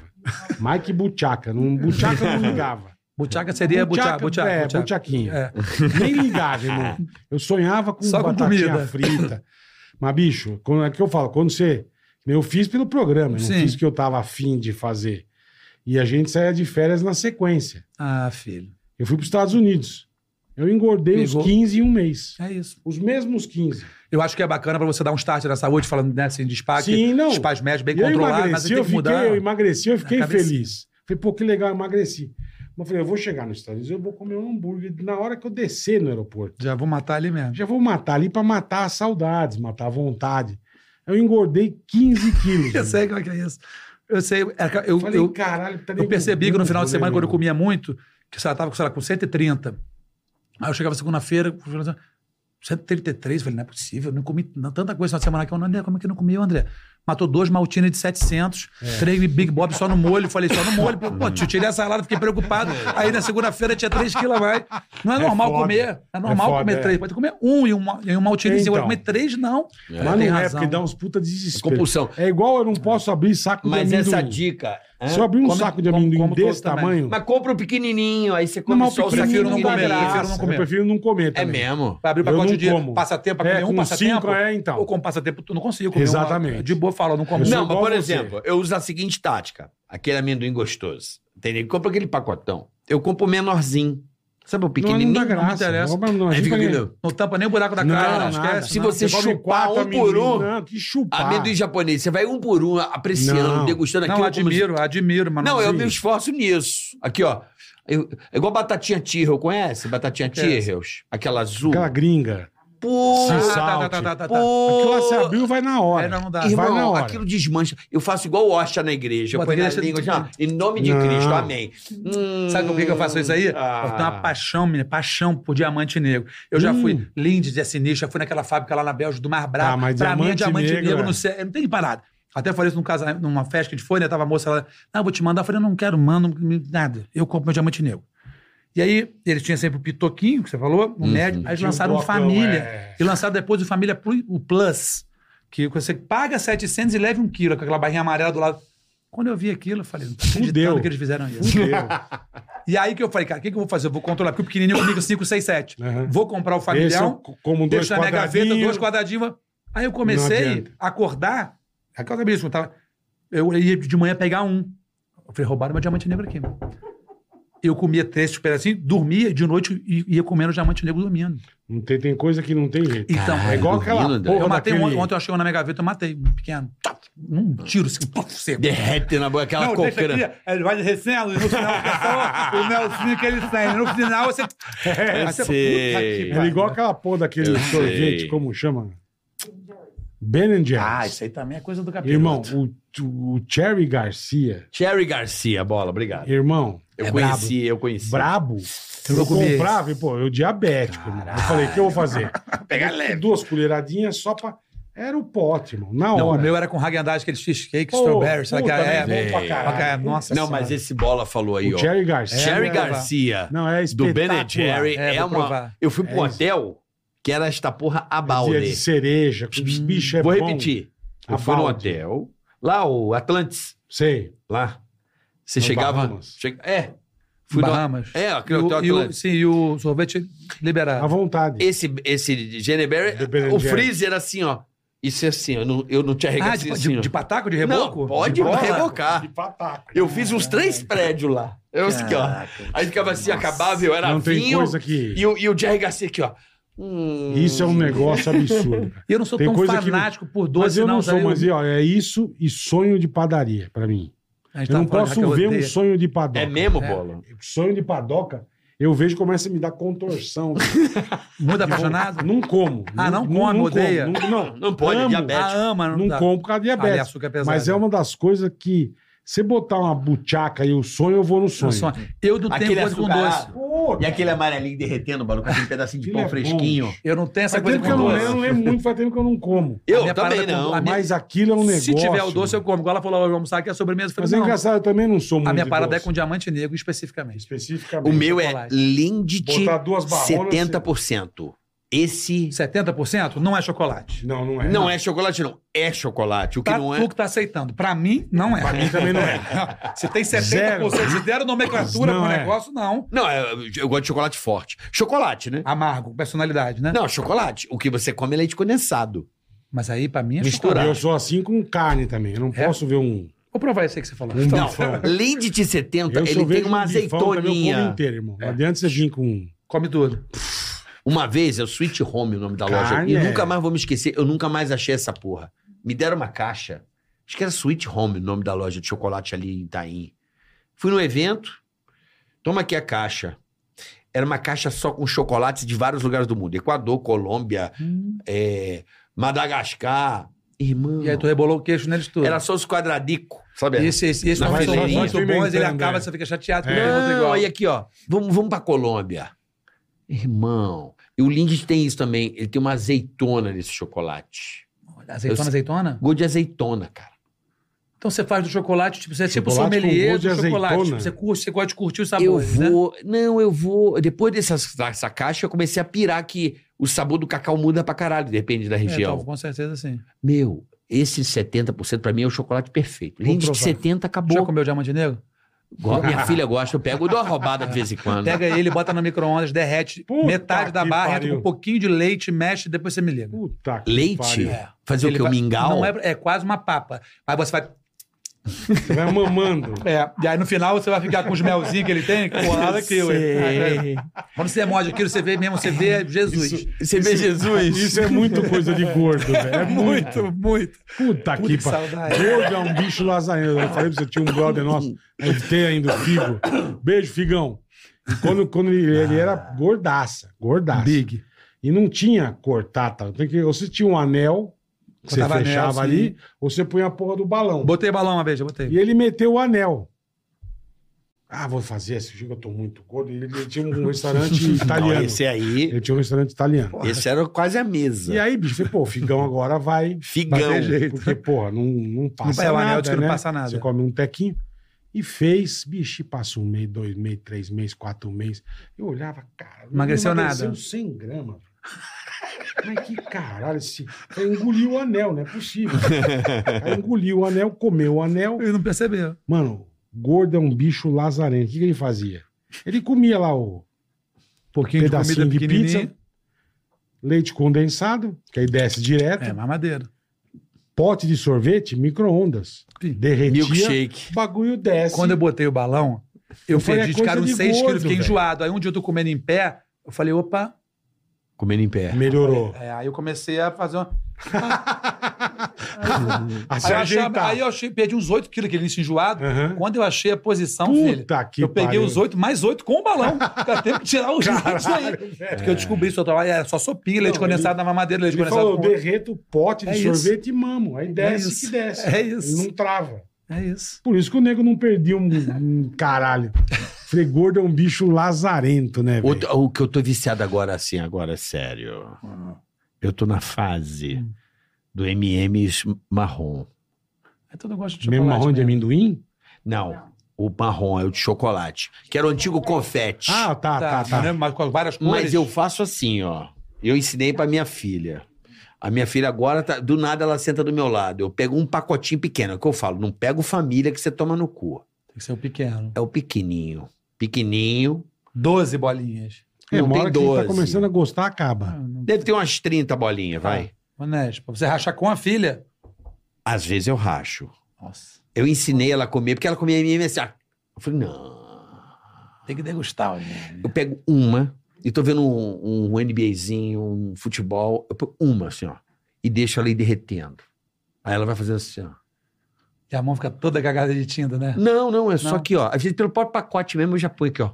Speaker 2: Mike Buchaca. Não, Buchaca eu não ligava.
Speaker 4: Butiaca seria butiaca, butiaca,
Speaker 2: é,
Speaker 4: butiaca.
Speaker 2: buchaquinha.
Speaker 4: É.
Speaker 2: Nem ligava, irmão. Eu sonhava com
Speaker 4: Só com
Speaker 2: batatinha
Speaker 4: comida.
Speaker 2: frita. Mas, bicho, quando, é que eu falo, quando você. né, Eu fiz pelo programa, eu não
Speaker 4: Sim.
Speaker 2: fiz que eu tava afim de fazer. E a gente saía de férias na sequência.
Speaker 4: Ah, filho.
Speaker 2: Eu fui para os Estados Unidos. Eu engordei
Speaker 4: Pegou.
Speaker 2: uns 15 em um mês.
Speaker 4: É isso.
Speaker 2: Os mesmos 15.
Speaker 4: Eu acho que é bacana pra você dar um start na saúde, falando né, assim, de spa,
Speaker 2: Sim, não.
Speaker 4: spas médios bem
Speaker 2: E eu
Speaker 4: controlados, mas
Speaker 2: emagreci,
Speaker 4: tem
Speaker 2: eu
Speaker 4: que
Speaker 2: fiquei,
Speaker 4: mudar.
Speaker 2: eu emagreci, eu fiquei
Speaker 4: cabecinha.
Speaker 2: feliz. Falei, pô, que legal, eu emagreci. Mas eu falei, eu vou chegar nos Estados Unidos, eu vou comer um hambúrguer na hora que eu descer no aeroporto.
Speaker 4: Já vou matar ali mesmo.
Speaker 2: Já vou matar ali pra matar as saudades, matar a vontade. Eu engordei 15 quilos.
Speaker 4: Eu sei como é que é isso. Eu sei. era que Eu,
Speaker 2: Falei,
Speaker 4: eu,
Speaker 2: caralho, tá
Speaker 4: Eu percebi que no final de semana, quando eu
Speaker 2: comi.
Speaker 4: comia muito, que sei lá, tava, sei lá, com 130. Aí eu chegava segunda-feira, 133, falei, não é possível, eu não comi tanta coisa na semana que eu, André, como é que eu não comi, André? matou dois Maltini de 700,
Speaker 2: É.
Speaker 4: três Big Bob só no molho. Falei, só no molho. Pô, pô, tio, tirei a salada, fiquei preocupado. Aí na segunda-feira tinha três quilos a mais. Não é,
Speaker 2: É
Speaker 4: normal
Speaker 2: foda.
Speaker 4: comer. É
Speaker 2: É
Speaker 4: normal
Speaker 2: foda,
Speaker 4: comer
Speaker 2: é.
Speaker 4: três. Pode comer um e um, ma- e um Maltinizinho. Agora
Speaker 2: Então.
Speaker 4: comer três, não. É.
Speaker 2: Mas não é, porque dá uns puta desespero.
Speaker 3: Compulsão.
Speaker 2: É igual eu não posso abrir saco
Speaker 3: Mas
Speaker 2: de amendoim.
Speaker 3: essa dica. hã?
Speaker 2: Se eu abrir um
Speaker 4: né? Come-
Speaker 2: saco de
Speaker 4: como-
Speaker 2: amendoim
Speaker 4: como
Speaker 2: desse
Speaker 4: todo também.
Speaker 2: tamanho,
Speaker 3: Mas compra o pequenininho, aí você
Speaker 2: não,
Speaker 3: come
Speaker 2: mas
Speaker 3: só
Speaker 2: o
Speaker 3: o
Speaker 2: pequenininho
Speaker 3: saquinho
Speaker 4: não
Speaker 2: não
Speaker 3: não
Speaker 2: dá
Speaker 4: comer,
Speaker 3: graça.
Speaker 4: prefiro não
Speaker 2: graça.
Speaker 4: comer.
Speaker 2: Eu prefiro não comer
Speaker 3: É
Speaker 2: também.
Speaker 3: mesmo?
Speaker 4: Vai abrir o
Speaker 2: Eu
Speaker 4: pacote
Speaker 2: não
Speaker 4: de
Speaker 2: como.
Speaker 4: passatempo, pra
Speaker 2: É,
Speaker 4: comer um
Speaker 2: com
Speaker 4: passatempo.
Speaker 2: cinco, é, então.
Speaker 4: Eu como passatempo, tu não consigo comer
Speaker 2: Exatamente.
Speaker 4: Uma, de boa, fala, eu não como.
Speaker 2: Eu sou
Speaker 3: Não,
Speaker 4: Não,
Speaker 3: mas
Speaker 2: igual
Speaker 3: por
Speaker 2: você.
Speaker 3: exemplo, eu uso a seguinte tática. Aquele amendoim gostoso. Entendeu? Compra aquele pacotão. Eu compro o menorzinho. Sabe o
Speaker 2: Não,
Speaker 3: pequenininho?
Speaker 2: não dá graça.
Speaker 4: interessa.
Speaker 2: Não, não,
Speaker 3: Aí fica
Speaker 2: nem-
Speaker 3: aquele...
Speaker 4: não tampa nem o buraco da
Speaker 2: Não,
Speaker 4: cara, não,
Speaker 2: nada.
Speaker 4: esquece.
Speaker 3: Se
Speaker 2: Não,
Speaker 3: você
Speaker 2: come
Speaker 3: chupar
Speaker 2: quatro
Speaker 3: um por um,
Speaker 2: amendoim, Não, que chupar.
Speaker 3: Amendoim japonês. Você vai um por um apreciando,
Speaker 2: Não.
Speaker 3: degustando
Speaker 4: Não,
Speaker 3: aquilo. como se-
Speaker 4: admiro, admiro, mano.
Speaker 3: Não, eu me esforço nisso. Aqui, ó. Eu- é igual batatinha Tyrrell, conhece? Batatinha
Speaker 4: Conheço.
Speaker 3: Tyrrell's? Aquela azul.
Speaker 2: Aquela gringa.
Speaker 3: Pô,
Speaker 4: Ah,
Speaker 2: Sim.
Speaker 4: tá, tá,
Speaker 2: salte.
Speaker 4: tá, tá, tá, tá.
Speaker 3: pô.
Speaker 2: Aquilo lá se abriu, vai na hora.
Speaker 4: É, não, não dá.
Speaker 2: Vai na
Speaker 3: Irmão,
Speaker 2: hora.
Speaker 3: aquilo desmancha. Eu faço igual o Osha na igreja. Eu
Speaker 4: Bota
Speaker 3: ponho na
Speaker 4: igreja-
Speaker 3: língua já. Em nome de
Speaker 2: Não.
Speaker 3: Cristo, amém. Hum,
Speaker 4: Sabe por que, que eu faço isso aí?
Speaker 3: ah.
Speaker 4: Eu tenho uma paixão, menina, paixão por diamante negro. Eu já
Speaker 2: Hum.
Speaker 4: fui Lindes de Sinistra, já fui naquela fábrica lá na Bélgica do Mar Brabo.
Speaker 2: Tá, mas
Speaker 4: pra mim é
Speaker 2: diamante
Speaker 4: diamante negro,
Speaker 2: negro, é.
Speaker 4: não, sei, não tem parada. Até falei isso num casamento, numa festa que a gente foi, né? Tava a moça lá, não, eu vou te mandar. Eu falei, não quero, mano, não me- nada. Eu compro meu diamante negro. E aí, eles tinham sempre o pitoquinho, que você falou, o médio. Aí eles
Speaker 2: Tinha um
Speaker 4: lançaram o
Speaker 2: blocão,
Speaker 4: Família.
Speaker 2: é.
Speaker 4: E lançaram depois o Família Plu- o Plus, que você paga 700 e leva um quilo, com aquela barrinha amarela do lado. Quando eu vi aquilo, eu falei, não tô acreditando
Speaker 2: Fudeu.
Speaker 4: que eles fizeram isso.
Speaker 2: Fudeu.
Speaker 4: E aí que eu falei, cara, o que, que eu vou fazer? Eu vou controlar, porque o pequenininho é comigo 5, 6, 7.
Speaker 2: Aham.
Speaker 4: Vou comprar o
Speaker 2: né? Esse eu
Speaker 4: familião,
Speaker 2: co- como dois
Speaker 4: deixo na minha gaveta,
Speaker 2: quadradinhos.
Speaker 4: dois quadradinhos. Aí eu
Speaker 2: Não
Speaker 4: comecei
Speaker 2: adianta.
Speaker 4: a acordar, aquela cabeça, eu tava- eu ia de manhã pegar um. Eu falei, roubaram meu diamante negro aqui. né? Eu comia três pedacinhos, dormia de noite e ia comendo diamante negro dormindo.
Speaker 2: Não tem, tem coisa que não tem jeito.
Speaker 4: Então,
Speaker 2: é igual aquela
Speaker 3: Caralho,
Speaker 2: porra
Speaker 4: eu matei
Speaker 2: daquele-
Speaker 4: um, ontem eu achei um na minha gaveta, eu matei um pequeno. Um tiro, assim, puf, seco.
Speaker 3: Derrete na boca aquela cocana.
Speaker 4: aqui, ele vai descendo, e no final fica só o melzinho que ele tem. No final você.
Speaker 3: É,
Speaker 4: Aí você-
Speaker 3: sei.
Speaker 4: Puta que
Speaker 2: Era
Speaker 4: pariu.
Speaker 2: é igual aquela porra daquele
Speaker 3: Eu
Speaker 2: sorvete,
Speaker 3: sei.
Speaker 2: como chama? Ben Jerry's.
Speaker 4: Ah, isso aí também é coisa do capítulo.
Speaker 2: Irmão, o, o Cherry Garcia,
Speaker 3: Cherry Garcia, bola, obrigado.
Speaker 2: irmão,
Speaker 3: Eu
Speaker 2: é
Speaker 3: conheci, eu conheci.
Speaker 2: brabo, brabo. Eu,
Speaker 4: vou comer
Speaker 2: comprava e, pô, eu diabético, irmão. Eu falei, o que eu vou fazer? Pegar leve. Duas colheradinhas só pra... Era o pote, irmão, na
Speaker 4: Não, o
Speaker 3: é.
Speaker 2: hora.
Speaker 4: meu era com Haagen-Dazs, aqueles cheesecake,
Speaker 2: Pô,
Speaker 4: strawberry, será que
Speaker 2: puta,
Speaker 4: é?
Speaker 2: né?
Speaker 4: é
Speaker 2: Bom pra caralho.
Speaker 4: pra nossa
Speaker 3: Não, mas esse bola falou aí,
Speaker 2: O
Speaker 3: ó.
Speaker 2: Cherry Garcia.
Speaker 3: Cherry
Speaker 4: É,
Speaker 3: Garcia,
Speaker 2: Não, é
Speaker 3: do Ben
Speaker 2: espetacular.
Speaker 3: Jerry,
Speaker 4: É,
Speaker 3: é,
Speaker 4: vou
Speaker 3: uma...
Speaker 4: provar.
Speaker 3: Eu fui
Speaker 2: É
Speaker 3: pro
Speaker 2: isso.
Speaker 3: hotel, que era esta porra a
Speaker 2: Dia de
Speaker 3: balde. Hum,
Speaker 2: cereja, com os bichos é
Speaker 3: Vou
Speaker 2: bom.
Speaker 3: repetir.
Speaker 2: A
Speaker 3: Eu fui no
Speaker 2: balde.
Speaker 3: hotel, lá o Atlantis,
Speaker 2: Sei.
Speaker 3: lá. Você
Speaker 2: No
Speaker 3: chegava...
Speaker 2: Bahamas.
Speaker 3: Chega, é. Fui no-
Speaker 4: Bahamas.
Speaker 3: É,
Speaker 4: E
Speaker 3: aquele hotel
Speaker 4: o, e o,
Speaker 3: Atlantis.
Speaker 4: sim, e o sorvete
Speaker 2: À
Speaker 4: liberado.
Speaker 2: vontade.
Speaker 3: Esse, esse Geneberry,
Speaker 2: Do Ben
Speaker 3: o
Speaker 2: Jerry.
Speaker 3: freezer era assim, ó. Isso é assim, eu não, eu não tinha
Speaker 4: Ah,
Speaker 3: arregaçado
Speaker 4: de,
Speaker 3: assim,
Speaker 4: de,
Speaker 3: ó.
Speaker 4: de pataco, de
Speaker 3: Não,
Speaker 4: reboco?
Speaker 3: pode
Speaker 4: de bola?
Speaker 3: revocar.
Speaker 2: pataco.
Speaker 3: Eu fiz uns três
Speaker 2: É.
Speaker 3: prédios lá. Eu assim, ó.
Speaker 4: Caraca.
Speaker 3: Aí ficava assim, acabava, eu era
Speaker 2: Não tem
Speaker 3: vinho.
Speaker 2: coisa que...
Speaker 3: E o, e o Jerry Garcia aqui, ó. Hum.
Speaker 2: Isso é um negócio absurdo. cara.
Speaker 4: E eu não sou
Speaker 2: Tem
Speaker 4: tão
Speaker 2: coisa que-
Speaker 4: fanático por
Speaker 2: mas
Speaker 4: doce,
Speaker 2: eu não,
Speaker 3: tá
Speaker 2: sou,
Speaker 4: sabe?
Speaker 2: mas ó, é isso e sonho de padaria, pra mim.
Speaker 4: A
Speaker 3: tá
Speaker 4: gente
Speaker 2: Eu
Speaker 4: tava
Speaker 2: não
Speaker 4: falando
Speaker 2: posso
Speaker 4: que eu
Speaker 2: ver um
Speaker 4: odeio.
Speaker 2: sonho de padoca.
Speaker 3: É mesmo,
Speaker 4: É.
Speaker 3: bola?
Speaker 2: Sonho de padoca, eu vejo e começa a me dar contorção.
Speaker 4: Muito apaixonado?
Speaker 2: não como.
Speaker 4: Ah, não come, odeia?
Speaker 2: Não, não,
Speaker 3: Não pode, é
Speaker 2: Amo.
Speaker 3: diabetes.
Speaker 4: Ah, ama, não,
Speaker 2: não
Speaker 4: dá.
Speaker 2: como por causa de
Speaker 4: Ali,
Speaker 2: diabetes.
Speaker 4: açúcar é pesado.
Speaker 2: mas é uma das coisas que, se botar uma buchaca e o sonho, eu vou no
Speaker 4: Eu
Speaker 2: sonho.
Speaker 4: sou- Eu não tenho
Speaker 3: Aquele é
Speaker 4: coisa com
Speaker 3: açucarado.
Speaker 4: doce.
Speaker 2: Pô,
Speaker 3: Ah, E aquele amarelinho derretendo, bola, com aquele pedacinho de
Speaker 2: Aquilo é
Speaker 3: pão
Speaker 2: bom,
Speaker 3: fresquinho.
Speaker 2: bicho.
Speaker 4: Eu não tenho essa
Speaker 2: faz
Speaker 4: coisa
Speaker 2: tempo que eu
Speaker 4: com
Speaker 2: não lembro,
Speaker 4: doce.
Speaker 2: não lembro muito, faz tempo que eu não como.
Speaker 3: Eu
Speaker 4: minha
Speaker 3: também
Speaker 4: parada é com-
Speaker 3: não.
Speaker 4: a minha-
Speaker 2: Mas aquilo é um negócio.
Speaker 4: Se tiver o doce, eu como. Igual ela falou, eu vou almoçar aqui a sobremesa.
Speaker 2: Mas
Speaker 4: Eu
Speaker 2: é
Speaker 4: falei, não,
Speaker 2: engraçado, né, eu também não sou muito
Speaker 4: a minha
Speaker 2: de
Speaker 4: parada
Speaker 2: doce.
Speaker 4: é com diamante negro especificamente.
Speaker 2: Especificamente.
Speaker 3: O meu é
Speaker 4: Chocolate.
Speaker 3: Lindt
Speaker 2: Botar duas barronas,
Speaker 3: 70%. Esse
Speaker 4: 70% não é chocolate.
Speaker 2: Não, não é.
Speaker 3: não é chocolate, não. É chocolate. O que
Speaker 4: Tá,
Speaker 3: não
Speaker 4: Tu
Speaker 3: é.
Speaker 4: que tá aceitando. Pra mim, não é.
Speaker 2: Pra mim também não é.
Speaker 4: Você tem 70%.
Speaker 2: Zero.
Speaker 4: Se deram nomenclatura
Speaker 2: Não
Speaker 4: pro
Speaker 2: é.
Speaker 4: negócio, não.
Speaker 3: Não, é- eu gosto de chocolate forte. Chocolate, né?
Speaker 4: Amargo, personalidade, né?
Speaker 3: Não, chocolate. O que você come é leite condensado.
Speaker 4: Mas aí, pra mim, é
Speaker 3: Mistura.
Speaker 4: chocolate.
Speaker 2: Eu sou assim com carne também. Eu não
Speaker 4: É?
Speaker 2: posso ver um.
Speaker 4: Vou provar isso aí que você falou.
Speaker 2: Um
Speaker 4: Então,
Speaker 3: Não,
Speaker 2: Bifão.
Speaker 3: Lindt 70,
Speaker 2: Eu, se eu
Speaker 3: ele tem
Speaker 2: vejo
Speaker 3: uma
Speaker 2: um bifão também, Eu como
Speaker 3: azeitoninha.
Speaker 2: inteiro,
Speaker 4: É.
Speaker 2: irmão. Não adianta você vir com. um,
Speaker 4: come tudo.
Speaker 3: Uma vez, é o Sweet Home o nome da
Speaker 2: Carne,
Speaker 3: loja.
Speaker 2: é.
Speaker 3: E nunca mais vou me esquecer, eu nunca mais achei essa porra. Me deram uma caixa. Acho que era Sweet Home o nome da loja de chocolate ali em Itaim. Fui num evento, toma aqui a caixa. Era uma caixa só com chocolates de vários lugares do mundo. Equador, Colômbia, é, Madagascar. Irmão,
Speaker 4: Hum. E aí tu rebolou o queixo neles tudo.
Speaker 3: era só os quadradicos, sabe?
Speaker 4: Esse, esse, esse
Speaker 3: Não,
Speaker 4: nome
Speaker 3: mas
Speaker 4: são
Speaker 3: só- só
Speaker 4: muito bons, ele
Speaker 2: experimentando,
Speaker 4: acaba,
Speaker 2: é.
Speaker 4: você fica chateado. porque não é
Speaker 3: Não,
Speaker 4: igual.
Speaker 3: olha aqui, ó. Vamos, vamos pra Colômbia. Irmão. E o Lindt tem isso também. Ele tem uma azeitona nesse chocolate.
Speaker 4: Azeitona,
Speaker 3: Eu-
Speaker 4: azeitona?
Speaker 3: Gosto de azeitona, cara.
Speaker 4: Então você faz do chocolate, tipo, você é tipo
Speaker 2: Chocolate com
Speaker 4: sommelier
Speaker 2: gosto de
Speaker 4: do chocolate.
Speaker 2: azeitona.
Speaker 4: Tipo, você, curte, você gosta de curtir os
Speaker 3: eu
Speaker 4: sabores, né?
Speaker 3: vou. Não, eu vou. Depois dessa, dessa caixa, eu comecei a pirar que o sabor do cacau muda pra caralho, depende da
Speaker 4: É,
Speaker 3: região.
Speaker 4: então, com certeza sim.
Speaker 3: Meu, esse 70% pra mim é o chocolate perfeito.
Speaker 2: Vou
Speaker 3: Linde de
Speaker 2: provar.
Speaker 3: 70
Speaker 4: Já
Speaker 3: acabou.
Speaker 4: comeu diamante negro?
Speaker 3: Go- Minha filha gosta, eu pego, eu dou uma roubada de vez em quando.
Speaker 4: Pega ele, bota no micro-ondas, derrete
Speaker 2: Puta
Speaker 4: metade da
Speaker 2: que
Speaker 4: barra,
Speaker 2: pariu.
Speaker 4: entra com um pouquinho de leite, mexe, depois você me liga.
Speaker 2: Puta que
Speaker 3: Leite?
Speaker 2: pariu.
Speaker 4: É.
Speaker 3: Fazer
Speaker 4: Ele
Speaker 3: o que? O
Speaker 4: vai-
Speaker 3: mingau?
Speaker 4: Não é, é quase uma papa. Aí você vai.
Speaker 2: Você vai mamando.
Speaker 4: É, e aí no final você vai ficar com os melzinhos que ele tem, colado aqui, ué.
Speaker 3: Sei.
Speaker 4: Quando você morde aquilo, você vê mesmo, você vê Jesus.
Speaker 3: Você vê Jesus?
Speaker 2: Isso é muito coisa de gordo, velho. É muito.
Speaker 4: muito.
Speaker 2: Puta
Speaker 4: Puta
Speaker 2: que
Speaker 4: que
Speaker 2: pariu.
Speaker 4: saudade.
Speaker 2: Gordo é um bicho lazarento. Eu falei pra você, tinha um brother nosso, a gente tem ainda o Figo. Beijo, Figão. E quando, quando ele, ele era gordaça, gordaça.
Speaker 4: Big.
Speaker 2: E não tinha cortata. Tem que, ou você tinha um anel, que você
Speaker 4: Cortava anel,
Speaker 2: fechava
Speaker 4: sim.
Speaker 2: ali, ou você punha a porra do balão.
Speaker 4: Botei balão uma vez, já botei.
Speaker 2: E ele meteu o anel. Ah, vou fazer esse jogo, eu tô muito gordo. Ele, ele tinha um restaurante italiano.
Speaker 3: Não, esse aí,
Speaker 2: Ele tinha um restaurante italiano.
Speaker 3: esse era quase a mesa.
Speaker 4: é.
Speaker 2: E aí, bicho, eu falei, pô, o Figão agora vai.
Speaker 3: Figão.
Speaker 2: vai ter jeito. Porque, porra, não, não passa
Speaker 4: é o
Speaker 2: nada.
Speaker 4: anel diz que
Speaker 2: né?
Speaker 4: não passa nada.
Speaker 2: Você come um tequinho. E fez, bicho, e passou um mês, dois meses, três meses, quatro meses. Eu olhava, cara.
Speaker 4: Emagreceu
Speaker 2: ele
Speaker 4: nada.
Speaker 2: 100 gramas. Mas que caralho, esse. Eu engoliu o anel, não é possível. Aí engoliu o anel, comeu o anel.
Speaker 4: Ele não percebeu.
Speaker 2: Mano, gordo é um bicho lazarento. O que, que ele fazia? Ele comia lá o
Speaker 4: Pouquinho
Speaker 2: pedacinho de,
Speaker 4: pequenininha.
Speaker 2: pizza, leite condensado, que aí desce direto,
Speaker 4: É, mamadeira.
Speaker 2: pote de sorvete, micro-ondas.
Speaker 4: Sim.
Speaker 2: Derretia,
Speaker 3: Milkshake.
Speaker 2: o bagulho desce.
Speaker 4: Quando eu botei o balão, Assim, eu,
Speaker 2: Eu falei,
Speaker 4: perdi
Speaker 2: é
Speaker 4: de cara
Speaker 2: coisa
Speaker 4: uns
Speaker 2: de
Speaker 4: 6
Speaker 2: gordo,
Speaker 4: quilos, fiquei
Speaker 2: velho.
Speaker 4: enjoado. Aí um dia eu tô comendo em pé, eu falei, opa.
Speaker 3: Comendo em pé.
Speaker 2: Melhorou.
Speaker 4: É, aí eu comecei a fazer uma.
Speaker 2: A se
Speaker 4: Aí eu, achava-
Speaker 2: Assim, ajeitar.
Speaker 4: aí eu achei- perdi uns 8 quilos, aquele início enjoado.
Speaker 2: Aham.
Speaker 4: Quando eu achei a posição, filho,
Speaker 2: Puta que
Speaker 4: eu peguei
Speaker 2: pariu.
Speaker 4: os 8, mais 8 com o balão. Pra ter que tirar os dentes aí. Porque eu descobri isso, eu tava, era só sopinha, leite
Speaker 2: Não,
Speaker 4: condensado na mamadeira, leite
Speaker 2: Ele
Speaker 4: condensado
Speaker 2: falou, eu
Speaker 4: com...
Speaker 2: derreto o pote de
Speaker 4: É isso.
Speaker 2: sorvete e mamo. Aí desce
Speaker 4: isso.
Speaker 2: que desce.
Speaker 4: É isso.
Speaker 2: Ele não trava.
Speaker 4: É isso.
Speaker 2: Por isso que o nego não perdia um, um caralho. Falei, gordo é um bicho lazarento, né, velho?
Speaker 3: Outro- o que eu tô viciado agora, assim, agora, sério. Eu tô na fase do M&M's marrom.
Speaker 4: É todo gosto de
Speaker 2: Mesmo
Speaker 4: chocolate. né?
Speaker 2: marrom de
Speaker 4: mesmo.
Speaker 2: amendoim?
Speaker 3: Não, o marrom é o de chocolate, que era o antigo confete.
Speaker 2: Ah, tá, tá,
Speaker 4: Tá,
Speaker 2: tá.
Speaker 4: né, Mas com várias cores.
Speaker 3: Mas eu faço assim, ó. Eu ensinei pra minha filha. A minha filha agora, tá- do nada, ela senta do meu lado. Eu pego um pacotinho pequeno, é o que eu falo. Não pego família que você toma no cu.
Speaker 4: Tem que ser o pequeno.
Speaker 3: É o pequenininho. Pequenininho.
Speaker 4: 12 bolinhas.
Speaker 2: É,
Speaker 3: não
Speaker 2: uma
Speaker 3: tem
Speaker 2: hora que ele tá
Speaker 3: 12.
Speaker 2: começando a gostar, acaba.
Speaker 4: Ah, não-
Speaker 3: Deve ter umas 30 bolinhas, vai.
Speaker 4: Honesto, pra você rachar com a filha.
Speaker 3: Às vezes eu racho.
Speaker 4: Nossa.
Speaker 3: Eu ensinei ela a comer, porque ela comia M&M assim. ah. Eu falei, não.
Speaker 4: Tem que degustar, né?
Speaker 3: Eu pego uma e tô vendo um, um NBAzinho, um futebol. Eu pego uma, assim, ó. E deixo ela ir derretendo. Aí ela vai fazendo assim, ó.
Speaker 4: E a mão fica toda cagada de tinta, né?
Speaker 3: Não, não, é só
Speaker 4: Não.
Speaker 3: que, ó. Às vezes, pelo próprio pacote mesmo, eu já ponho aqui, ó.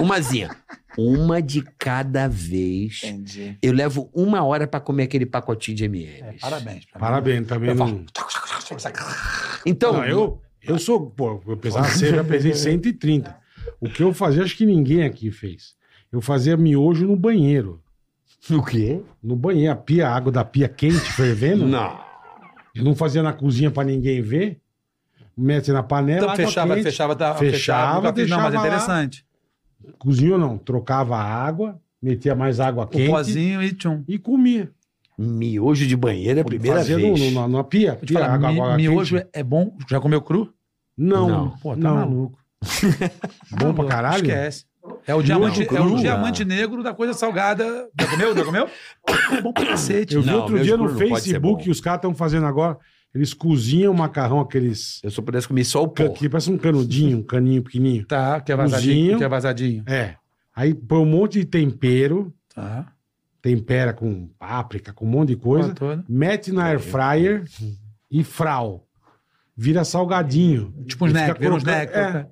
Speaker 3: Umazinha. uma de cada vez.
Speaker 4: Entendi.
Speaker 3: Eu levo uma hora pra comer aquele pacotinho de M&M's.
Speaker 4: É, parabéns. pra mim.
Speaker 2: Parabéns, tá também
Speaker 4: Eu
Speaker 2: não...
Speaker 4: falo.
Speaker 3: Então,
Speaker 4: Ah,
Speaker 2: Não, eu, eu sou... Pô, eu pesava, eu já pesei 130. O que eu fazia, acho que ninguém aqui fez. Eu fazia miojo no banheiro.
Speaker 3: o quê?
Speaker 2: No banheiro, a pia, a água da pia quente, fervendo.
Speaker 3: Não.
Speaker 2: Eu não fazia na cozinha pra ninguém ver. Mete na panela,
Speaker 4: Então
Speaker 2: água
Speaker 4: fechava,
Speaker 2: quente.
Speaker 4: fechava, tá,
Speaker 2: Fechava,
Speaker 4: nunca fiz, Não, mas é
Speaker 2: deixava lá.
Speaker 4: interessante.
Speaker 2: Cozinha ou não, trocava a água, metia mais água
Speaker 4: O
Speaker 2: quente
Speaker 4: pozinho e tchum.
Speaker 2: e comia.
Speaker 3: Miojo de banheiro é a primeira
Speaker 2: Fazia no-
Speaker 3: vez.
Speaker 2: no- na, na pia,
Speaker 4: Vou te
Speaker 2: pia
Speaker 4: falar,
Speaker 2: água,
Speaker 4: mi-
Speaker 2: água
Speaker 4: miojo
Speaker 2: quente.
Speaker 4: é- é bom. Já comeu cru?
Speaker 2: Não,
Speaker 3: Não.
Speaker 4: Pô, tá
Speaker 2: não.
Speaker 4: maluco.
Speaker 2: Bom pra
Speaker 4: Tá Maluco,
Speaker 2: caralho?
Speaker 4: Esquece. É o diamante,
Speaker 3: cru,
Speaker 4: é o
Speaker 3: não.
Speaker 4: diamante negro da coisa salgada. Já comeu? Já comeu? É bom pra cacete.
Speaker 2: Eu vi
Speaker 3: Não,
Speaker 2: outro
Speaker 3: meu
Speaker 2: dia no
Speaker 3: escuro não pode ser
Speaker 2: Facebook,
Speaker 3: bom.
Speaker 2: os caras estão fazendo agora. Eles cozinham o macarrão, aqueles.
Speaker 3: Eu só pudesse comer só o pó.
Speaker 2: can- Que parece um canudinho, um caninho pequenininho.
Speaker 4: Tá, que é
Speaker 2: Cozinho.
Speaker 4: vazadinho. Que é vazadinho.
Speaker 2: É. Aí põe um monte de tempero,
Speaker 4: Tá.
Speaker 2: tempera com páprica, com um monte de coisa,
Speaker 4: Toda.
Speaker 2: mete na air fryer e frau. Vira salgadinho.
Speaker 4: Tipo uns
Speaker 2: Ele
Speaker 4: neck,
Speaker 2: fica
Speaker 4: vira uns
Speaker 2: crocan-
Speaker 4: neck.
Speaker 2: é,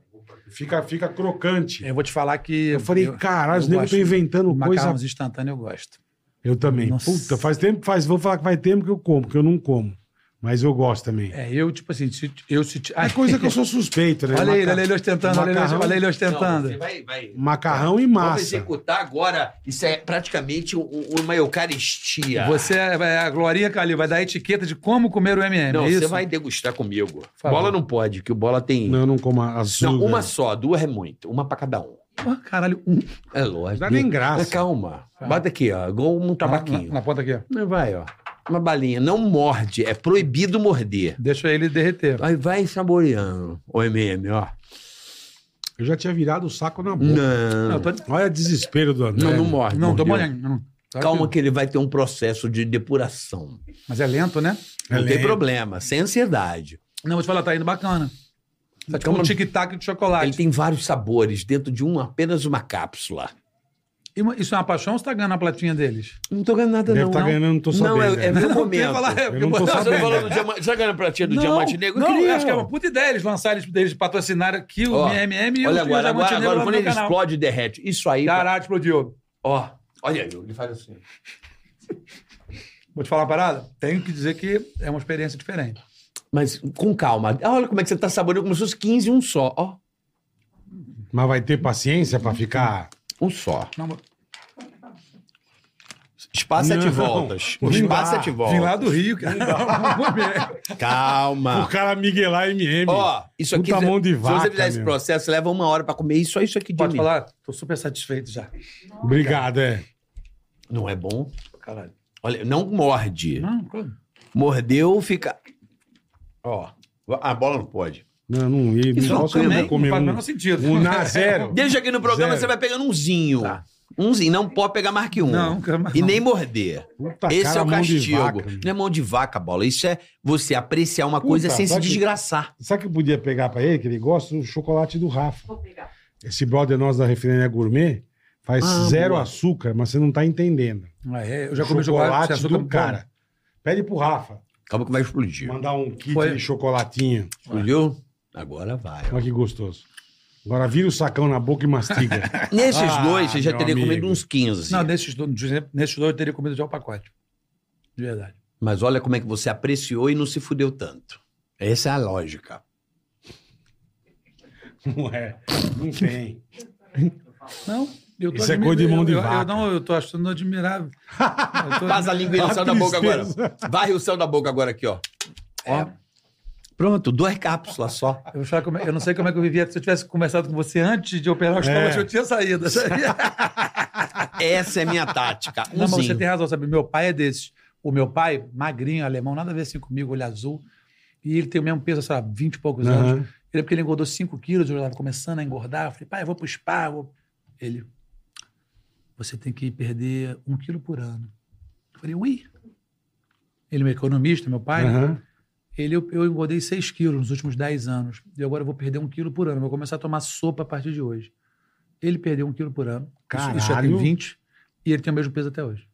Speaker 2: fica, fica crocante.
Speaker 4: Eu vou te falar que.
Speaker 2: Eu falei, caralho, os negros
Speaker 4: gosto
Speaker 2: estão inventando
Speaker 4: de
Speaker 2: coisa.
Speaker 4: Macarrões instantâneos eu gosto.
Speaker 2: Eu também.
Speaker 4: Nossa.
Speaker 2: Puta, faz tempo, faz, vou falar que faz tempo que eu como, que eu não como. Mas eu gosto também. É,
Speaker 4: É, eu, tipo assim, se, eu se. ti- Ai,
Speaker 2: coisa que eu sou suspeito, né?
Speaker 4: Olha ele,
Speaker 2: Maca-
Speaker 4: olha ele ostentando, olha ele,
Speaker 2: macarrão-
Speaker 4: olha ele ostentando.
Speaker 3: Não, você vai, vai.
Speaker 2: Macarrão e
Speaker 3: Vamos é
Speaker 2: massa.
Speaker 3: executar agora. Isso é praticamente um- uma eucaristia.
Speaker 4: Você é é a Gloria Cali, vai dar a etiqueta de como comer o MM.
Speaker 3: não,
Speaker 4: é isso?
Speaker 3: você vai degustar comigo.
Speaker 4: favor.
Speaker 3: Bola não pode, que o bola tem.
Speaker 2: Não, eu não como açúcar.
Speaker 3: Não, uma só, duas é muito. Uma pra cada um.
Speaker 4: Ah, caralho, um
Speaker 3: É lógico.
Speaker 2: Dá nem graça.
Speaker 3: Mas calma. Bota aqui, ó. Igual um
Speaker 4: Na,
Speaker 3: tabaquinho.
Speaker 4: na ponta aqui, ó.
Speaker 3: Vai, ó. Uma balinha. Não morde. É proibido morder.
Speaker 4: Deixa ele derreter.
Speaker 3: Aí vai saboreando o MM, ó.
Speaker 2: Eu já tinha virado o saco na boca.
Speaker 3: Não.
Speaker 4: Não,
Speaker 3: Não,
Speaker 4: tô-
Speaker 2: Olha o desespero do André.
Speaker 3: não, morde.
Speaker 4: não, tô
Speaker 3: mordeu.
Speaker 4: molhando. não. Tá
Speaker 3: Calma
Speaker 4: aqui.
Speaker 3: que ele vai ter um processo de depuração.
Speaker 4: Mas é lento, né?
Speaker 2: É
Speaker 3: Não tem
Speaker 2: lento.
Speaker 3: problema, sem ansiedade.
Speaker 4: Não, vou te falar, tá indo bacana. Tá tipo um
Speaker 3: Calma.
Speaker 4: tic-tac de
Speaker 3: Ele
Speaker 4: chocolate.
Speaker 3: tem vários sabores dentro de um, apenas uma cápsula.
Speaker 4: E uma- Isso é uma paixão ou você tá ganhando a platinha deles?
Speaker 3: Não tô ganhando nada,
Speaker 2: Deve
Speaker 3: não.
Speaker 2: tá
Speaker 3: não.
Speaker 2: ganhando, não tô
Speaker 3: Não,
Speaker 2: sabendo,
Speaker 3: é, é
Speaker 2: né?
Speaker 3: meu
Speaker 4: Eu ia
Speaker 3: momento.
Speaker 4: falar, é,
Speaker 2: Eu não tô
Speaker 3: Não, você
Speaker 2: sabendo.
Speaker 3: tá falando do diamante. Você tá ganhando a platina do diamante negro? Eu
Speaker 4: não,
Speaker 3: queria.
Speaker 4: acho que é uma puta ideia eles lançarem isso deles, patrocinar aqui o
Speaker 3: Ó,
Speaker 4: MM e o
Speaker 3: Olha
Speaker 4: Trio
Speaker 3: agora, agora,
Speaker 4: Diamante Negro
Speaker 3: agora
Speaker 4: lá no
Speaker 3: quando
Speaker 4: meu
Speaker 3: ele
Speaker 4: canal.
Speaker 3: explode e derrete. Isso aí.
Speaker 4: Caralho, explodiu.
Speaker 3: Ó, olha aí, ele faz assim.
Speaker 4: Vou te falar uma parada? Tenho que dizer que é uma experiência diferente.
Speaker 3: Mas com calma. Ah, Olha como é que você tá saboreando como se fosse 15 um só. Ó, é-
Speaker 2: Mas vai ter paciência pra ficar.
Speaker 3: um só.
Speaker 4: Não,
Speaker 3: Espaço sete
Speaker 2: Não.
Speaker 3: voltas.
Speaker 2: Vim
Speaker 3: Espaço
Speaker 2: lá,
Speaker 3: sete
Speaker 4: vim lá
Speaker 3: voltas.
Speaker 4: do Rio, cara.
Speaker 3: Calma.
Speaker 2: O cara miguelar MM.
Speaker 3: Ah. Ó, isso aqui.
Speaker 2: Puta mão de
Speaker 3: se
Speaker 2: vaca,
Speaker 3: você fizer esse
Speaker 2: meu.
Speaker 3: processo, leva uma hora pra comer isso, só isso aqui de
Speaker 4: Pode
Speaker 3: mim.
Speaker 4: falar? Tô super satisfeito já.
Speaker 2: Obrigado, é.
Speaker 3: Não é bom?
Speaker 4: Caralho.
Speaker 3: Olha, não morde.
Speaker 4: Não, claro.
Speaker 3: Mordeu, fica. Ó. A bola não pode.
Speaker 2: Não, não ia.
Speaker 3: Isso é um
Speaker 2: Não
Speaker 3: não
Speaker 2: posso eu
Speaker 4: Também
Speaker 2: vou comer
Speaker 4: não faz o menor
Speaker 2: um.
Speaker 4: sentido.
Speaker 2: Um na zero.
Speaker 3: Deixa aqui no programa,
Speaker 2: Zero.
Speaker 3: você vai pegando umzinho.
Speaker 4: Tá.
Speaker 3: Umzinho. Não pode pegar mais que um.
Speaker 4: Não, nunca mais
Speaker 3: E
Speaker 4: não.
Speaker 3: nem morder.
Speaker 2: Puta
Speaker 3: Esse
Speaker 2: cara,
Speaker 3: é o
Speaker 2: mão de
Speaker 3: castigo.
Speaker 2: vaca, meu.
Speaker 3: não é mão de vaca, bola. Isso é você apreciar uma
Speaker 2: Puta,
Speaker 3: coisa sem se
Speaker 2: pode-
Speaker 3: desgraçar.
Speaker 2: Sabe que eu podia pegar pra ele, que ele gosta? O chocolate do Rafa. Esse brother nosso da refinaria gourmet faz
Speaker 3: Ah,
Speaker 2: zero
Speaker 3: boa.
Speaker 2: açúcar, mas você não tá entendendo.
Speaker 4: Ah, é? Eu já comi chocolate, sem açúcar
Speaker 2: do cara. Pede pro Rafa
Speaker 3: Calma que vai explodir.
Speaker 2: mandar um kit
Speaker 4: Foi.
Speaker 2: de chocolatinho.
Speaker 3: Explodiu? Agora vai. ó.
Speaker 2: Olha que gostoso. Agora vira o sacão na boca e mastiga.
Speaker 3: Nesses
Speaker 2: Ah,
Speaker 3: dois, você já
Speaker 2: meu
Speaker 3: teria
Speaker 2: amigo.
Speaker 3: comido uns assim. 15.
Speaker 4: Não, nesses dois, nesses dois eu teria comido já o pacote. De verdade.
Speaker 3: Mas olha como é que você apreciou e não se fudeu tanto. Essa é a lógica.
Speaker 2: Não é. Não tem.
Speaker 4: Não, eu tô
Speaker 2: Isso é coisa de mão de
Speaker 4: eu, eu-
Speaker 2: vaca.
Speaker 4: Eu, não, eu tô achando admirável. Eu tô-
Speaker 3: Passa a língua no
Speaker 2: A
Speaker 3: céu da boca agora.
Speaker 2: tristeza.
Speaker 3: Varre o céu da boca agora aqui, ó. Ó. Pronto, duas cápsulas só.
Speaker 4: eu, vou falar como é- eu não sei como é que eu vivia. Se eu tivesse conversado com você antes de
Speaker 2: É.
Speaker 4: operar o estômago, eu tinha saído. eu sabia?
Speaker 3: Essa é minha tática.
Speaker 4: Não, mas você
Speaker 3: Umzinho.
Speaker 4: tem razão, sabe? Meu pai é desses. O meu pai, magrinho, alemão, nada a ver assim comigo, olho azul. E ele tem o mesmo peso, sei lá, 20 e
Speaker 3: é.
Speaker 4: poucos anos.
Speaker 2: Aham.
Speaker 4: Ele, porque ele engordou 5 quilos, eu estava começando a engordar. Eu falei, pai, eu vou pro spa. eu vou- Ele, você tem que perder um quilo por ano. Eu falei, ui. Ele é um economista, meu pai.
Speaker 2: Aham.
Speaker 4: Ele, eu, eu engordei 6 quilos nos últimos 10 anos. E agora eu vou perder um quilo por ano. Vou começar a tomar sopa a partir de hoje. Ele perdeu um quilo por ano. Isso- Isso já tem
Speaker 2: Caralho.
Speaker 4: 20. E ele tem o mesmo peso até hoje.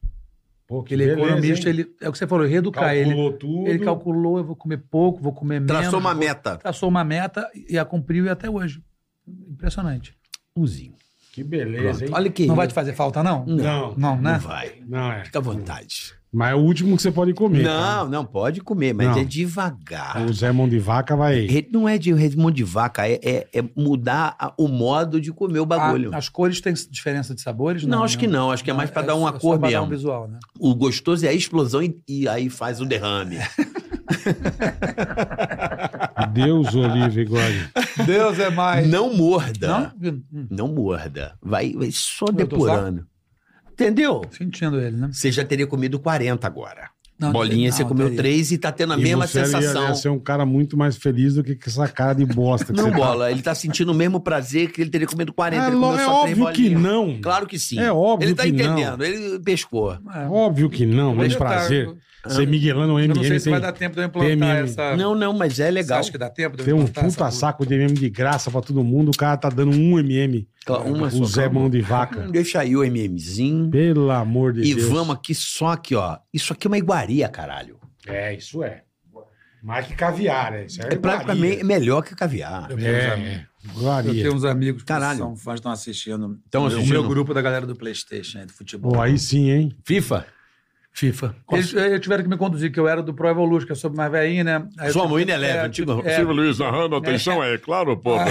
Speaker 2: Pô,
Speaker 4: Porque ele é
Speaker 2: beleza,
Speaker 4: economista,
Speaker 2: hein?
Speaker 4: ele, é o que você falou, reeducar ele.
Speaker 2: calculou tudo.
Speaker 4: Ele calculou, eu vou comer pouco, vou comer menos.
Speaker 3: Traçou uma
Speaker 4: vou-
Speaker 3: meta.
Speaker 4: traçou uma meta e a cumpriu e até hoje. Impressionante.
Speaker 3: Umzinho.
Speaker 2: Que beleza,
Speaker 3: Pronto.
Speaker 2: hein?
Speaker 3: Olha que.
Speaker 4: Não vai te fazer falta, não?
Speaker 2: Não,
Speaker 4: Não, né?
Speaker 3: Não vai.
Speaker 2: não é.
Speaker 3: Fica à vontade.
Speaker 2: Mas é o último que você pode comer.
Speaker 4: tá?
Speaker 3: Não, não pode comer, mas
Speaker 2: Não.
Speaker 3: é devagar.
Speaker 2: Tá? O Zé Mão de Vaca vai.
Speaker 3: Re- Não é de resmão de vaca, é, é- é mudar a- o modo de comer
Speaker 4: Ah,
Speaker 3: o bagulho.
Speaker 4: A- as cores têm diferença de sabores?
Speaker 3: não, acho que não. Acho que é mais pra dar uma
Speaker 4: né? só-
Speaker 3: cor
Speaker 4: só pra dar
Speaker 3: mesmo.
Speaker 4: um visual, né?
Speaker 3: O gostoso é a explosão e, e aí faz o derrame.
Speaker 2: Deus, Oliva e Gordon.
Speaker 4: Deus é mais.
Speaker 3: Não morda.
Speaker 4: Não?
Speaker 3: Não,
Speaker 4: Hum,
Speaker 3: morda. Vai, vai só
Speaker 4: Eu tô
Speaker 3: depurando. Entendeu?
Speaker 4: Sentindo ele, né?
Speaker 3: Você já teria comido 40 agora.
Speaker 4: Não,
Speaker 3: Bolinha,
Speaker 4: não,
Speaker 3: você comeu
Speaker 4: peraí.
Speaker 3: 3 e tá tendo a
Speaker 2: E
Speaker 3: mesma
Speaker 2: você ia-
Speaker 3: sensação.
Speaker 2: Ia ser um cara muito mais feliz do que essa cara de bosta. Que
Speaker 3: Não,
Speaker 2: você tá.
Speaker 3: bola. Ele tá sentindo o mesmo prazer que ele teria comido 40.
Speaker 2: É,
Speaker 3: ele
Speaker 2: lo-
Speaker 3: comeu
Speaker 2: é
Speaker 3: só três
Speaker 2: óbvio que
Speaker 3: bolinhas.
Speaker 2: não.
Speaker 3: Claro que sim.
Speaker 2: É óbvio
Speaker 3: Ele tá
Speaker 2: que não.
Speaker 3: entendendo. Ele pescou.
Speaker 4: É.
Speaker 2: Óbvio que não, mas
Speaker 4: Eu
Speaker 2: prazer.
Speaker 4: tava-
Speaker 2: Você miguelando o
Speaker 4: Eu
Speaker 2: MM
Speaker 4: não sei
Speaker 2: tem,
Speaker 4: se vai dar tempo de eu implantar
Speaker 2: TMM.
Speaker 4: essa...
Speaker 3: Não, não, mas é
Speaker 4: Você
Speaker 3: legal.
Speaker 4: acha que dá tempo de eu
Speaker 2: tem um
Speaker 4: implantar essa
Speaker 2: puta
Speaker 4: cor?
Speaker 2: saco de MM de graça pra todo mundo. O cara tá dando um MM.
Speaker 4: tá
Speaker 3: Cla- Uma
Speaker 2: o
Speaker 3: só,
Speaker 2: Zé
Speaker 3: calma.
Speaker 2: Mão de Vaca.
Speaker 3: Deixa aí o MMzinho.
Speaker 2: Pelo amor de
Speaker 3: E
Speaker 2: Deus.
Speaker 3: vamos aqui só aqui, ó. Isso aqui é uma iguaria, caralho.
Speaker 2: É, isso é. Mais que caviar, né? Isso
Speaker 3: É praticamente melhor que caviar.
Speaker 4: Eu tenho uns amigos-
Speaker 2: É,
Speaker 4: Eu
Speaker 2: guaria.
Speaker 4: tenho uns amigos que
Speaker 3: Caralho.
Speaker 4: são fãs, estão assistindo.
Speaker 3: Tão
Speaker 4: O
Speaker 3: assistindo?
Speaker 4: meu grupo da galera do Playstation, aí, do futebol.
Speaker 2: Pô, aí sim, hein?
Speaker 3: FIFA?
Speaker 4: FIFA. Eles, eh, eles tiveram que me conduzir, que eu era do Pro Evolution, que eu soube mais velhinho, né? Aí eu
Speaker 3: Sua
Speaker 4: tive-
Speaker 3: mãe Eleven,
Speaker 4: é,
Speaker 3: tipo,
Speaker 4: é,
Speaker 6: Silvio Luiz narrando, atenção, é claro, porra.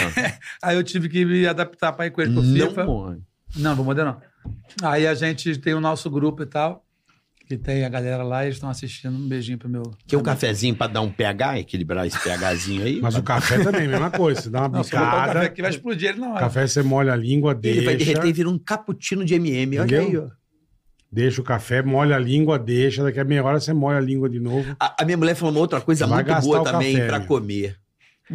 Speaker 4: Aí eu tive que me adaptar para ir com eles pro FIFA.
Speaker 3: não morre.
Speaker 4: Não, vou morder não. Aí a gente tem o nosso grupo e tal, que tem a galera lá, e eles estão assistindo. Um beijinho pro meu.
Speaker 3: Quer um cafezinho pra dar um pH, equilibrar esse pHzinho aí?
Speaker 2: Mas o café também, mesma coisa. Você dá uma
Speaker 4: Não, se eu botar o café
Speaker 2: bicada,
Speaker 4: aqui, vai explodir ele na hora.
Speaker 2: café você molha a língua,
Speaker 3: Ele vai derreter e
Speaker 2: deixa,
Speaker 3: vira um cappuccino de MM. Olha aí,
Speaker 2: Entendeu?
Speaker 3: ó.
Speaker 2: deixa o café, molha a língua, deixa, daqui a meia hora você molha a língua de novo.
Speaker 3: A, a minha mulher falou uma outra coisa
Speaker 2: Vai
Speaker 3: muito
Speaker 2: gastar
Speaker 3: boa
Speaker 2: o
Speaker 3: também
Speaker 2: café, Hum.
Speaker 3: pra
Speaker 2: meu.
Speaker 3: comer.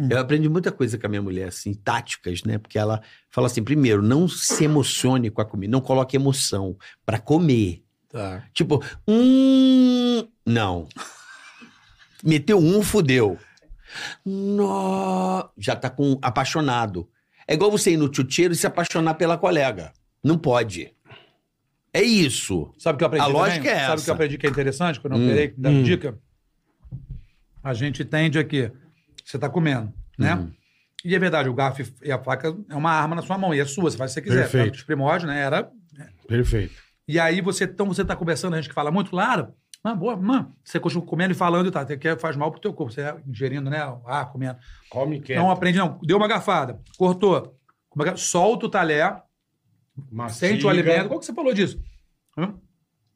Speaker 3: Eu aprendi muita coisa com a minha mulher, assim, táticas, né? Porque ela fala assim: primeiro, não se emocione com a comida, não coloque emoção pra comer.
Speaker 2: Tá.
Speaker 3: Tipo, hum. Não. Meteu um, fudeu. No... Já tá com apaixonado. É igual você ir no tchutcheiro e se apaixonar pela colega. Não pode. É isso.
Speaker 4: Sabe o que eu aprendi?
Speaker 3: A
Speaker 4: também?
Speaker 3: lógica é
Speaker 4: Sabe
Speaker 3: essa.
Speaker 4: o que eu aprendi que é interessante, quando eu
Speaker 3: Hum.
Speaker 4: operei, que me deram
Speaker 2: Hum.
Speaker 4: dica? A gente entende aqui. Você tá comendo, né?
Speaker 2: Hum.
Speaker 4: E é verdade, o garfo e a faca é uma arma na sua mão, e é sua, você faz o que você quiser.
Speaker 2: Perfeito.
Speaker 4: Os primórdios, né? Era
Speaker 2: Perfeito.
Speaker 4: E aí você, então você tá conversando, a gente que fala muito, claro, mas boa, mano, você continua comendo e falando e tá, até que faz mal pro teu corpo, você ingerindo, né, o ar, comendo.
Speaker 2: Come quieto.
Speaker 4: Não aprende não, deu uma garfada, cortou, Como é que é? solta o talher,
Speaker 2: mastiga.
Speaker 4: sente o alimento, qual que você falou disso? Hã?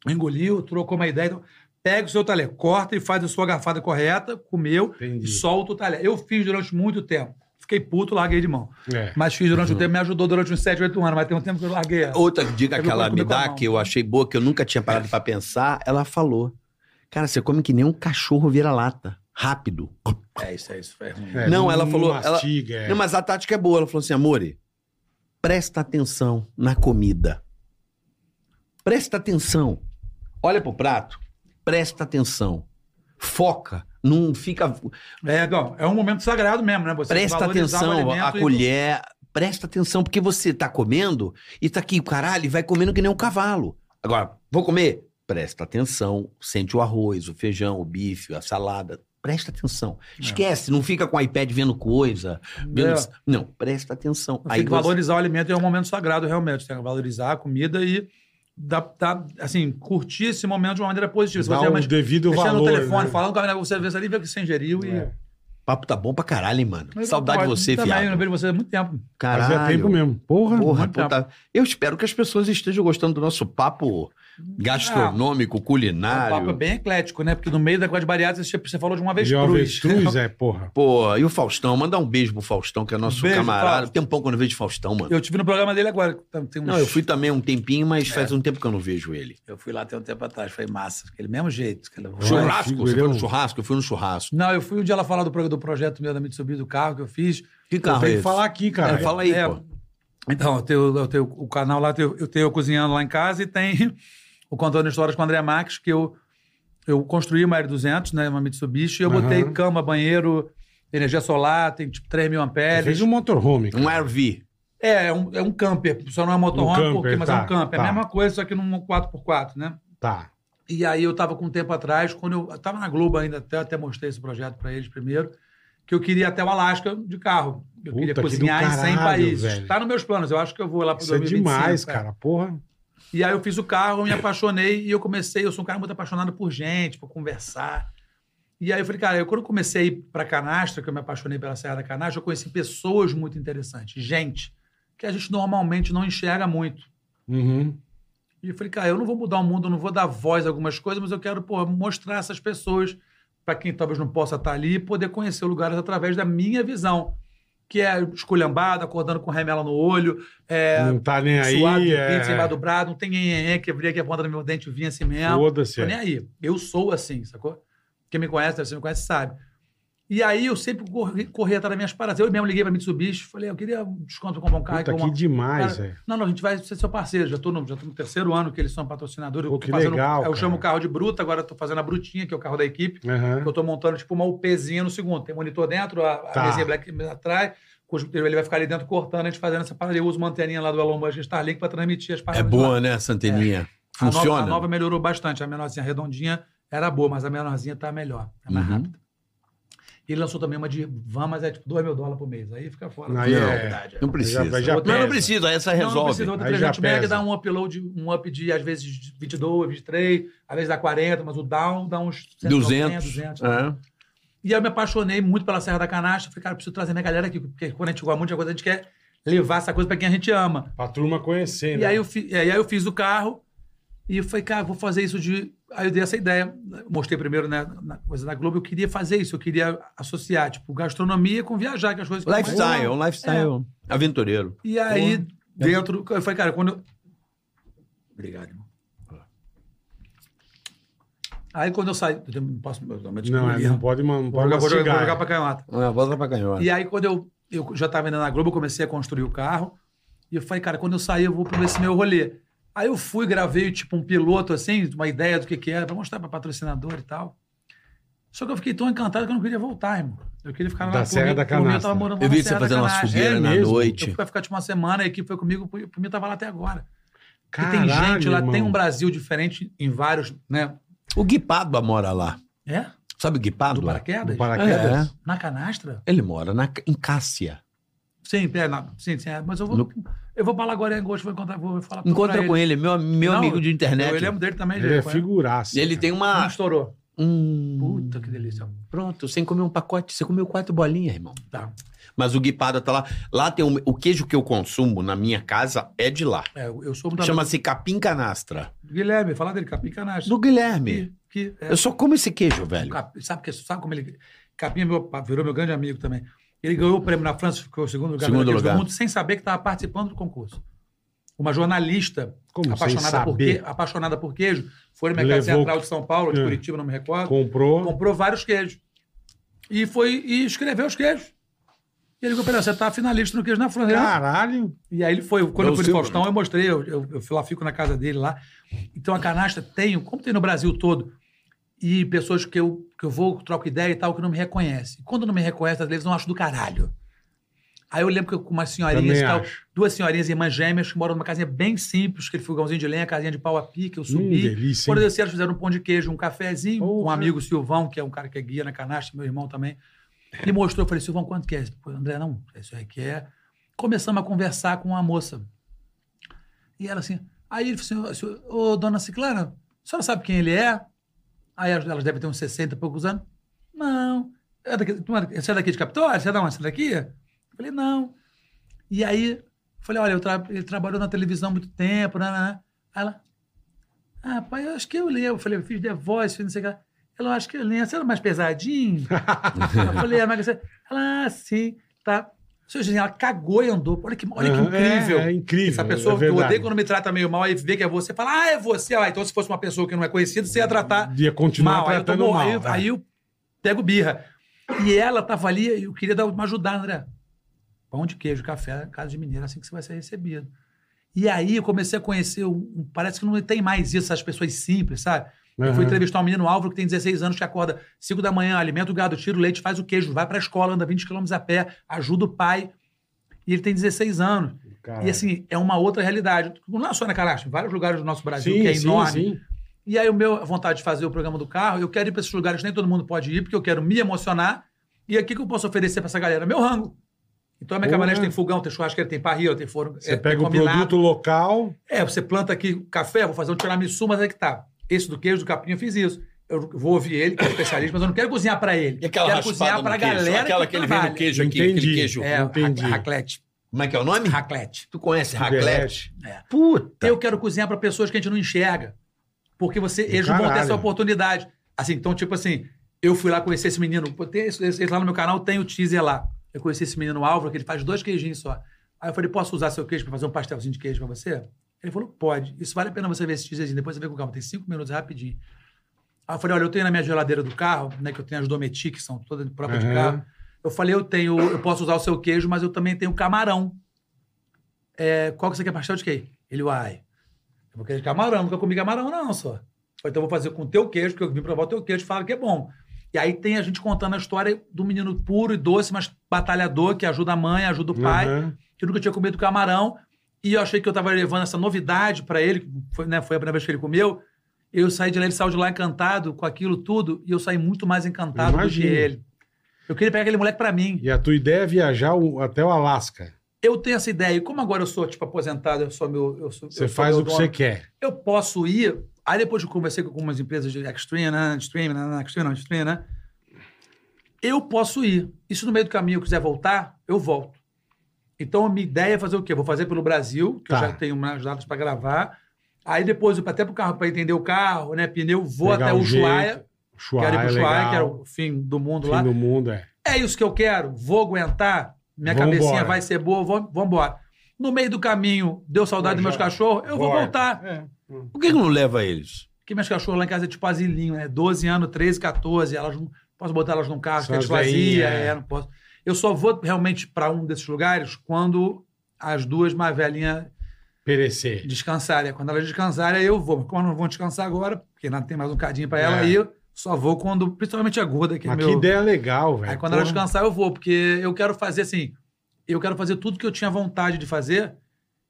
Speaker 4: Engoliu, trocou uma ideia, então, pega o seu talher, corta e faz a sua garfada correta, comeu
Speaker 2: Entendi.
Speaker 4: e solta o talher. Eu fiz durante muito tempo, fiquei puto, larguei de mão.
Speaker 2: É.
Speaker 4: Mas fiz durante o tempo, me ajudou durante uns 7, 8 anos, mas tem um tempo que eu larguei. ela.
Speaker 3: Outra dica
Speaker 4: Eu
Speaker 3: que
Speaker 4: não
Speaker 3: ela
Speaker 4: gosto de
Speaker 3: me
Speaker 4: comer com a
Speaker 3: dá,
Speaker 4: mão. É.
Speaker 3: que eu achei boa, que eu nunca tinha parado pra pensar, ela falou. Cara, você come que nem um cachorro vira-lata. Rápido.
Speaker 4: É isso, é isso, é ruim.
Speaker 2: É,
Speaker 3: Não, ela falou- ela-
Speaker 2: Mastiga, é.
Speaker 3: Não, mas a tática é boa. Ela falou assim, amore, presta atenção na comida. Presta atenção. Olha pro prato. Presta atenção. Foca. Não fica...
Speaker 4: É, não, é um momento sagrado mesmo, né? Você
Speaker 3: Presta
Speaker 4: valorizar o
Speaker 3: atenção
Speaker 4: alimento
Speaker 3: a
Speaker 4: e-
Speaker 3: colher. Presta atenção, porque você tá comendo e tá aqui, caralho, e vai comendo que nem um cavalo. Agora, vou comer? Presta atenção. Sente o arroz, o feijão, o bife, a salada. Presta atenção. Esquece, não fica com o iPad vendo coisa. vendo-
Speaker 4: É.
Speaker 3: Não, presta atenção.
Speaker 4: Tem
Speaker 3: você-
Speaker 4: que valorizar o alimento é um momento sagrado, realmente. Tem que valorizar a comida e dar, dar, assim, curtir esse momento de uma maneira positiva. Se
Speaker 2: Dá
Speaker 4: você
Speaker 2: o
Speaker 4: realmente
Speaker 2: devido
Speaker 4: mexer
Speaker 2: valor.
Speaker 4: no telefone,
Speaker 2: né?
Speaker 4: falando com a galera, você vê você ali vê que você ingeriu e.
Speaker 2: É.
Speaker 3: O papo tá bom pra caralho, hein, mano.
Speaker 4: Mas
Speaker 3: Saudade de
Speaker 4: pode-
Speaker 3: você,
Speaker 4: também, Eu não
Speaker 3: viado.
Speaker 4: vejo você há muito tempo.
Speaker 3: Caralho.
Speaker 2: Fazia tempo mesmo. Porra.
Speaker 3: Porra,
Speaker 4: muito tempo.
Speaker 3: puta. Eu espero que as pessoas estejam gostando do nosso papo gastronômico,
Speaker 4: o
Speaker 3: culinário.
Speaker 4: papo é bem eclético, né? Porque no meio da coisa bariada você, você falou de um uma vez
Speaker 2: De avestruz, é, porra.
Speaker 3: Pô, e o Faustão? Mandar um beijo pro Faustão, que é nosso
Speaker 4: Beijo,
Speaker 3: camarada.
Speaker 4: Fausto.
Speaker 3: Tem um pouco que eu não vejo Faustão, mano.
Speaker 4: Eu tive no programa dele agora. Então, Tem uns...
Speaker 3: Não, eu fui também um tempinho, mas faz
Speaker 4: É.
Speaker 3: um tempo que eu não vejo ele.
Speaker 4: eu fui lá tem um tempo atrás, foi massa. Aquele mesmo jeito. aquele-
Speaker 3: churrasco?
Speaker 2: figurão.
Speaker 3: Você foi no churrasco? Eu fui no churrasco.
Speaker 4: Não, eu fui um dia lá falar do, pro- do projeto meu da Mitsubishi, do carro que eu fiz.
Speaker 3: Que carro é
Speaker 2: Tem
Speaker 3: esse?
Speaker 2: que falar aqui, cara.
Speaker 3: É, fala aí,
Speaker 4: É,
Speaker 3: pô.
Speaker 4: Então, eu tenho, eu tenho o canal lá, eu tenho, eu tenho eu cozinhando lá em casa e tem o Contando Histórias com o André Marques, que eu, eu construí uma R200, né, uma Mitsubishi, e eu
Speaker 2: Aham.
Speaker 4: botei cama, banheiro, energia solar, tem tipo 3 mil
Speaker 2: Você
Speaker 4: amperes.
Speaker 2: fez um motorhome, cara.
Speaker 3: Um RV.
Speaker 4: É, é um, é um camper, só não é motorhome,
Speaker 2: Um camper,
Speaker 4: porque, mas é
Speaker 2: tá,
Speaker 4: um camper. É
Speaker 2: tá.
Speaker 4: a mesma coisa, só que num 4x4, né?
Speaker 2: Tá.
Speaker 4: E aí eu estava com um tempo atrás, quando eu eu tava na Globo ainda, até, até mostrei esse projeto para eles primeiro, que eu queria ir até o Alasca de carro. Eu
Speaker 2: Puta,
Speaker 4: queria
Speaker 2: que do
Speaker 4: cozinhar em 100
Speaker 2: caralho,
Speaker 4: países.
Speaker 2: velho.
Speaker 4: Tá nos meus planos, eu acho que eu vou lá pro
Speaker 2: Isso é
Speaker 4: 2025,
Speaker 2: demais, cara. Porra.
Speaker 4: E aí eu fiz o carro, eu me apaixonei e eu comecei, eu sou um cara muito apaixonado por gente, por conversar. E aí eu falei, cara, eu quando comecei a ir pra Canastra, que eu me apaixonei pela Serra da Canastra, eu conheci pessoas muito interessantes, gente, que a gente normalmente não enxerga muito.
Speaker 2: Uhum.
Speaker 4: E eu falei, cara, eu não vou mudar o mundo, eu não vou dar voz a algumas coisas, mas eu quero pô, mostrar essas pessoas para quem talvez não possa estar ali e poder conhecer lugares através da minha visão, que é esculhambada, acordando com remela no olho, é,
Speaker 2: Não tá nem aí.
Speaker 4: suado,
Speaker 2: é...
Speaker 4: pizza embaixo do brado, não tem ninguém que abria que a ponta do meu dente vinha assim mesmo.
Speaker 2: Foda-se.
Speaker 4: Tô
Speaker 2: é.
Speaker 4: nem aí. Eu sou assim, sacou? Quem me conhece, você me conhece, sabe. E aí eu sempre corri, corri atrás das minhas paradas. Eu mesmo liguei pra Mitsubishi, falei, eu queria um desconto pra comprar um carro.
Speaker 2: Puta,
Speaker 4: que
Speaker 2: que demais,
Speaker 4: Cara,
Speaker 2: velho.
Speaker 4: Não, não, a gente vai ser seu parceiro. Já estou no, já tô no terceiro ano que eles são patrocinadores.
Speaker 2: Pô,
Speaker 4: Eu tô
Speaker 2: que
Speaker 4: fazendo-
Speaker 2: legal,
Speaker 4: Eu
Speaker 2: cara.
Speaker 4: chamo o carro de bruta, agora estou fazendo a brutinha, que é o carro da equipe.
Speaker 2: Aham.
Speaker 4: Eu estou montando tipo uma UPzinha no segundo. Tem monitor dentro, a, a
Speaker 2: Tá.
Speaker 4: mesinha black atrás. cujo- Ele vai ficar ali dentro cortando, a gente fazendo essa parada. Eu uso uma anteninha lá do Elon Musk Starlink para transmitir as
Speaker 3: É
Speaker 4: paradas. lá.
Speaker 3: boa, né, Santeninha?
Speaker 4: A nova-
Speaker 3: Funciona?
Speaker 4: A nova, melhorou bastante. A menorzinha redondinha era boa, mas a menorzinha tá melhor. É mais
Speaker 3: Uhum.
Speaker 4: rápida. E ele lançou também uma de van, mas é tipo 2 mil dólares por mês. Aí fica fora.
Speaker 2: Não,
Speaker 4: da
Speaker 2: aí é-
Speaker 4: realidade, é.
Speaker 3: Não precisa.
Speaker 2: Vai já
Speaker 3: não,
Speaker 2: pesa.
Speaker 3: não precisa, essa
Speaker 4: Não, não
Speaker 3: resolve.
Speaker 4: precisa, outra
Speaker 2: Aí já
Speaker 4: 300 mega
Speaker 2: pesa.
Speaker 4: dá um upload, um up de às vezes de 22, 23, às vezes dá 40, mas o down dá uns 190,
Speaker 3: 200.
Speaker 4: 200.
Speaker 3: é.
Speaker 4: E aí eu me apaixonei muito pela Serra da Canastra. Falei, cara, eu preciso trazer minha galera aqui, porque quando a gente gosta muito de uma coisa, a gente quer levar essa coisa pra quem a gente ama.
Speaker 2: Pra turma conhecer,
Speaker 4: E aí, eu fi- é, e aí eu fiz o carro e eu falei, cara, vou fazer isso de. Aí eu dei essa ideia. Mostrei primeiro né, na coisa da Globo, eu queria fazer isso, eu queria associar, tipo, gastronomia com viajar, que é as coisas que eu mais
Speaker 3: Lifestyle,
Speaker 4: amo.
Speaker 3: um lifestyle
Speaker 4: É.
Speaker 3: aventureiro.
Speaker 4: E aí, dentro, eu falei, cara, quando eu... Obrigado, irmão. Aí quando eu saí... Eu não posso... Eu não,
Speaker 2: Não, é, não pode, mano. Não pode
Speaker 4: vou jogar, vou jogar
Speaker 2: mastigar.
Speaker 4: pra canhota.
Speaker 3: Ah, volta pra canhota.
Speaker 4: E aí quando eu, eu já estava indo na Globo, eu comecei a construir o carro. E eu falei, cara, quando eu sair, eu vou pra esse meu rolê. Aí eu fui, gravei, tipo, um piloto, assim, uma ideia do que que era, pra mostrar pra patrocinador e tal. Só que eu fiquei tão encantado que eu não queria voltar, irmão. Eu queria ficar lá
Speaker 2: Da
Speaker 4: na
Speaker 2: Serra da
Speaker 4: Eu
Speaker 2: Canastra.
Speaker 4: tava morando lá
Speaker 3: Eu
Speaker 4: na
Speaker 3: vi você
Speaker 4: Serra da
Speaker 3: fazendo uma
Speaker 4: Canastra.
Speaker 3: fogueira né?
Speaker 2: É
Speaker 3: na
Speaker 2: mesmo?
Speaker 4: Eu fui
Speaker 3: noite.
Speaker 4: pra ficar tipo uma semana, a equipe foi comigo, por mim tava lá até agora. Porque
Speaker 2: Caralho,
Speaker 4: tem gente lá, tem
Speaker 2: irmão.
Speaker 4: um Brasil diferente em vários, né?
Speaker 3: O Gui Pádua mora lá.
Speaker 4: É?
Speaker 3: Sabe o Gui
Speaker 4: Do
Speaker 3: Pádua?
Speaker 4: paraquedas?
Speaker 2: Do paraquedas?
Speaker 3: É.
Speaker 4: Na canastra?
Speaker 3: Ele mora na, em Cássia.
Speaker 4: Sim, é, na- sim, sim. é, mas eu vou,
Speaker 3: No-
Speaker 4: eu vou pra lá agora em agosto, vou encontrar, vou falar tudo
Speaker 3: Encontra
Speaker 4: pra
Speaker 3: com né, ele, meu, meu
Speaker 4: Não,
Speaker 3: amigo de internet.
Speaker 4: Eu lembro dele também.
Speaker 2: Ele é
Speaker 4: foi-
Speaker 2: figuraça.
Speaker 3: Ele tem
Speaker 4: Não
Speaker 3: uma.
Speaker 4: estourou.
Speaker 3: Hum,
Speaker 4: Puta, que delícia.
Speaker 3: Pronto, sem comer um pacote. Você comeu quatro bolinhas, irmão.
Speaker 4: Tá.
Speaker 3: Mas o Gui Pádua tá lá. Lá tem um- o queijo que eu consumo na minha casa é de lá.
Speaker 4: É, eu eu sou muito amigo
Speaker 3: Chama-se Capim Canastra.
Speaker 4: do Guilherme, falar dele, capim canastra.
Speaker 3: Do Guilherme.
Speaker 4: Que, é,
Speaker 3: Eu só como esse queijo, velho.
Speaker 4: cap- sabe, que, sabe como ele... Capim é meu, pa- virou meu grande amigo também. Ele ganhou o prêmio na França, ficou o segundo lugar,
Speaker 3: Segundo
Speaker 4: melhor queijo
Speaker 3: lugar.
Speaker 4: do mundo, sem saber que estava participando do concurso. Uma jornalista
Speaker 2: Como sem
Speaker 4: apaixonada por,
Speaker 2: saber?
Speaker 4: que- apaixonada por queijo foi no mercado
Speaker 2: Levou-
Speaker 4: central de São Paulo, de
Speaker 2: É.
Speaker 4: Curitiba, não me recordo.
Speaker 2: Comprou.
Speaker 4: comprou vários queijos. E foi e escreveu os queijos. E ele falou, peraí, você tá finalista no queijo na França. "Ah,
Speaker 2: Caralho.
Speaker 4: E aí ele foi, quando
Speaker 2: É
Speaker 3: Deu
Speaker 4: eu fui no
Speaker 3: Silva,
Speaker 4: Faustão, eu mostrei, eu, eu, eu fui lá fico na casa dele lá. Então a canastra tem, como tem no Brasil todo, e pessoas que eu, que eu vou, troco ideia e tal, que não me reconhecem. Quando não me reconhecem, às vezes eu não acho do caralho. Aí eu lembro que eu com umas senhorinhas
Speaker 2: Também
Speaker 4: e tal,
Speaker 2: acho.
Speaker 4: duas senhorinhas irmãs gêmeas que moram numa casinha bem simples, aquele fogãozinho de lenha, casinha de pau a pique, eu
Speaker 2: Hum,
Speaker 4: subi.
Speaker 2: delícia,
Speaker 4: Quando
Speaker 2: hein?
Speaker 4: eu desci, elas fizeram um pão de queijo, um cafezinho, um
Speaker 2: Porra.
Speaker 4: amigo Silvão, que é um cara que é guia na canastra, meu irmão também. Ele mostrou, eu falei, Silvão, quanto que é? Ele falou, André, não, isso aí que é. Começamos a conversar com uma moça. E ela assim, aí ele falou assim, ô ô, dona Ciclana, a senhora sabe quem ele é? Aí elas elas devem ter uns 60 e poucos anos. Não. É daqui, tu é- você é daqui de Capitória? Você é da onde? Você é daqui? Eu falei, não. E aí, falei, olha, eu tra- ele trabalhou na televisão há muito tempo, né, né, né. Aí ela, ah, pai, eu acho que eu lembro. Eu falei, eu fiz The Voice, fiz não sei o que. lá. Ela, eu acho que eu lembro. Você era mais pesadinho? eu falei, é, mas... você- Ela, ah, sim, tá. Seu Gisele, ela cagou e andou. Olha que, olha que
Speaker 2: Aham, é,
Speaker 4: incrível.
Speaker 2: é incrível,
Speaker 4: Essa pessoa
Speaker 2: é
Speaker 4: que eu
Speaker 2: verdade.
Speaker 4: odeio quando me trata meio mal, aí vê que é você, fala, ah, é você. Ah, então se fosse uma pessoa que não é conhecida, você ia tratar
Speaker 2: Ia continuar
Speaker 4: mal. Aí eu,
Speaker 2: tratando
Speaker 4: tomo,
Speaker 2: mal.
Speaker 4: aí, eu-
Speaker 2: né?
Speaker 4: aí eu pego birra. E ela tava ali, eu queria dar uma ajudar, André. Pão de queijo, café, casa de mineiro, assim que você vai ser recebido. E aí eu comecei a conhecer, um- um- parece que não tem mais isso, essas pessoas simples, sabe? Eu
Speaker 2: Aham.
Speaker 4: fui entrevistar um menino Álvaro que tem 16 anos, que acorda 5 da manhã, alimenta o gado, tira o leite, faz o queijo, vai pra escola, anda 20 quilômetros a pé, ajuda o pai. E ele tem 16 anos.
Speaker 2: Caralho.
Speaker 4: E assim, é uma outra realidade. Não é só na Calacha, em vários lugares do nosso Brasil,
Speaker 2: Sim,
Speaker 4: que é
Speaker 2: sim,
Speaker 4: enorme.
Speaker 2: sim.
Speaker 4: E aí, o meu a vontade de fazer o programa do carro, eu quero ir para esses lugares que nem todo mundo pode ir, porque eu quero me emocionar. E aqui que eu posso oferecer para essa galera? Meu rango. Então, a minha
Speaker 2: Porra.
Speaker 4: caminhonete tem fogão, tem churrasqueira, tem parrilha, tem forno.
Speaker 2: Você
Speaker 4: é-
Speaker 2: pega
Speaker 4: é
Speaker 2: o produto local.
Speaker 4: É, você planta aqui café, vou fazer um tiramisu, mas é que tá. Esse do queijo, do capim, eu fiz isso. Eu vou ouvir ele, que é especialista, mas eu não quero cozinhar para ele.
Speaker 3: E aquela
Speaker 4: quero
Speaker 3: raspada
Speaker 4: cozinhar
Speaker 3: no
Speaker 4: para a
Speaker 3: queijo?
Speaker 4: galera
Speaker 3: aquela que, ele vem no
Speaker 4: trabalha.
Speaker 3: queijo aqui,
Speaker 2: Entendi.
Speaker 3: aquele queijo.
Speaker 4: É,
Speaker 2: Entendi.
Speaker 4: ra- raclete.
Speaker 3: Como é que é o nome?
Speaker 4: Raclete.
Speaker 3: Tu conhece raclete?
Speaker 2: Derrete.
Speaker 3: Puta!
Speaker 4: É. Eu quero cozinhar para pessoas que a gente não enxerga. Porque você, eles não vão ter
Speaker 2: Caralho.
Speaker 4: essa oportunidade. Assim, então, tipo assim, eu fui lá conhecer esse menino. pô, Tem esse, esse- lá no meu canal tem o teaser lá. Eu conheci esse menino Álvaro, que ele faz dois queijinhos só. Aí eu falei, posso usar seu queijo para fazer um pastelzinho de queijo para você? Ele falou, pode. Isso vale a pena você ver esse teaserzinho. Depois você vê com calma. Tem cinco minutos, é rapidinho. Aí eu falei, olha, eu tenho na minha geladeira do carro, né? Que eu tenho as Dometi, que são todas de própria de
Speaker 2: Aham.
Speaker 4: carro. Eu falei, eu tenho, eu posso usar o seu queijo, mas eu também tenho camarão. É, qual que você quer pastel de queijo? Ele, uai, eu vou querer camarão, nunca comi camarão não, só. Falei, Então eu vou fazer com o teu queijo, porque eu vim provar o teu queijo, falaram que é bom. E aí tem a gente contando a história do menino puro e doce, mas batalhador, que ajuda a mãe, ajuda o pai
Speaker 2: Aham.
Speaker 4: que eu nunca tinha comido camarão, e eu achei que eu estava levando essa novidade para ele, que foi, né, foi a primeira vez que ele comeu. Eu saí de lá, ele saiu de lá encantado com aquilo tá tudo, e eu saí muito mais encantado do que
Speaker 2: Imagino.
Speaker 4: ele. Eu queria pegar aquele moleque pra mim.
Speaker 2: E a tua ideia é viajar o- até o Alasca.
Speaker 4: Eu tenho essa ideia. E como agora eu sou, tipo, aposentado, eu sou meu. Eu sou,
Speaker 2: Você
Speaker 4: eu sou
Speaker 2: faz
Speaker 4: meu
Speaker 2: o que
Speaker 4: dono,
Speaker 2: você quer.
Speaker 4: Eu posso ir. Aí depois eu conversei com algumas empresas de extreme, né? Extreme, né? Extreme, não, extreme, né? Eu posso ir. E se no meio do caminho eu quiser voltar, eu volto. Então a minha ideia é fazer o quê? Eu vou fazer pelo Brasil, que
Speaker 2: Tá.
Speaker 4: eu já tenho umas datas para gravar. Aí depois, eu- até pro carro, para entender o carro, né? Pneu, vou
Speaker 2: Pegar
Speaker 4: até
Speaker 2: o
Speaker 4: o Ushuaia.
Speaker 2: Chuaia,
Speaker 4: Quero ir pro Ushuaia,
Speaker 2: legal.
Speaker 4: que era o fim do mundo lá.
Speaker 2: Fim do mundo, é.
Speaker 4: É isso que eu quero, vou aguentar, minha
Speaker 2: Vambora.
Speaker 4: cabecinha vai ser boa, vamos embora. No meio do caminho, deu saudade dos meus cachorros, eu vou
Speaker 2: Bora.
Speaker 4: voltar.
Speaker 2: É.
Speaker 3: Por que, que não leva eles?
Speaker 4: Porque meus cachorros lá em casa é tipo asilinho, né? 12 anos, 13, 14, elas não posso botar elas num carro,
Speaker 2: São
Speaker 4: fica
Speaker 2: as
Speaker 4: vazia,
Speaker 2: veinhas, é.
Speaker 4: é, não posso. Eu só vou realmente para um desses lugares quando as duas mais velhinhas
Speaker 2: Perecer.
Speaker 4: descansarem. Quando elas descansarem, aí eu vou. Mas como elas não vão descansar agora, porque não tem mais um cadinho para ela,
Speaker 2: É.
Speaker 4: aí eu só vou quando, principalmente a gorda, que é
Speaker 2: Mas
Speaker 4: meu...
Speaker 2: que ideia legal, velho.
Speaker 4: Aí quando
Speaker 2: Porra.
Speaker 4: ela descansar, eu vou, porque eu quero fazer assim. Eu quero fazer tudo que eu tinha vontade de fazer.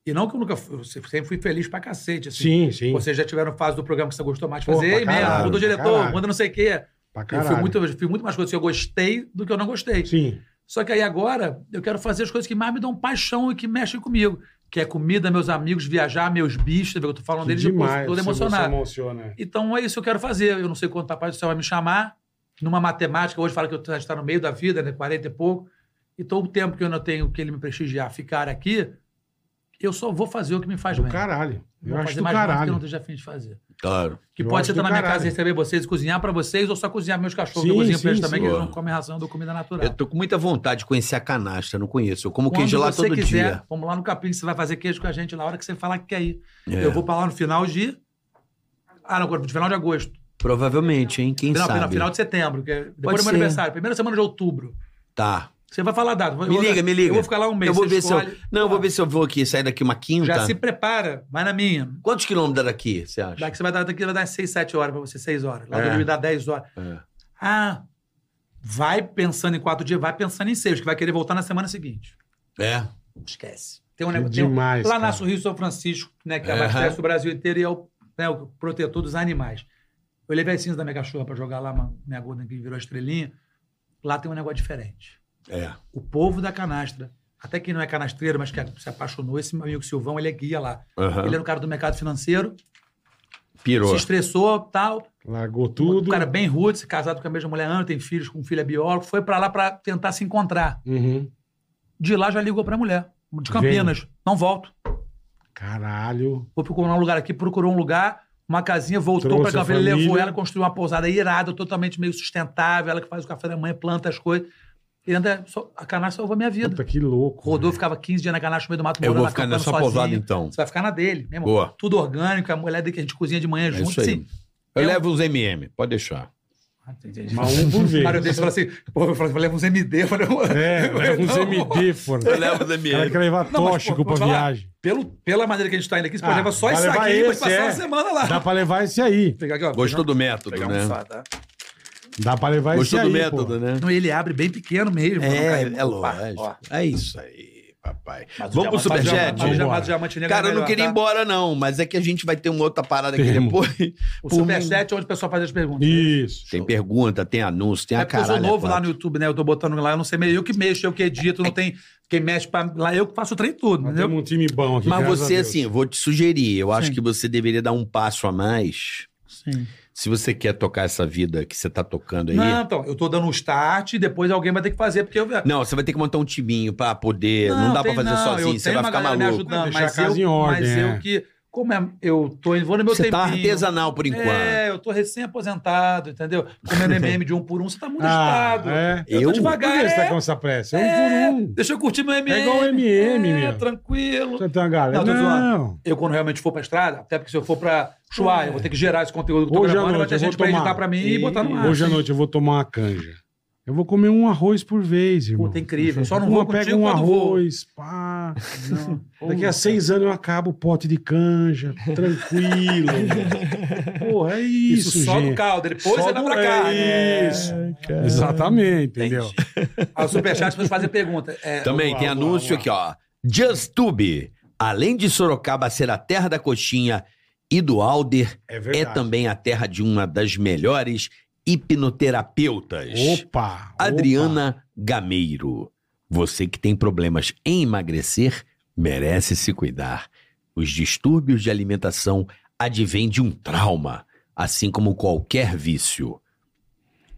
Speaker 4: E não que eu nunca. fui- Eu sempre fui feliz pra cacete. Assim.
Speaker 2: Sim, sim.
Speaker 4: Vocês já tiveram fase do programa que você gostou mais de
Speaker 2: Pô, pra
Speaker 4: fazer, e
Speaker 2: caralho,
Speaker 4: mesmo, mudou
Speaker 2: pra
Speaker 4: diretor,
Speaker 2: caralho.
Speaker 4: manda não sei o quê.
Speaker 2: Pra
Speaker 4: Eu
Speaker 2: caralho.
Speaker 4: fui muito, eu fui muito mais coisas que eu gostei do que eu não gostei.
Speaker 2: Sim.
Speaker 4: Só que aí agora eu quero fazer as coisas que mais me dão paixão e que mexem comigo. Que é comida, meus amigos, viajar, meus bichos, eu tô falando
Speaker 2: Que
Speaker 4: deles, eu
Speaker 2: demais.
Speaker 4: tô todo
Speaker 2: você-
Speaker 4: emocionado.
Speaker 2: Você emociona. é.
Speaker 4: Então é isso que eu quero fazer. Eu não sei quanto Papai do Céu vai me chamar. Numa matemática, hoje fala que eu já está no meio da vida, né? 40 e pouco. Então, o tempo que eu não tenho que ele me prestigiar ficar aqui, eu só vou fazer o que me faz
Speaker 2: Do
Speaker 4: bem.
Speaker 2: caralho. Eu
Speaker 4: Não vou
Speaker 2: acho
Speaker 4: fazer
Speaker 2: do
Speaker 4: mais nada que eu não
Speaker 2: caralho.
Speaker 4: esteja afim de fazer.
Speaker 3: Claro.
Speaker 4: Que
Speaker 2: Eu
Speaker 4: pode
Speaker 2: acho
Speaker 4: ser estar
Speaker 2: do
Speaker 4: na minha
Speaker 2: caralho.
Speaker 4: casa e receber vocês, cozinhar para vocês, ou só cozinhar meus cachorros, que eu
Speaker 2: Sim,
Speaker 4: cozinho pra eles
Speaker 2: sim,
Speaker 4: também,
Speaker 3: sim.
Speaker 4: que eles não comem ração do comida natural.
Speaker 3: Eu tô com muita vontade de conhecer a canastra, não conheço. Eu como queijo lá
Speaker 4: Quando você
Speaker 3: todo
Speaker 4: quiser,
Speaker 3: dia.
Speaker 4: vamos lá no capim, você vai fazer queijo com a gente na hora que você falar que quer ir.
Speaker 3: É.
Speaker 4: Eu vou para lá no final de... Ah, não, agora, no final de agosto.
Speaker 3: Provavelmente, hein? Quem
Speaker 4: Final,
Speaker 3: sabe?
Speaker 4: final, final de setembro, que é depois
Speaker 3: Pode
Speaker 4: do meu
Speaker 3: ser.
Speaker 4: aniversário, primeira semana de outubro.
Speaker 3: Tá.
Speaker 4: Você vai falar a data.
Speaker 3: Me liga, me liga.
Speaker 4: Eu vou ficar lá um mês.
Speaker 3: eu vou
Speaker 4: você
Speaker 3: ver se
Speaker 4: escolhe.
Speaker 3: eu. Tá. Não, eu vou ver se eu vou aqui, sair daqui uma quinta.
Speaker 4: Tá. Já se prepara, vai na minha.
Speaker 3: Quantos quilômetros dá daqui, você acha?
Speaker 4: Daqui você vai dar, daqui vai dar 6, 7 horas pra você, 6 horas. Lá
Speaker 2: É.
Speaker 4: do Rio dá 10 horas.
Speaker 3: É.
Speaker 4: Ah, vai pensando em 4 dias, vai pensando em 6, que vai querer voltar na semana seguinte.
Speaker 3: É.
Speaker 4: Esquece. Tem um
Speaker 2: Que
Speaker 4: negócio. tem um-
Speaker 2: demais.
Speaker 4: Lá
Speaker 2: cara.
Speaker 4: nasce o Rio São Francisco, né, que
Speaker 3: Aham.
Speaker 4: abastece o Brasil inteiro e é o, né, o protetor dos animais. Eu levei as cinzas da minha cachorra pra jogar lá, uma- minha gorda que virou estrelinha. Lá tem um negócio diferente.
Speaker 3: É.
Speaker 4: O povo da canastra, até quem não é canastreiro, mas que se apaixonou, esse meu amigo Silvão, ele é um guia lá.
Speaker 3: Aham.
Speaker 4: Ele era um cara do mercado financeiro,
Speaker 3: Pirou.
Speaker 4: se estressou, tal.
Speaker 2: Largou tudo.
Speaker 4: Um cara bem roots, casado com a mesma mulher, ano, tem filhos, com um filho é biólogo. Foi pra lá pra tentar se encontrar.
Speaker 2: Uhum.
Speaker 4: De lá já ligou pra mulher, de Campinas. Não volto.
Speaker 2: Caralho.
Speaker 4: Vou procurar um lugar aqui, procurou um lugar, uma casinha, voltou
Speaker 2: Trouxe
Speaker 4: pra
Speaker 2: a
Speaker 4: Campinas, ele levou
Speaker 2: família.
Speaker 4: ela, construiu uma pousada irada, totalmente meio sustentável, ela que faz o café da manhã, planta as coisas. E ainda, é só- a canastra salvou a minha vida.
Speaker 2: Puta que louco.
Speaker 4: Rodou, ficava 15 dias na canastra no meio do mato,
Speaker 3: Eu vou
Speaker 4: lá,
Speaker 3: ficar
Speaker 4: acampando
Speaker 3: nessa
Speaker 4: sozinho.
Speaker 3: pousada, então.
Speaker 4: Você vai ficar na dele, né, irmão?
Speaker 3: Boa.
Speaker 4: Tudo orgânico, a mulher dele que a gente cozinha de manhã
Speaker 3: É
Speaker 4: junto.
Speaker 3: isso aí.
Speaker 4: Sim.
Speaker 3: Eu
Speaker 4: É um-
Speaker 3: levo uns MM, pode deixar.
Speaker 2: Mas um por vez.
Speaker 4: Cara, eu disse, falou assim, pô, eu falei, eu levo uns MD. Eu falei,
Speaker 2: É,
Speaker 4: eu-
Speaker 2: leva uns
Speaker 4: não, é
Speaker 2: MD, fora.
Speaker 3: Eu levo uns
Speaker 2: O cara
Speaker 3: MM.
Speaker 2: quer levar
Speaker 4: Não, mas,
Speaker 2: tóxico
Speaker 4: pô, vou
Speaker 2: pra
Speaker 4: falar.
Speaker 2: viagem.
Speaker 4: Pelo, pela maneira que a gente tá indo aqui, você pode
Speaker 2: Ah,
Speaker 4: levar só
Speaker 2: vai
Speaker 4: esse
Speaker 2: levar
Speaker 4: aqui e pode
Speaker 2: esse,
Speaker 4: passar
Speaker 2: é.
Speaker 4: uma semana lá.
Speaker 2: Dá pra levar esse aí.
Speaker 4: Pegar aqui, ó.
Speaker 3: Gostou do método,
Speaker 4: Pegar um
Speaker 3: né?
Speaker 4: só, tá?
Speaker 2: Dá pra levar
Speaker 3: Gostou
Speaker 2: esse
Speaker 3: do
Speaker 2: aí.
Speaker 3: método,
Speaker 2: pô.
Speaker 3: né?
Speaker 4: Não, Então ele abre bem pequeno mesmo. pra não cair.
Speaker 3: É, é lógico.
Speaker 4: Ó.
Speaker 3: É isso aí, papai.
Speaker 4: Mas
Speaker 3: Vamos
Speaker 4: o
Speaker 3: pro
Speaker 4: diamante-
Speaker 3: superchat?
Speaker 4: mas o diamante-
Speaker 2: Vambora.
Speaker 4: mas o diamante negro é
Speaker 3: Cara, eu não
Speaker 4: melhor,
Speaker 3: queria ir
Speaker 4: tá? um.
Speaker 3: embora, não, mas é que a gente vai ter uma outra parada aqui
Speaker 2: Temos.
Speaker 3: depois.
Speaker 4: O
Speaker 3: Por mim.
Speaker 4: superchat é onde o pessoal faz as perguntas.
Speaker 2: Isso.
Speaker 3: Tem pergunta, tem anúncio, tem
Speaker 4: É
Speaker 3: a
Speaker 4: porque eu
Speaker 3: caralho.
Speaker 4: sou novo
Speaker 3: é
Speaker 4: lá
Speaker 3: quatro.
Speaker 4: no YouTube, né? Eu tô botando lá, eu não sei meio. Eu que mexo, eu que edito, não tem. Quem mexe pra. Lá eu que faço o trem tudo,
Speaker 2: Nós
Speaker 4: entendeu?
Speaker 2: temos um time bom aqui.
Speaker 3: Mas
Speaker 2: graças a
Speaker 3: você,
Speaker 2: Deus.
Speaker 3: assim, eu vou te sugerir. Eu acho
Speaker 4: Sim.
Speaker 3: que você deveria dar um passo a mais.
Speaker 4: Sim.
Speaker 3: Se você quer tocar essa vida que você tá tocando aí.
Speaker 4: Não,
Speaker 3: Não,
Speaker 4: então, eu tô dando um start e depois alguém vai ter que fazer, porque eu.
Speaker 3: você vai ter que montar um timinho pra poder. Não, dá
Speaker 4: tem-
Speaker 3: pra fazer
Speaker 4: não,
Speaker 3: sozinho,
Speaker 4: eu
Speaker 3: você
Speaker 4: tenho
Speaker 3: vai
Speaker 4: uma
Speaker 3: ficar
Speaker 4: galera me
Speaker 3: maluco.
Speaker 4: ajudando,
Speaker 2: Deixar
Speaker 4: mas
Speaker 2: a casa
Speaker 4: eu,
Speaker 2: em ordem,
Speaker 4: mas
Speaker 2: é.
Speaker 4: eu que. Como é, eu tô. Vou no meu
Speaker 3: Você
Speaker 4: tempinho.
Speaker 3: tá artesanal por enquanto.
Speaker 4: É, eu tô recém-aposentado, entendeu? Comendo MM de um por um, você tá muito
Speaker 2: Ah,
Speaker 4: agitado.
Speaker 2: é.
Speaker 3: Eu?
Speaker 4: Eu, tô
Speaker 2: Por que
Speaker 4: devagar.
Speaker 2: você tá
Speaker 4: é.
Speaker 2: com essa pressa? É
Speaker 4: É,
Speaker 2: um por um.
Speaker 4: Deixa eu curtir meu MM.
Speaker 2: É igual MM, meu.
Speaker 4: tranquilo.
Speaker 2: Você tem uma galera.
Speaker 4: Não, tô zoando.
Speaker 2: Não.
Speaker 4: Eu, quando realmente for pra estrada, até porque se eu for pra Chuá, eu vou ter que gerar esse conteúdo que eu
Speaker 2: É.
Speaker 4: tô
Speaker 2: Hoje à
Speaker 4: gravando, vai
Speaker 2: noite
Speaker 4: ter
Speaker 2: eu vou
Speaker 4: gente pra
Speaker 2: tomar.
Speaker 4: editar pra mim e botar no ar.
Speaker 2: Hoje à
Speaker 4: assim.
Speaker 2: noite eu vou tomar uma canja. Eu vou comer um arroz por vez, irmão.
Speaker 4: Puta, é incrível. Eu só não vou
Speaker 2: Uma pega
Speaker 4: contigo
Speaker 2: um
Speaker 4: quando vou.
Speaker 2: arroz, pá. Daqui a seis anos eu acabo o pote de canja, tranquilo. irmão. Porra, é
Speaker 4: Isso,
Speaker 2: isso,
Speaker 4: só
Speaker 2: gente.
Speaker 4: no caldo. Depois
Speaker 2: Só
Speaker 4: você dá
Speaker 2: do-
Speaker 4: pra cá.
Speaker 2: É
Speaker 4: né?
Speaker 2: isso. Exatamente, entendeu?
Speaker 4: Aí o superchat vocês fazem pergunta. É,
Speaker 3: Também
Speaker 2: Vamos
Speaker 3: tem
Speaker 2: lá, vamos
Speaker 3: anúncio
Speaker 2: lá,
Speaker 3: aqui, ó. JustTube. Além de Sorocaba ser a terra da coxinha e do Alder,
Speaker 2: É
Speaker 3: é também a terra de uma das melhores hipnoterapeutas.
Speaker 2: Opa!
Speaker 3: Adriana Gameiro. Você que tem problemas em emagrecer, merece se cuidar. Os distúrbios de alimentação advêm de um trauma, assim como qualquer vício.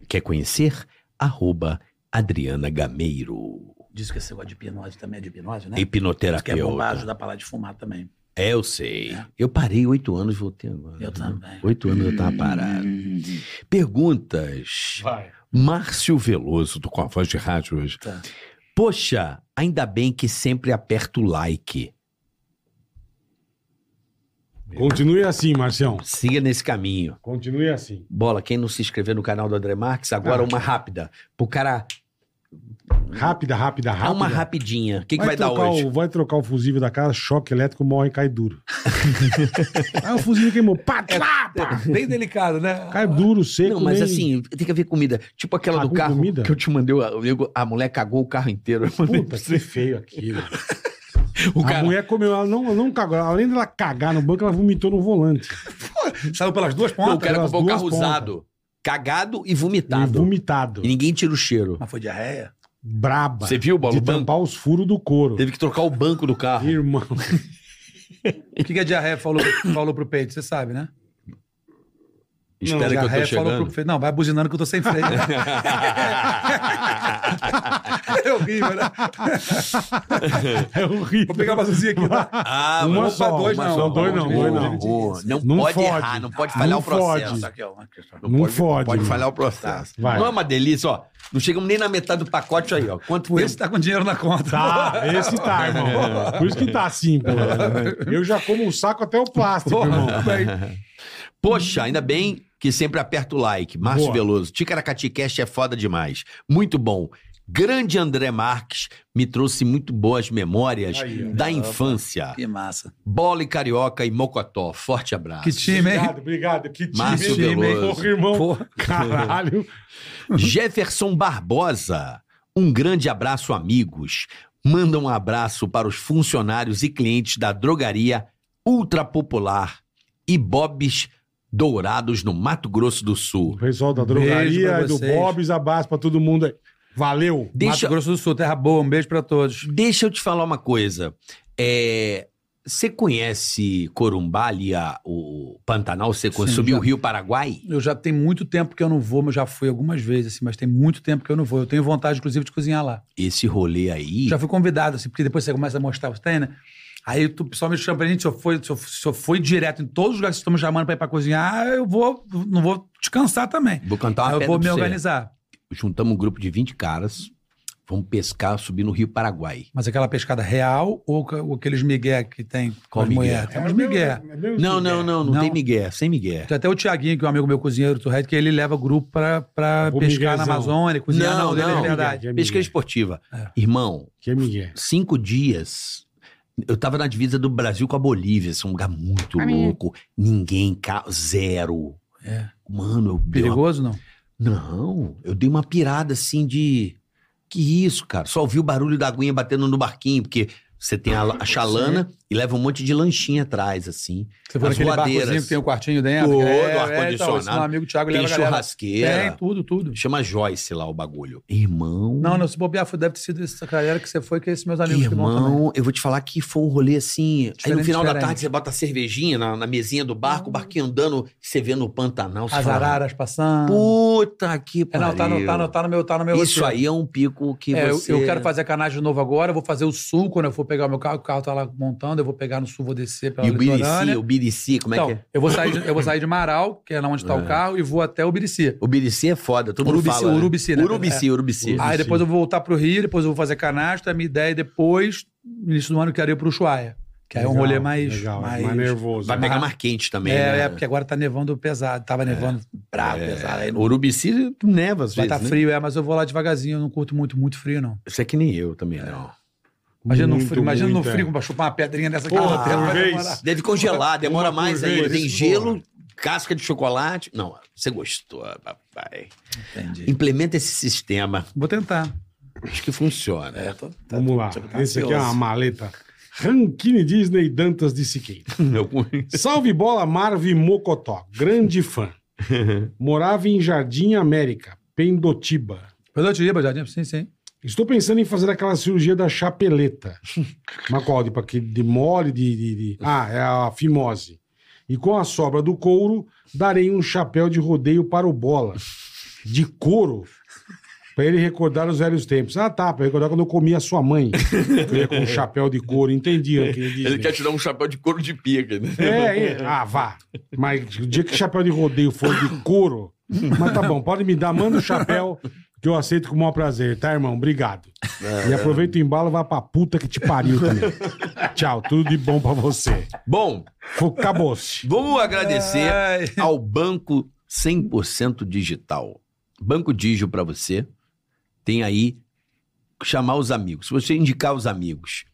Speaker 3: Quer conhecer? Arroba Adriana Gameiro.
Speaker 4: Diz que esse negócio de hipnose também é de hipnose, né? Diz que é bom pra
Speaker 3: Hipnoterapeuta.
Speaker 4: ajudar a parar de fumar também.
Speaker 3: É, eu sei.
Speaker 4: É.
Speaker 3: Eu parei oito anos, voltei agora. né?
Speaker 4: Eu também.
Speaker 3: Oito anos eu tava parado. Perguntas.
Speaker 2: Vai.
Speaker 3: Márcio Veloso, do Com a Voz de Rádio hoje.
Speaker 4: Tá.
Speaker 3: Poxa, ainda bem que sempre aperto o like.
Speaker 2: Continue assim, Marcião.
Speaker 3: Siga nesse caminho.
Speaker 2: Continue assim.
Speaker 3: Bola, quem não se inscrever no canal do André Marques, agora
Speaker 2: Ah.
Speaker 3: uma rápida. Pro cara,
Speaker 2: Rápida, rápida,
Speaker 3: dá
Speaker 2: rápida.
Speaker 3: É uma rapidinha. O que, que vai dar
Speaker 2: trocar
Speaker 3: hoje?
Speaker 2: O, vai trocar o fusível da casa, choque elétrico, morre e cai duro. Aí o fusível queimou. Pá, pá, pá.
Speaker 4: Bem delicado, né?
Speaker 2: Cai duro, seco.
Speaker 3: É Não, mas
Speaker 2: nem-
Speaker 3: assim, tem que haver comida. Tipo aquela do
Speaker 2: Cagou
Speaker 3: carro
Speaker 2: comida?
Speaker 3: que eu te mandei, eu digo, a mulher cagou o carro inteiro. Eu mandei
Speaker 2: Puta,
Speaker 3: pra
Speaker 2: que
Speaker 3: você.
Speaker 2: feio aquilo.
Speaker 3: O
Speaker 2: A
Speaker 3: cara,
Speaker 2: mulher comeu, ela não, não cagou. Além dela cagar no banco, ela vomitou no volante.
Speaker 4: Saiu pelas duas
Speaker 3: não, o
Speaker 4: pontas.
Speaker 3: cara
Speaker 2: pelas
Speaker 3: comprou o
Speaker 2: duas
Speaker 3: carro
Speaker 2: pontas.
Speaker 3: usado, cagado e
Speaker 2: E
Speaker 3: vomitado.
Speaker 2: vomitado.
Speaker 3: E ninguém tira o cheiro.
Speaker 4: Mas foi diarreia?
Speaker 2: Braba.
Speaker 3: Você viu, Bola?
Speaker 2: de
Speaker 3: O banco?
Speaker 2: tampar os furos do couro.
Speaker 3: Teve que trocar o banco do carro.
Speaker 2: Irmão.
Speaker 4: O que, que a diarreia falou, falou pro peito? Você sabe, né?
Speaker 3: Espera que eu tô
Speaker 4: Diarreia falou
Speaker 3: chegando.
Speaker 4: pro peito. Não, vai buzinando que eu tô sem freio. é horrível, né?
Speaker 2: É horrível.
Speaker 4: Vou pegar uma luzinha aqui. Tá?
Speaker 3: Ah,
Speaker 2: Uma
Speaker 3: vamos pra
Speaker 2: só,
Speaker 3: dois,
Speaker 2: uma
Speaker 3: não.
Speaker 2: só, é dois não, dois não.
Speaker 3: Oh, Não,
Speaker 2: Não
Speaker 3: pode
Speaker 2: fode.
Speaker 3: errar, não pode falhar
Speaker 2: Não
Speaker 3: o é processo.
Speaker 2: fode.
Speaker 4: Aqui, ó, uma questão.
Speaker 2: Não fode,
Speaker 3: Pode
Speaker 2: mano.
Speaker 3: falhar o processo.
Speaker 2: Vai.
Speaker 3: Não é uma delícia, ó. Não chegamos nem na metade do pacote aí, ó. Quanto
Speaker 4: Por
Speaker 3: tempo?
Speaker 4: isso tá com dinheiro na conta.
Speaker 2: Tá, esse tá, irmão. Por isso que tá assim, pô. Eu já como um saco até o plástico,
Speaker 4: Porra,
Speaker 2: irmão.
Speaker 4: também.
Speaker 3: Poxa, ainda bem que sempre aperta o like. Márcio
Speaker 2: Boa.
Speaker 3: Veloso, Ticaracati Cast é foda demais. Muito bom. Grande André Marques me trouxe muito boas memórias
Speaker 2: Aí, ó.
Speaker 3: da infância.
Speaker 4: Que massa.
Speaker 3: Bola e Carioca e Mocotó. Forte abraço.
Speaker 4: Que time, hein?
Speaker 2: Obrigado, obrigado. Que time,
Speaker 3: Márcio
Speaker 2: hein?
Speaker 3: Veloso.
Speaker 2: Porra, irmão.
Speaker 4: Porra.
Speaker 2: Caralho.
Speaker 3: Jefferson Barbosa, um grande abraço, amigos. Manda um abraço para os funcionários e clientes da drogaria Ultra Popular e Bob's Dourados, no Mato Grosso do
Speaker 2: O
Speaker 3: Sul.
Speaker 2: pessoal da
Speaker 4: Beijo
Speaker 2: drogaria,
Speaker 4: pra
Speaker 2: do
Speaker 4: vocês.
Speaker 2: Bob's, abraço pra todo mundo aí. Valeu.
Speaker 3: Deixa,
Speaker 4: Mato Grosso do Sul, terra boa. Um beijo pra todos.
Speaker 3: deixa eu te falar uma coisa. É, Você conhece Corumbá, ali a- o Pantanal? Você
Speaker 4: Sim,
Speaker 3: subiu
Speaker 4: já.
Speaker 3: o Rio Paraguai?
Speaker 4: Eu já tem muito tempo que eu não vou, mas já fui algumas vezes, assim, mas tem muito tempo que eu não vou. Eu tenho vontade, inclusive, de cozinhar lá.
Speaker 3: Esse rolê aí.
Speaker 4: Já fui convidado, assim, porque depois você começa a mostrar os tem, né? Aí tu- o pessoal me chama pra gente, se eu for, se eu, se eu for direto em todos os lugares que estão me chamando pra ir pra cozinhar, eu vou, não vou descansar também.
Speaker 3: Vou cantar uma
Speaker 4: Aí Ah, eu
Speaker 3: pedra
Speaker 4: vou me
Speaker 3: pra você.
Speaker 4: organizar.
Speaker 3: Juntamos um grupo de 20 caras. Vamos pescar, subir no Rio Paraguai.
Speaker 4: Mas aquela pescada real ou, ca- ou aqueles migué que tem com
Speaker 3: Qual
Speaker 4: as
Speaker 3: migué?
Speaker 4: mulheres? Tem uns migué.
Speaker 3: Não, não, não, não,
Speaker 4: É Não.
Speaker 3: tem Miguel, sem Miguel.
Speaker 4: Tem até o Tiaguinho, que é um amigo meu cozinheiro do Turret, que ele leva grupo pra, pra
Speaker 2: O
Speaker 4: pescar na
Speaker 2: miguezão.
Speaker 4: Amazônia, cozinhar.
Speaker 3: Não,
Speaker 4: Não, dele
Speaker 3: não.
Speaker 4: é verdade.
Speaker 2: É Miguel.
Speaker 3: Pesca esportiva.
Speaker 4: É.
Speaker 3: Irmão,
Speaker 2: Que é Miguel.
Speaker 3: cinco dias. Eu tava na divisa do Brasil com a Bolívia, isso é um lugar muito louco. Ninguém, ca... zero.
Speaker 4: É.
Speaker 3: Mano, eu dei uma...
Speaker 4: Perigoso, não?
Speaker 3: Não, eu dei uma pirada assim de. Que isso, cara? Só ouvi o barulho da aguinha batendo no barquinho, porque você tem a, a chalana e leva um monte de lanchinha atrás, assim.
Speaker 4: Você foi
Speaker 3: As
Speaker 4: naquele
Speaker 3: voadeiras.
Speaker 4: barcozinho que tem o quartinho dentro?
Speaker 3: Todo
Speaker 4: então, esse
Speaker 3: ar-condicionado.
Speaker 4: meu amigo Thiago
Speaker 3: Tem
Speaker 4: leva a galera.
Speaker 3: churrasqueira.
Speaker 4: Tem tudo, tudo.
Speaker 3: Chama Joyce lá o bagulho. Irmão.
Speaker 4: Não, não, se bobear, foi- deve ter sido essa galera que você foi, que é esses meus amigos que né? vão também.
Speaker 3: Irmão, eu vou te falar que foi um rolê assim. aí no
Speaker 4: Diferente,
Speaker 3: final da
Speaker 4: diferente. Hum.
Speaker 3: tarde você bota a cervejinha na, na mesinha do barco, o barquinho andando, você vê no Pantanal. você
Speaker 4: As
Speaker 3: fala,
Speaker 4: araras passando.
Speaker 3: Puta que
Speaker 4: É,
Speaker 3: pariu.
Speaker 4: não, tá no, tá, no, tá no meu, tá no meu
Speaker 3: Isso
Speaker 4: roteiro.
Speaker 3: aí é um pico que
Speaker 4: É, eu-
Speaker 3: você.
Speaker 4: eu, quero fazer a canagem de novo agora, eu vou fazer o sul quando eu for pegar o meu carro, o carro tá lá montando, eu vou pegar no sul, vou descer pela
Speaker 3: E o Birici,
Speaker 4: litorânea.
Speaker 3: o Birici, como
Speaker 4: então,
Speaker 3: é que é?
Speaker 4: eu vou sair de, eu vou sair de Marau, que é lá onde tá o carro, e vou até o Birici.
Speaker 3: O Birici é foda, todo
Speaker 4: Urubici,
Speaker 3: mundo fala. né?
Speaker 4: Urubici, né?
Speaker 3: Urubici, Urubici.
Speaker 4: Aí depois eu vou voltar pro Rio, depois eu vou fazer canastra, minha ideia é depois, no início do ano, eu quero ir pro Ushuaia. Que aí é um
Speaker 2: Legal,
Speaker 4: rolê mais.
Speaker 2: Legal,
Speaker 4: mais,
Speaker 2: mais nervoso.
Speaker 3: Vai pegar mais quente também.
Speaker 4: é,
Speaker 3: né? É.
Speaker 4: é, porque agora tá nevando pesado, tava nevando bravo, pesado. Aí não-
Speaker 3: Urubici neva às
Speaker 4: vai
Speaker 3: vezes.
Speaker 4: estar
Speaker 3: né?
Speaker 4: frio, é, mas eu vou lá devagarzinho, eu não curto muito, muito frio, não.
Speaker 3: Isso é que nem eu também, não.
Speaker 4: Imagina no
Speaker 2: Muito,
Speaker 4: frio, imagina
Speaker 2: muito,
Speaker 4: no
Speaker 2: é.
Speaker 4: frio pra chupar uma pedrinha dessa aqui.
Speaker 2: Porra,
Speaker 4: Ah,
Speaker 2: por
Speaker 4: vai
Speaker 2: vez.
Speaker 4: demorar.
Speaker 3: Deve congelar, demora
Speaker 2: Uma por
Speaker 3: mais ainda.
Speaker 2: vez,
Speaker 3: Tem
Speaker 2: porra.
Speaker 3: gelo, casca de chocolate. Não, você gostou, papai.
Speaker 4: Entendi.
Speaker 3: Implementa esse sistema.
Speaker 4: Vou tentar.
Speaker 3: Acho que funciona.
Speaker 2: Vamos lá.
Speaker 4: tá
Speaker 2: Esse aqui é
Speaker 4: ansioso.
Speaker 2: uma maleta. Rankine Disney Dantas de Siqueira.
Speaker 3: Eu-
Speaker 2: Salve bola, Marv Mocotó. Grande fã. Morava em Jardim América, Pendotiba.
Speaker 4: Perdão, te digo, Jardim, sim, sim.
Speaker 2: Estou pensando em fazer aquela cirurgia da chapeleta. Mas qual? De, pra que- de mole, de, de- de- Ah, é a fimose. E com a sobra do couro, darei um chapéu de rodeio para o bola. De couro. Pra ele recordar os velhos tempos. Ah, tá. Pra recordar quando eu comia a sua mãe. Que eu ia com um chapéu de couro. Entendi. Ele,
Speaker 3: Ele quer te dar um chapéu de couro de pica, né?
Speaker 2: É, é, ah, vá. Mas o dia que chapéu de rodeio for de couro. Mas tá bom, pode me dar, manda o chapéu que eu aceito com o maior prazer, tá, irmão? Obrigado.
Speaker 3: É.
Speaker 2: E aproveita o embalo e vai pra puta que te pariu também. Tchau, tudo de bom pra você.
Speaker 3: Bom,
Speaker 2: Acabou-se.
Speaker 3: vamos agradecer
Speaker 4: Ai.
Speaker 3: ao Banco 100% Digital. Banco Digio para você. Tem aí chamar os amigos. Se você indicar os amigos,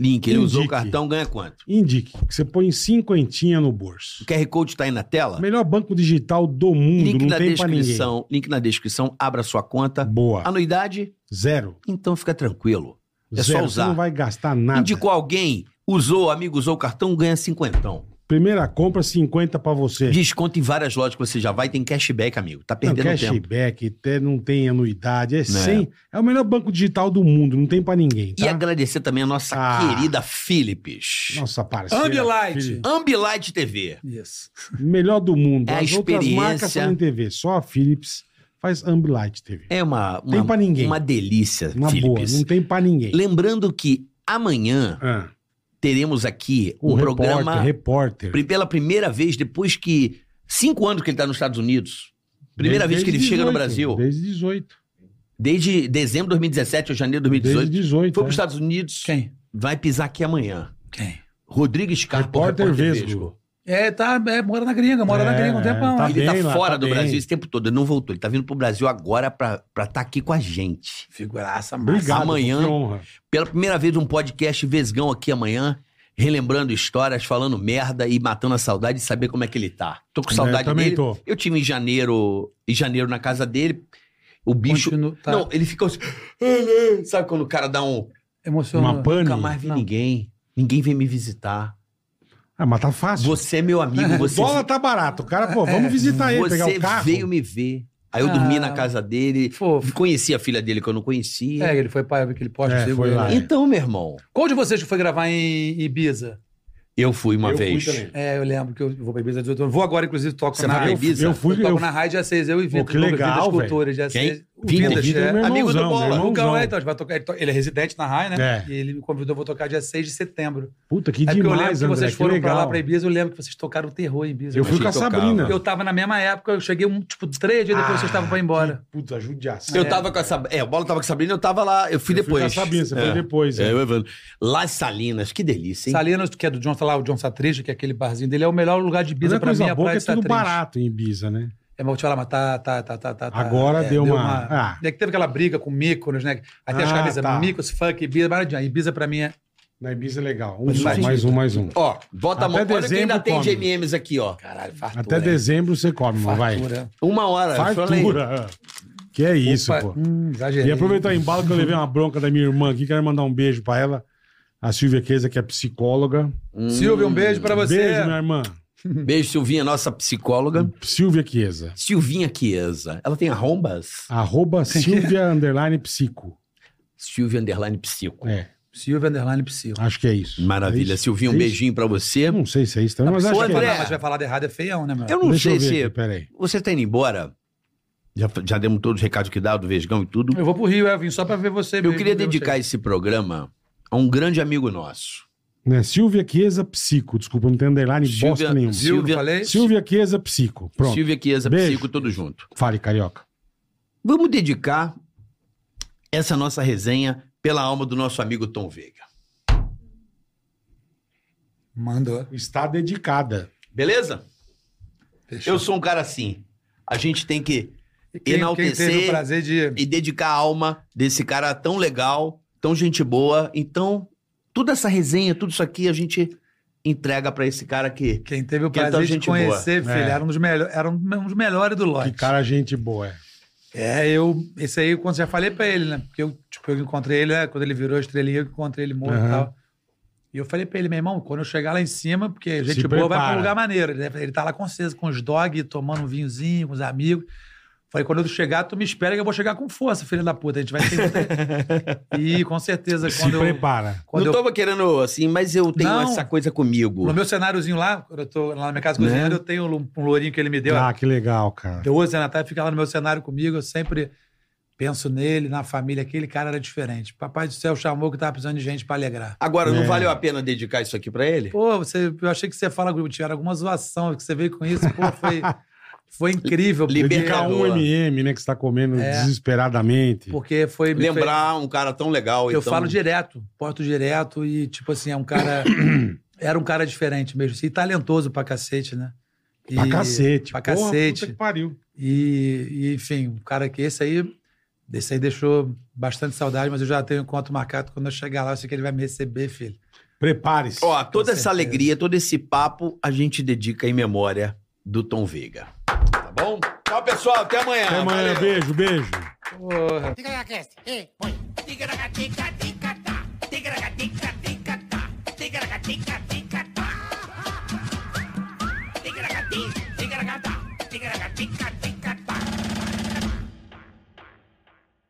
Speaker 3: link, ele usou o
Speaker 2: Indique.
Speaker 3: cartão, ganha quanto?
Speaker 2: Indique que você põe cinquentinha no bolso.
Speaker 3: O QR Code tá aí na tela?
Speaker 2: Melhor banco digital do mundo,
Speaker 3: Link
Speaker 2: não
Speaker 3: na
Speaker 2: tem pra ninguém.
Speaker 3: descrição. Link na descrição, abra sua conta.
Speaker 2: Boa.
Speaker 3: Anuidade?
Speaker 2: Zero.
Speaker 3: Então fica tranquilo. É só
Speaker 2: Zero.
Speaker 3: usar.
Speaker 2: Você não vai gastar nada.
Speaker 3: Indicou alguém, usou, amigo, usou o cartão, ganha cinquentão.
Speaker 2: Primeira compra, 50 pra você.
Speaker 3: Desconto em várias lojas que você já vai, tem cashback, amigo. Tá
Speaker 2: É. Não,
Speaker 3: perdendo tempo. Né.
Speaker 2: cashback, te- não tem anuidade, é, sem- é o melhor banco digital do mundo, não tem pra ninguém,
Speaker 3: E
Speaker 2: tá?
Speaker 3: agradecer também a nossa
Speaker 2: Ah.
Speaker 3: querida Philips.
Speaker 2: Nossa parceira.
Speaker 4: Ambilight.
Speaker 2: filho,
Speaker 3: Ambilight TV.
Speaker 4: Isso.
Speaker 2: Melhor do mundo.
Speaker 3: É a
Speaker 2: As outras
Speaker 3: experiência.
Speaker 2: marcas são em TV, só a Philips faz Ambilight TV.
Speaker 3: É uma, uma,
Speaker 2: Tem pra ninguém.
Speaker 3: uma delícia,
Speaker 2: Uma boa,
Speaker 3: Philips.
Speaker 2: não tem pra ninguém.
Speaker 3: Lembrando que amanhã
Speaker 2: Ah,
Speaker 3: teremos aqui
Speaker 2: o
Speaker 3: um
Speaker 2: repórter,
Speaker 3: programa
Speaker 2: repórter.
Speaker 3: pri- pela primeira vez, depois que. Cinco anos que ele está nos Estados Unidos. Primeira vez
Speaker 2: Desde
Speaker 3: que ele chega no
Speaker 2: 18,
Speaker 3: Brasil.
Speaker 2: Desde 18.
Speaker 3: Desde dezembro de 2017 ou janeiro de 2018.
Speaker 2: Desde 18.
Speaker 3: Foi para
Speaker 2: é.
Speaker 3: os Estados Unidos.
Speaker 4: Quem?
Speaker 3: Vai pisar aqui amanhã.
Speaker 4: Quem?
Speaker 3: Rodrigo Scarpa,
Speaker 2: Repórter Vesgo.
Speaker 4: É, tá, é, mora na gringa, mora na
Speaker 2: É,
Speaker 4: gringa um tempão.
Speaker 2: tá
Speaker 4: hein?
Speaker 3: ele
Speaker 2: bem
Speaker 3: tá
Speaker 2: lá,
Speaker 3: fora
Speaker 2: tá
Speaker 3: do
Speaker 2: bem.
Speaker 3: Brasil esse tempo todo. Ele não voltou. Ele tá vindo pro Brasil agora pra estar tá aqui com a gente.
Speaker 4: Figuraça, massa.
Speaker 2: Obrigado,
Speaker 3: Tá Amanhã-
Speaker 2: que honra.
Speaker 3: Pela primeira vez, um podcast Vesgão aqui amanhã, relembrando histórias, falando merda e matando a saudade de saber como é que ele tá. Tô com saudade
Speaker 2: É, também
Speaker 3: dele.
Speaker 2: tô.
Speaker 3: Eu tive em janeiro, em janeiro na casa dele. O bicho.
Speaker 4: Continua, tá.
Speaker 3: Não, ele ficou assim. "Ah, não." Sabe quando o cara dá um.
Speaker 4: Emocionou.
Speaker 2: Uma pan- Pane.
Speaker 3: Nunca mais vi
Speaker 4: Não.
Speaker 3: ninguém. Ninguém vem me visitar.
Speaker 2: Ah, mas tá fácil.
Speaker 3: Você é meu amigo.
Speaker 2: O
Speaker 3: Você,
Speaker 2: dólar tá barato. O cara, pô, vamos visitar ele, pegar
Speaker 3: você
Speaker 2: o carro.
Speaker 3: veio me ver. Aí eu dormi
Speaker 4: Ah.
Speaker 3: na casa dele.
Speaker 4: Fofo.
Speaker 3: Conheci a filha dele que eu não conhecia.
Speaker 4: É, ele foi pai, eu vi aquele poste.
Speaker 2: É,
Speaker 4: sigo
Speaker 2: foi
Speaker 4: ele.
Speaker 2: lá.
Speaker 3: Então, meu irmão,
Speaker 4: Qual de vocês que foi gravar em Ibiza?
Speaker 3: eu fui uma
Speaker 2: Eu fui
Speaker 3: vez.
Speaker 2: também.
Speaker 4: É, eu lembro que eu vou pra Ibiza há 18 anos. Vou agora, inclusive, toco
Speaker 3: Você
Speaker 4: na
Speaker 3: vai pra
Speaker 4: rádio.
Speaker 3: Ibiza?
Speaker 2: Eu fui,
Speaker 4: eu toco
Speaker 2: eu,
Speaker 4: na rádio dia 6, eu e Vitor. é
Speaker 2: que legal,
Speaker 4: Vidas Culturas, dia
Speaker 3: Quem?
Speaker 4: 6. O
Speaker 3: Vitor,
Speaker 4: Vidas,
Speaker 2: Vitor é
Speaker 4: é.
Speaker 2: meu
Speaker 3: amigo do
Speaker 2: irmãozão,
Speaker 3: Bola.
Speaker 2: meu
Speaker 4: O Lucão
Speaker 2: irmãozão.
Speaker 4: é, então, a gente vai tocar, ele to- ele é residente na RAI, né?
Speaker 2: É.
Speaker 4: E ele me convidou, eu vou tocar dia 6 de setembro.
Speaker 2: Puta, que
Speaker 4: é porque eu lembro
Speaker 2: demais,
Speaker 4: que
Speaker 2: André.
Speaker 4: vocês
Speaker 2: que
Speaker 4: foram pra lá,
Speaker 2: legal.
Speaker 4: pra Ibiza, eu lembro que vocês tocaram terror em Ibiza. né?
Speaker 2: Eu fui com a
Speaker 3: Achei que tocava.
Speaker 2: Sabrina.
Speaker 4: Eu tava na mesma época, eu cheguei um, tipo, três dias depois
Speaker 2: Ah,
Speaker 4: vocês estavam pra ir embora.
Speaker 2: Puta, judiação.
Speaker 3: Eu tava com a Sabrina. É, o Bola tava com a Sabrina, eu tava lá. Eu fui
Speaker 2: Eu
Speaker 3: depois.
Speaker 2: Fui com a Sabrina, você foi depois.
Speaker 3: É,
Speaker 2: É.
Speaker 3: eu, Evandro. Lá em Salinas, que delícia, hein?
Speaker 4: Salinas, que é do John, tá lá, o John Satriz, que é aquele barzinho dele, é o melhor lugar de
Speaker 2: A única
Speaker 4: Ibiza pra mim,
Speaker 2: coisa
Speaker 4: é a
Speaker 2: boa
Speaker 4: praia
Speaker 2: é que
Speaker 4: de
Speaker 2: é tudo
Speaker 4: Satriz.
Speaker 2: barato em Ibiza, né?
Speaker 4: É, mas vou te falar, mas tá, tá, tá, tá, tá. tá.
Speaker 2: Agora
Speaker 4: É,
Speaker 2: deu uma- ah.
Speaker 4: É que teve aquela briga com Mykonos, né? Aí tem as
Speaker 2: Ah,
Speaker 4: camisas
Speaker 2: tá.
Speaker 4: Mykonos, funk, Ibiza, mas não adianta. Ibiza pra mim é...
Speaker 2: Na Ibiza é legal. Um,
Speaker 3: Mas
Speaker 2: mais,
Speaker 3: imagina.
Speaker 2: um, mais um.
Speaker 3: Ó, bota a mão.
Speaker 2: Até
Speaker 3: Olha que ainda
Speaker 2: dezembro
Speaker 3: tem
Speaker 2: come.
Speaker 3: de MMs aqui, ó.
Speaker 4: Caralho, fartura.
Speaker 2: Até
Speaker 4: hein?
Speaker 2: dezembro você come, mas vai.
Speaker 4: Fartura.
Speaker 3: Uma hora. Falei.
Speaker 2: Fartura. Que é isso,
Speaker 4: Opa,
Speaker 2: pô.
Speaker 4: Hum, exagerei.
Speaker 2: E aproveitar o embalo que eu levei uma bronca da minha irmã aqui, quero mandar um beijo pra ela. A Silvia Queza, que é psicóloga.
Speaker 4: Silvia, um beijo pra você.
Speaker 2: Beijo, né? minha irmã.
Speaker 3: Hum. Beijo, Silvinha, nossa psicóloga.
Speaker 2: Silvia Queza.
Speaker 3: Silvinha Chiesa. Ela tem arrombas?
Speaker 2: Arroba Silvia Underline Psico.
Speaker 3: Silvia Underline Psico.
Speaker 2: É,
Speaker 4: Silvia Underline Psycho.
Speaker 2: acho que é isso.
Speaker 3: Maravilha.
Speaker 2: É isso?
Speaker 3: Silvinha, um
Speaker 2: É isso?
Speaker 3: beijinho pra você.
Speaker 2: Eu não sei se é isso também, mas
Speaker 3: Ô,
Speaker 2: acho que
Speaker 3: André,
Speaker 2: é.
Speaker 4: Mas vai falar de errado é feião, né, meu?
Speaker 3: Eu não
Speaker 2: Deixa
Speaker 3: sei
Speaker 2: eu ver
Speaker 3: se.
Speaker 2: aqui, peraí.
Speaker 3: Você tá indo embora? Já, já demos todos os recados que dá do Vesgão e tudo.
Speaker 4: Eu vou pro Rio, é, eu vim só pra ver você.
Speaker 3: Eu queria dedicar esse programa a um grande amigo nosso.
Speaker 2: Né, Silvia Chiesa Psico. Desculpa, não tem underline bosta nenhuma.
Speaker 3: Silvia-
Speaker 4: Silvia, falei?
Speaker 2: Silvia Chiesa Psico. Pronto.
Speaker 3: Silvia Chiesa,
Speaker 2: Beijo.
Speaker 3: Psico, tudo junto.
Speaker 2: Fale, carioca.
Speaker 3: Vamos dedicar essa nossa resenha pela alma do nosso amigo Tom Veiga.
Speaker 4: Mandou.
Speaker 2: Está dedicada.
Speaker 3: Beleza?
Speaker 4: Fechou.
Speaker 3: Eu sou um cara assim. A gente tem que
Speaker 4: Quem, quem
Speaker 3: enaltecer
Speaker 4: teve o prazer de...
Speaker 3: e dedicar a alma desse cara tão legal, tão gente boa. Então, toda essa resenha, tudo isso aqui, a gente entrega pra esse cara que
Speaker 4: Quem teve o
Speaker 3: Quem é tão
Speaker 4: prazer de
Speaker 3: gente boa.
Speaker 4: conhecer, filho,
Speaker 2: É.
Speaker 4: era um dos melhores, era um dos melhores do lote.
Speaker 2: Que cara gente boa, é.
Speaker 4: É, eu. Esse aí, quando já falei pra ele, né? Porque eu, tipo, eu encontrei ele, né? Quando ele virou estrelinha, eu encontrei ele morto e
Speaker 2: Aham.
Speaker 4: tal. E eu falei pra ele, meu irmão, quando eu chegar lá em cima, porque gente
Speaker 2: Se
Speaker 4: boa vai pra
Speaker 2: prepara.
Speaker 4: um lugar maneiro. Ele, ele tá lá com certeza, com os dog, tomando um vinhozinho, com os amigos. Falei, quando eu chegar, tu me espera que eu vou chegar com força, filho da puta. A gente vai ter muita- E com certeza,
Speaker 2: Se
Speaker 4: quando eu.
Speaker 2: prepara.
Speaker 4: Quando
Speaker 3: não
Speaker 4: eu-
Speaker 3: tava querendo assim, mas eu tenho
Speaker 4: Não.
Speaker 3: essa coisa comigo.
Speaker 4: No meu cenáriozinho lá, quando eu tô lá na minha casa
Speaker 3: Né?
Speaker 4: cozinhando, eu tenho um, um lourinho que ele me deu.
Speaker 2: Ah, que legal, cara.
Speaker 4: 12 anos atrás, né, fica lá no meu cenário comigo, eu sempre penso nele, na família, aquele cara era diferente. Papai do céu chamou que tava precisando de gente pra alegrar.
Speaker 3: Agora,
Speaker 2: É.
Speaker 3: não valeu a pena dedicar isso aqui pra ele?
Speaker 4: Pô, você, eu achei que você fala, Grupo, tiveram alguma zoação que você veio com isso, pô, foi, foi incrível. porque-
Speaker 2: Dedicar um
Speaker 3: Libertador.
Speaker 2: MM, né? Que você tá comendo
Speaker 4: É.
Speaker 2: desesperadamente.
Speaker 4: Porque foi... me fez-
Speaker 3: Lembrar um cara tão legal.
Speaker 4: Eu
Speaker 3: então-
Speaker 4: falo direto, porto direto e, tipo assim, é um cara... era um cara diferente mesmo, assim, e talentoso pra cacete, né? E,
Speaker 2: Pra cacete.
Speaker 4: Pra
Speaker 2: Porra,
Speaker 4: cacete.
Speaker 2: puta que pariu.
Speaker 4: E, e, enfim, um cara que esse aí, esse aí deixou bastante saudade, mas eu já tenho encontro marcado. Quando eu chegar lá, eu sei que ele vai me receber, filho.
Speaker 2: Prepare-se.
Speaker 3: Ó, toda essa
Speaker 4: certeza.
Speaker 3: alegria, todo esse papo, a gente dedica em memória do Tom Veiga. Tá bom? Tchau, pessoal. Até amanhã.
Speaker 2: Até amanhã.
Speaker 3: Valeu.
Speaker 2: Beijo, beijo.
Speaker 1: Ticaracast. é Ei, põe. Ticaracatica-tica-tá. Ticaracatica-tica-tá. Ticaracatica-tica-tá. Ticaracati, ticaracatá. Ticaracatica-tica-tá.